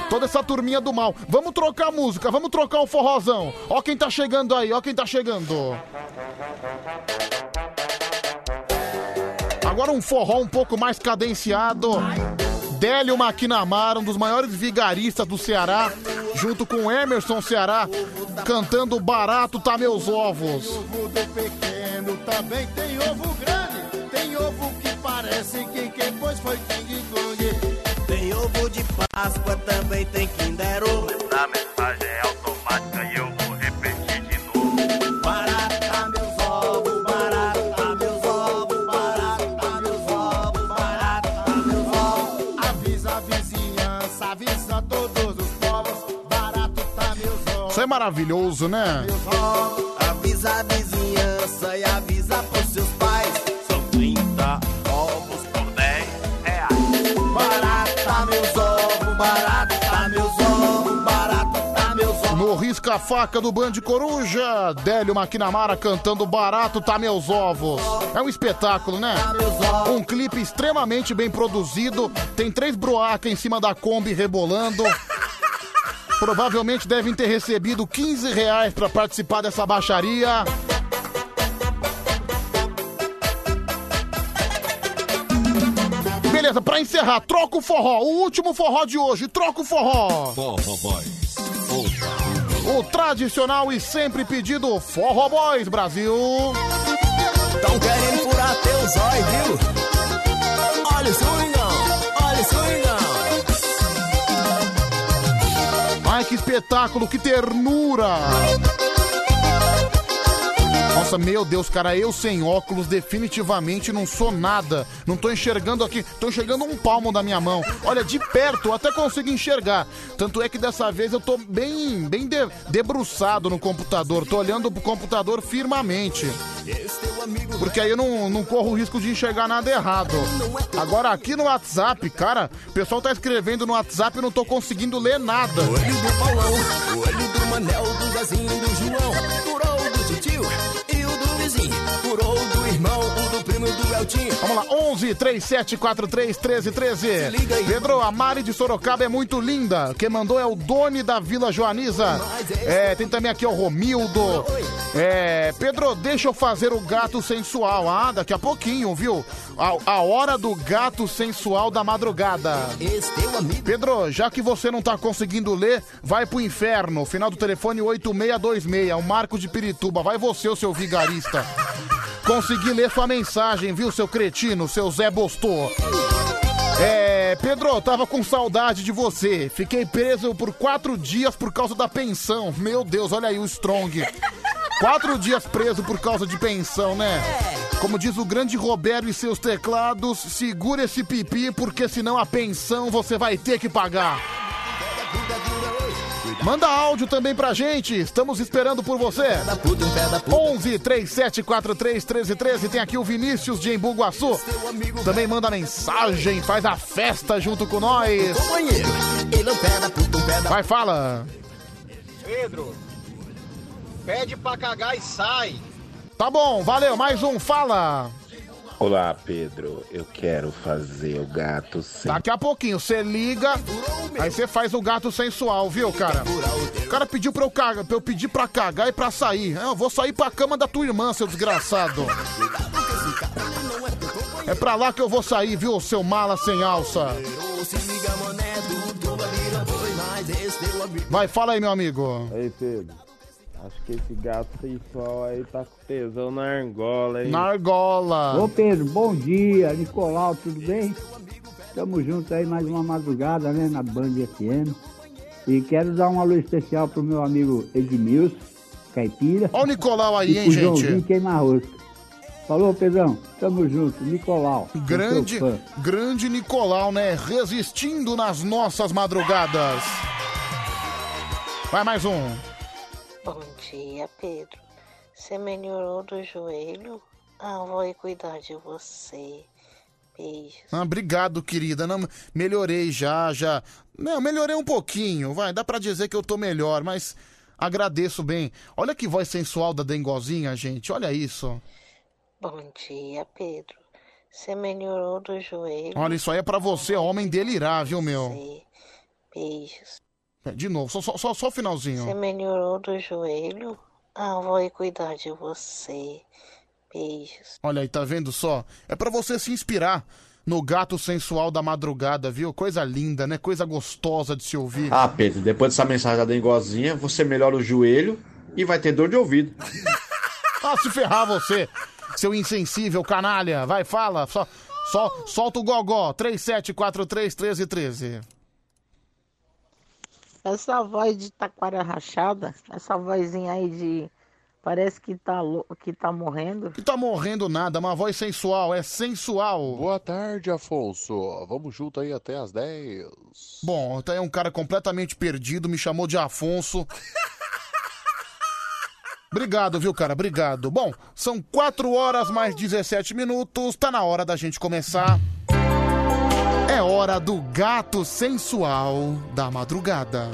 toda essa turminha do mal. Vamos trocar a música, vamos trocar o forrozão. Ó quem tá chegando aí, ó quem tá chegando. Agora um forró um pouco mais cadenciado. Délio Maquinamara, um dos maiores vigaristas do Ceará, junto com Emerson Ceará, cantando Barato Tá Meus Ovos.
ovo do pequeno também tem ovo grande. Tem ovo que parece que quem pôs foi King Kong. Tem ovo de Páscoa, também tem Kinder Ovo. Essa mensagem é automática e eu vou repetir de novo. Barata, meus ovos, barata, meus ovos, barata, meus ovos, barata, meus ovos. Avisa a vizinhança, avisa todos os povos. Barato tá meus ovos.
Isso é maravilhoso, né?
Avisa a vizinhança e avisa pros seus pais. São 30 ovos por 10 reais. Barato tá meus ovos, barato tá meus ovos, barato tá meus ovos.
No Risca a Faca do Band Coruja, Délio Maquinamara cantando Barato Tá Meus Ovos. É um espetáculo, né? Um clipe extremamente bem produzido. Tem três broacas em cima da Kombi rebolando. Provavelmente devem ter recebido 15 reais pra participar dessa baixaria. Beleza, pra encerrar, troca o forró. O último forró de hoje, troca o forró.
Forró Boys.
O tradicional e sempre pedido Forró Boys Brasil.
Tão querendo furar teu zóio, viu? Olha o swingão, olha o swingão.
Ai, que espetáculo, que ternura! Nossa, meu Deus, cara, eu sem óculos definitivamente não sou nada. Não tô enxergando aqui, tô enxergando um palmo da minha mão. Olha, de perto eu até consigo enxergar. Tanto é que dessa vez eu tô bem, bem de- debruçado no computador. Tô olhando pro computador firmamente. Porque aí eu não, não corro o risco de enxergar nada errado. Agora aqui no WhatsApp, cara, o pessoal tá escrevendo no WhatsApp e não tô conseguindo ler nada.
Do Paulão, o olho do Manel, do Zezinho, do João, furou do titio e o do vizinho, furou do irmão, o do primo e do Eltinho.
Vamos lá, 11 3743 1313. Pedro, a Mari de Sorocaba é muito linda. Quem mandou é o Doni da Vila Joaniza. É, tem também aqui o Romildo. É, Pedro, deixa eu fazer o gato sensual. Ah, daqui a pouquinho, viu? A, a hora do gato sensual da madrugada. Pedro, já que você não tá conseguindo ler, vai pro inferno. Final do telefone 8626, o É um Marco de Pirituba. Vai você, o seu vigarista. Consegui ler sua mensagem, viu, seu cretino, seu Zé Bostô. É, Pedro, eu tava com saudade de você. Fiquei preso por quatro dias por causa da pensão. Meu Deus, olha aí o Strong. Quatro dias preso por causa de pensão, né? Como diz o grande Roberto e seus teclados, segura esse pipi, porque senão a pensão você vai ter que pagar. Manda áudio também pra gente, estamos esperando por você. 11 3743 1313, tem aqui o Vinícius de Embu Guaçu. Também manda mensagem, faz a festa junto com nós. Vai, fala.
Pedro, pede pra cagar e sai.
Tá bom, valeu, mais um, fala.
Olá, Pedro. Eu quero fazer o gato sem.
Daqui a pouquinho, você liga, aí você faz o gato sensual, viu, cara? O cara pediu pra eu, cagar, pra eu pedir pra cagar e pra sair. Ah, Eu vou sair pra cama da tua irmã, seu desgraçado. É pra lá que eu vou sair, viu, seu mala sem alça.
Se liga, mané, do tuba vira boi, mas esse teu amigo.
Vai, fala aí, meu amigo.
Aí, Pedro. Acho que esse gato sensual aí tá com tesão na argola, hein?
Na argola.
Ô Pedro, bom dia. Nicolau, tudo bem? Tamo junto aí mais uma madrugada, né, na Band FM. E quero dar um alô especial pro meu amigo Edmilson, caipira.
Ó o Nicolau aí,
e
hein,
pro
gente?
Joãozinho Queima-Rosca.
Falou, Pedrão. Tamo junto. Nicolau.
Grande,
Então, tá.
seu fã.
grande Nicolau, né? Resistindo nas nossas madrugadas. Vai mais um.
Bom dia, Pedro. Você melhorou do joelho? Ah, vou ir cuidar de você. Beijo.
Ah, obrigado, querida. Não, melhorei já, já. Não, melhorei um pouquinho, vai. Dá pra dizer que eu tô melhor, mas agradeço bem. Olha que voz sensual da Dengozinha, gente. Olha isso.
Bom dia, Pedro. Você melhorou do joelho?
Olha, isso aí é pra você, homem delirar, viu, meu? É,
Beijos.
De novo, só, só, só, só o
Você
finalzinho.
melhorou do joelho? Ah, vou ir cuidar de você. Beijos.
Olha aí, tá vendo só? É pra você se inspirar no gato sensual da madrugada, viu? Coisa linda, né? Coisa gostosa de se ouvir.
Ah, Pedro, depois dessa mensagem da dengozinha, você melhora o joelho e vai ter dor de ouvido.
Ah, se ferrar você, seu insensível canalha. Vai, fala. Só, só, solta o gogó. 37431313.
Essa voz de taquara rachada, essa vozinha aí de. Parece que tá, lou- que tá morrendo.
Não tá morrendo nada, uma voz sensual. É sensual.
Boa tarde, Afonso. Vamos junto aí até às 10.
Bom, tá aí um cara completamente perdido, me chamou de Afonso. Obrigado, viu, cara? Obrigado. Bom, são 4 horas mais 17 minutos. Tá na hora da gente começar. É hora do gato sensual da madrugada.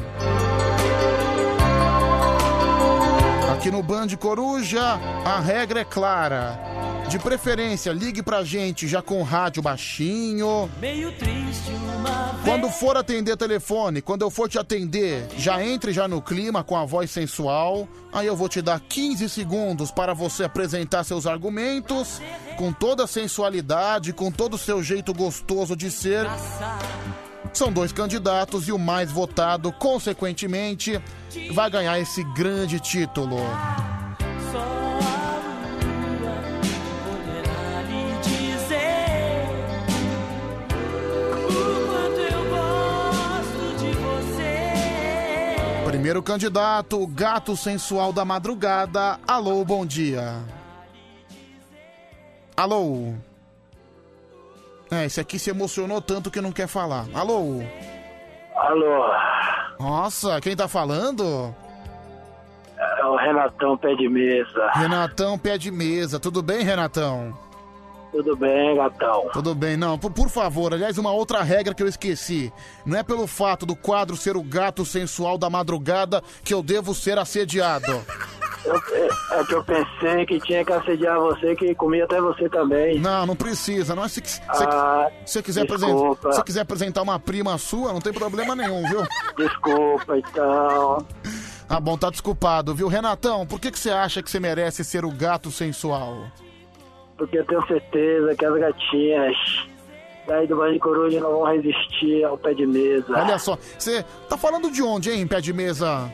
Aqui no Band Coruja, a regra é clara. De preferência, ligue pra gente já com o rádio baixinho.
Meio triste uma
Quando for atender telefone, quando eu for te atender, já entre já no clima com a voz sensual. Aí eu vou te dar 15 segundos para você apresentar seus argumentos com toda a sensualidade, com todo o seu jeito gostoso de ser. São dois candidatos e o mais votado, consequentemente, vai ganhar esse grande título.
Só a lua poderá lhe dizer o quanto eu gosto de você.
Primeiro candidato, o gato sensual da madrugada. Alô, bom dia. Alô. É, esse aqui se emocionou tanto que não quer falar. Alô.
Alô,
Nossa, quem tá falando?
é o Renatão Pé de Mesa.
Renatão pé de mesa. Tudo bem, Renatão?
Tudo bem, gatão?
Tudo bem, não. Por, por favor, aliás, uma outra regra que eu esqueci. Não é pelo fato do quadro ser o gato sensual da madrugada que eu devo ser assediado.
Eu, é, é que eu pensei que tinha que assediar você, que comia até você também.
Não, não precisa. Não é se, se,
Ah,
se, quiser
desculpa.
apresentar, se quiser apresentar uma prima sua, não tem problema nenhum, viu?
Desculpa, então.
Ah, bom, tá desculpado, viu? Renatão, por que, que você acha que você merece ser o gato sensual?
Porque eu tenho certeza que as gatinhas daí do Banho de Coruja não vão resistir ao pé de mesa.
Olha só, você tá falando de onde, hein, pé de mesa?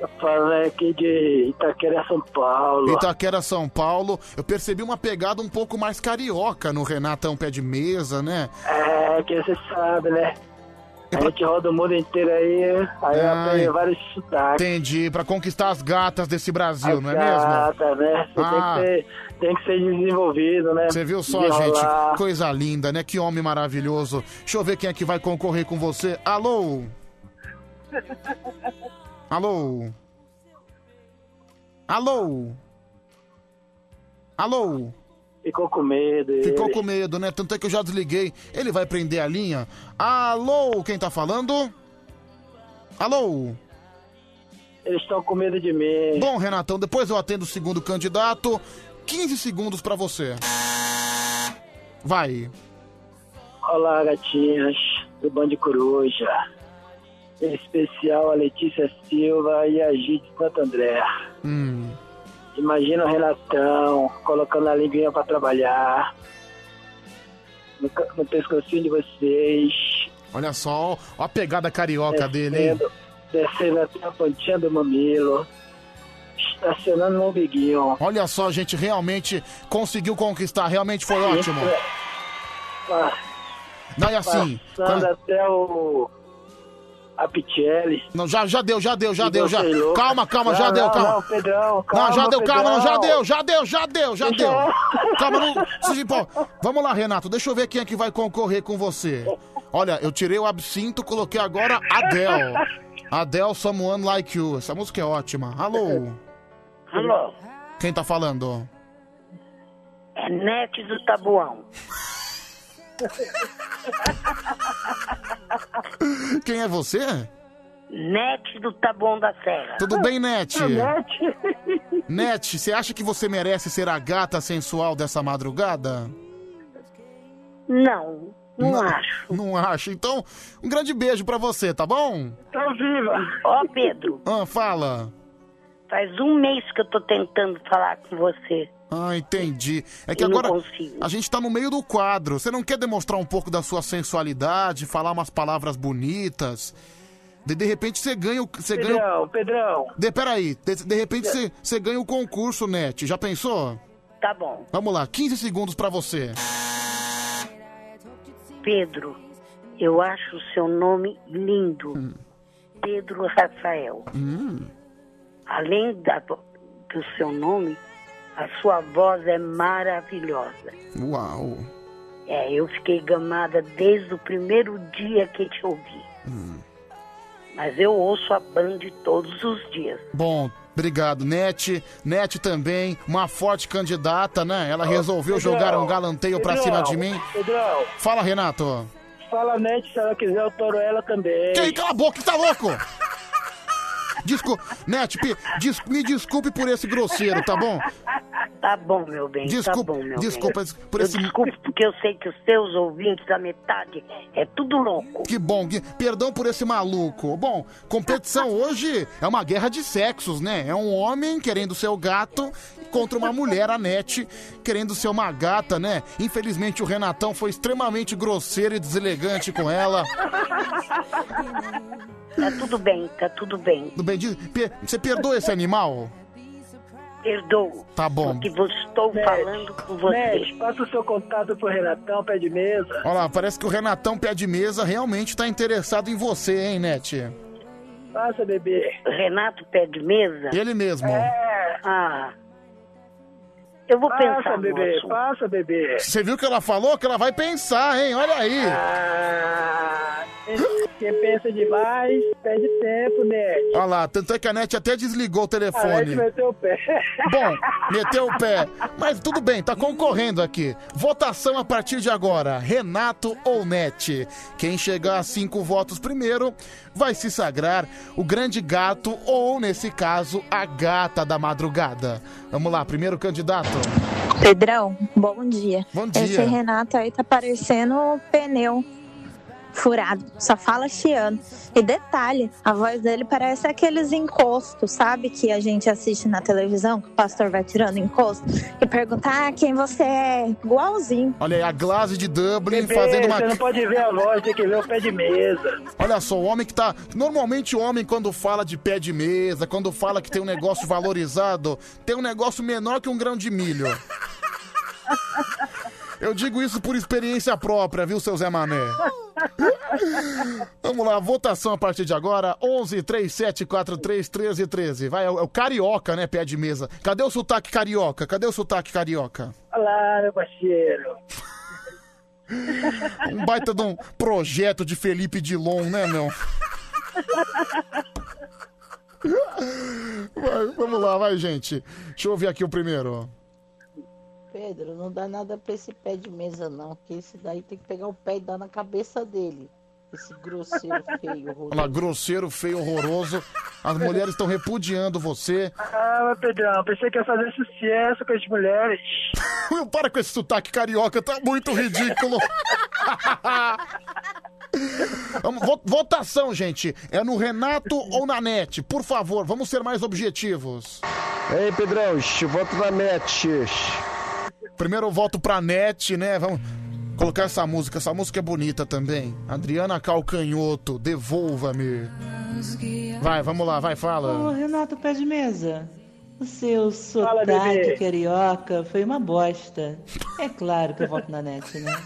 Eu falei aqui de Itaquera, São Paulo.
Itaquera, São Paulo. Eu percebi uma pegada um pouco mais carioca no Renatão Pé de Mesa, né?
É, que você sabe, né? A gente roda o mundo inteiro aí, aí
Ai.
aprende vários sotaques.
Entendi, pra conquistar as gatas desse Brasil, não é mesmo?
Exata, né? Você
Ah.
tem, que ser, tem que ser desenvolvido, né?
Você viu só, gente?
Desenrolar.
Coisa linda, né? Que homem maravilhoso. Deixa eu ver quem é que vai concorrer com você. Alô? Alô? Alô? Alô?
Ficou com medo.
Ficou
ele.
com medo, né? Tanto é que eu já desliguei. Ele vai prender a linha. Alô, quem tá falando? Alô?
Eles estão com medo de mim.
Bom, Renatão, depois eu atendo o segundo candidato. 15 segundos pra você. Vai.
Olá, gatinhas do Band Coruja. Em especial a Letícia Silva e a Gide Santo André.
Hum.
Imagina o Renatão colocando a linguinha pra trabalhar. No, ca- no pescocinho de vocês.
Olha só, ó a pegada carioca
É,
dele, hein?
Descendo- Descendo até a pontinha do mamilo. Estacionando
um
no umbiguinho.
Olha só, gente, realmente conseguiu conquistar. Realmente foi
É
ótimo.
Ah,
Daí assim,
Passando
tá-
até o.
a Pichelli.
Não, já, já deu, já deu, já
E
deu, já.
você, é louco?
Calma, calma, já
Não,
deu,
não,
calma.
não, Pedrão, calma,
Não, já deu, calma, não, já
Pedrão.
deu, já deu, já deu, já
Deixa
deu.
eu-
Calma, não se de pau. Vamos lá, Renato, deixa eu ver quem é que vai concorrer com você. Olha, eu tirei o absinto, coloquei agora Adele. Adele, Someone Like You. Essa música é ótima. Alô?
Alô?
Quem tá falando?
É Nete do Tabuão.
Quem é você?
Nete do Tabuão da Serra.
Tudo bem, Nete?
É Nete.
Net, você acha que você merece ser a gata sensual dessa madrugada?
Não, não, acho.
Não acho. Então, um grande beijo pra você, tá bom?
Tô viva. Ó, Pedro,
Ah, fala.
faz um mês que eu tô tentando falar com você.
Ah, entendi. É que
Eu não
agora a gente tá no meio do quadro. Você não quer demonstrar um pouco da sua sensualidade, falar umas palavras bonitas? De, de repente você ganha o. Você ganha
Pedrão,
o...
Pedrão,
De, peraí, de, de repente você, você ganha o concurso, Net. Já pensou?
tá bom.
Vamos lá, 15 segundos pra você.
Pedro, eu acho o seu nome lindo.
Hum.
Pedro Rafael. Além da, do seu nome, a sua voz é maravilhosa.
Uau.
É, eu fiquei gamada desde o primeiro dia que te ouvi.
Hum.
Mas eu ouço a Band todos os dias.
Bom, obrigado, Net. Net também, uma forte candidata, né? Ela resolveu
Pedrão,
jogar um galanteio pra
Pedrão,
cima de mim.
Pedrão,
Fala, Renato.
fala Nete se ela quiser, eu touro ela também.
Quem cala a boca, que tá louco? Desculpa, Net, pe- des- me desculpe por esse grosseiro, tá bom?
Tá bom, meu bem.
Desculpa,
tá bom, meu
desculpa
bem.
por
Eu
esse-
Desculpe, porque eu sei que os seus ouvintes, da metade, é tudo louco.
Que bom, que- perdão por esse maluco. Bom, competição hoje é uma guerra de sexos, né? É um homem querendo ser o gato contra uma mulher, a Net, querendo ser uma gata, né? Infelizmente o Renatão foi extremamente grosseiro e deselegante com ela.
Tá tudo bem, tá tudo bem.
Tudo bem, diz- pe- você perdoa esse animal?
Perdoo.
Tá bom.
Porque vou- estou falando com você.
Nete, passa o seu contato pro Renatão, pé de mesa.
Olha lá, parece que o Renatão pé de mesa realmente tá interessado em você, hein, Net?
Passa, bebê. Renato pé de mesa?
Ele mesmo.
Ah. Eu vou
Passa,
pensar no
bebê,
assunto.
passa, bebê.
Você viu o que ela falou? Que ela vai pensar, hein? Olha aí.
Ah. Quem pensa demais, perde tempo, Nete.
Olha lá, tanto é que a Net até desligou o
A Nete
telefone.
meteu o pé.
Bom, meteu o pé. Mas tudo bem, tá concorrendo aqui. Votação a partir de agora: Renato ou Net? Quem chegar a cinco votos primeiro vai se sagrar o grande gato, ou nesse caso, a gata da madrugada. Vamos lá, primeiro candidato.
Pedrão, bom dia.
Bom dia.
Esse Renato aí tá parecendo pneu furado, só fala chiando. E detalhe, a voz dele parece aqueles encostos, sabe? Que a gente assiste na televisão, que o pastor vai tirando encosto e pergunta, ah, quem você é? Igualzinho.
Olha aí, a Glaze de Dublin
Bebê,
fazendo uma.
Você não pode ver a voz, tem que ver o pé de mesa.
Olha só, o homem que tá. Normalmente o homem, quando fala de pé de mesa, quando fala que tem um negócio valorizado, tem um negócio menor que um grão de milho. Eu digo isso por experiência própria, viu, seu Zé Mané? Vamos lá, votação a partir de agora. 11 37 43 13 13. Vai, é o é o carioca, né, pé de mesa. Cadê o sotaque carioca? Cadê o sotaque carioca?
Olá, meu parceiro.
Um baita de um projeto de Felipe Dilon, né, meu? Vai, vamos lá, vai, gente. Deixa eu ouvir aqui o primeiro.
Pedro, não dá nada pra esse pé de mesa, não. Que esse daí tem que pegar o pé e dar na cabeça dele. Esse grosseiro feio,
Olha lá,
horroroso.
grosseiro, feio, horroroso. As mulheres estão repudiando você.
Ah, mas Pedrão, pensei que ia fazer sucesso com as mulheres.
Para com esse sotaque carioca, tá muito ridículo. Vamos, vo- votação, gente. É no Renato ou na NET? Por favor, vamos ser mais objetivos.
Ei, Pedrão, voto na NET.
Primeiro eu voto pra NET, né? Vamos colocar essa música. Essa música é bonita também. Adriana Calcanhoto, devolva-me. Vai, vamos lá, vai,
Ô,
fala.
Renato Pé de Mesa, o seu
Fala, bebê.
sotaque carioca foi uma bosta. É claro que eu voto na net, né?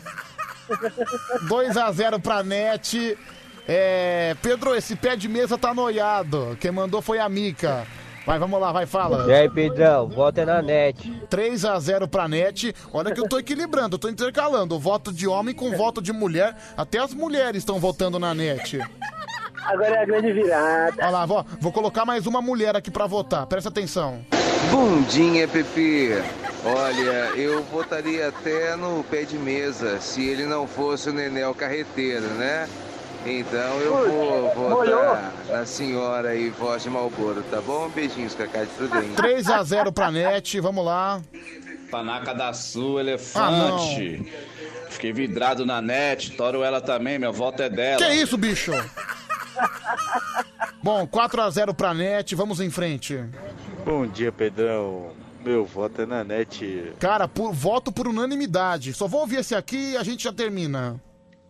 2 a 0 pra NET. É, Pedro, esse pé de mesa tá noiado. Quem mandou foi a Mica. Vai, vamos lá, vai, fala.
E aí, Pedrão, volta na net.
3 a 0 pra net. Olha que eu tô equilibrando, eu tô intercalando. O voto de homem com o voto de mulher. Até as mulheres estão votando na net.
Agora é a grande virada.
Olha lá, vó, vou colocar mais uma mulher aqui pra votar. Presta atenção.
Bundinha, Pepe. Olha, eu votaria até no pé de mesa, se ele não fosse o Nenel Carreteiro, né? Então eu vou votar na senhora aí, voz de Malboro, tá bom? Beijinhos, Cacá de Prudente.
3 a 0 pra net, vamos lá.
Panaca da Sul,
Ah,
elefante. Fiquei vidrado na net, toro ela também, meu voto é dela.
Que isso, bicho? Bom, 4 a 0 pra net, vamos em frente.
Bom dia, Pedrão. Meu voto é na net.
Cara, por- voto por unanimidade. Só vou ouvir esse aqui e a gente já termina.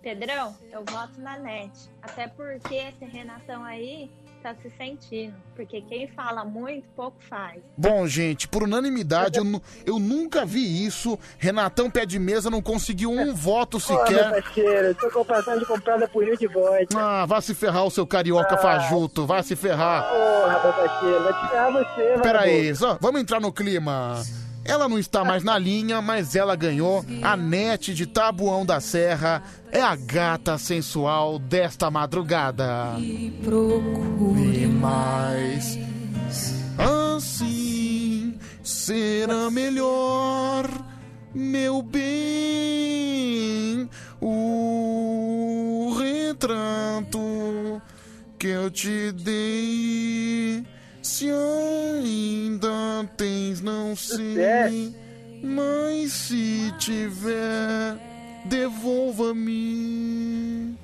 Pedrão, eu voto na net. Até porque esse Renatão aí tá se sentindo. Porque quem fala muito, pouco faz.
Bom, gente, por unanimidade, eu, nu- eu nunca vi isso. Renatão pé de mesa não conseguiu um voto
meu
sequer.
parceiro, tô com passagem comprada é por Rio de Voz.
Ah, vá se ferrar o seu
Ah.
carioca fajuto, vá se ferrar.
Porra, meu parceiro, vai te ferrar você, mano.
Pera aí, só, vamos entrar no clima. Ela não está mais na linha, mas ela ganhou. A net de Tabuão da Serra é a gata sensual desta madrugada. Procure mais. Assim será melhor, meu bem. O retrato que eu te dei. Se ainda tens, não sei. Mas se tiver, devolva-me.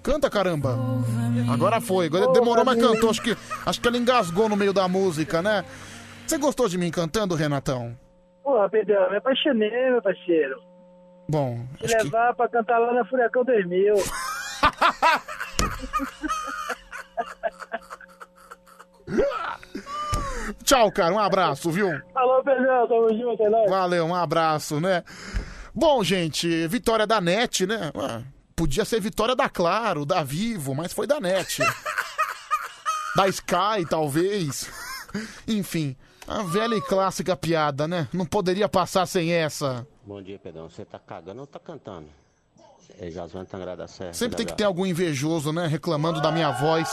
Canta, caramba. Agora foi. Agora demorou, mas cantou. Acho que, acho que ela engasgou no meio da música, né? Você gostou de mim cantando, Renatão?
Porra, Pedrão, me apaixonei, meu parceiro.
Bom,
Te levar pra cantar lá na Furacão 2000.
Tchau, cara. Um abraço, viu?
Falou, Pedrão, tamo junto, é nóis.
Valeu, um abraço, né? Bom, gente, vitória da NET, né? Ué, podia ser vitória da Claro, da Vivo, mas foi da NET. da Sky, talvez. Enfim, a velha e clássica piada, né? Não poderia passar sem essa.
Bom dia, Pedrão. Você tá cagando ou tá cantando? É Jasmine Tangra da Serra.
Sempre tem que ter algum invejoso, né? Reclamando da minha voz.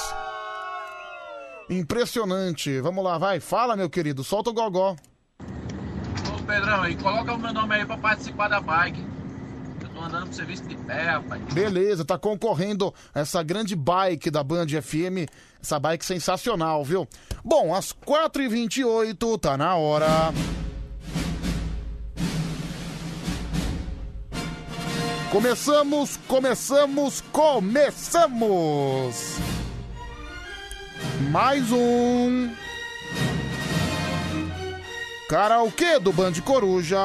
Impressionante. Vamos lá, vai. Fala, meu querido. Solta o gogó.
Ô Pedrão, e coloca o meu nome aí pra participar da bike. Eu tô andando pro serviço de pé, rapaz.
Beleza, tá concorrendo essa grande bike da Band FM. Essa bike sensacional, viu? Bom, às 4h28, tá na hora. Começamos, começamos, começamos! Mais um. Karaokê do Band Coruja.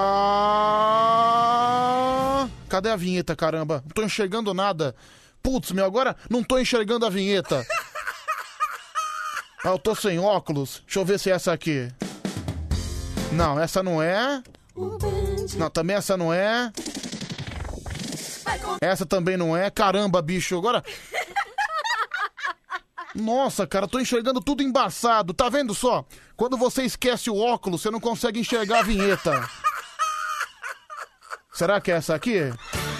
Cadê a vinheta, caramba? Não tô enxergando nada. Putz, meu, agora não tô enxergando a vinheta. Ah, eu tô sem óculos. Deixa eu ver se é essa aqui. Não, essa não é. Não, também essa não é. Essa também não é. Caramba, bicho, agora. Nossa, cara, tô enxergando tudo embaçado. Tá vendo só? Quando você esquece o óculos, você não consegue enxergar a vinheta. Será que é essa aqui?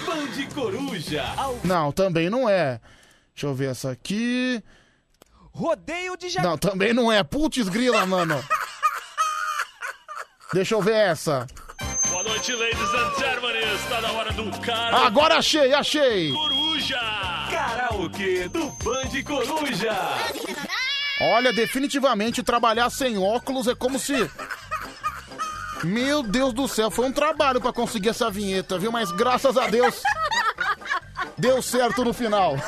Band Coruja. Ao...
Não, também não é. Deixa eu ver essa aqui.
Rodeio de
Não, também não é. Putz grila, mano. Deixa eu ver essa.
Boa noite, ladies and gentlemen. Está na hora do cara.
Agora achei, achei.
Coruja. Karaokê do Band Coruja.
Olha, definitivamente trabalhar sem óculos é como se. Meu Deus do céu, foi um trabalho pra conseguir essa vinheta, viu? Mas graças a Deus. Deu certo no final.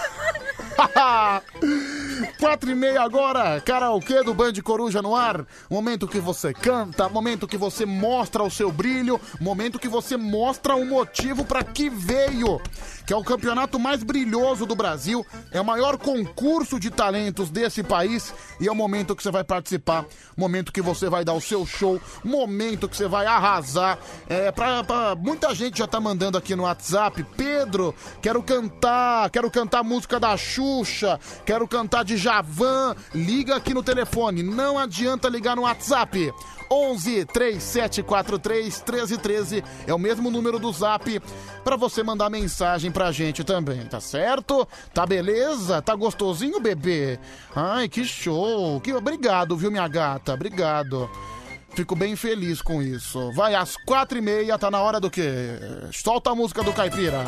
Quatro e meia agora, karaokê do Band Coruja no ar. Momento que você canta, momento que você mostra o seu brilho, momento que você mostra o motivo pra que veio. Que é o campeonato mais brilhoso do Brasil, é o maior concurso de talentos desse país e é o momento que você vai participar, momento que você vai dar o seu show, momento que você vai arrasar. É, pra, pra- muita gente já tá mandando aqui no WhatsApp, Pedro, quero cantar, Ah, quero cantar música da Xuxa, quero cantar de Javan. Liga aqui no telefone, não adianta ligar no WhatsApp. 11 3743 1313 é o mesmo número do Zap pra você mandar mensagem pra gente também, tá certo? Tá beleza? Tá gostosinho, bebê? Ai, que show. Que obrigado, viu, minha gata? Obrigado. Fico bem feliz com isso. Vai, às quatro e meia, tá na hora do quê? Solta a música do Caipira.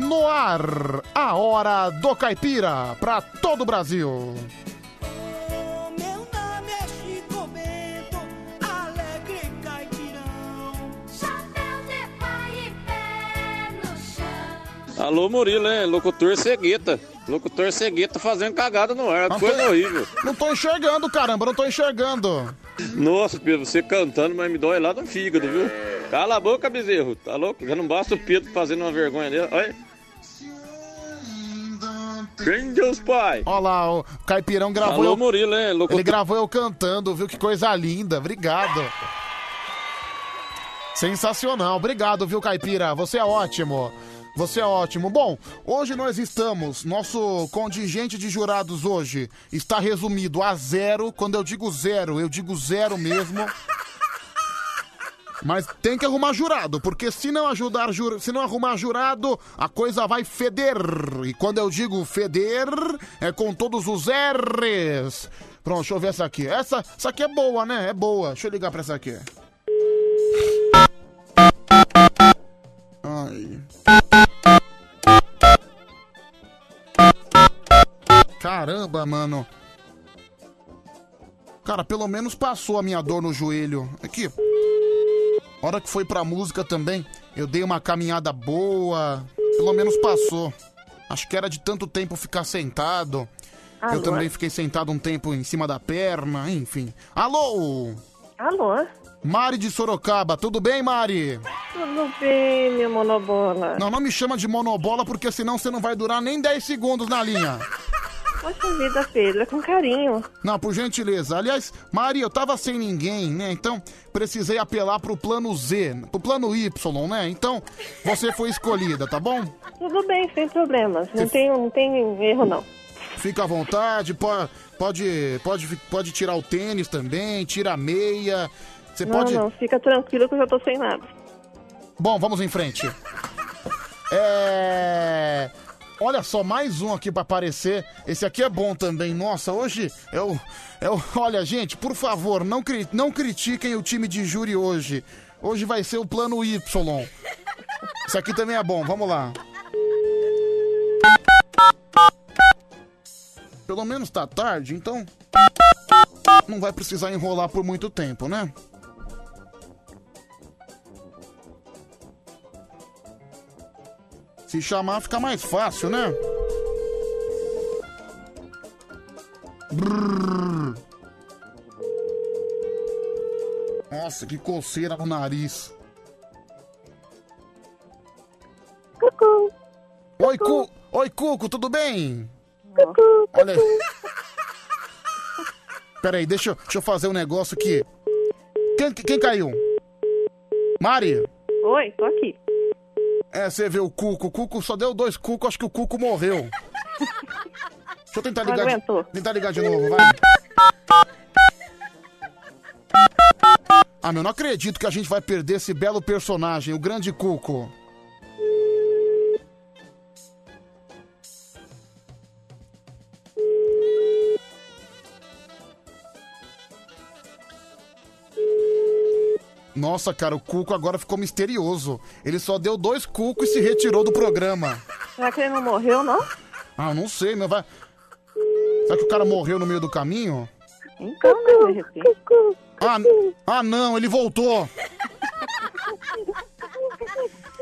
No ar, a hora do Caipira, pra todo o Brasil.
Meu nome é Chico Bento, alegre caipirão. Chapéu de pai e pé no chão.
Alô, Murilo, hein? Locutor cegueta. Locutor cegueta fazendo cagada no ar. Coisa horrível.
Não tô enxergando, caramba, não tô enxergando.
Nossa, Pedro, você cantando, mas me dói lá no fígado, viu? Cala a boca, bezerro. Tá louco? Já não basta o Pedro fazendo uma vergonha dele. Olha. Quem Deus Pai?
Olha lá, o Caipirão gravou.
Alô,
eu-
Murilo, hein? Locutor...
Ele gravou eu cantando, viu? Que coisa linda. Obrigado. Sensacional. Obrigado, viu, Caipira? Você é ótimo. Você é ótimo. Bom, hoje nós estamos, nosso contingente de jurados hoje está resumido a zero. Quando eu digo zero, eu digo zero mesmo. Mas tem que arrumar jurado, porque se não ajudar, jur- se não arrumar jurado, a coisa vai feder. E quando eu digo feder, é com todos os R's. Pronto, deixa eu ver essa aqui. Essa, essa aqui é boa, né? É boa. Deixa eu ligar pra essa aqui. Ai. Caramba, mano. Cara, pelo menos passou a minha dor no joelho. Aqui. A hora que foi pra música também, eu dei uma caminhada boa. Pelo menos passou. Acho que era de tanto tempo ficar sentado.
Alô?
Eu também fiquei sentado um tempo em cima da perna, enfim. Alô!
Alô?
Mari de Sorocaba, tudo bem, Mari?
Tudo bem, minha monobola?
Não, não me chama de monobola, porque senão você não vai durar nem 10 segundos na linha.
Poxa vida, Pedro, é com carinho.
Não, por gentileza. Aliás, Mari, eu tava sem ninguém, né? Então, precisei apelar pro plano Z, pro plano Y, né? Então, você foi escolhida, tá bom?
Tudo bem, sem problemas. Não tem, não tem erro, não.
Fica à vontade, po- pode, pode, fi- pode tirar o tênis também, tira a meia. Você
não,
pode.
não, fica tranquilo que eu já tô sem nada.
Bom, vamos em frente. É. Olha só, mais um aqui pra aparecer. Esse aqui é bom também. Nossa, hoje é o. É o... Olha, gente, por favor, não, cri... não critiquem o time de júri hoje. Hoje vai ser o plano Y. Isso aqui também é bom, vamos lá. Pelo menos tá tarde, então. Não vai precisar enrolar por muito tempo, né? Se chamar fica mais fácil, né? Brrr. Nossa, que coceira no nariz. Cucu. Oi, Cu... Oi, Cuco, tudo bem? Cucu. Olha. Peraí, deixa eu, deixa eu fazer um negócio aqui. Quem, quem caiu? Mari?
Oi, tô aqui.
É, você vê o Cuco. O Cuco só deu dois Cuco, acho que o Cuco morreu. Deixa eu tentar
Não
ligar.
aguentou.
De... Tentar ligar de novo, vai. Ah, meu, não acredito que a gente vai perder esse belo personagem, o grande Cuco. Nossa, cara, o Cuco agora ficou misterioso. Ele só deu dois cucos e se retirou do programa.
Será que ele não morreu, não?
Ah, eu não sei, meu. Vai... Será que o cara morreu no meio do caminho?
Então, né, de repente.
Ah, ah não, ele voltou.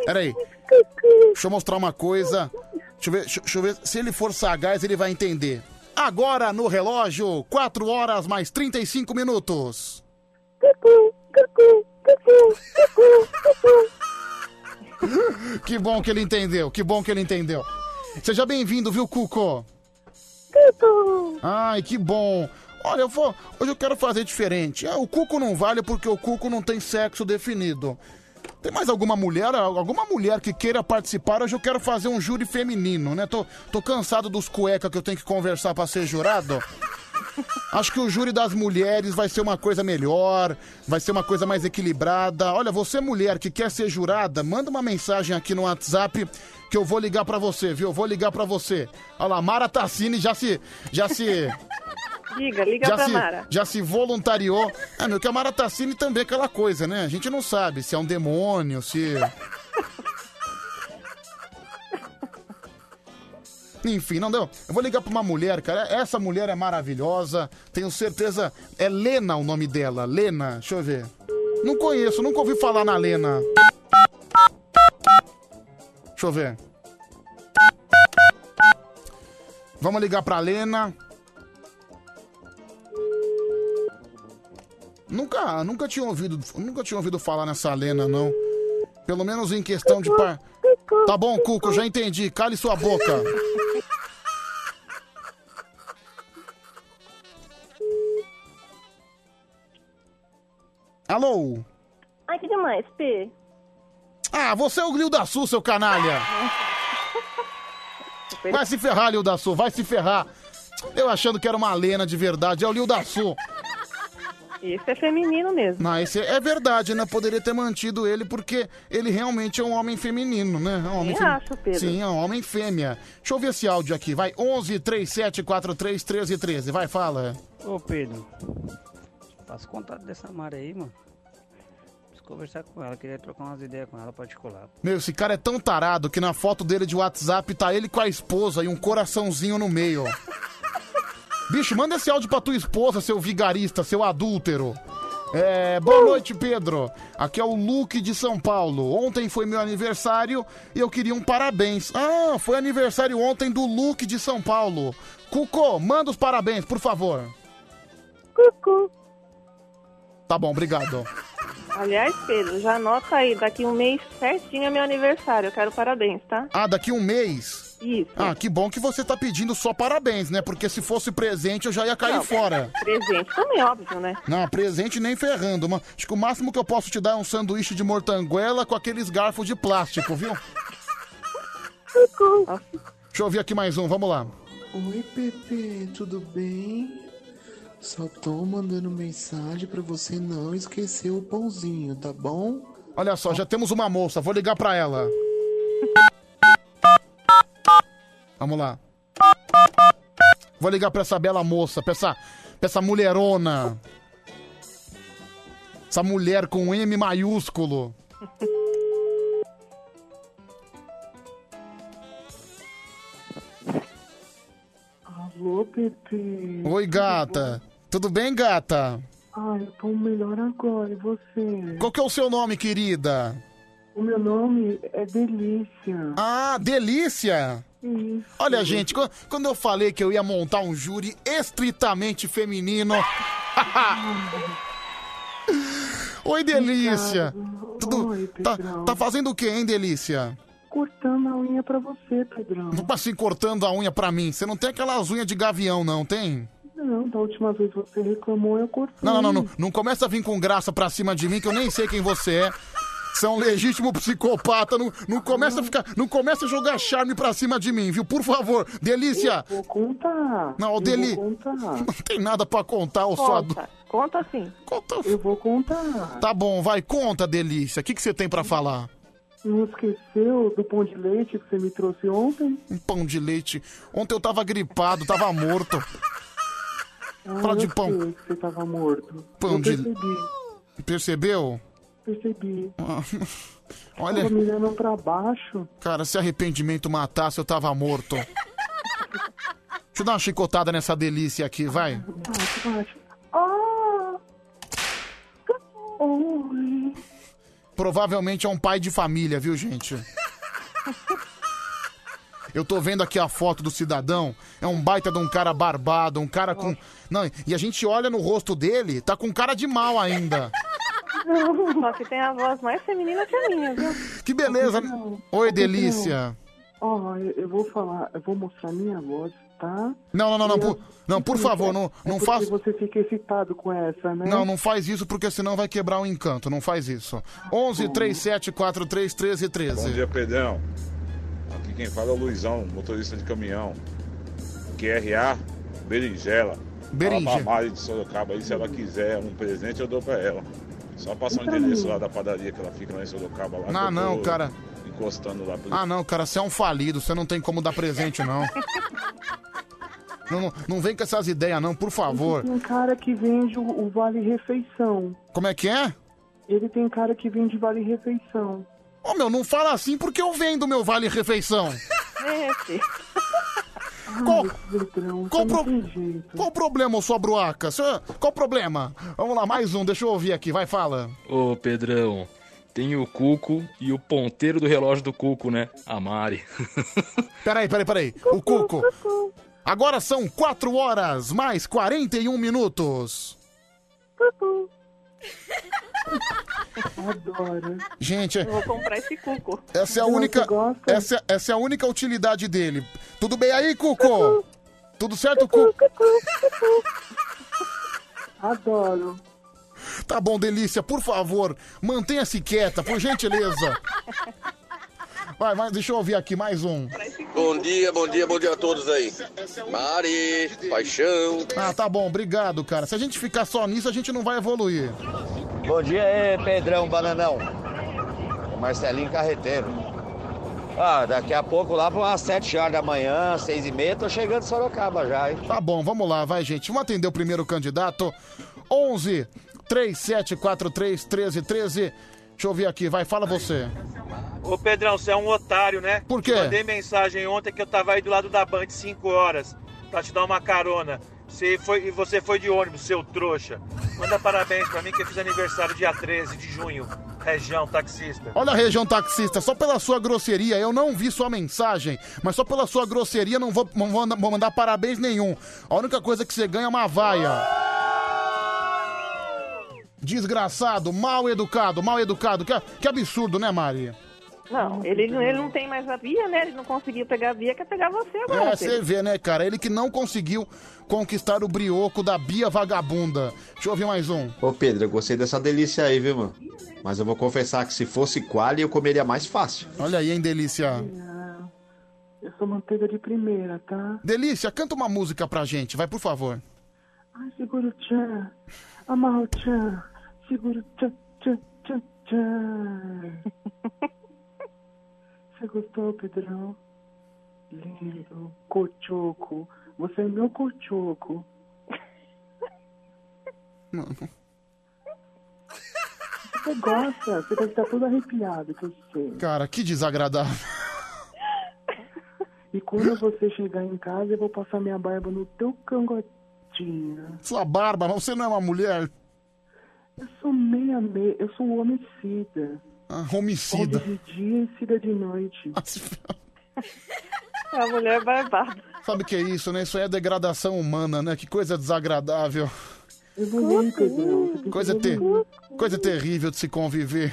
Peraí. Deixa eu mostrar uma coisa. Deixa eu, ver, deixa- deixa eu ver. Se ele for sagaz, ele vai entender. Agora no relógio, 4 horas mais 35 minutos. Que bom que ele entendeu, que bom que ele entendeu. Seja bem-vindo, viu, Cuco? Ai, que bom. Olha, eu vou, hoje eu quero fazer diferente. Ah, o Cuco não vale porque o Cuco não tem sexo definido. Tem mais alguma mulher, alguma mulher que queira participar? Hoje eu quero fazer um júri feminino, né? Tô, tô cansado dos cueca que eu tenho que conversar pra ser jurado. Acho que o júri das mulheres vai ser uma coisa melhor, vai ser uma coisa mais equilibrada. Olha, você mulher que quer ser jurada, manda uma mensagem aqui no WhatsApp que eu vou ligar pra você, viu? Eu vou ligar pra você. Olha lá, Mara Tassini já se já se
Diga, liga
já
pra
se,
Mara.
Já se voluntariou. Ah, meu, que a Mara Tassini também é aquela coisa, né? A gente não sabe se é um demônio, se. Enfim, não deu. Eu vou ligar pra uma mulher, cara. Essa mulher é maravilhosa. Tenho certeza. É Lena o nome dela. Lena, deixa eu ver. Não conheço, nunca ouvi falar na Lena. Deixa eu ver. Vamos ligar pra Lena. Nunca, nunca tinha ouvido, nunca tinha ouvido falar nessa Lena, não. Pelo menos em questão de par... Tá bom, Cuco, já entendi. Cale sua boca. Alô?
Ai, que demais, Pi.
Ah, você é o Glio da Sul, seu canalha. Vai se ferrar, Lil da Sul, vai se ferrar. Eu achando que era uma Lena de verdade, é o Lil da Sul.
Isso é feminino mesmo.
Não, esse é verdade, né? Poderia ter mantido ele porque ele realmente é um homem feminino, né? É um homem
Eu
femi-
acho, Pedro.
Sim, é um homem fêmea. Deixa eu ver esse áudio aqui, vai. 11 37 43 13 13. Vai, fala.
Ô Pedro, faço contato dessa Mara aí, mano. Preciso conversar com ela, queria trocar umas ideias com ela particular.
Meu, esse cara é tão tarado que na foto dele de WhatsApp tá ele com a esposa e um coraçãozinho no meio. Bicho, manda esse áudio pra tua esposa, seu vigarista, seu adúltero. É, boa noite, Pedro. Aqui é o Luke de São Paulo. Ontem foi meu aniversário e eu queria um parabéns. Ah, foi aniversário ontem do Luke de São Paulo. Cuco, manda os parabéns, por favor. Cuco. Tá bom, obrigado.
Aliás, Pedro, já anota aí, daqui um mês certinho é meu aniversário. Eu quero parabéns, tá?
Ah, daqui um mês?
Isso.
Ah, que bom que você tá pedindo só parabéns, né? Porque se fosse presente eu já ia cair
Não,
fora.
Presente também, óbvio, né?
Não, presente nem ferrando. Mas acho que o máximo que eu posso te dar é um sanduíche de mortanguela com aqueles garfos de plástico, viu? Deixa eu ouvir aqui mais um, vamos lá.
Oi, Pepe, tudo bem? Só tô mandando mensagem pra você não esquecer o pãozinho, tá bom?
Olha só, já temos uma moça, vou ligar pra ela. Vamos lá. Vou ligar pra essa bela moça, pra essa, pra essa mulherona. Essa mulher com M maiúsculo.
Alô, Pepe.
Oi, gata. Tudo bem, gata?
Ai, eu tô melhor agora, e você?
Qual que é o seu nome, querida?
O meu nome é Delícia.
Ah, Delícia!
Isso.
Olha, gente, qu- quando eu falei que eu ia montar um júri estritamente feminino. Oi, Delícia! Tudo... tá, tá fazendo o que, hein, Delícia?
Cortando a unha pra você, Pedrão.
Tipo assim, cortando a unha pra mim. Você não tem aquelas unhas de gavião, não, tem?
Não, da última vez você reclamou, eu cortei.
Não, não, não, não. Não começa a vir com graça pra cima de mim, que eu nem sei quem você é. Você é um legítimo psicopata. Não, não começa a ficar. Não começa a jogar charme pra cima de mim, viu? Por favor, Delícia!
Eu vou contar.
Não,
eu
Deli-
vou contar.
Não tem nada pra contar, ô sua.
Conta,
Conta sim.
Conta.
Eu vou contar.
Tá bom, vai, conta, Delícia. O que, que você tem pra falar?
Não esqueceu do pão de Um leite que você me trouxe ontem?
Um pão de leite. Ontem eu tava gripado, tava morto.
Ah,
Fala de
eu
pão.
sei que você tava morto.
Pão
eu
de-
percebi,
Percebeu?
percebi.
Ah, Olha,
Tava me olhando pra baixo.
cara, se arrependimento matasse, eu tava morto. Deixa eu dar uma chicotada nessa delícia aqui, vai.
Bate, bate. Ah! Oi.
Provavelmente é um pai de família, viu, gente? Eu tô vendo aqui a foto do cidadão. É um baita de um cara barbado, um cara com. Não, e a gente olha no rosto dele, tá com cara de mal ainda.
Só que tem a voz mais feminina que a minha, viu?
Que beleza, né? Oi, delícia.
Ó, eu- eu vou falar, eu vou mostrar minha voz, tá?
Não, não, não, não,
E
por,
eu-
não, por favor, não,
é
não
porque
faça.
você fica excitado com essa, né?
Não, não faz isso porque senão vai quebrar o encanto. Não faz isso. 11 37 43 13
Bom
13.
dia, Pedrão. Aqui quem fala é o Luizão, motorista de caminhão. QRA Berinjela.
Berinjela.
Fala pra Mari de Sorocaba aí, se ela quiser um presente, eu dou pra ela. Só passar o
Então,
endereço
amigo.
lá da padaria que ela fica lá em Sorocaba. Lá, que
Ah,
eu tô
não, cara.
Encostando lá.
Ah, não, cara, você é um falido. Você não tem como dar presente, não. Não, não, não vem com essas ideias, não, por favor.
Tem um cara que vende o, o Vale Refeição.
Como é que é?
Ele tem um cara que vende Vale Refeição.
Ô, meu, não fala assim porque eu vendo meu vale refeição.
Esse.
Qual, qual, pro- qual o problema, ô sua bruaca? Sua- Qual o problema? Vamos lá, mais um, deixa eu ouvir aqui, vai, fala.
Ô, Pedrão, tem o Cuco e o ponteiro do relógio do Cuco, né? A Mari.
Peraí, peraí, peraí. O Cuco. Agora são 4 horas mais 41 minutos.
Adoro.
Gente,
Eu vou comprar esse cuco.
essa é a única. Essa, é- essa é a única utilidade dele. Tudo bem aí, Cuco? Tudo certo, Cuco?
Adoro.
Tá bom, delícia, por favor, mantenha-se quieta, por gentileza. Vai, vai, deixa eu ouvir aqui mais um.
Bom dia, bom dia, bom dia a todos aí. Mari, Paixão.
Ah, tá bom, obrigado, cara. Se a gente ficar só nisso, a gente não vai evoluir.
Bom dia aí, Pedrão Bananão. Marcelinho Carreteiro. Ah, daqui a pouco lá para umas 7 horas da manhã, 6 e meia, tô chegando em Sorocaba já, hein?
Tá bom, vamos lá, vai, gente. Vamos atender o primeiro candidato. 11 3743 1313. Deixa eu ver aqui, vai, fala você.
Ô Pedrão, você é um otário, né?
Por quê?
Te Mandei mensagem ontem que eu tava aí do lado da Band 5 horas pra te dar uma carona. Você foi, e você foi de ônibus, seu trouxa. Manda parabéns pra mim que eu fiz aniversário dia 13 de junho. Região, taxista.
Olha a região taxista, só pela sua grosseria, eu não vi sua mensagem, mas só pela sua grosseria não vou, não vou- não vou mandar parabéns nenhum. A única coisa que você ganha é uma vaia. Desgraçado, mal educado, mal educado. Que, que absurdo, né, Mari?
Não, ele, não- ele não tem mais a via, né? Ele não conseguiu pegar a via, quer pegar você agora.
É, você
Pedro.
vê, né, cara? Ele que não conseguiu conquistar o brioco da Bia Vagabunda. Deixa eu ouvir mais um.
Ô Pedro, eu gostei dessa delícia aí, viu, mano? Mas eu vou confessar que se fosse quali, eu comeria mais fácil.
Olha aí, hein, Delícia.
Eu sou manteiga de primeira, tá?
Delícia, canta uma música pra gente, vai, por favor.
Ai, segura o tchan. Amarra o tchan. Segura o tchan, tchan, tchan, tchan. Você gostou, Pedrão? Lindo. Cochoco. Você é meu cochoco. Você gosta. Você deve estar todo arrepiado, que eu sei.
Cara, que desagradável.
E quando você chegar em casa, eu vou passar minha barba no teu cangotinho.
Sua barba, mas você não é uma mulher?
Eu sou meia meia, eu sou um homicida.
Ah, homicida.
Homem de dia e cida de noite.
É a mulher barbada.
Sabe o que é isso, né? Isso aí é degradação humana, né? Que coisa desagradável.
Evolui, Pedrão. Você tem que
Coisa, ter...
evoluir.
coisa terrível de se conviver.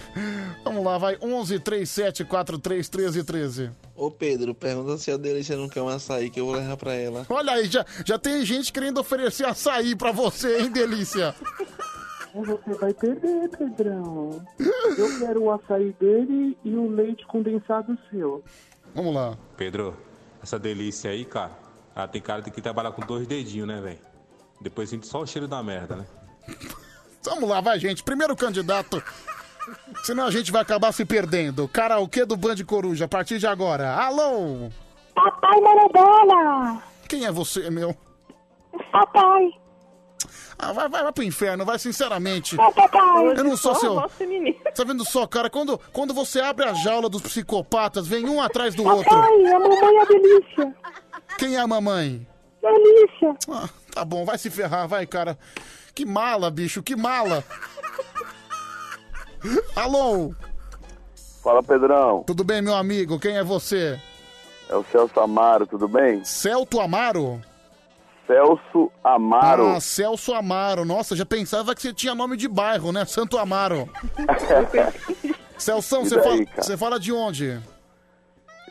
Vamos lá, vai. 11 37 43 13 13.
Ô Pedro, pergunta se a delícia não quer um açaí que eu vou levar pra ela.
Olha aí, já, já tem gente querendo oferecer açaí pra você, hein, delícia?
Aí Você vai perder, Pedrão. Eu quero o açaí dele e o leite condensado seu.
Vamos lá.
Pedro, essa delícia aí, cara, ela tem cara de que trabalha com dois dedinhos, né, velho? Depois sente só o cheiro da merda, né?
Vamos lá, vai, gente. Primeiro candidato. Senão a gente vai acabar se perdendo. Karaokê do Band Coruja, a partir de agora. Alô?
Papai Maradona!
Quem é você, meu?
Papai!
Ah, vai, vai, vai pro inferno, vai, sinceramente.
papai.
Eu não sou
Hoje só
seu.
a voz
Tá vendo só, cara? Quando, quando você abre a jaula dos psicopatas, vem um atrás do outro.
Papai, a mamãe é delícia!
Quem é a mamãe?
Delícia!
Ah, tá bom, vai se ferrar, vai, cara. Que mala, bicho, que mala. Alô?
Fala, Pedrão.
Tudo bem, meu amigo? Quem é você?
É o Celso Amaro, tudo bem?
Celto Amaro?
Celso Amaro.
Ah, Celso Amaro. Nossa, já pensava que você tinha nome de bairro, né? Santo Amaro. Celção,
E
você
daí,
fala,
cara?
você fala de onde?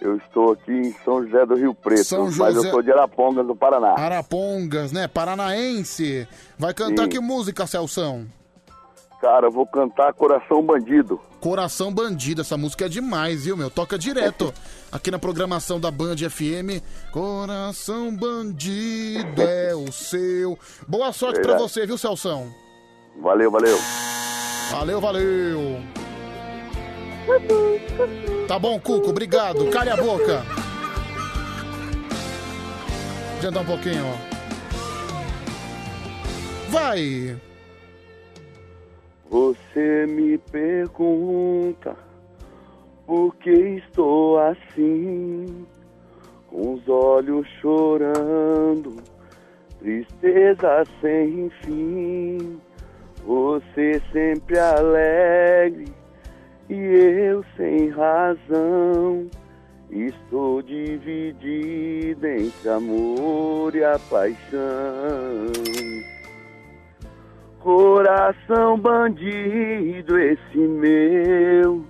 Eu estou aqui em São José do Rio Preto,
São
mas eu
José-
sou de Arapongas, do Paraná.
Arapongas, né? Paranaense. Vai cantar
Sim.
que música, Celção?
Ah.
Cara, eu vou cantar Coração Bandido.
Coração Bandido, essa música é demais, viu, meu? Toca direto aqui na programação da Band FM. Coração Bandido é o seu. Boa sorte pra
Verdade.
você, viu, Celção?
Valeu, valeu.
Valeu, valeu. Tá bom, Cuco, obrigado. Cale a boca. Adiantar um pouquinho, ó. Vai!
Você me pergunta por que estou assim, com os olhos chorando, tristeza sem fim. Você sempre alegre e eu sem razão. Estou dividido entre amor e a paixão. Coração bandido, esse meu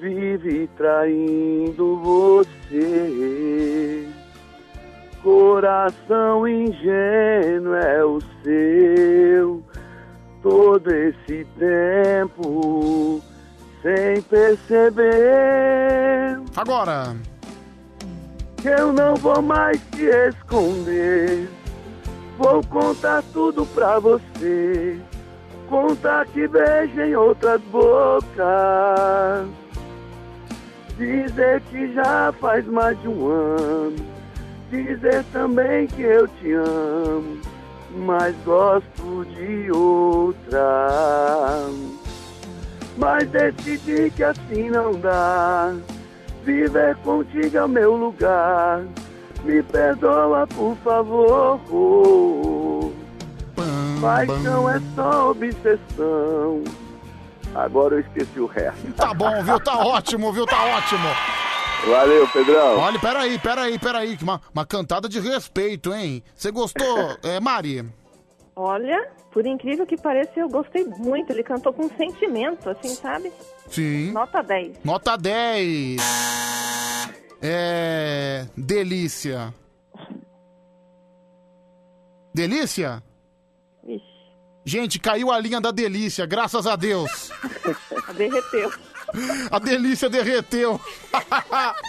vive traindo você. Coração ingênuo é o seu, todo esse tempo sem perceber.
Agora!
Eu não vou mais te esconder. Vou contar tudo pra você. Contar que beijo em outras bocas. Dizer que já faz mais de um ano. Dizer também que eu te amo. Mas gosto de outra. Mas decidi que assim não dá. Viver contigo é o meu lugar. Me perdoa, por favor.
Paixão é só obsessão. Agora eu esqueci o resto.
Tá bom, viu? Tá ótimo, viu? Tá ótimo.
Valeu, Pedrão.
Olha, peraí, peraí, peraí. que Uma, uma cantada de respeito, hein? Você gostou, é, Mari?
Olha, por incrível que pareça, eu gostei muito. Ele cantou com sentimento, assim, sabe?
Sim.
Nota 10.
Nota 10. É. Delícia. Delícia? Gente, caiu a linha da delícia, graças a Deus.
Derreteu.
A delícia derreteu.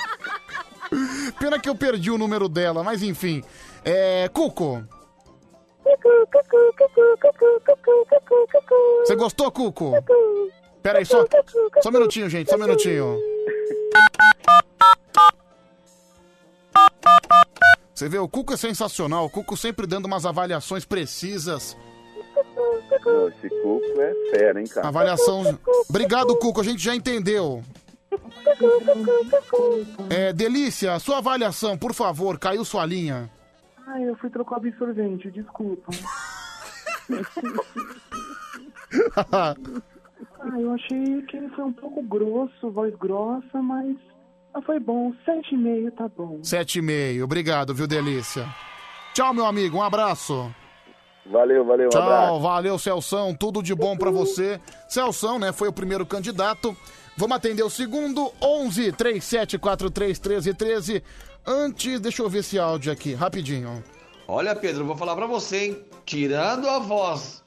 Pena que eu perdi o número dela, mas enfim. É. Cuco. Você gostou, Cuco? Pera aí, só, só um minutinho, gente, só um minutinho. Você vê, o Cuco é sensacional. O Cuco sempre dando umas avaliações precisas.
Não, Esse cuco é fera, hein, cara?
Avaliação. Obrigado, Cuco, a gente já entendeu. É, Delícia, sua avaliação, por favor, caiu sua linha.
Ai, eu fui trocar absorvente, desculpa. Ah, eu achei que ele foi um pouco grosso, voz grossa, mas ah, foi bom. Sete e meio tá bom.
Sete e meio. Obrigado, viu, Delícia? Tchau, meu amigo. Um abraço.
Valeu, valeu, um
Tchau,
abraço.
valeu, Celção. Tudo de bom pra você. Celção, né, foi o primeiro candidato. Vamos atender o segundo. 11 3743 1313. Antes, deixa eu ver esse áudio aqui, rapidinho.
Olha, Pedro, eu vou falar pra você, hein? Tirando a voz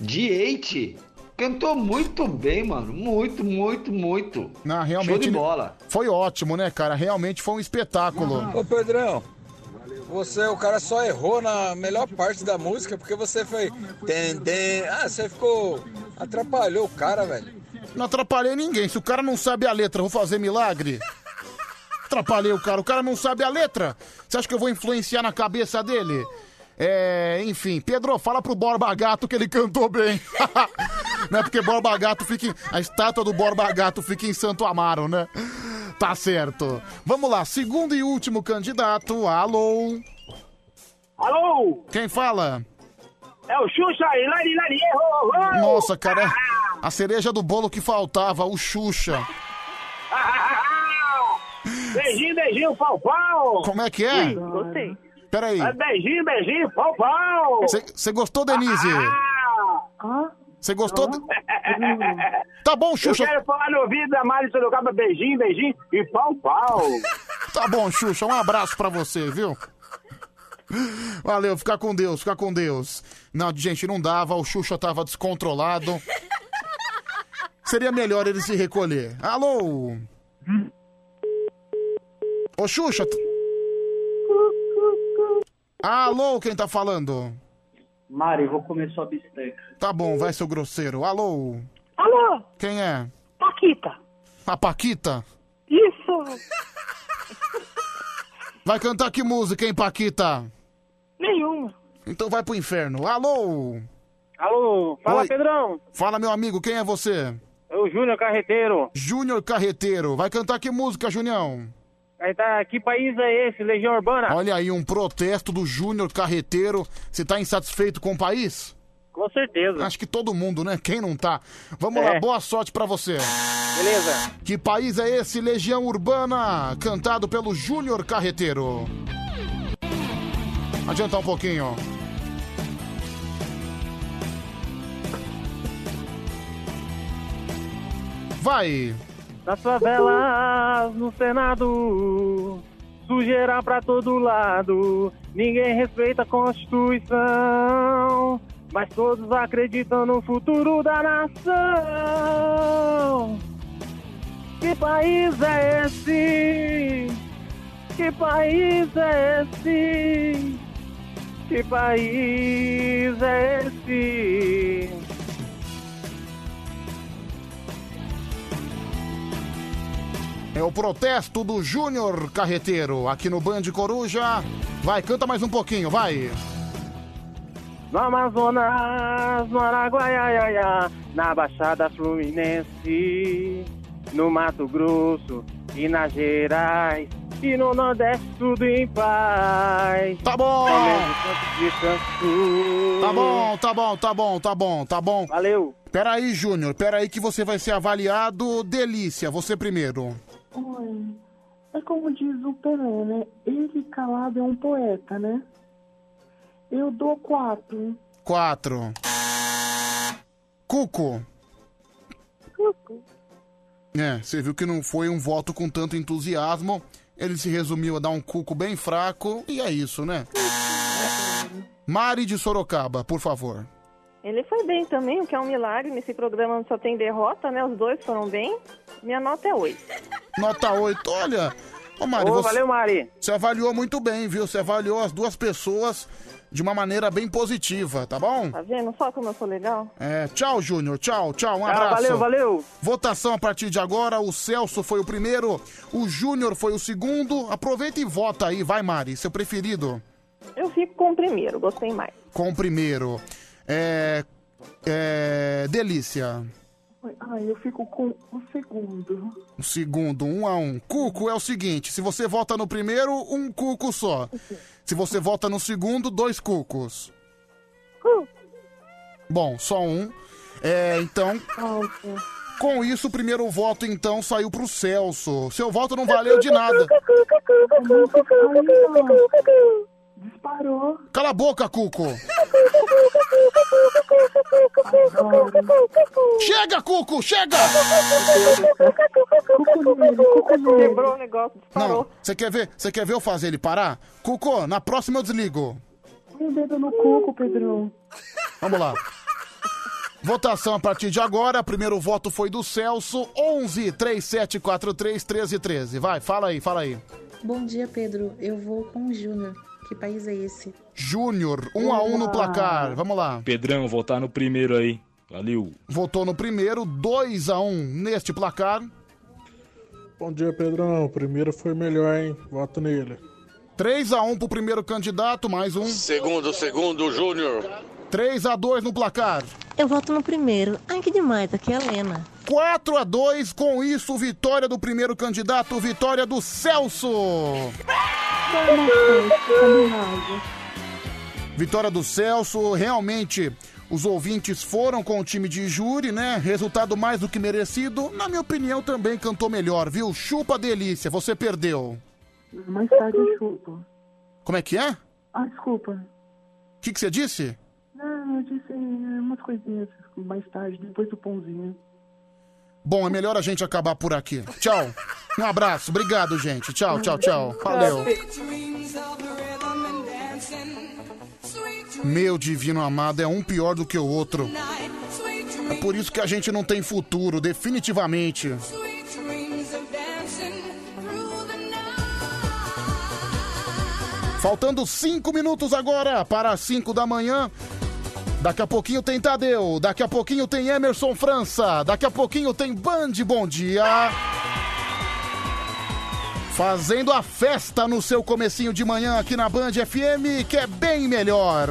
de Eite, cantou muito bem, mano. Muito, muito, muito.
Ah, realmente.
Show de
ele-
bola.
Foi ótimo, né, cara? Realmente foi um espetáculo.
Ô Pedrão, você, o cara só errou na melhor parte da música porque você foi. Tem, tem. Ah, você ficou. Atrapalhou o cara, velho.
Não atrapalhei ninguém. Se o cara não sabe a letra, eu vou fazer milagre? Atrapalhei o cara. O cara não sabe a letra. Você acha que eu vou influenciar na cabeça dele? É, enfim. Pedro, fala pro Borba Gato que ele cantou bem. não é porque Borba Gato fica em... A estátua do Borba Gato fica em Santo Amaro, né? Tá certo. Vamos lá. Segundo e último candidato. Alô?
Alô?
Quem fala?
É o Xuxa aí, lari, lari, Ah, erro, erro.
Nossa, cara, a cereja do bolo que faltava, o Xuxa.
Ah, Beijinho, beijinho, pau, pau.
Como é que é? Ui,
gostei. É
Peraí.
Beijinho, beijinho, pau, pau. Ah,
Você gostou, Denise? Você gostou? de- Tá bom, Xuxa.
Eu quero falar no ouvido da Mari Sorocaba, beijinho, beijinho e pau, pau.
Tá bom, Xuxa, um abraço pra você, viu? Valeu, fica com Deus, fica com Deus. Não, gente, não dava, o Xuxa tava descontrolado. Seria melhor ele se recolher. Alô? Ô, Xuxa. t- Alô, quem tá falando?
Mari, vou comer sua bisteca.
Tá bom, vai, seu grosseiro. Alô?
Alô,
Quem é?
Paquita.
A Paquita?
Isso,
Vai cantar que música, hein, Paquita?
nenhuma.
Então vai pro inferno. Alô?
Alô, fala
Oi.
Pedrão.
Fala, meu amigo, quem é você?
Eu, Júnior Carreteiro.
Júnior Carreteiro. Vai cantar que música, Junião?
Aí tá, que país é esse, Legião Urbana?
Olha aí, um protesto do Júnior Carreteiro. Você tá insatisfeito com o país?
Com certeza.
Acho que todo mundo, né? Quem não tá? Vamos
É.
lá, boa sorte pra você.
Beleza.
Que país é esse, Legião Urbana? Cantado pelo Júnior Carreteiro. Adiantar um pouquinho. Vai!
Nas favelas, no Senado, sujeira pra todo lado. Ninguém respeita a Constituição, mas todos acreditam no futuro da nação. Que país é esse? Que país é esse? Que país é esse?
É o protesto do Júnior Carreteiro aqui no Band Coruja. Vai, canta mais um pouquinho, vai.
No Amazonas, no Araguaiaiaia, na Baixada Fluminense, no Mato Grosso, Minas Gerais e no Nordeste tudo em paz.
Tá bom! Tá
Tá
bom, tá bom, tá bom, tá bom, tá bom.
Valeu.
Peraí, Júnior, peraí que você vai ser avaliado. Delícia, você primeiro.
Oi. É como diz o Pelé, né? Ele calado é um poeta, né? Eu dou quatro.
Quatro. Cuco. É, você viu que não foi um voto com tanto entusiasmo. Ele se resumiu a dar um cuco bem fraco e é isso, né? Mari de Sorocaba, por favor.
Ele foi bem também, o que é um milagre. Nesse programa onde só tem derrota, né? Os dois foram bem. Minha nota é 8.
Nota 8, olha. Ô, Mari,
Ô,
você,
valeu,
Mari.
Você avaliou muito bem, viu? Você avaliou as duas pessoas de uma maneira bem positiva, tá bom?
Tá vendo só como eu sou legal?
É, tchau, Júnior. Tchau, tchau. Um
Tchau,
abraço.
valeu, valeu.
Votação a partir de agora. O Celso foi o primeiro, o Júnior foi o segundo. Aproveita e vota aí, vai, Mari. Seu preferido.
Eu fico com o primeiro, gostei mais.
Com o primeiro. É. É. Delícia.
Oi,
Ah,
Ai, eu fico com o segundo.
O segundo, um a um. Cuco é o seguinte: se você vota no primeiro, um cuco só. Se você vota no segundo, dois cucos. Bom, só um. É, então. Com isso, o primeiro voto, então, saiu pro Celso. Seu voto não valeu de nada.
Disparou.
Cala a boca, Cuco! Chega, Cuco! Chega!
Quebrou o
né?
negócio.
Não, você quer ver? Você quer ver eu fazer ele parar? Cuco, na próxima eu desligo.
Põe o dedo no coco, Pedrão.
Vamos lá. Votação a partir de agora. Primeiro voto foi do Celso, 11 3743 1313. Vai, fala aí, fala aí.
Bom dia, Pedro. Eu vou com o Júnior. Que país é esse?
Júnior, 1 a 1
Ah.
no placar. Vamos lá.
Pedrão, votar no primeiro aí. Valeu.
Votou no primeiro, 2 a 1 neste placar.
Bom dia, Pedrão. O primeiro foi melhor, hein? Voto nele.
3 a 1 pro primeiro candidato, mais um.
Segundo, segundo, Júnior.
3 a 2 no placar.
Eu voto no primeiro. Ai, que demais. Aqui é a Lena.
4 a 2 com isso, vitória do primeiro candidato, vitória do Celso. Vitória do Celso, realmente Os ouvintes foram com o time de júri, né? Resultado mais do que merecido. Na minha opinião, também cantou melhor, viu? Chupa delícia, você perdeu.
Mais tarde eu chupo.
Como é que é? O
Ah, desculpa.
que, que você disse?
Não, eu disse eh, umas coisinhas mais tarde, depois do pãozinho.
Bom, é melhor a gente acabar por aqui. Tchau. Um abraço, obrigado, gente. Tchau, tchau, tchau. Valeu. Meu divino amado, é um pior do que o outro. É por isso que a gente não tem futuro, definitivamente. Faltando cinco minutos agora para as 5 da manhã. Daqui a pouquinho tem Tadeu, daqui a pouquinho tem Emerson França, daqui a pouquinho tem Band Bom Dia. Fazendo a festa no seu comecinho de manhã aqui na Band FM, que é bem melhor.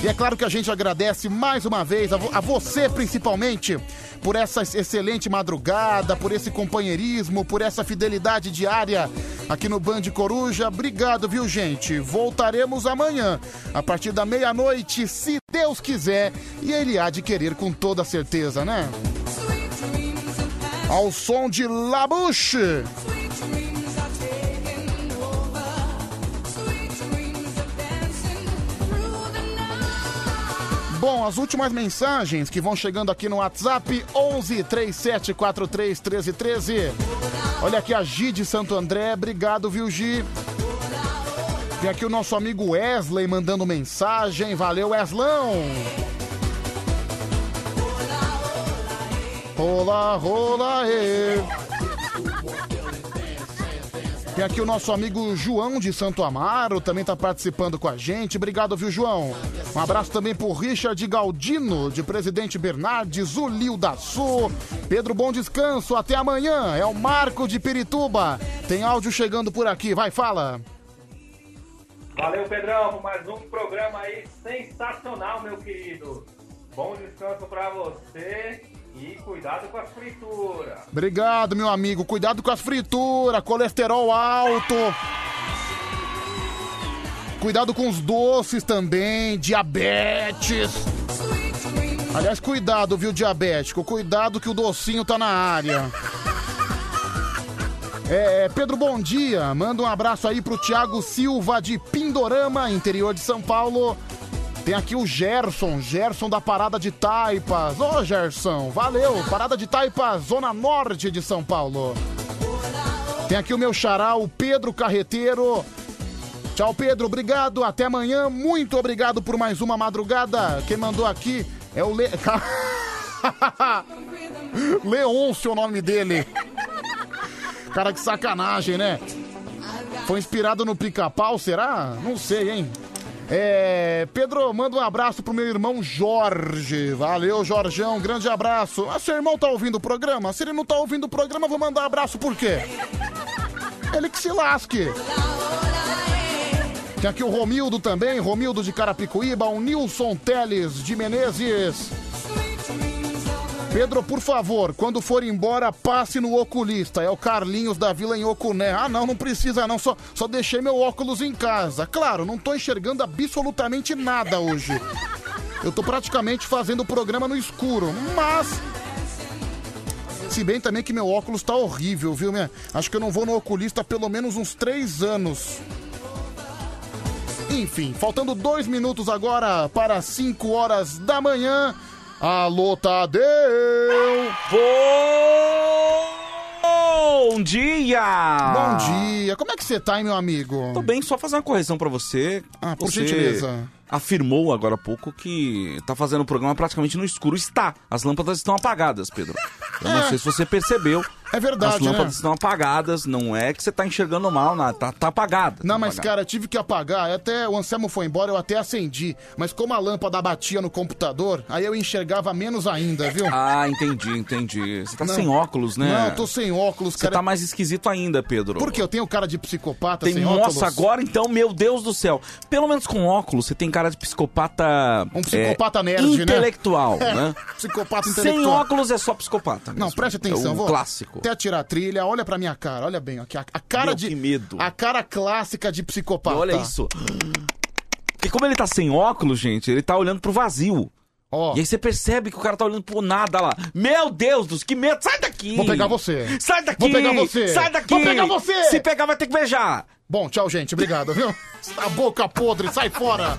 E é claro que a gente agradece mais uma vez a, vo- a você principalmente por essa ex- excelente madrugada, por esse companheirismo, por essa fidelidade diária aqui no Band Coruja. Obrigado, viu, gente? Voltaremos amanhã, a partir da meia-noite, se Deus quiser, e ele há de querer com toda certeza, né? Ao som de Labuche. Bom, as últimas mensagens que vão chegando aqui no WhatsApp 11 3743 1313. Olha aqui a Gi de Santo André, obrigado, viu, Gi? Tem aqui o nosso amigo Wesley mandando mensagem, valeu, Weslão! Rola, rola, e. Tem aqui o nosso amigo João de Santo Amaro, também tá participando com a gente. Obrigado, viu, João? Um abraço também pro Richard Galdino, de Presidente Bernardes, o Lio da Sul. Pedro, bom descanso, até amanhã. É o Marco de Pirituba. Tem áudio chegando por aqui, vai, fala.
Valeu, Pedrão, por mais um programa aí sensacional, meu querido. Bom descanso pra você e cuidado com as frituras.
Obrigado, meu amigo. Cuidado com as frituras, colesterol alto. Cuidado com os doces também, diabetes. Aliás, cuidado, viu, diabético? Cuidado que o docinho tá na área. É, Pedro, bom dia. Manda um abraço aí pro Thiago Silva de Pindorama, interior de São Paulo. Tem aqui o Gerson, Gerson da Parada de Taipas. Ô, Gerson, valeu. Parada de Taipas, Zona Norte de São Paulo. Tem aqui o meu xará, o Pedro Carreteiro. Tchau, Pedro. Obrigado. Até amanhã. Muito obrigado por mais uma madrugada. Quem mandou aqui é o Le... Leôncio é o nome dele. Cara, que sacanagem, né? Foi inspirado no pica-pau, será? Não sei, hein? É, Pedro, manda um abraço pro meu irmão Jorge. Valeu, Jorgão, grande abraço. Ah, seu irmão tá ouvindo o programa? Se ele não tá ouvindo o programa, eu vou mandar um abraço por quê? Ele que se lasque. Tem aqui o Romildo também, Romildo de Carapicuíba, o Nilson Teles de Menezes. Pedro, por favor, quando for embora, passe no oculista. É o Carlinhos da Vila em Ocuné. Ah, não, não precisa não, só, só deixei meu óculos em casa. Claro, não tô enxergando absolutamente nada hoje. Eu tô praticamente fazendo o programa no escuro, mas... Se bem também que meu óculos tá horrível, viu, minha? Acho que eu não vou no oculista há pelo menos uns três anos. Enfim, faltando dois minutos agora para as 5 horas da manhã. Alô, Tadeu!
Bom dia!
Bom dia! Como é que você tá, hein, meu amigo?
Tô bem, só fazer uma correção pra você. Ah,
por gentileza.
Afirmou agora há pouco que tá fazendo o programa praticamente no escuro. Está. As lâmpadas estão apagadas, Pedro. Eu não sei se você percebeu.
É verdade,
As lâmpadas
né?
estão apagadas. Não é que você tá enxergando mal, nada. Tá, tá apagada.
Não, mas cara, eu tive que apagar. Até o Anselmo foi embora, eu até acendi. Mas como a lâmpada batia no computador, aí eu enxergava menos ainda, viu?
Ah, entendi, entendi. Você tá
Não.
sem óculos, né?
Não, eu tô sem óculos,
Você
cara.
tá mais esquisito ainda, Pedro.
Por quê? Eu tenho cara de psicopata
Tem,
Tá sem óculos?
nossa, agora então, meu Deus do céu. Pelo menos com óculos, você tem cara de psicopata. Um
psicopata nerd, né?
intelectual,
É,
né?
Psicopata
Sem
intelectual.
óculos é só psicopata.
Não,
mesmo.
preste atenção,
é um
vou
clássico.
Até tirar a trilha, olha pra minha cara, olha bem aqui. A, a cara
Meu,
de.
que medo.
A cara clássica de
E
psicopata.
olha isso. Porque como ele tá sem óculos, gente, ele tá olhando pro vazio. E aí você percebe que o cara tá olhando pro nada lá. Meu Deus, dos que medo, sai daqui!
Vou pegar você.
Sai daqui!
Vou pegar você.
Sai daqui!
Vou pegar você.
Se pegar, vai ter que beijar!
Bom, tchau, gente. Obrigado, viu? A boca podre, sai fora.